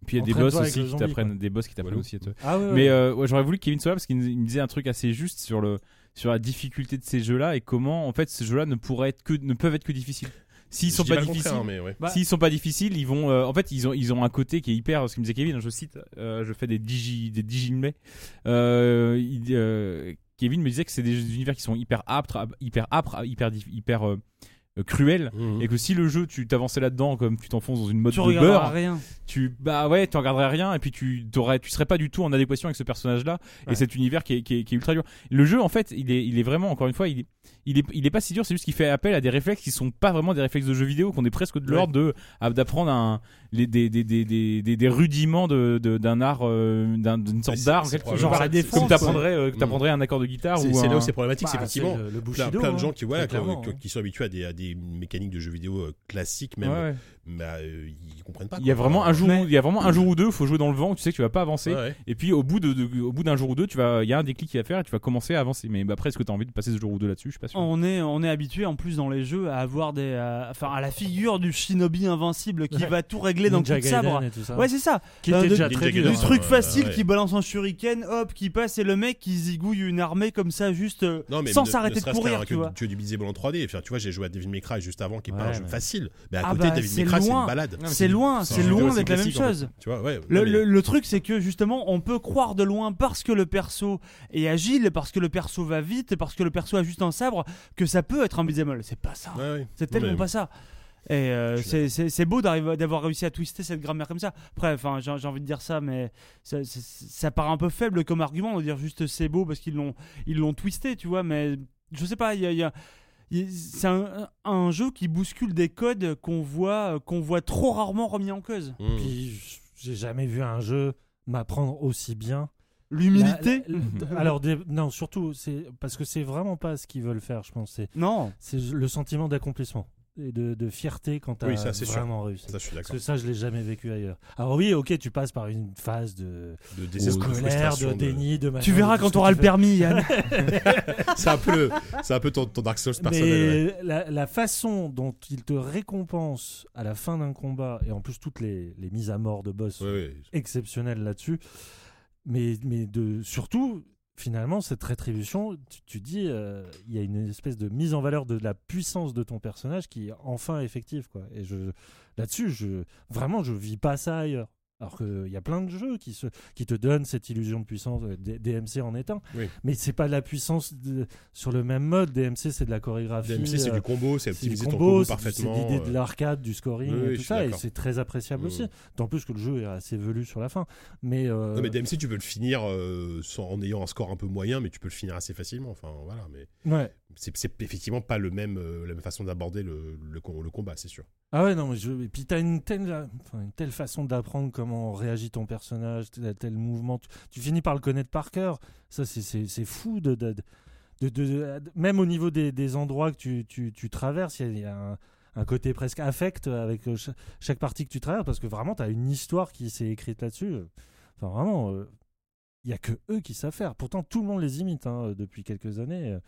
D: Puis il y a des
F: Entraîne-toi
D: boss
F: avec
D: aussi
F: le
D: qui
F: zombie,
D: t'apprennent, des boss qui t'apprennent
B: Voilà.
D: aussi à te-
F: Ah ouais, ouais.
D: Mais euh, ouais, j'aurais voulu que Kevin soit là parce qu'il nous- il me disait un truc assez juste sur le sur la difficulté de ces jeux-là et comment en fait ces jeux-là ne pourraient être que ne peuvent être que difficiles. S'ils
B: Je
D: sont
B: dis
D: pas
B: le contraire,
D: difficiles,
B: hein, mais ouais.
G: Bah-
D: S'ils sont pas difficiles, ils vont. euh, en fait, ils ont, ils ont un côté qui est hyper. Ce que me disait Kevin, je cite, euh, je fais des digi, des digilmets. Euh, il- euh, Kevin me disait que c'est des univers qui sont hyper âpres, ap- hyper âpres, hyper, dif- hyper euh, euh, cruels.
B: Mhm.
D: Et que si le jeu, tu t'avançais là-dedans comme tu t'enfonces dans une mode
G: Tu
D: de
G: regarderas
D: beurre,
G: rien.
D: tu bah ouais, tu regarderais rien et puis tu t'aurais, tu serais pas du tout en adéquation avec ce personnage-là
F: Ouais.
D: et cet univers qui est, qui, est, qui est ultra dur. Le jeu, en fait, il est, il est vraiment encore une fois, il est, il est, il est pas si dur. C'est juste qu'il fait appel à des réflexes qui sont pas vraiment des réflexes de jeux vidéo, qu'on est presque de l'ordre de à- d'apprendre un les, des, des, des, des, des, des rudiments de de- d'un art, euh, d'un- d'une sorte
B: c'est-
D: d'art,
B: c'est
D: quelque chose.
B: probablement-
D: Genre,
G: la défense,
D: comme t'apprendrais, euh, que
B: Mm.
D: t'apprendrais un accord de guitare
B: C'est
D: ou
B: c'est là
D: un-
B: où c'est problématique, c'est
F: Bah,
B: effectivement
F: le, le
B: plein,
F: Bushido,
B: plein de
F: hein,
B: gens qui voilà
F: très
B: que-
F: clairement,
B: que-
F: hein.
B: qui sont habitués à des, à des mécaniques de jeux vidéo euh, classiques même,
D: Ouais, ouais.
B: bah, euh, ils comprennent pas.
D: Il y a
B: quoi.
D: vraiment un jour,
G: Mais-
D: où- il y a vraiment un jour ou deux, faut jouer dans le vent où tu sais que tu vas pas avancer.
B: Ouais, ouais.
D: Et puis au bout de, de- au bout d'un jour ou deux, tu vas, il y a un déclic qui va faire et tu vas commencer à avancer. Mais bah, après, est-ce que t'as envie de passer ce jour ou deux là-dessus Je suis pas sûr.
B: Oh.
G: On est, on est habitué en plus dans les jeux à avoir des. à- Enfin, à la figure du shinobi invincible qui
F: Ouais.
G: va tout régler dans le coup
F: Ninja
G: de sabre.
F: Gaiden et tout ça.
G: Ouais, c'est ça.
F: qui
G: euh,
F: était
G: de-
F: déjà
B: Ninja
F: très
B: Gaiden,
F: dur. hein.
G: Le
B: ouais,
G: truc
B: ouais,
G: facile
B: ouais.
G: qui balance un shuriken, hop, qui passe et le mec qui zigouille une armée comme ça juste euh,
B: Non, mais
G: sans
B: ne- ne
G: s'arrêter de
B: serait-ce qu'un-
G: courir, tu
B: que,
G: vois.
B: que du Beat'em Up en 3D. Enfin, tu vois, j'ai joué à Devil May Cry juste avant, qui est pas un
F: Ouais,
B: jeu
F: mais-
B: facile. Mais à
G: Ah
B: côté,
G: bah,
B: David
G: c'est
B: Devil May Cry, c'est
G: loin.
B: une balade.
G: C'est loin,
B: c'est
G: c'est
B: un jeu
G: loin
B: aussi
G: d'être la même
B: classique, en
G: chose.
B: Tu vois, ouais.
G: Le,
B: non, mais-
G: le- le truc, c'est que justement, on peut croire de loin parce que le perso est agile, parce que le perso va vite, parce que le perso a juste un sabre, que ça peut être un bisémol. C'est pas ça.
B: Ouais, ouais.
G: C'est tellement
B: mais-
G: pas ça. Et euh,
B: Je suis
G: c'est- c'est c'est beau d'arriver- d'avoir réussi à twister cette grammaire comme ça. Après, enfin, j'ai j'ai envie de dire ça, mais ça, ça- ça part un peu faible comme argument de dire juste c'est beau parce qu'ils l'ont ils l'ont twisté, tu vois. Mais je sais pas, il y a- il y a- il- c'est un, un jeu qui bouscule des codes qu'on voit qu'on voit trop rarement remis en cause.
B: Mhm.
F: Puis j- j'ai jamais vu un jeu m'apprendre aussi bien.
G: L'humilité,
F: La-
B: [LAUGHS]
F: la- Alors des- non, surtout c'est parce que c'est vraiment pas ce qu'ils veulent faire, je pense. C'est
G: non.
F: c'est le sentiment d'accomplissement et de, de fierté quand t'as
B: Oui, ça, c'est sûr.
F: vraiment réussi.
B: Ça, je suis
F: Parce que
B: d'accord.
F: ça, je l'ai jamais vécu ailleurs. Alors oui, ok, tu passes par une phase de,
B: De
F: de
B: désespoir, de
F: colère, de
B: frustration, de-
F: déni, de machin,
G: Tu
F: de tout
G: verras
F: ce
G: quand
F: que
G: t'auras
F: tu
G: le
F: veux.
G: permis, Yann.
B: C'est un peu le- c'est un peu ton ton Dark Souls personnel. ouais.
F: Mais la, la façon dont il te récompense à la fin d'un combat, et en plus toutes les, les mises à mort de boss sont
B: Ouais, ouais.
F: exceptionnelles là-dessus, mais, mais de, surtout, finalement, cette rétribution, tu, tu dis, euh, il y a une espèce de mise en valeur de la puissance de ton personnage qui est enfin effective. Quoi. Et je, là-dessus, je, vraiment, je vis pas ça ailleurs. Alors qu'il y a plein de jeux qui, se, qui te donnent cette illusion de puissance, euh, D- DMC en étant.
B: Oui.
F: Mais c'est pas de la puissance de- sur le même mode. DMC, c'est de la chorégraphie.
B: DMC, c'est
F: euh,
B: du combo, c'est
F: c'est du
B: optimiser ton
F: combo,
B: combo
F: c'est c'est
B: parfaitement.
F: l'idée de
B: euh,
F: l'arcade, du scoring
B: Oui, oui,
F: et
B: je
F: tout
B: suis
F: ça, et
B: d'accord.
F: c'est très appréciable
B: Oui,
F: aussi.
B: oui.
F: D'autant plus que le jeu est assez velu sur la fin. Mais, euh,
B: Non mais DMC tu peux le finir euh, sans, en ayant un score un peu moyen mais tu peux le finir assez facilement enfin voilà mais
F: ouais.
B: c'est c'est effectivement pas le même euh, la même façon d'aborder le, le, com- le combat c'est sûr
F: Ah ouais, non, mais je... et puis t'as une telle, enfin, une telle façon d'apprendre comment réagit ton personnage, tel, tel mouvement. Tu, tu finis par le connaître par cœur. Ça, c'est- c'est c'est fou de. de, de- de- de- même au niveau des, des endroits que tu, tu, tu traverses, il y a- il y a un, un côté presque affect avec euh, cha- chaque partie que tu traverses, parce que vraiment, tu as une histoire qui s'est écrite là-dessus. Enfin, vraiment, euh, il n'y a que eux qui savent faire. Pourtant, tout le monde les imite hein, euh, depuis quelques années, euh,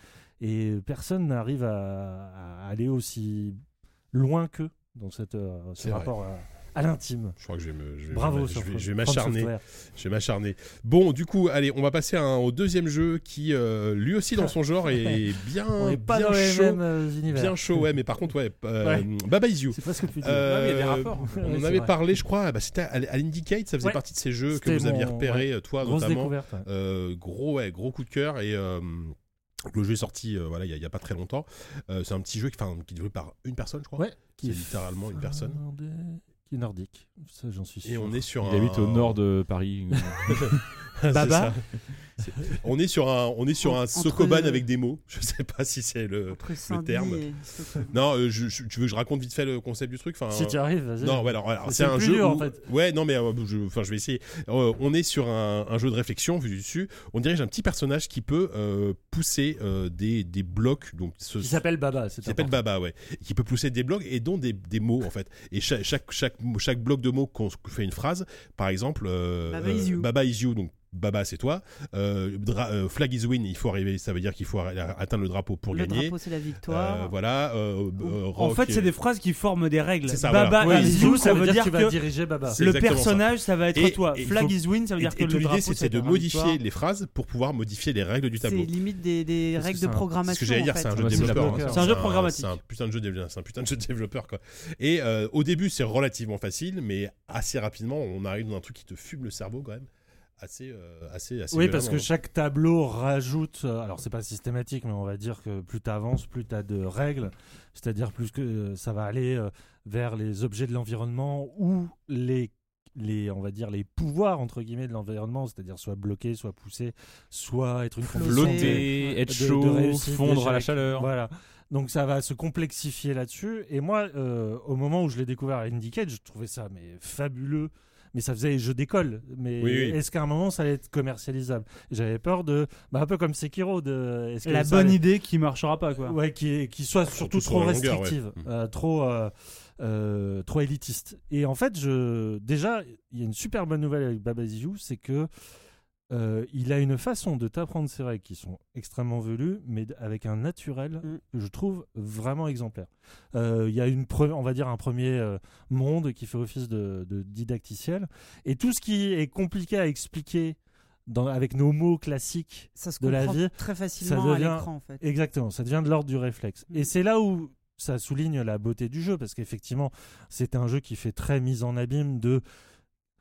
F: et personne n'arrive à, à aller aussi loin qu'eux dans cette, euh, ce
B: C'est
F: rapport à l'intime.
B: Je crois que je vais me- je vais-
F: Bravo,
B: je vais-
F: sur
B: je vais-
F: From-
B: je vais
F: From
B: m'acharner.
F: Software.
B: Je vais m'acharner. Bon, du coup, allez, on va passer à un- au deuxième jeu qui, euh, lui aussi dans son
F: [LAUGHS]
B: genre, est bien,
F: On n'est pas
B: bien
F: dans les
B: chaud.
F: mêmes euh, univers.
B: Bien chaud, ouais. Mais par contre, ouais, euh, Baba Is You.
F: C'est pas ce que tu dis.
B: Euh,
F: Ouais, mais il y a des
B: on
F: rapports. Ouais,
B: On
F: c'est
B: avait
F: vrai.
B: parlé, je crois, bah, c'était à, à l'Indicate, ça faisait
F: Ouais.
B: partie de ces jeux que
F: C'était
B: vous aviez
F: mon-
B: repérés, toi
F: Grosse
B: notamment.
F: découverte. ouais.
B: Euh, gros, ouais, gros coup de cœur et euh, le jeu est sorti, euh, voilà, il y a- il y a, pas très longtemps. Euh, c'est un petit jeu qui, enfin, qui est joué par une personne, je crois.
F: Ouais, qui
B: C'est
F: est
B: littéralement une personne.
F: finlandais, Qui est nordique. Ça, j'en suis sûr.
B: Et on
F: [LAUGHS]
B: est sur
D: Il
B: un-
D: habite au nord de [LAUGHS] Paris.
B: C'est
G: Baba.
B: ça. On est sur un, on est sur un
E: Entre-
B: Sokoban avec des mots. [LAUGHS] Je sais pas si c'est le.
E: Entre Sandy
B: terme.
E: et-
B: Non, euh, je- je- tu veux que je raconte vite fait le concept du truc, enfin. euh,
F: Si tu arrives, vas-y.
B: Non, ouais, alors, alors,
F: Mais
B: c'est
F: c'est
B: un
F: plus
B: jeu.
F: dur,
B: où-
F: en fait.
B: Ouais, non, mais euh, je, enfin, je vais essayer. Euh, on est sur un, un jeu de réflexion vu du dessus. On dirige un petit personnage qui peut euh, pousser euh, des, des blocs. Donc, ce,
F: Qui s'appelle Baba.
B: qui s'appelle Baba, ouais. Et Qui peut pousser des blocs et dont des, des mots, en fait. Et chaque, chaque, chaque, mot- chaque bloc de mots qu'on fait une phrase, par exemple, euh,
E: Baba is
B: euh,
E: you.
B: Baba is you, donc Baba, c'est toi. Euh, dra- euh, flag is win, il faut arriver, ça veut dire qu'il faut arri- atteindre le drapeau pour
E: Le
B: gagner.
E: drapeau, c'est la
B: Euh,
E: victoire.
B: voilà. euh, [LAUGHS] euh,
G: En
B: rock
G: fait, c'est
B: et-
G: des phrases qui forment des règles.
B: C'est ça,
G: Baba
B: voilà.
F: Ouais,
G: is
F: Is
G: you,
F: you, ça veut dire que tu vas diriger Baba.
B: C'est
G: le
B: exactement ça.
G: personnage, ça va être
B: Et-
G: toi.
B: et
G: Flag
B: faut-
G: is win, ça veut
B: Et,
G: dire que
B: et
G: le
B: toute l'idée,
G: drapeau,
B: c'est-
G: ça
B: c'est
G: va
B: de
G: être la
B: modifier
G: victoire.
B: les phrases pour pouvoir modifier les règles du
E: C'est
B: tableau.
E: limite des, des
F: Parce que
E: règles
F: c'est
E: de
F: un-
E: programmation.
B: Ce que j'allais dire, c'est un jeu
D: Ouais,
B: de
D: c'est de la
B: développeur.
D: poker.
B: hein.
G: C'est un jeu programmatique.
B: C'est un putain de jeu, de- c'est un putain de jeu de développeur quoi. Et euh, au début, c'est relativement facile, mais assez rapidement, on arrive dans un truc qui te fume le cerveau quand même, assez, euh, assez, assez.
F: Oui, parce que
B: violemment.
F: chaque tableau rajoute. euh, Alors, c'est pas systématique, mais on va dire que plus t'avances, plus t'as de règles. C'est-à-dire plus que euh, ça va aller euh, vers les objets de l'environnement ou les les on va dire les pouvoirs entre guillemets de l'environnement c'est-à-dire soit bloquer soit pousser soit être une condition-
D: Flotter, être
F: de- de
D: chaud,
F: réussite,
D: fondre à la
F: d'échec.
D: chaleur.
F: Voilà. Donc ça va se complexifier là-dessus. Et moi, euh, au moment où je l'ai découvert à Indicate, je trouvais ça mais fabuleux. Mais ça faisait jeu d'école. Mais
B: Oui, oui.
F: est-ce qu'à un moment ça allait être commercialisable J'avais peur de, bah, un peu comme Sekiro, de est-ce que
G: La
F: ça
G: bonne
F: allait-
G: idée qui marchera pas, quoi.
F: Ouais, qui, qui soit
B: Ah, Surtout
F: surtout
B: sur
F: trop
B: la longueur,
F: restrictive,
B: ouais. Mm.
F: euh, trop, euh, euh, trop élitiste. Et en fait, je, déjà, il y a une super bonne nouvelle avec Baba Is You, c'est que euh, il a une façon de t'apprendre ses règles qui sont extrêmement velues, mais d- avec un naturel,
E: Mm.
F: que je trouve vraiment exemplaire. Euh, Il y a une, pre- on va dire un premier euh, monde qui fait office de, de didacticiel, et tout ce qui est compliqué à expliquer dans, avec nos mots classiques
E: Ça se
F: de la
E: comprend
F: vie,
E: très facilement
F: devient-
E: à l'écran, en fait.
F: Exactement, ça devient de l'ordre du réflexe.
E: Mm.
F: Et c'est là où ça souligne la beauté du jeu, parce qu'effectivement, c'est un jeu qui fait très mise en abîme de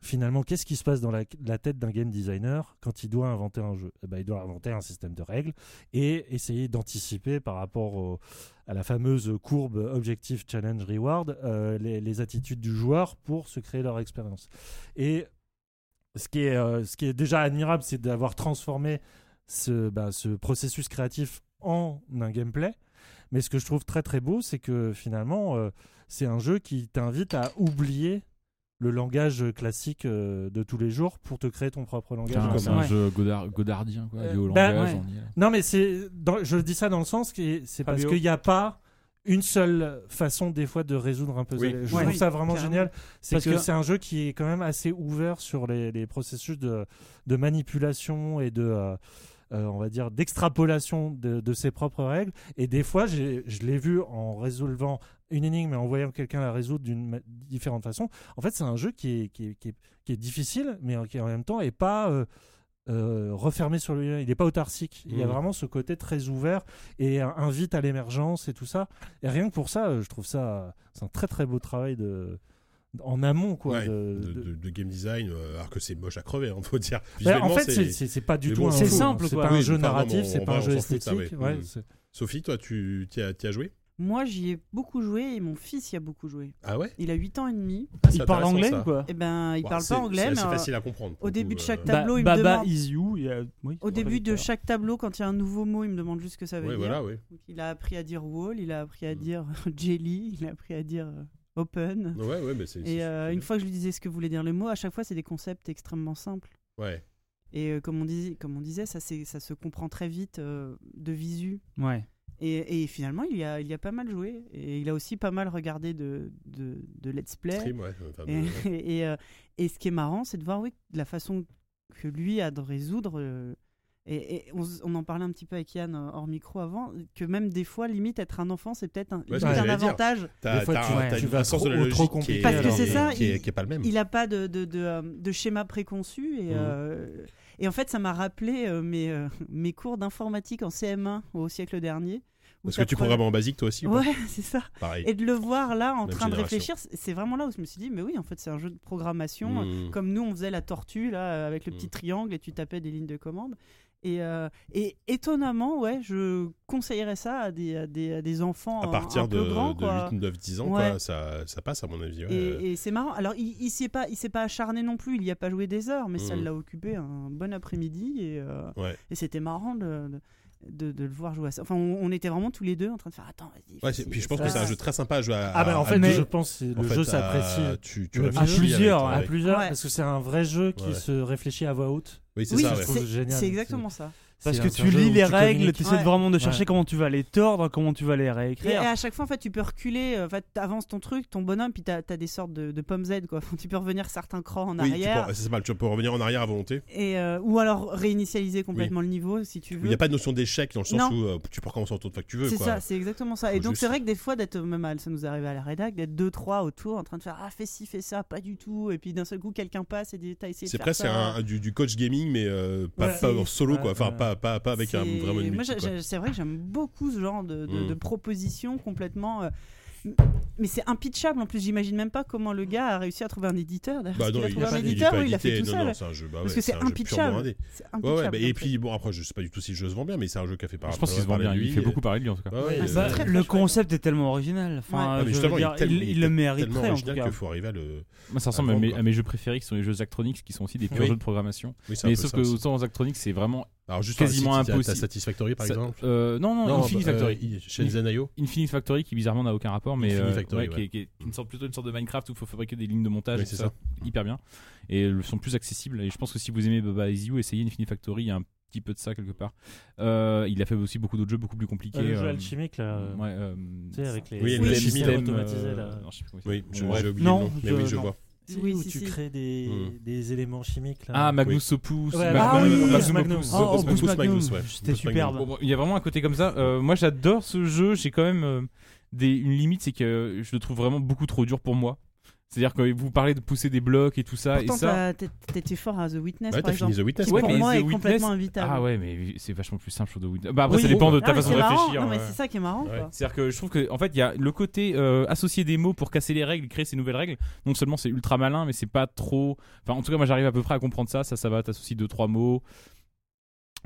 F: finalement qu'est-ce qui se passe dans la, la tête d'un game designer quand il doit inventer un jeu. Eh ben, il doit inventer un système de règles et essayer d'anticiper par rapport au- à la fameuse courbe objectif challenge reward euh, les, les attitudes du joueur pour se créer leur expérience. Et ce qui est, euh, ce qui est déjà admirable, c'est d'avoir transformé ce, bah, ce processus créatif en un gameplay. Mais ce que je trouve très très beau, c'est que finalement, euh, c'est un jeu qui t'invite à oublier le langage classique euh, de tous les jours pour te créer ton propre langage.
D: Putain,
F: Comme-
D: Ah, C'est un
G: Ouais.
D: jeu godard- godardien, quoi.
F: Euh,
D: lié au
F: bah,
D: langage,
G: ouais.
D: on y est.
F: Non, mais c'est dans- je dis ça dans le sens que c'est parce
G: Fabio.
F: qu'il n'y a pas une seule façon des fois de résoudre un puzzle.
B: Oui.
F: Je
E: Ouais.
F: trouve ça vraiment
E: Clairement.
F: génial. C'est
G: Parce
F: que,
G: que-
F: c'est un jeu qui est quand même assez ouvert sur les, les processus de, de manipulation et de euh, euh, on va dire d'extrapolation de, de ses propres règles. Et des fois, j'ai- je l'ai vu en résolvant une énigme et en voyant quelqu'un la résoudre d'une ma- différente façon. En fait, c'est un jeu qui est, qui est, qui est- qui est difficile, mais qui en même temps est pas euh, euh, refermé sur lui-même. Il n'est pas autarcique. Il y a
B: Mhm.
F: vraiment ce côté très ouvert et euh, invite à l'émergence et tout ça. Et rien que pour ça, euh, je trouve ça c'est un très très beau travail de en amont quoi.
B: Ouais,
F: de-
B: de,
F: de-
B: de- de game design, euh, alors que c'est moche à crever, on faut dire.
F: Bah, en
B: Visuellement,
F: fait, c'est-
B: c'est-
F: c'est c'est pas du
B: mais
F: tout
B: bon,
F: un
B: c'est
F: jeu.
G: simple,
F: C'est
G: quoi.
F: pas un
B: Oui,
F: jeu
B: enfin, non,
F: narratif,
B: on-
F: c'est
B: on
F: pas
B: va-
F: un
B: on
F: jeu
B: s'en fout de ça,
F: esthétique.
B: ouais.
F: ouais,
B: Mhm.
F: c'est-
B: Sophie, toi, tu t'y as, t'y as joué
E: Moi, j'y ai beaucoup joué et mon fils y a beaucoup joué.
B: Ah ouais
E: Il a 8 ans et demi.
B: Ah, c'est
G: Il parle
B: intéressant,
G: anglais
B: ça.
G: ou quoi
E: Eh ben, Bah, il
B: Ouah,
E: parle
B: c'est-
E: pas anglais, mais
B: C'est assez
E: euh,
B: facile à comprendre. pour
E: au
B: le
E: début
B: coup,
E: de chaque
B: euh,
E: table- Tableau, il me
G: Baba
E: demande.
G: is you. il y a- oui,
E: au début de
G: voilà.
E: chaque tableau, quand il y a un nouveau mot, il me demande juste ce que ça veut
B: Ouais,
E: dire.
B: voilà, oui.
E: Donc, il a appris à dire wall, il a appris à
B: Mm.
E: dire [LAUGHS] jelly, il a appris à dire euh, open.
B: Ouais, ouais, mais c'est.
E: Et
B: c'est-
E: euh,
B: c'est-
E: une fois que je lui disais ce que voulait dire le mot, à chaque fois, c'est des concepts extrêmement simples.
B: Ouais.
E: Et euh, comme, on disait, comme on disait, ça, c'est- ça se comprend très vite euh, de visu.
G: Ouais.
E: Et, et finalement, il y, a, il y a pas mal joué. Et il a aussi pas mal regardé de, de, de let's play.
B: Stream, Ah, ouais. enfin,
E: [LAUGHS] Et,
B: de-
E: et, euh, et ce qui est marrant, c'est de voir oui, la façon que lui a de résoudre euh, Et, et on, s- on en parlait un petit peu avec Yann euh, hors micro avant, que même des fois, limite, être un enfant, c'est peut-être un,
B: Ouais,
E: limite
B: ce que
E: un
B: j'allais dire.
E: avantage.
B: T'as
F: Des fois,
B: t'as
F: tu-
B: un-
F: ouais.
B: t'as
F: tu
B: une
F: vas
B: vision
F: trop-
B: de la
F: trop
B: logique qui
F: compliqué,
B: est-
E: Parce que
B: qui
E: c'est
B: est-
E: ça,
B: qui est-
E: il-
B: qui est pas le même.
E: Il n'a pas de, de, de, euh, de schéma préconçu. Et,
B: Mhm.
E: euh, et en fait, ça m'a rappelé euh, mes, euh, mes cours d'informatique en CM1 au siècle dernier. où
B: Parce que tu
E: t'apprenais-
B: programmes en basique toi aussi ou pas
E: Ouais, [LAUGHS] c'est ça.
B: Pareil.
E: Et de le voir là, en
B: Même
E: train de
B: génération.
E: réfléchir, c'est- c'est vraiment là où je me suis dit, mais oui, en fait, c'est un jeu de programmation.
B: Mm.
E: comme nous on faisait la tortue là euh, avec le
B: Mm.
E: petit triangle et tu tapais des lignes de commande et, euh, et étonnamment ouais je conseillerais ça à des, à des, à des enfants
B: À
E: un-
B: partir
E: un
B: de,
E: peu grands
B: de
E: quoi
B: 8, 9, 10 ans,
E: Ouais.
B: quoi, ça, ça passe à mon avis. ouais.
E: et, et c'est marrant alors il, il s'est pas il s'est pas acharné non plus il y a pas joué des heures mais ça
B: Mm.
E: l'a occupé un bon après-midi et, euh,
B: Ouais.
E: et c'était marrant de, de- de, de le voir jouer à ça enfin on, on était vraiment tous les deux en train de faire attends vas-y
B: Ouais,
E: vas-y,
B: c'est- puis je pense
E: ça.
B: que c'est un jeu très sympa à jouer à.
F: Ah, bah en
B: à
F: fait,
B: deux.
F: je pense que
B: En
F: le
B: fait, euh,
F: jeu
B: à-
F: s'apprécie.
B: Tu, tu
F: À
B: réfléchis
G: À
B: avec,
G: plusieurs,
B: ouais.
F: à
G: ouais.
F: plusieurs,
E: Ouais.
F: parce que c'est un vrai jeu qui
B: Ouais.
F: se réfléchit à voix haute.
B: Oui, c'est
E: oui
B: ça,
F: je
B: ouais.
F: trouve
E: c'est
F: génial.
E: c'est exactement ça
G: Parce
F: C'est
G: que
F: un
G: tu
F: jeu
G: lis
F: où
G: les
F: tu
G: règles,
F: communiques.
G: tu essaies
E: Ouais.
G: vraiment de chercher
F: Ouais.
G: comment tu vas les tordre, comment tu vas les
E: Et, et
G: réécrire.
E: à chaque fois, en fait, tu peux reculer, euh, en fait, avances ton truc, ton bonhomme, puis t'as as des sortes de, de pommes Z, quoi. Enfin, tu peux revenir certains crans en
B: Oui, tu
E: arrière,
B: peux- c'est mal, tu peux revenir en arrière à volonté.
E: et, euh, ou alors réinitialiser complètement le niveau, si tu
B: Il
E: veux.
B: n'y a pas de notion d'échec dans le sens
E: Non.
B: où euh, tu peux recommencer autant de fois que tu veux.
E: c'est
B: quoi.
E: ça, c'est exactement ça. Et
B: Faut
E: donc, c'est
B: juste-
E: vrai que des fois, d'être euh, même à, ça nous arrive à la rédac, d'être deux, trois autour, en train de faire ah fais ci, fais ça, pas du tout, et puis d'un seul coup, quelqu'un passe et dit t'as essayé de
B: C'est
E: faire
B: presque
E: ça.
B: un, un- du, du coach gaming, mais euh, pas,
F: Ouais.
B: pas en solo,
F: Ouais,
B: quoi. Enfin,
F: ouais.
B: pas, pas, pas avec un
E: C'est-
B: vraiment une
E: Moi,
B: multi,
E: j'ai-
B: quoi.
E: j'ai- c'est vrai que j'aime beaucoup ce genre de, de-
B: Mm.
E: de propositions complètement. euh, mais c'est impitchable en plus, j'imagine même pas comment le gars a réussi à trouver un éditeur. d'ailleurs.
B: Bah
E: Est-ce
B: non,
E: qu'il a
B: il
E: trouvé
B: est
E: un
B: pas- il est
E: éditeur
B: pas
E: ou il a fait
B: édité.
E: tout
B: Non,
E: seul
B: non, c'est un jeu. bah
E: Parce
B: ouais,
E: que
B: c'est
E: c'est
B: un jeu purement
E: impitchable.
B: indé.
E: C'est
B: Ouais,
E: impitchable.
B: ouais, bah, et
E: donc,
B: puis bon, après, je sais pas du tout s'il se vend bien, mais c'est un jeu qui a fait par
D: Je pense qu'ils se vendent bien. Il fait beaucoup parler de lui en tout cas.
B: Ouais, ouais,
F: Ouais,
B: bah, euh,
F: c'est
B: tellement
E: très,
G: le
E: très
G: concept est tellement original.
E: Ouais.
G: Enfin,
B: Ah, mais
G: je veux
B: justement, il est
G: dire,
B: tel-
G: il,
B: il est
G: il le mériterait en tout
B: original
G: cas.
B: qu'il faut arriver à le.
D: Moi, Bah, ça ressemble
B: Ah,
D: à mes,
B: encore.
D: à mes jeux préférés qui sont les jeux Actronix, qui sont aussi des purs
B: Oui.
D: jeux de programmation.
B: Oui, c'est un
D: Mais
B: peu
D: sauf
B: ça
D: que
B: aussi.
D: autant dans Actronix, c'est vraiment.
B: Alors juste sur le site, il
D: quasiment
B: y a-
D: impossible.
B: T'as Satisfactory par
D: ça-
B: exemple
D: euh, Non, non, Infinite
B: bah,
D: Factory.
B: euh, il- chez Zenayo.
D: Infinite Factory qui bizarrement n'a aucun rapport mais
B: Infinite
D: euh,
B: Factory,
D: ouais, qui est- qui est, une sorte plutôt une sorte de Minecraft où il faut fabriquer des lignes de montage
B: Oui,
D: et
B: c'est
D: tout ça,
B: ça.
D: hyper bien et elles sont plus accessibles et je pense que si vous aimez Baba Is You essayez Infinite Factory il y a un petit peu de ça quelque part Euh, il a fait aussi beaucoup d'autres jeux beaucoup plus compliqués
F: Le jeu
D: euh,
F: alchimique, là. euh,
D: ouais, euh,
F: Tu sais, avec les
B: Oui,
F: les
B: le
F: systèmes
B: système,
F: automatisés, là.
D: euh, non, je sais plus comment il
B: Oui,
D: s'appelle.
B: je-
D: Bon, bref.
B: j'ai oublié le
G: Non,
B: nom, mais
G: je-
B: oui, je
G: non.
B: vois.
F: C'est
E: Oui,
F: où
E: si,
F: tu
E: si.
F: crées des,
B: Hmm.
F: des éléments chimiques là.
D: ah Magnus
B: Oui.
D: Opus
F: Ouais,
D: Magnus-
G: ah oui,
D: Magnus
F: Magnus
D: Opus.
F: Magnus.
G: Oh,
B: Opus
G: Opus
B: Magnus,
G: Magnum,
B: ouais.
G: c'était
B: Opus Magnum.
G: superbe.
D: Bon, bon, il y a vraiment un côté comme ça. Euh, moi, j'adore ce jeu. J'ai quand même euh, des, une limite, c'est que euh, je le trouve vraiment beaucoup trop dur pour moi. C'est-à-dire que vous parlez de pousser des blocs et tout ça,
E: euh, Pourtant,
D: et ça.
E: t'as- t'es- t'étais fort à The Witness,
B: Ouais,
E: par
B: t'as fini
E: exemple.
B: The Witness.
E: Qui
D: Ouais,
E: pour
D: mais
E: moi
D: The
E: est
D: Witness-
E: complètement invitable.
D: Ah ouais, mais c'est vachement plus simple sur The Witness. Bah après,
B: Oui,
D: ça dépend
B: bon,
D: de
E: Ah,
D: ta
E: mais
D: façon
E: c'est
D: de
E: marrant.
D: réfléchir.
E: Non, mais
D: euh.
E: c'est ça qui est marrant.
B: Ouais.
E: quoi.
D: C'est-à-dire que je trouve que en fait il y a le côté euh, associer des mots pour casser les règles, créer ces nouvelles règles. Non seulement c'est ultra malin, mais c'est pas trop. Enfin en tout cas moi j'arrive à peu près à comprendre ça. Ça ça va. T'associes deux trois mots,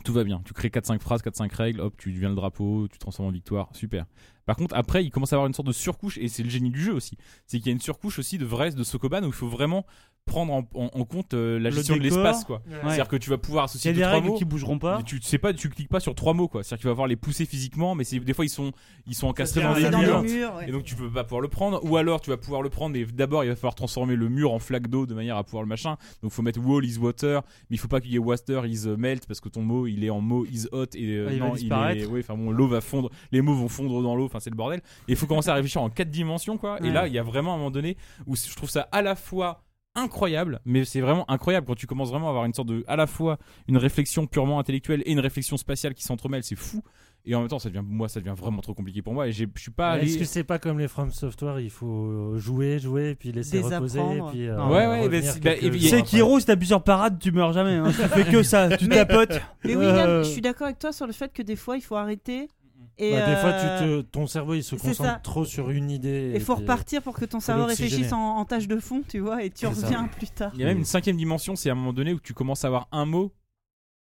D: tout va bien. Tu crées 4-5 phrases, 4-5 règles. Hop tu deviens le drapeau, tu te transformes en victoire. Super. Par contre après il commence à avoir une sorte de surcouche et c'est le génie du jeu aussi. C'est qu'il y a une surcouche aussi de Vrest, de Sokoban où il faut vraiment prendre en, en- en compte euh, la
G: Le
D: gestion de
G: décor.
D: l'espace quoi.
G: Ouais.
D: C'est-à-dire que tu vas pouvoir
G: Il y
D: associer
G: a
D: deux
G: des
D: trois
G: règles
D: mots.
G: qui bougeront pas.
D: Mais Tu sais pas, tu cliques pas sur trois mots quoi. C'est-à-dire qu'il va falloir les pousser physiquement, mais c'est- des fois ils sont, ils sont encastrés
F: c'est
D: dans
F: un-
D: des
E: C'est dans
D: murs.
E: les murs. ouais.
D: Ah, Et donc tu peux pas pouvoir le prendre, ou alors tu vas pouvoir le prendre, mais d'abord il va falloir transformer le mur en flaque d'eau de manière à pouvoir le machin. Donc faut mettre wall is water, mais il faut pas qu'il y ait water is euh, melt parce que ton mot il est en mot is hot et euh,
G: Ah, il va
D: non il est,
G: disparaître.
D: ouais, enfin bon l'eau va fondre, les mots vont fondre dans l'eau, enfin c'est le bordel. Et il faut commencer à réfléchir en quatre dimensions quoi. Et
G: Ouais.
D: là il y a vraiment un moment donné où je trouve ça à la fois incroyable, mais c'est vraiment incroyable quand tu commences vraiment à avoir une sorte de à la fois une réflexion purement intellectuelle et une réflexion spatiale qui s'entremêlent, c'est fou. Et en même temps, ça devient, moi, ça devient vraiment trop compliqué pour moi. Et j'ai- je suis pas
F: Mais
D: allé.
F: Est-ce que c'est pas comme les From Software Il faut euh, jouer, jouer, puis laisser reposer,
E: Désapprendre.
F: puis. euh,
G: Ouais,
D: ouais,
F: revenir
D: bah, c'est- bah,
F: quelques
D: et puis,
G: Tu
F: jours
G: sais,
F: après.
G: Kiro, si t'as plusieurs parades, tu meurs jamais. hein. tu fais que ça,
F: [LAUGHS]
G: tu
E: Mais-
G: tapotes.
E: Mais oui,
G: Euh,
E: Yann, je suis d'accord avec toi sur le fait que des fois, il faut arrêter. Et
F: Bah, Des fois,
E: euh,
F: tu te- ton cerveau il se
E: c'est
F: concentre
E: ça.
F: trop sur une idée.
E: Il faut
F: puis, euh,
E: repartir pour que ton cerveau
F: l'oxygéner.
E: réfléchisse en, en tâche de fond, tu vois, et tu
F: C'est ça.
E: reviens plus tard.
D: Il y a même une cinquième dimension, c'est à un moment donné où tu commences à avoir un mot.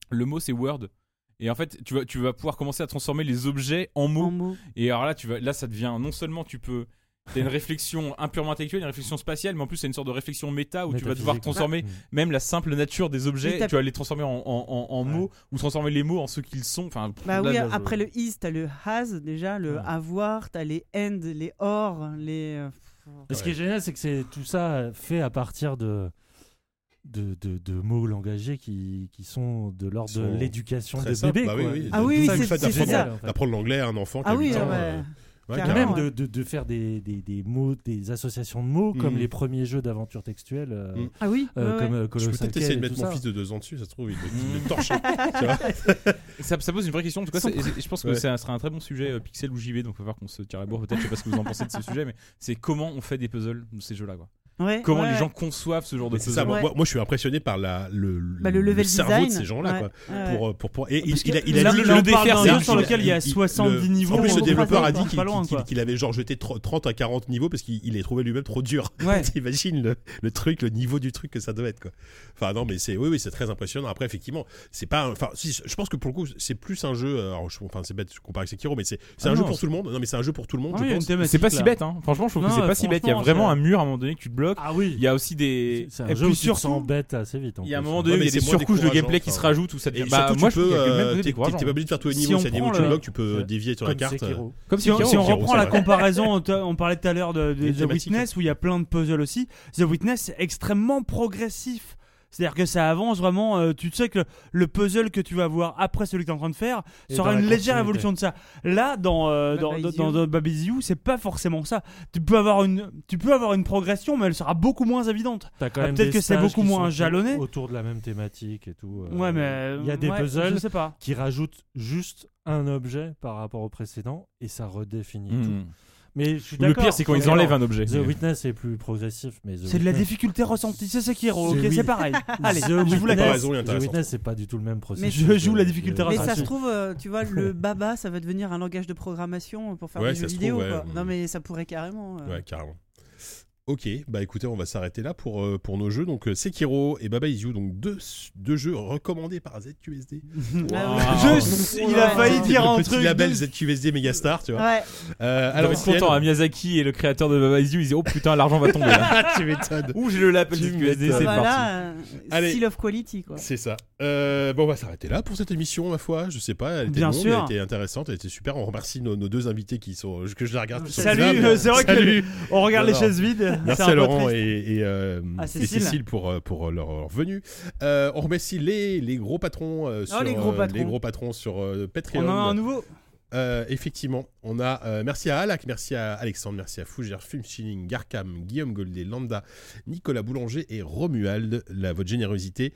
D: Le mot c'est word. Et en fait, tu vas, tu vas pouvoir commencer à transformer les objets en mots.
E: En mots.
D: Et alors là, tu vas, là, ça devient non seulement tu peux, t'as une réflexion impurement intellectuelle, une réflexion spatiale, mais en plus c'est une sorte de réflexion méta où tu vas devoir
F: Métaphysique.
D: transformer même la simple nature des
E: Mais
D: objets.
E: t'as-
D: Tu vas les transformer en, en- en- en
F: Ouais.
D: mots ou transformer les mots en ce qu'ils sont. Enfin, pff,
E: Bah
D: là,
E: oui,
D: là, je-
E: après le is, t'as le has déjà, le
D: Ouais.
E: avoir, t'as les end, les or, les. euh,
F: Mais Ce qui est génial, c'est que c'est tout ça fait à partir de. De, de, de mots langagiers qui, qui sont de l'ordre de
B: Sont
F: l'éducation
B: très
F: des
B: simple,
F: bébés.
B: bah oui,
F: quoi.
B: oui.
E: Ah oui,
B: Tout
E: oui,
B: ça, le
E: c'est-
B: fait
E: c'est
B: d'apprendre-
E: ça.
B: D'apprendre l'anglais à un enfant qui
E: Ah
B: a
E: oui,
B: 8
E: ah
B: ans,
E: ouais.
B: euh, Ouais,
E: Carrément.
B: carrément.
F: Même de, de- de faire des, des- des mots, des associations de mots, comme
B: Mm.
F: les premiers jeux d'aventure textuelle, euh,
B: Mm.
E: Ah oui
F: euh,
E: ouais,
F: comme
E: ouais.
F: euh,
B: Je
F: Colossal
B: peux peut-être essayer
F: Cave
B: de
F: et
B: mettre
F: tout
B: mon
F: ça.
B: fils de 2 ans dessus, ça se trouve, il le, il
D: Mm.
B: le torche. tu vois
D: Ça, ça pose une vraie question. En tout cas,
E: Son-
D: c'est- c'est- je pense que
B: Ouais.
D: ça sera un très bon sujet euh, Pixel ou JV, donc il va falloir qu'on se tire la bourre. Peut-être, je sais pas ce que vous en pensez de ce sujet, mais c'est comment on fait des puzzles de ces jeux-là. quoi.
E: Ouais,
D: Comment
E: ouais.
D: les gens conçoivent ce genre de
B: Mais c'est
D: puzzle.
B: ça, moi,
E: Ouais.
B: moi, moi, je suis impressionné par la, le, le-
E: Bah, le level
B: cerveau
E: design.
B: de ces gens-là.
E: Ouais,
B: quoi.
E: ouais.
B: Pour, euh, pour, pour- et il,
E: parce que
B: il a, il a
G: là,
B: dit
G: là,
B: le-
G: on parle
D: défaire,
G: d'un
D: c'est
G: jeu
D: un
G: sur
D: jeu.
G: lequel il y a
B: il- le-
G: 70 niveaux.
B: En plus,
E: on
B: le
E: va
B: développeur
E: pas
B: a dit qu'il
G: loin,
B: qu'il- qu'il-
G: quoi.
B: qu'il avait genre jeté tro- 30 à 40 niveaux parce qu'il il les trouvait lui-même trop durs. [LAUGHS]
G: Ouais.
B: T'imagines le, le truc, le niveau du truc que ça doit être. Quoi. Enfin, non, mais c'est oui, oui, c'est très impressionnant. Après, effectivement, c'est pas. un- Enfin, si, je pense que pour le coup, c'est plus un jeu. euh, Alors, je- enfin, c'est bête, je compare avec Sekiro, mais c'est c'est
D: Ah
B: un jeu
D: non,
B: pour tout le monde. Non, mais c'est un jeu pour tout le monde,
G: Ah
B: je
G: oui, il y a
B: pense.
G: une thématique,
D: C'est pas si
G: là.
D: bête, hein. franchement, je trouve
G: Non,
D: que c'est pas si bête. Il y a
G: franchement,
D: vraiment
G: c'est-
D: un mur à un moment donné que tu te bloques.
G: Ah
D: Il
G: oui.
D: y a aussi des.
F: C'est
D: Et
F: un jeu
D: puis
F: où tu te
D: surtout,
F: sens bête assez vite. en
D: Il y a un
F: plus.
D: moment
B: Ouais,
D: donné, où
B: mais
D: il y a des
B: c'est moins
D: surcouches de
B: décourageant,
D: gameplay qui
B: enfin.
D: se rajoutent où ça devient.
B: Et
D: Bah,
B: surtout,
D: moi,
B: tu
D: je trouve
B: peux.
D: qu'il y a
B: euh,
D: même des
B: T'es t'es pas
D: décourageants.
B: obligé de faire tous les
G: Si
B: niveaux.
G: on
B: S'il y a des niveaux que
G: prend
B: tu
G: le-
B: bloques, tu peux dévier sur la
F: Comme
B: carte. euh,
F: Sekiro.
D: Comme
G: Si on, si on
B: Sekiro,
G: reprend
B: c'est
G: la
B: vrai.
G: comparaison, on, te- on parlait tout à l'heure de, de
B: Les
G: The
B: thématiques,
G: Witness où il y a plein de puzzles aussi. The Witness est extrêmement progressif. C'est-à-dire que ça avance vraiment. euh, tu sais que le puzzle que tu vas voir après celui que tu es en train de faire
F: Et
G: sera
F: dans la
G: une légère
F: continuité.
G: évolution de ça. Là, dans euh, dans,
E: Baba
G: dans,
E: Is
G: dans-
E: You.
G: dans Baba Is You, c'est pas forcément ça. Tu peux avoir une tu peux avoir une progression, mais elle sera beaucoup moins évidente.
F: T'as quand
G: Ah,
F: même
G: peut-être
F: des
G: que c'est
F: stages
G: beaucoup
F: qui
G: moins
F: sont
G: jalonné.
F: Autour de la même thématique et tout. euh,
G: ouais, mais
F: Il y a des
G: ouais,
F: puzzles
G: Je sais pas.
F: qui rajoutent juste un objet par rapport au précédent et ça redéfinit tout.
D: Hmm.
F: Mais je suis
D: Le
F: d'accord,
D: pire, c'est quand ils
F: d'accord.
D: enlèvent un objet.
F: The Witness est plus progressif, mais The
G: C'est de la
F: Witness-
G: difficulté ressentie. C'est Sekiro.
F: C'est
G: Ok,
F: oui.
G: c'est pareil. Allez,
F: The
G: je vous la
F: Witness-
G: casse.
B: Comparaison est
F: The
B: intéressante.
F: Witness, c'est pas du tout le même processus.
G: je joue
F: de-
G: la difficulté
F: de-
E: Mais
G: Ah,
E: ça
G: si.
E: se trouve, euh, tu vois, le baba, ça va devenir un langage de programmation pour faire
B: Ouais,
E: des
B: ça
E: jeux
B: se
E: vidéo.
B: trouve, ouais.
E: quoi. Non, mais ça pourrait carrément. euh.
B: Ouais, carrément. Ok, bah écoutez, on va s'arrêter là pour, euh, pour nos jeux. Donc euh, Sekiro et Baba Is You, donc deux, deux jeux recommandés par ZQSD.
E: Ah
G: Je sais- il a
E: Ouais.
G: failli dire un
B: Ah, le petit
G: truc. Ah.
B: label ZQSD Megastar, tu vois.
E: Ouais.
B: Euh,
D: Alors,
B: alors,
D: ils sont contents, hein,
B: Étienne,
D: Miyazaki et le créateur de Baba Is You, ils disent Oh putain, l'argent va tomber là.
B: [LAUGHS] tu m'étonnes.
D: Ouh, j'ai le lapel
B: Tu
D: du QSD, c'est parti.
E: Voilà, euh,
B: Allez.
E: seal of quality quoi.
B: C'est ça. Euh, bon, on va s'arrêter là pour cette émission, ma foi. Je sais pas, elle était
G: Bien
B: longue,
G: sûr.
B: elle était intéressante, elle était super. On remercie nos, nos deux invités qui sont que je la regarde. sur
G: Salut,
B: Instagram.
G: euh, c'est vrai que
B: Salut.
G: on regarde les
B: Alors,
G: chaises vides.
B: Merci
G: Ah, c'est un
B: à
G: peu
B: Laurent
G: triste.
B: et, et, euh,
G: À
B: et
G: Cécile.
B: Cécile. pour, euh, pour leur, leur venue. Euh, on remercie les, les gros patrons
G: Oh,
B: euh, sur,
E: les gros
B: euh,
E: patrons.
B: les gros patrons sur euh, Patreon.
G: On en a un nouveau.
B: Euh, effectivement, on a euh, merci à Alak, merci à Alexandre, merci à Fougère, Fumchilling, Garkam, Guillaume Goldet, Lambda, Nicolas Boulanger et Romuald. La, votre générosité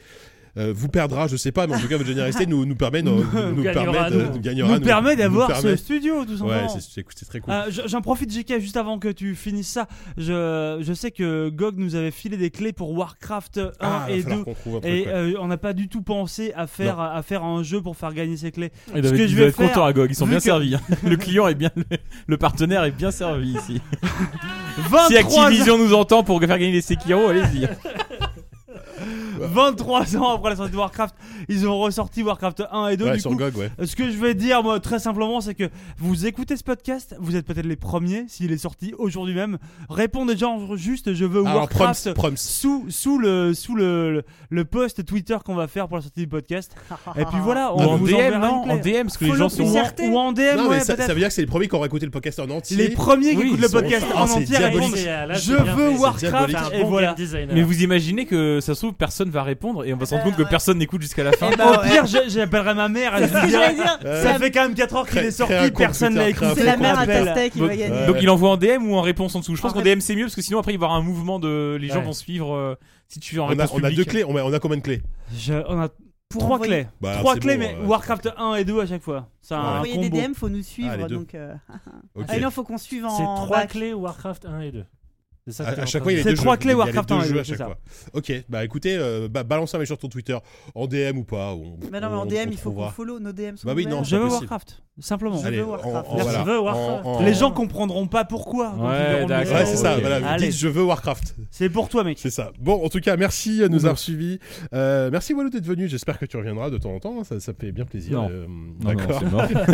B: euh, vous perdra, je sais pas, mais en tout cas, votre
G: [LAUGHS]
B: générosité nous, nous permet, nous, nous,
G: Nous gagnera,
B: permet de-
G: nous.
B: nous
G: Il
B: gagnera,
G: nous permet
B: nous
G: d'avoir
B: permet-
G: ce studio, tout
B: Ouais,
G: simplement.
B: c'est- c'est c'est très cool.
G: Euh, je- J'en profite, JK, juste avant que tu finisses ça. Je, je sais que GOG nous avait filé des clés pour Warcraft 1
B: Ah, va
G: et
B: falloir
G: 2.
B: qu'on trouve un truc,
G: Et
B: ouais.
G: euh, on n'a pas du tout pensé à faire, à faire un jeu pour faire gagner ces clés.
D: Ils
G: Ce
D: doivent
G: que
D: être-
G: je
D: ils
G: vais
D: doivent être
G: faire,
D: contents à GOG, ils sont
G: vu
D: bien
G: que-
D: servis. hein. Le client est bien. Le partenaire est bien servi ici.
G: 23,
D: Si Activision nous entend pour faire gagner les Sekiro, allez-y.
G: 23 ans après la sortie de Warcraft, ils ont ressorti Warcraft 1 et 2.
B: Ouais,
G: du
B: sur
G: coup,
B: GOG, ouais.
G: Ce que je vais dire, moi, très simplement, c'est que vous écoutez ce podcast, vous êtes peut-être les premiers, s'il est sorti aujourd'hui même. Répondez genre juste, je veux
B: Alors,
G: euh, Warcraft
B: Proms, Proms.
G: sous, sous le, sous le, le, le post Twitter qu'on va faire pour la sortie du podcast. Et
E: Ah.
G: puis voilà,
D: Ou
G: on
D: Bah, en
G: Bah, vous
D: DM,
G: enverra
D: non
G: une
D: En
G: clé.
D: DM, parce que les
G: Faut
D: gens
G: le
D: sont.
G: concerter. Ou en DM,
B: Non, mais
G: ouais,
B: ça,
G: peut-être.
B: ça veut dire que c'est les premiers qui auront écouté le podcast en entier.
G: Les premiers qui
D: Oui,
G: écoutent
D: ils
G: le
D: sont-
G: podcast
B: Ah,
G: en
B: c'est
G: entier
B: diabolique.
G: répondent
F: Ah, là, c'est
G: Je
F: bien
G: veux
F: fait, c'est
G: Warcraft
B: diabolique.
F: T'as un
G: et
F: bon
G: voilà.
F: game designer.
D: Mais vous imaginez que ça se trouve, personne va répondre et on va se rendre compte que personne n'écoute jusqu'à la fin.
E: [LAUGHS] Eh ben,
G: Au
E: ouais.
G: pire, je- j'appellerai ma mère.
E: [LAUGHS]
G: Elle
E: C'est ce que
G: me
E: j'allais
G: dirait,
E: dire.
B: Euh,
G: ça fait quand même 4 heures qu'il
B: Crée-
G: est
B: crée un
G: sorti,
B: compte
G: personne l'a
B: Twitter, crée un
G: écouté.
E: C'est la
B: qu'on
E: mère à
G: appelle.
E: Tastet qui
D: Donc-
E: va gagner.
B: Ouais.
D: Donc il envoie en DM ou en réponse en dessous. Je pense
E: En
D: qu'en
E: fait-
D: DM c'est mieux parce que sinon après il va y avoir un mouvement de les gens
F: Ouais.
D: vont suivre euh, si tu fais en
B: on a,
D: réponse
B: on a
D: publique.
B: deux clés. On a, on a combien de clés
G: Je- On a
E: Pour
G: 3
E: envoyer-
G: clés.
B: Bah, alors,
G: 3
B: c'est
G: clés,
B: bon,
G: mais
B: euh,
G: Warcraft 1 et 2 à chaque fois. C'est
E: Pour
G: un
E: envoyer
G: combo.
E: des DM, faut nous
B: Ah,
E: suivre.
B: les deux.
E: donc, euh,
B: ok.
E: ah, non, faut qu'on suive en.
F: C'est trois
E: bac.
F: clés Warcraft 1 et 2. C'est ça
B: À,
F: que t'es
B: à
F: en
B: chaque
F: train
B: fois, il y
F: de
B: a
G: C'est
B: deux
G: trois
B: jeux.
G: clés
B: Il y a les
G: Warcraft
B: deux
G: en
B: jeux à
G: live, c'est
B: chaque
G: ça.
B: fois. Ok, bah écoutez, euh, bah, balancez un message sur ton Twitter en DM ou pas. on-
E: Mais non, mais en
B: on-
E: DM,
B: on
E: il faut qu'on
B: trouvera.
E: follow. Nos DM sont.
B: Bah oui, non,
E: ouverts.
G: Je veux
B: possible.
G: Warcraft, simplement.
E: Je
B: Allez,
E: veux Warcraft.
B: on- on-
E: Je
B: voilà.
F: veux
B: En-
F: Warcraft.
B: en-
G: Les gens comprendront pas pourquoi. quand
D: Ouais,
G: ils verront le
D: d'accord.
G: message.
B: Ouais, c'est ça.
D: Ok.
B: Voilà, vous
G: Allez.
B: dites je veux Warcraft.
G: C'est pour toi, mec.
B: C'est ça. Bon, en tout cas, merci de nous avoir suivis. Euh, merci Walou d'être venu. J'espère que tu reviendras de temps en temps. Ça, ça fait bien plaisir.
D: Non.
B: Euh,
D: Non, non, [LAUGHS]
B: D'accord.
D: c'est mort.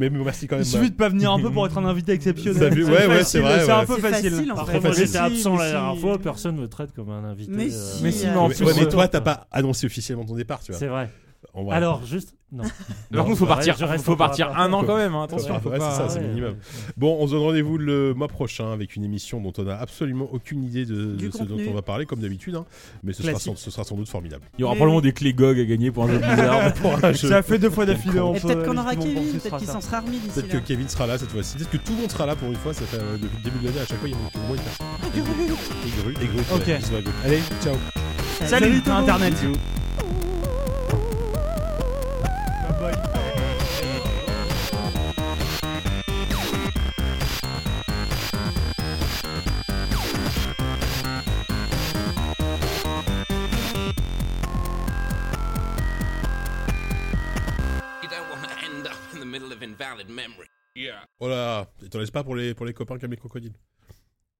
B: mais, mais merci quand même.
G: Il suffit de pas venir un peu pour être un invité exceptionnel.
B: Salut, ouais, ouais, c'est
G: facile,
B: vrai,
G: C'est
B: ouais.
G: un peu
E: C'est facile,
G: facile.
E: en
F: Après,
E: fait.
F: moi,
E: Mais
F: j'étais
E: si,
F: absent
E: mais
F: la dernière
E: si.
F: fois, personne me traite comme un invité.
E: Mais
F: euh,
E: si,
F: mais
E: euh,
B: Ouais,
D: en plus,
B: ouais, mais
D: euh,
B: toi, t'as pas annoncé officiellement ton départ, tu vois.
F: C'est vrai.
B: en vrai.
F: Alors, juste. Non.
D: Par contre, faut partir, faut partir un an quand même. hein,
B: Ouais,
D: attention, faut
B: ouais, c'est
D: pas-
B: ça, c'est
F: Ah ouais.
B: minimum. Bon, on se donne rendez-vous le mois prochain avec une émission dont on n'a absolument aucune idée de,
E: Du
B: de ce dont
E: contenu.
B: on va parler, comme d'habitude, hein. mais ce sera,
G: Classique.
B: sans, ce sera sans doute formidable.
D: Il y aura
E: Mais
D: probablement
E: oui.
D: des clés GOG à gagner pour un jeu bizarre.
B: Pour un jeu.
G: Ça fait deux fois d'affilée. on
E: Et
G: peut-
E: peut-être qu'on aura
G: on pensera
E: Kevin, peut-être qu'il
G: ça.
E: s'en sera remis d'ici
B: Peut-être que
E: là.
B: Kevin sera là cette fois-ci. Peut-être que tout le monde sera là pour une fois. Ça fait euh, depuis le début de l'année, à chaque fois, il y a au moins une personne. Aigru, aigru, aigru,
G: Ok.
B: ouais, bisous à vous. Allez, ciao.
G: Salut,
E: tout le monde.
G: Internet.
I: You don't want to end up in the middle of invalid memory. Yeah.
B: Oh là, et t'en laisses pas pour les, pour les copains qui aiment les crocodiles.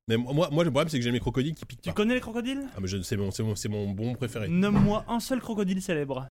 B: Mais moi, moi, moi, le problème, c'est que j'aime les crocodiles qui piquent
G: Tu
B: pas.
G: connais les crocodiles
B: Ah, mais je- c'est mon, c'est mon, c'est mon bon préféré.
G: Nomme-moi un seul crocodile célèbre.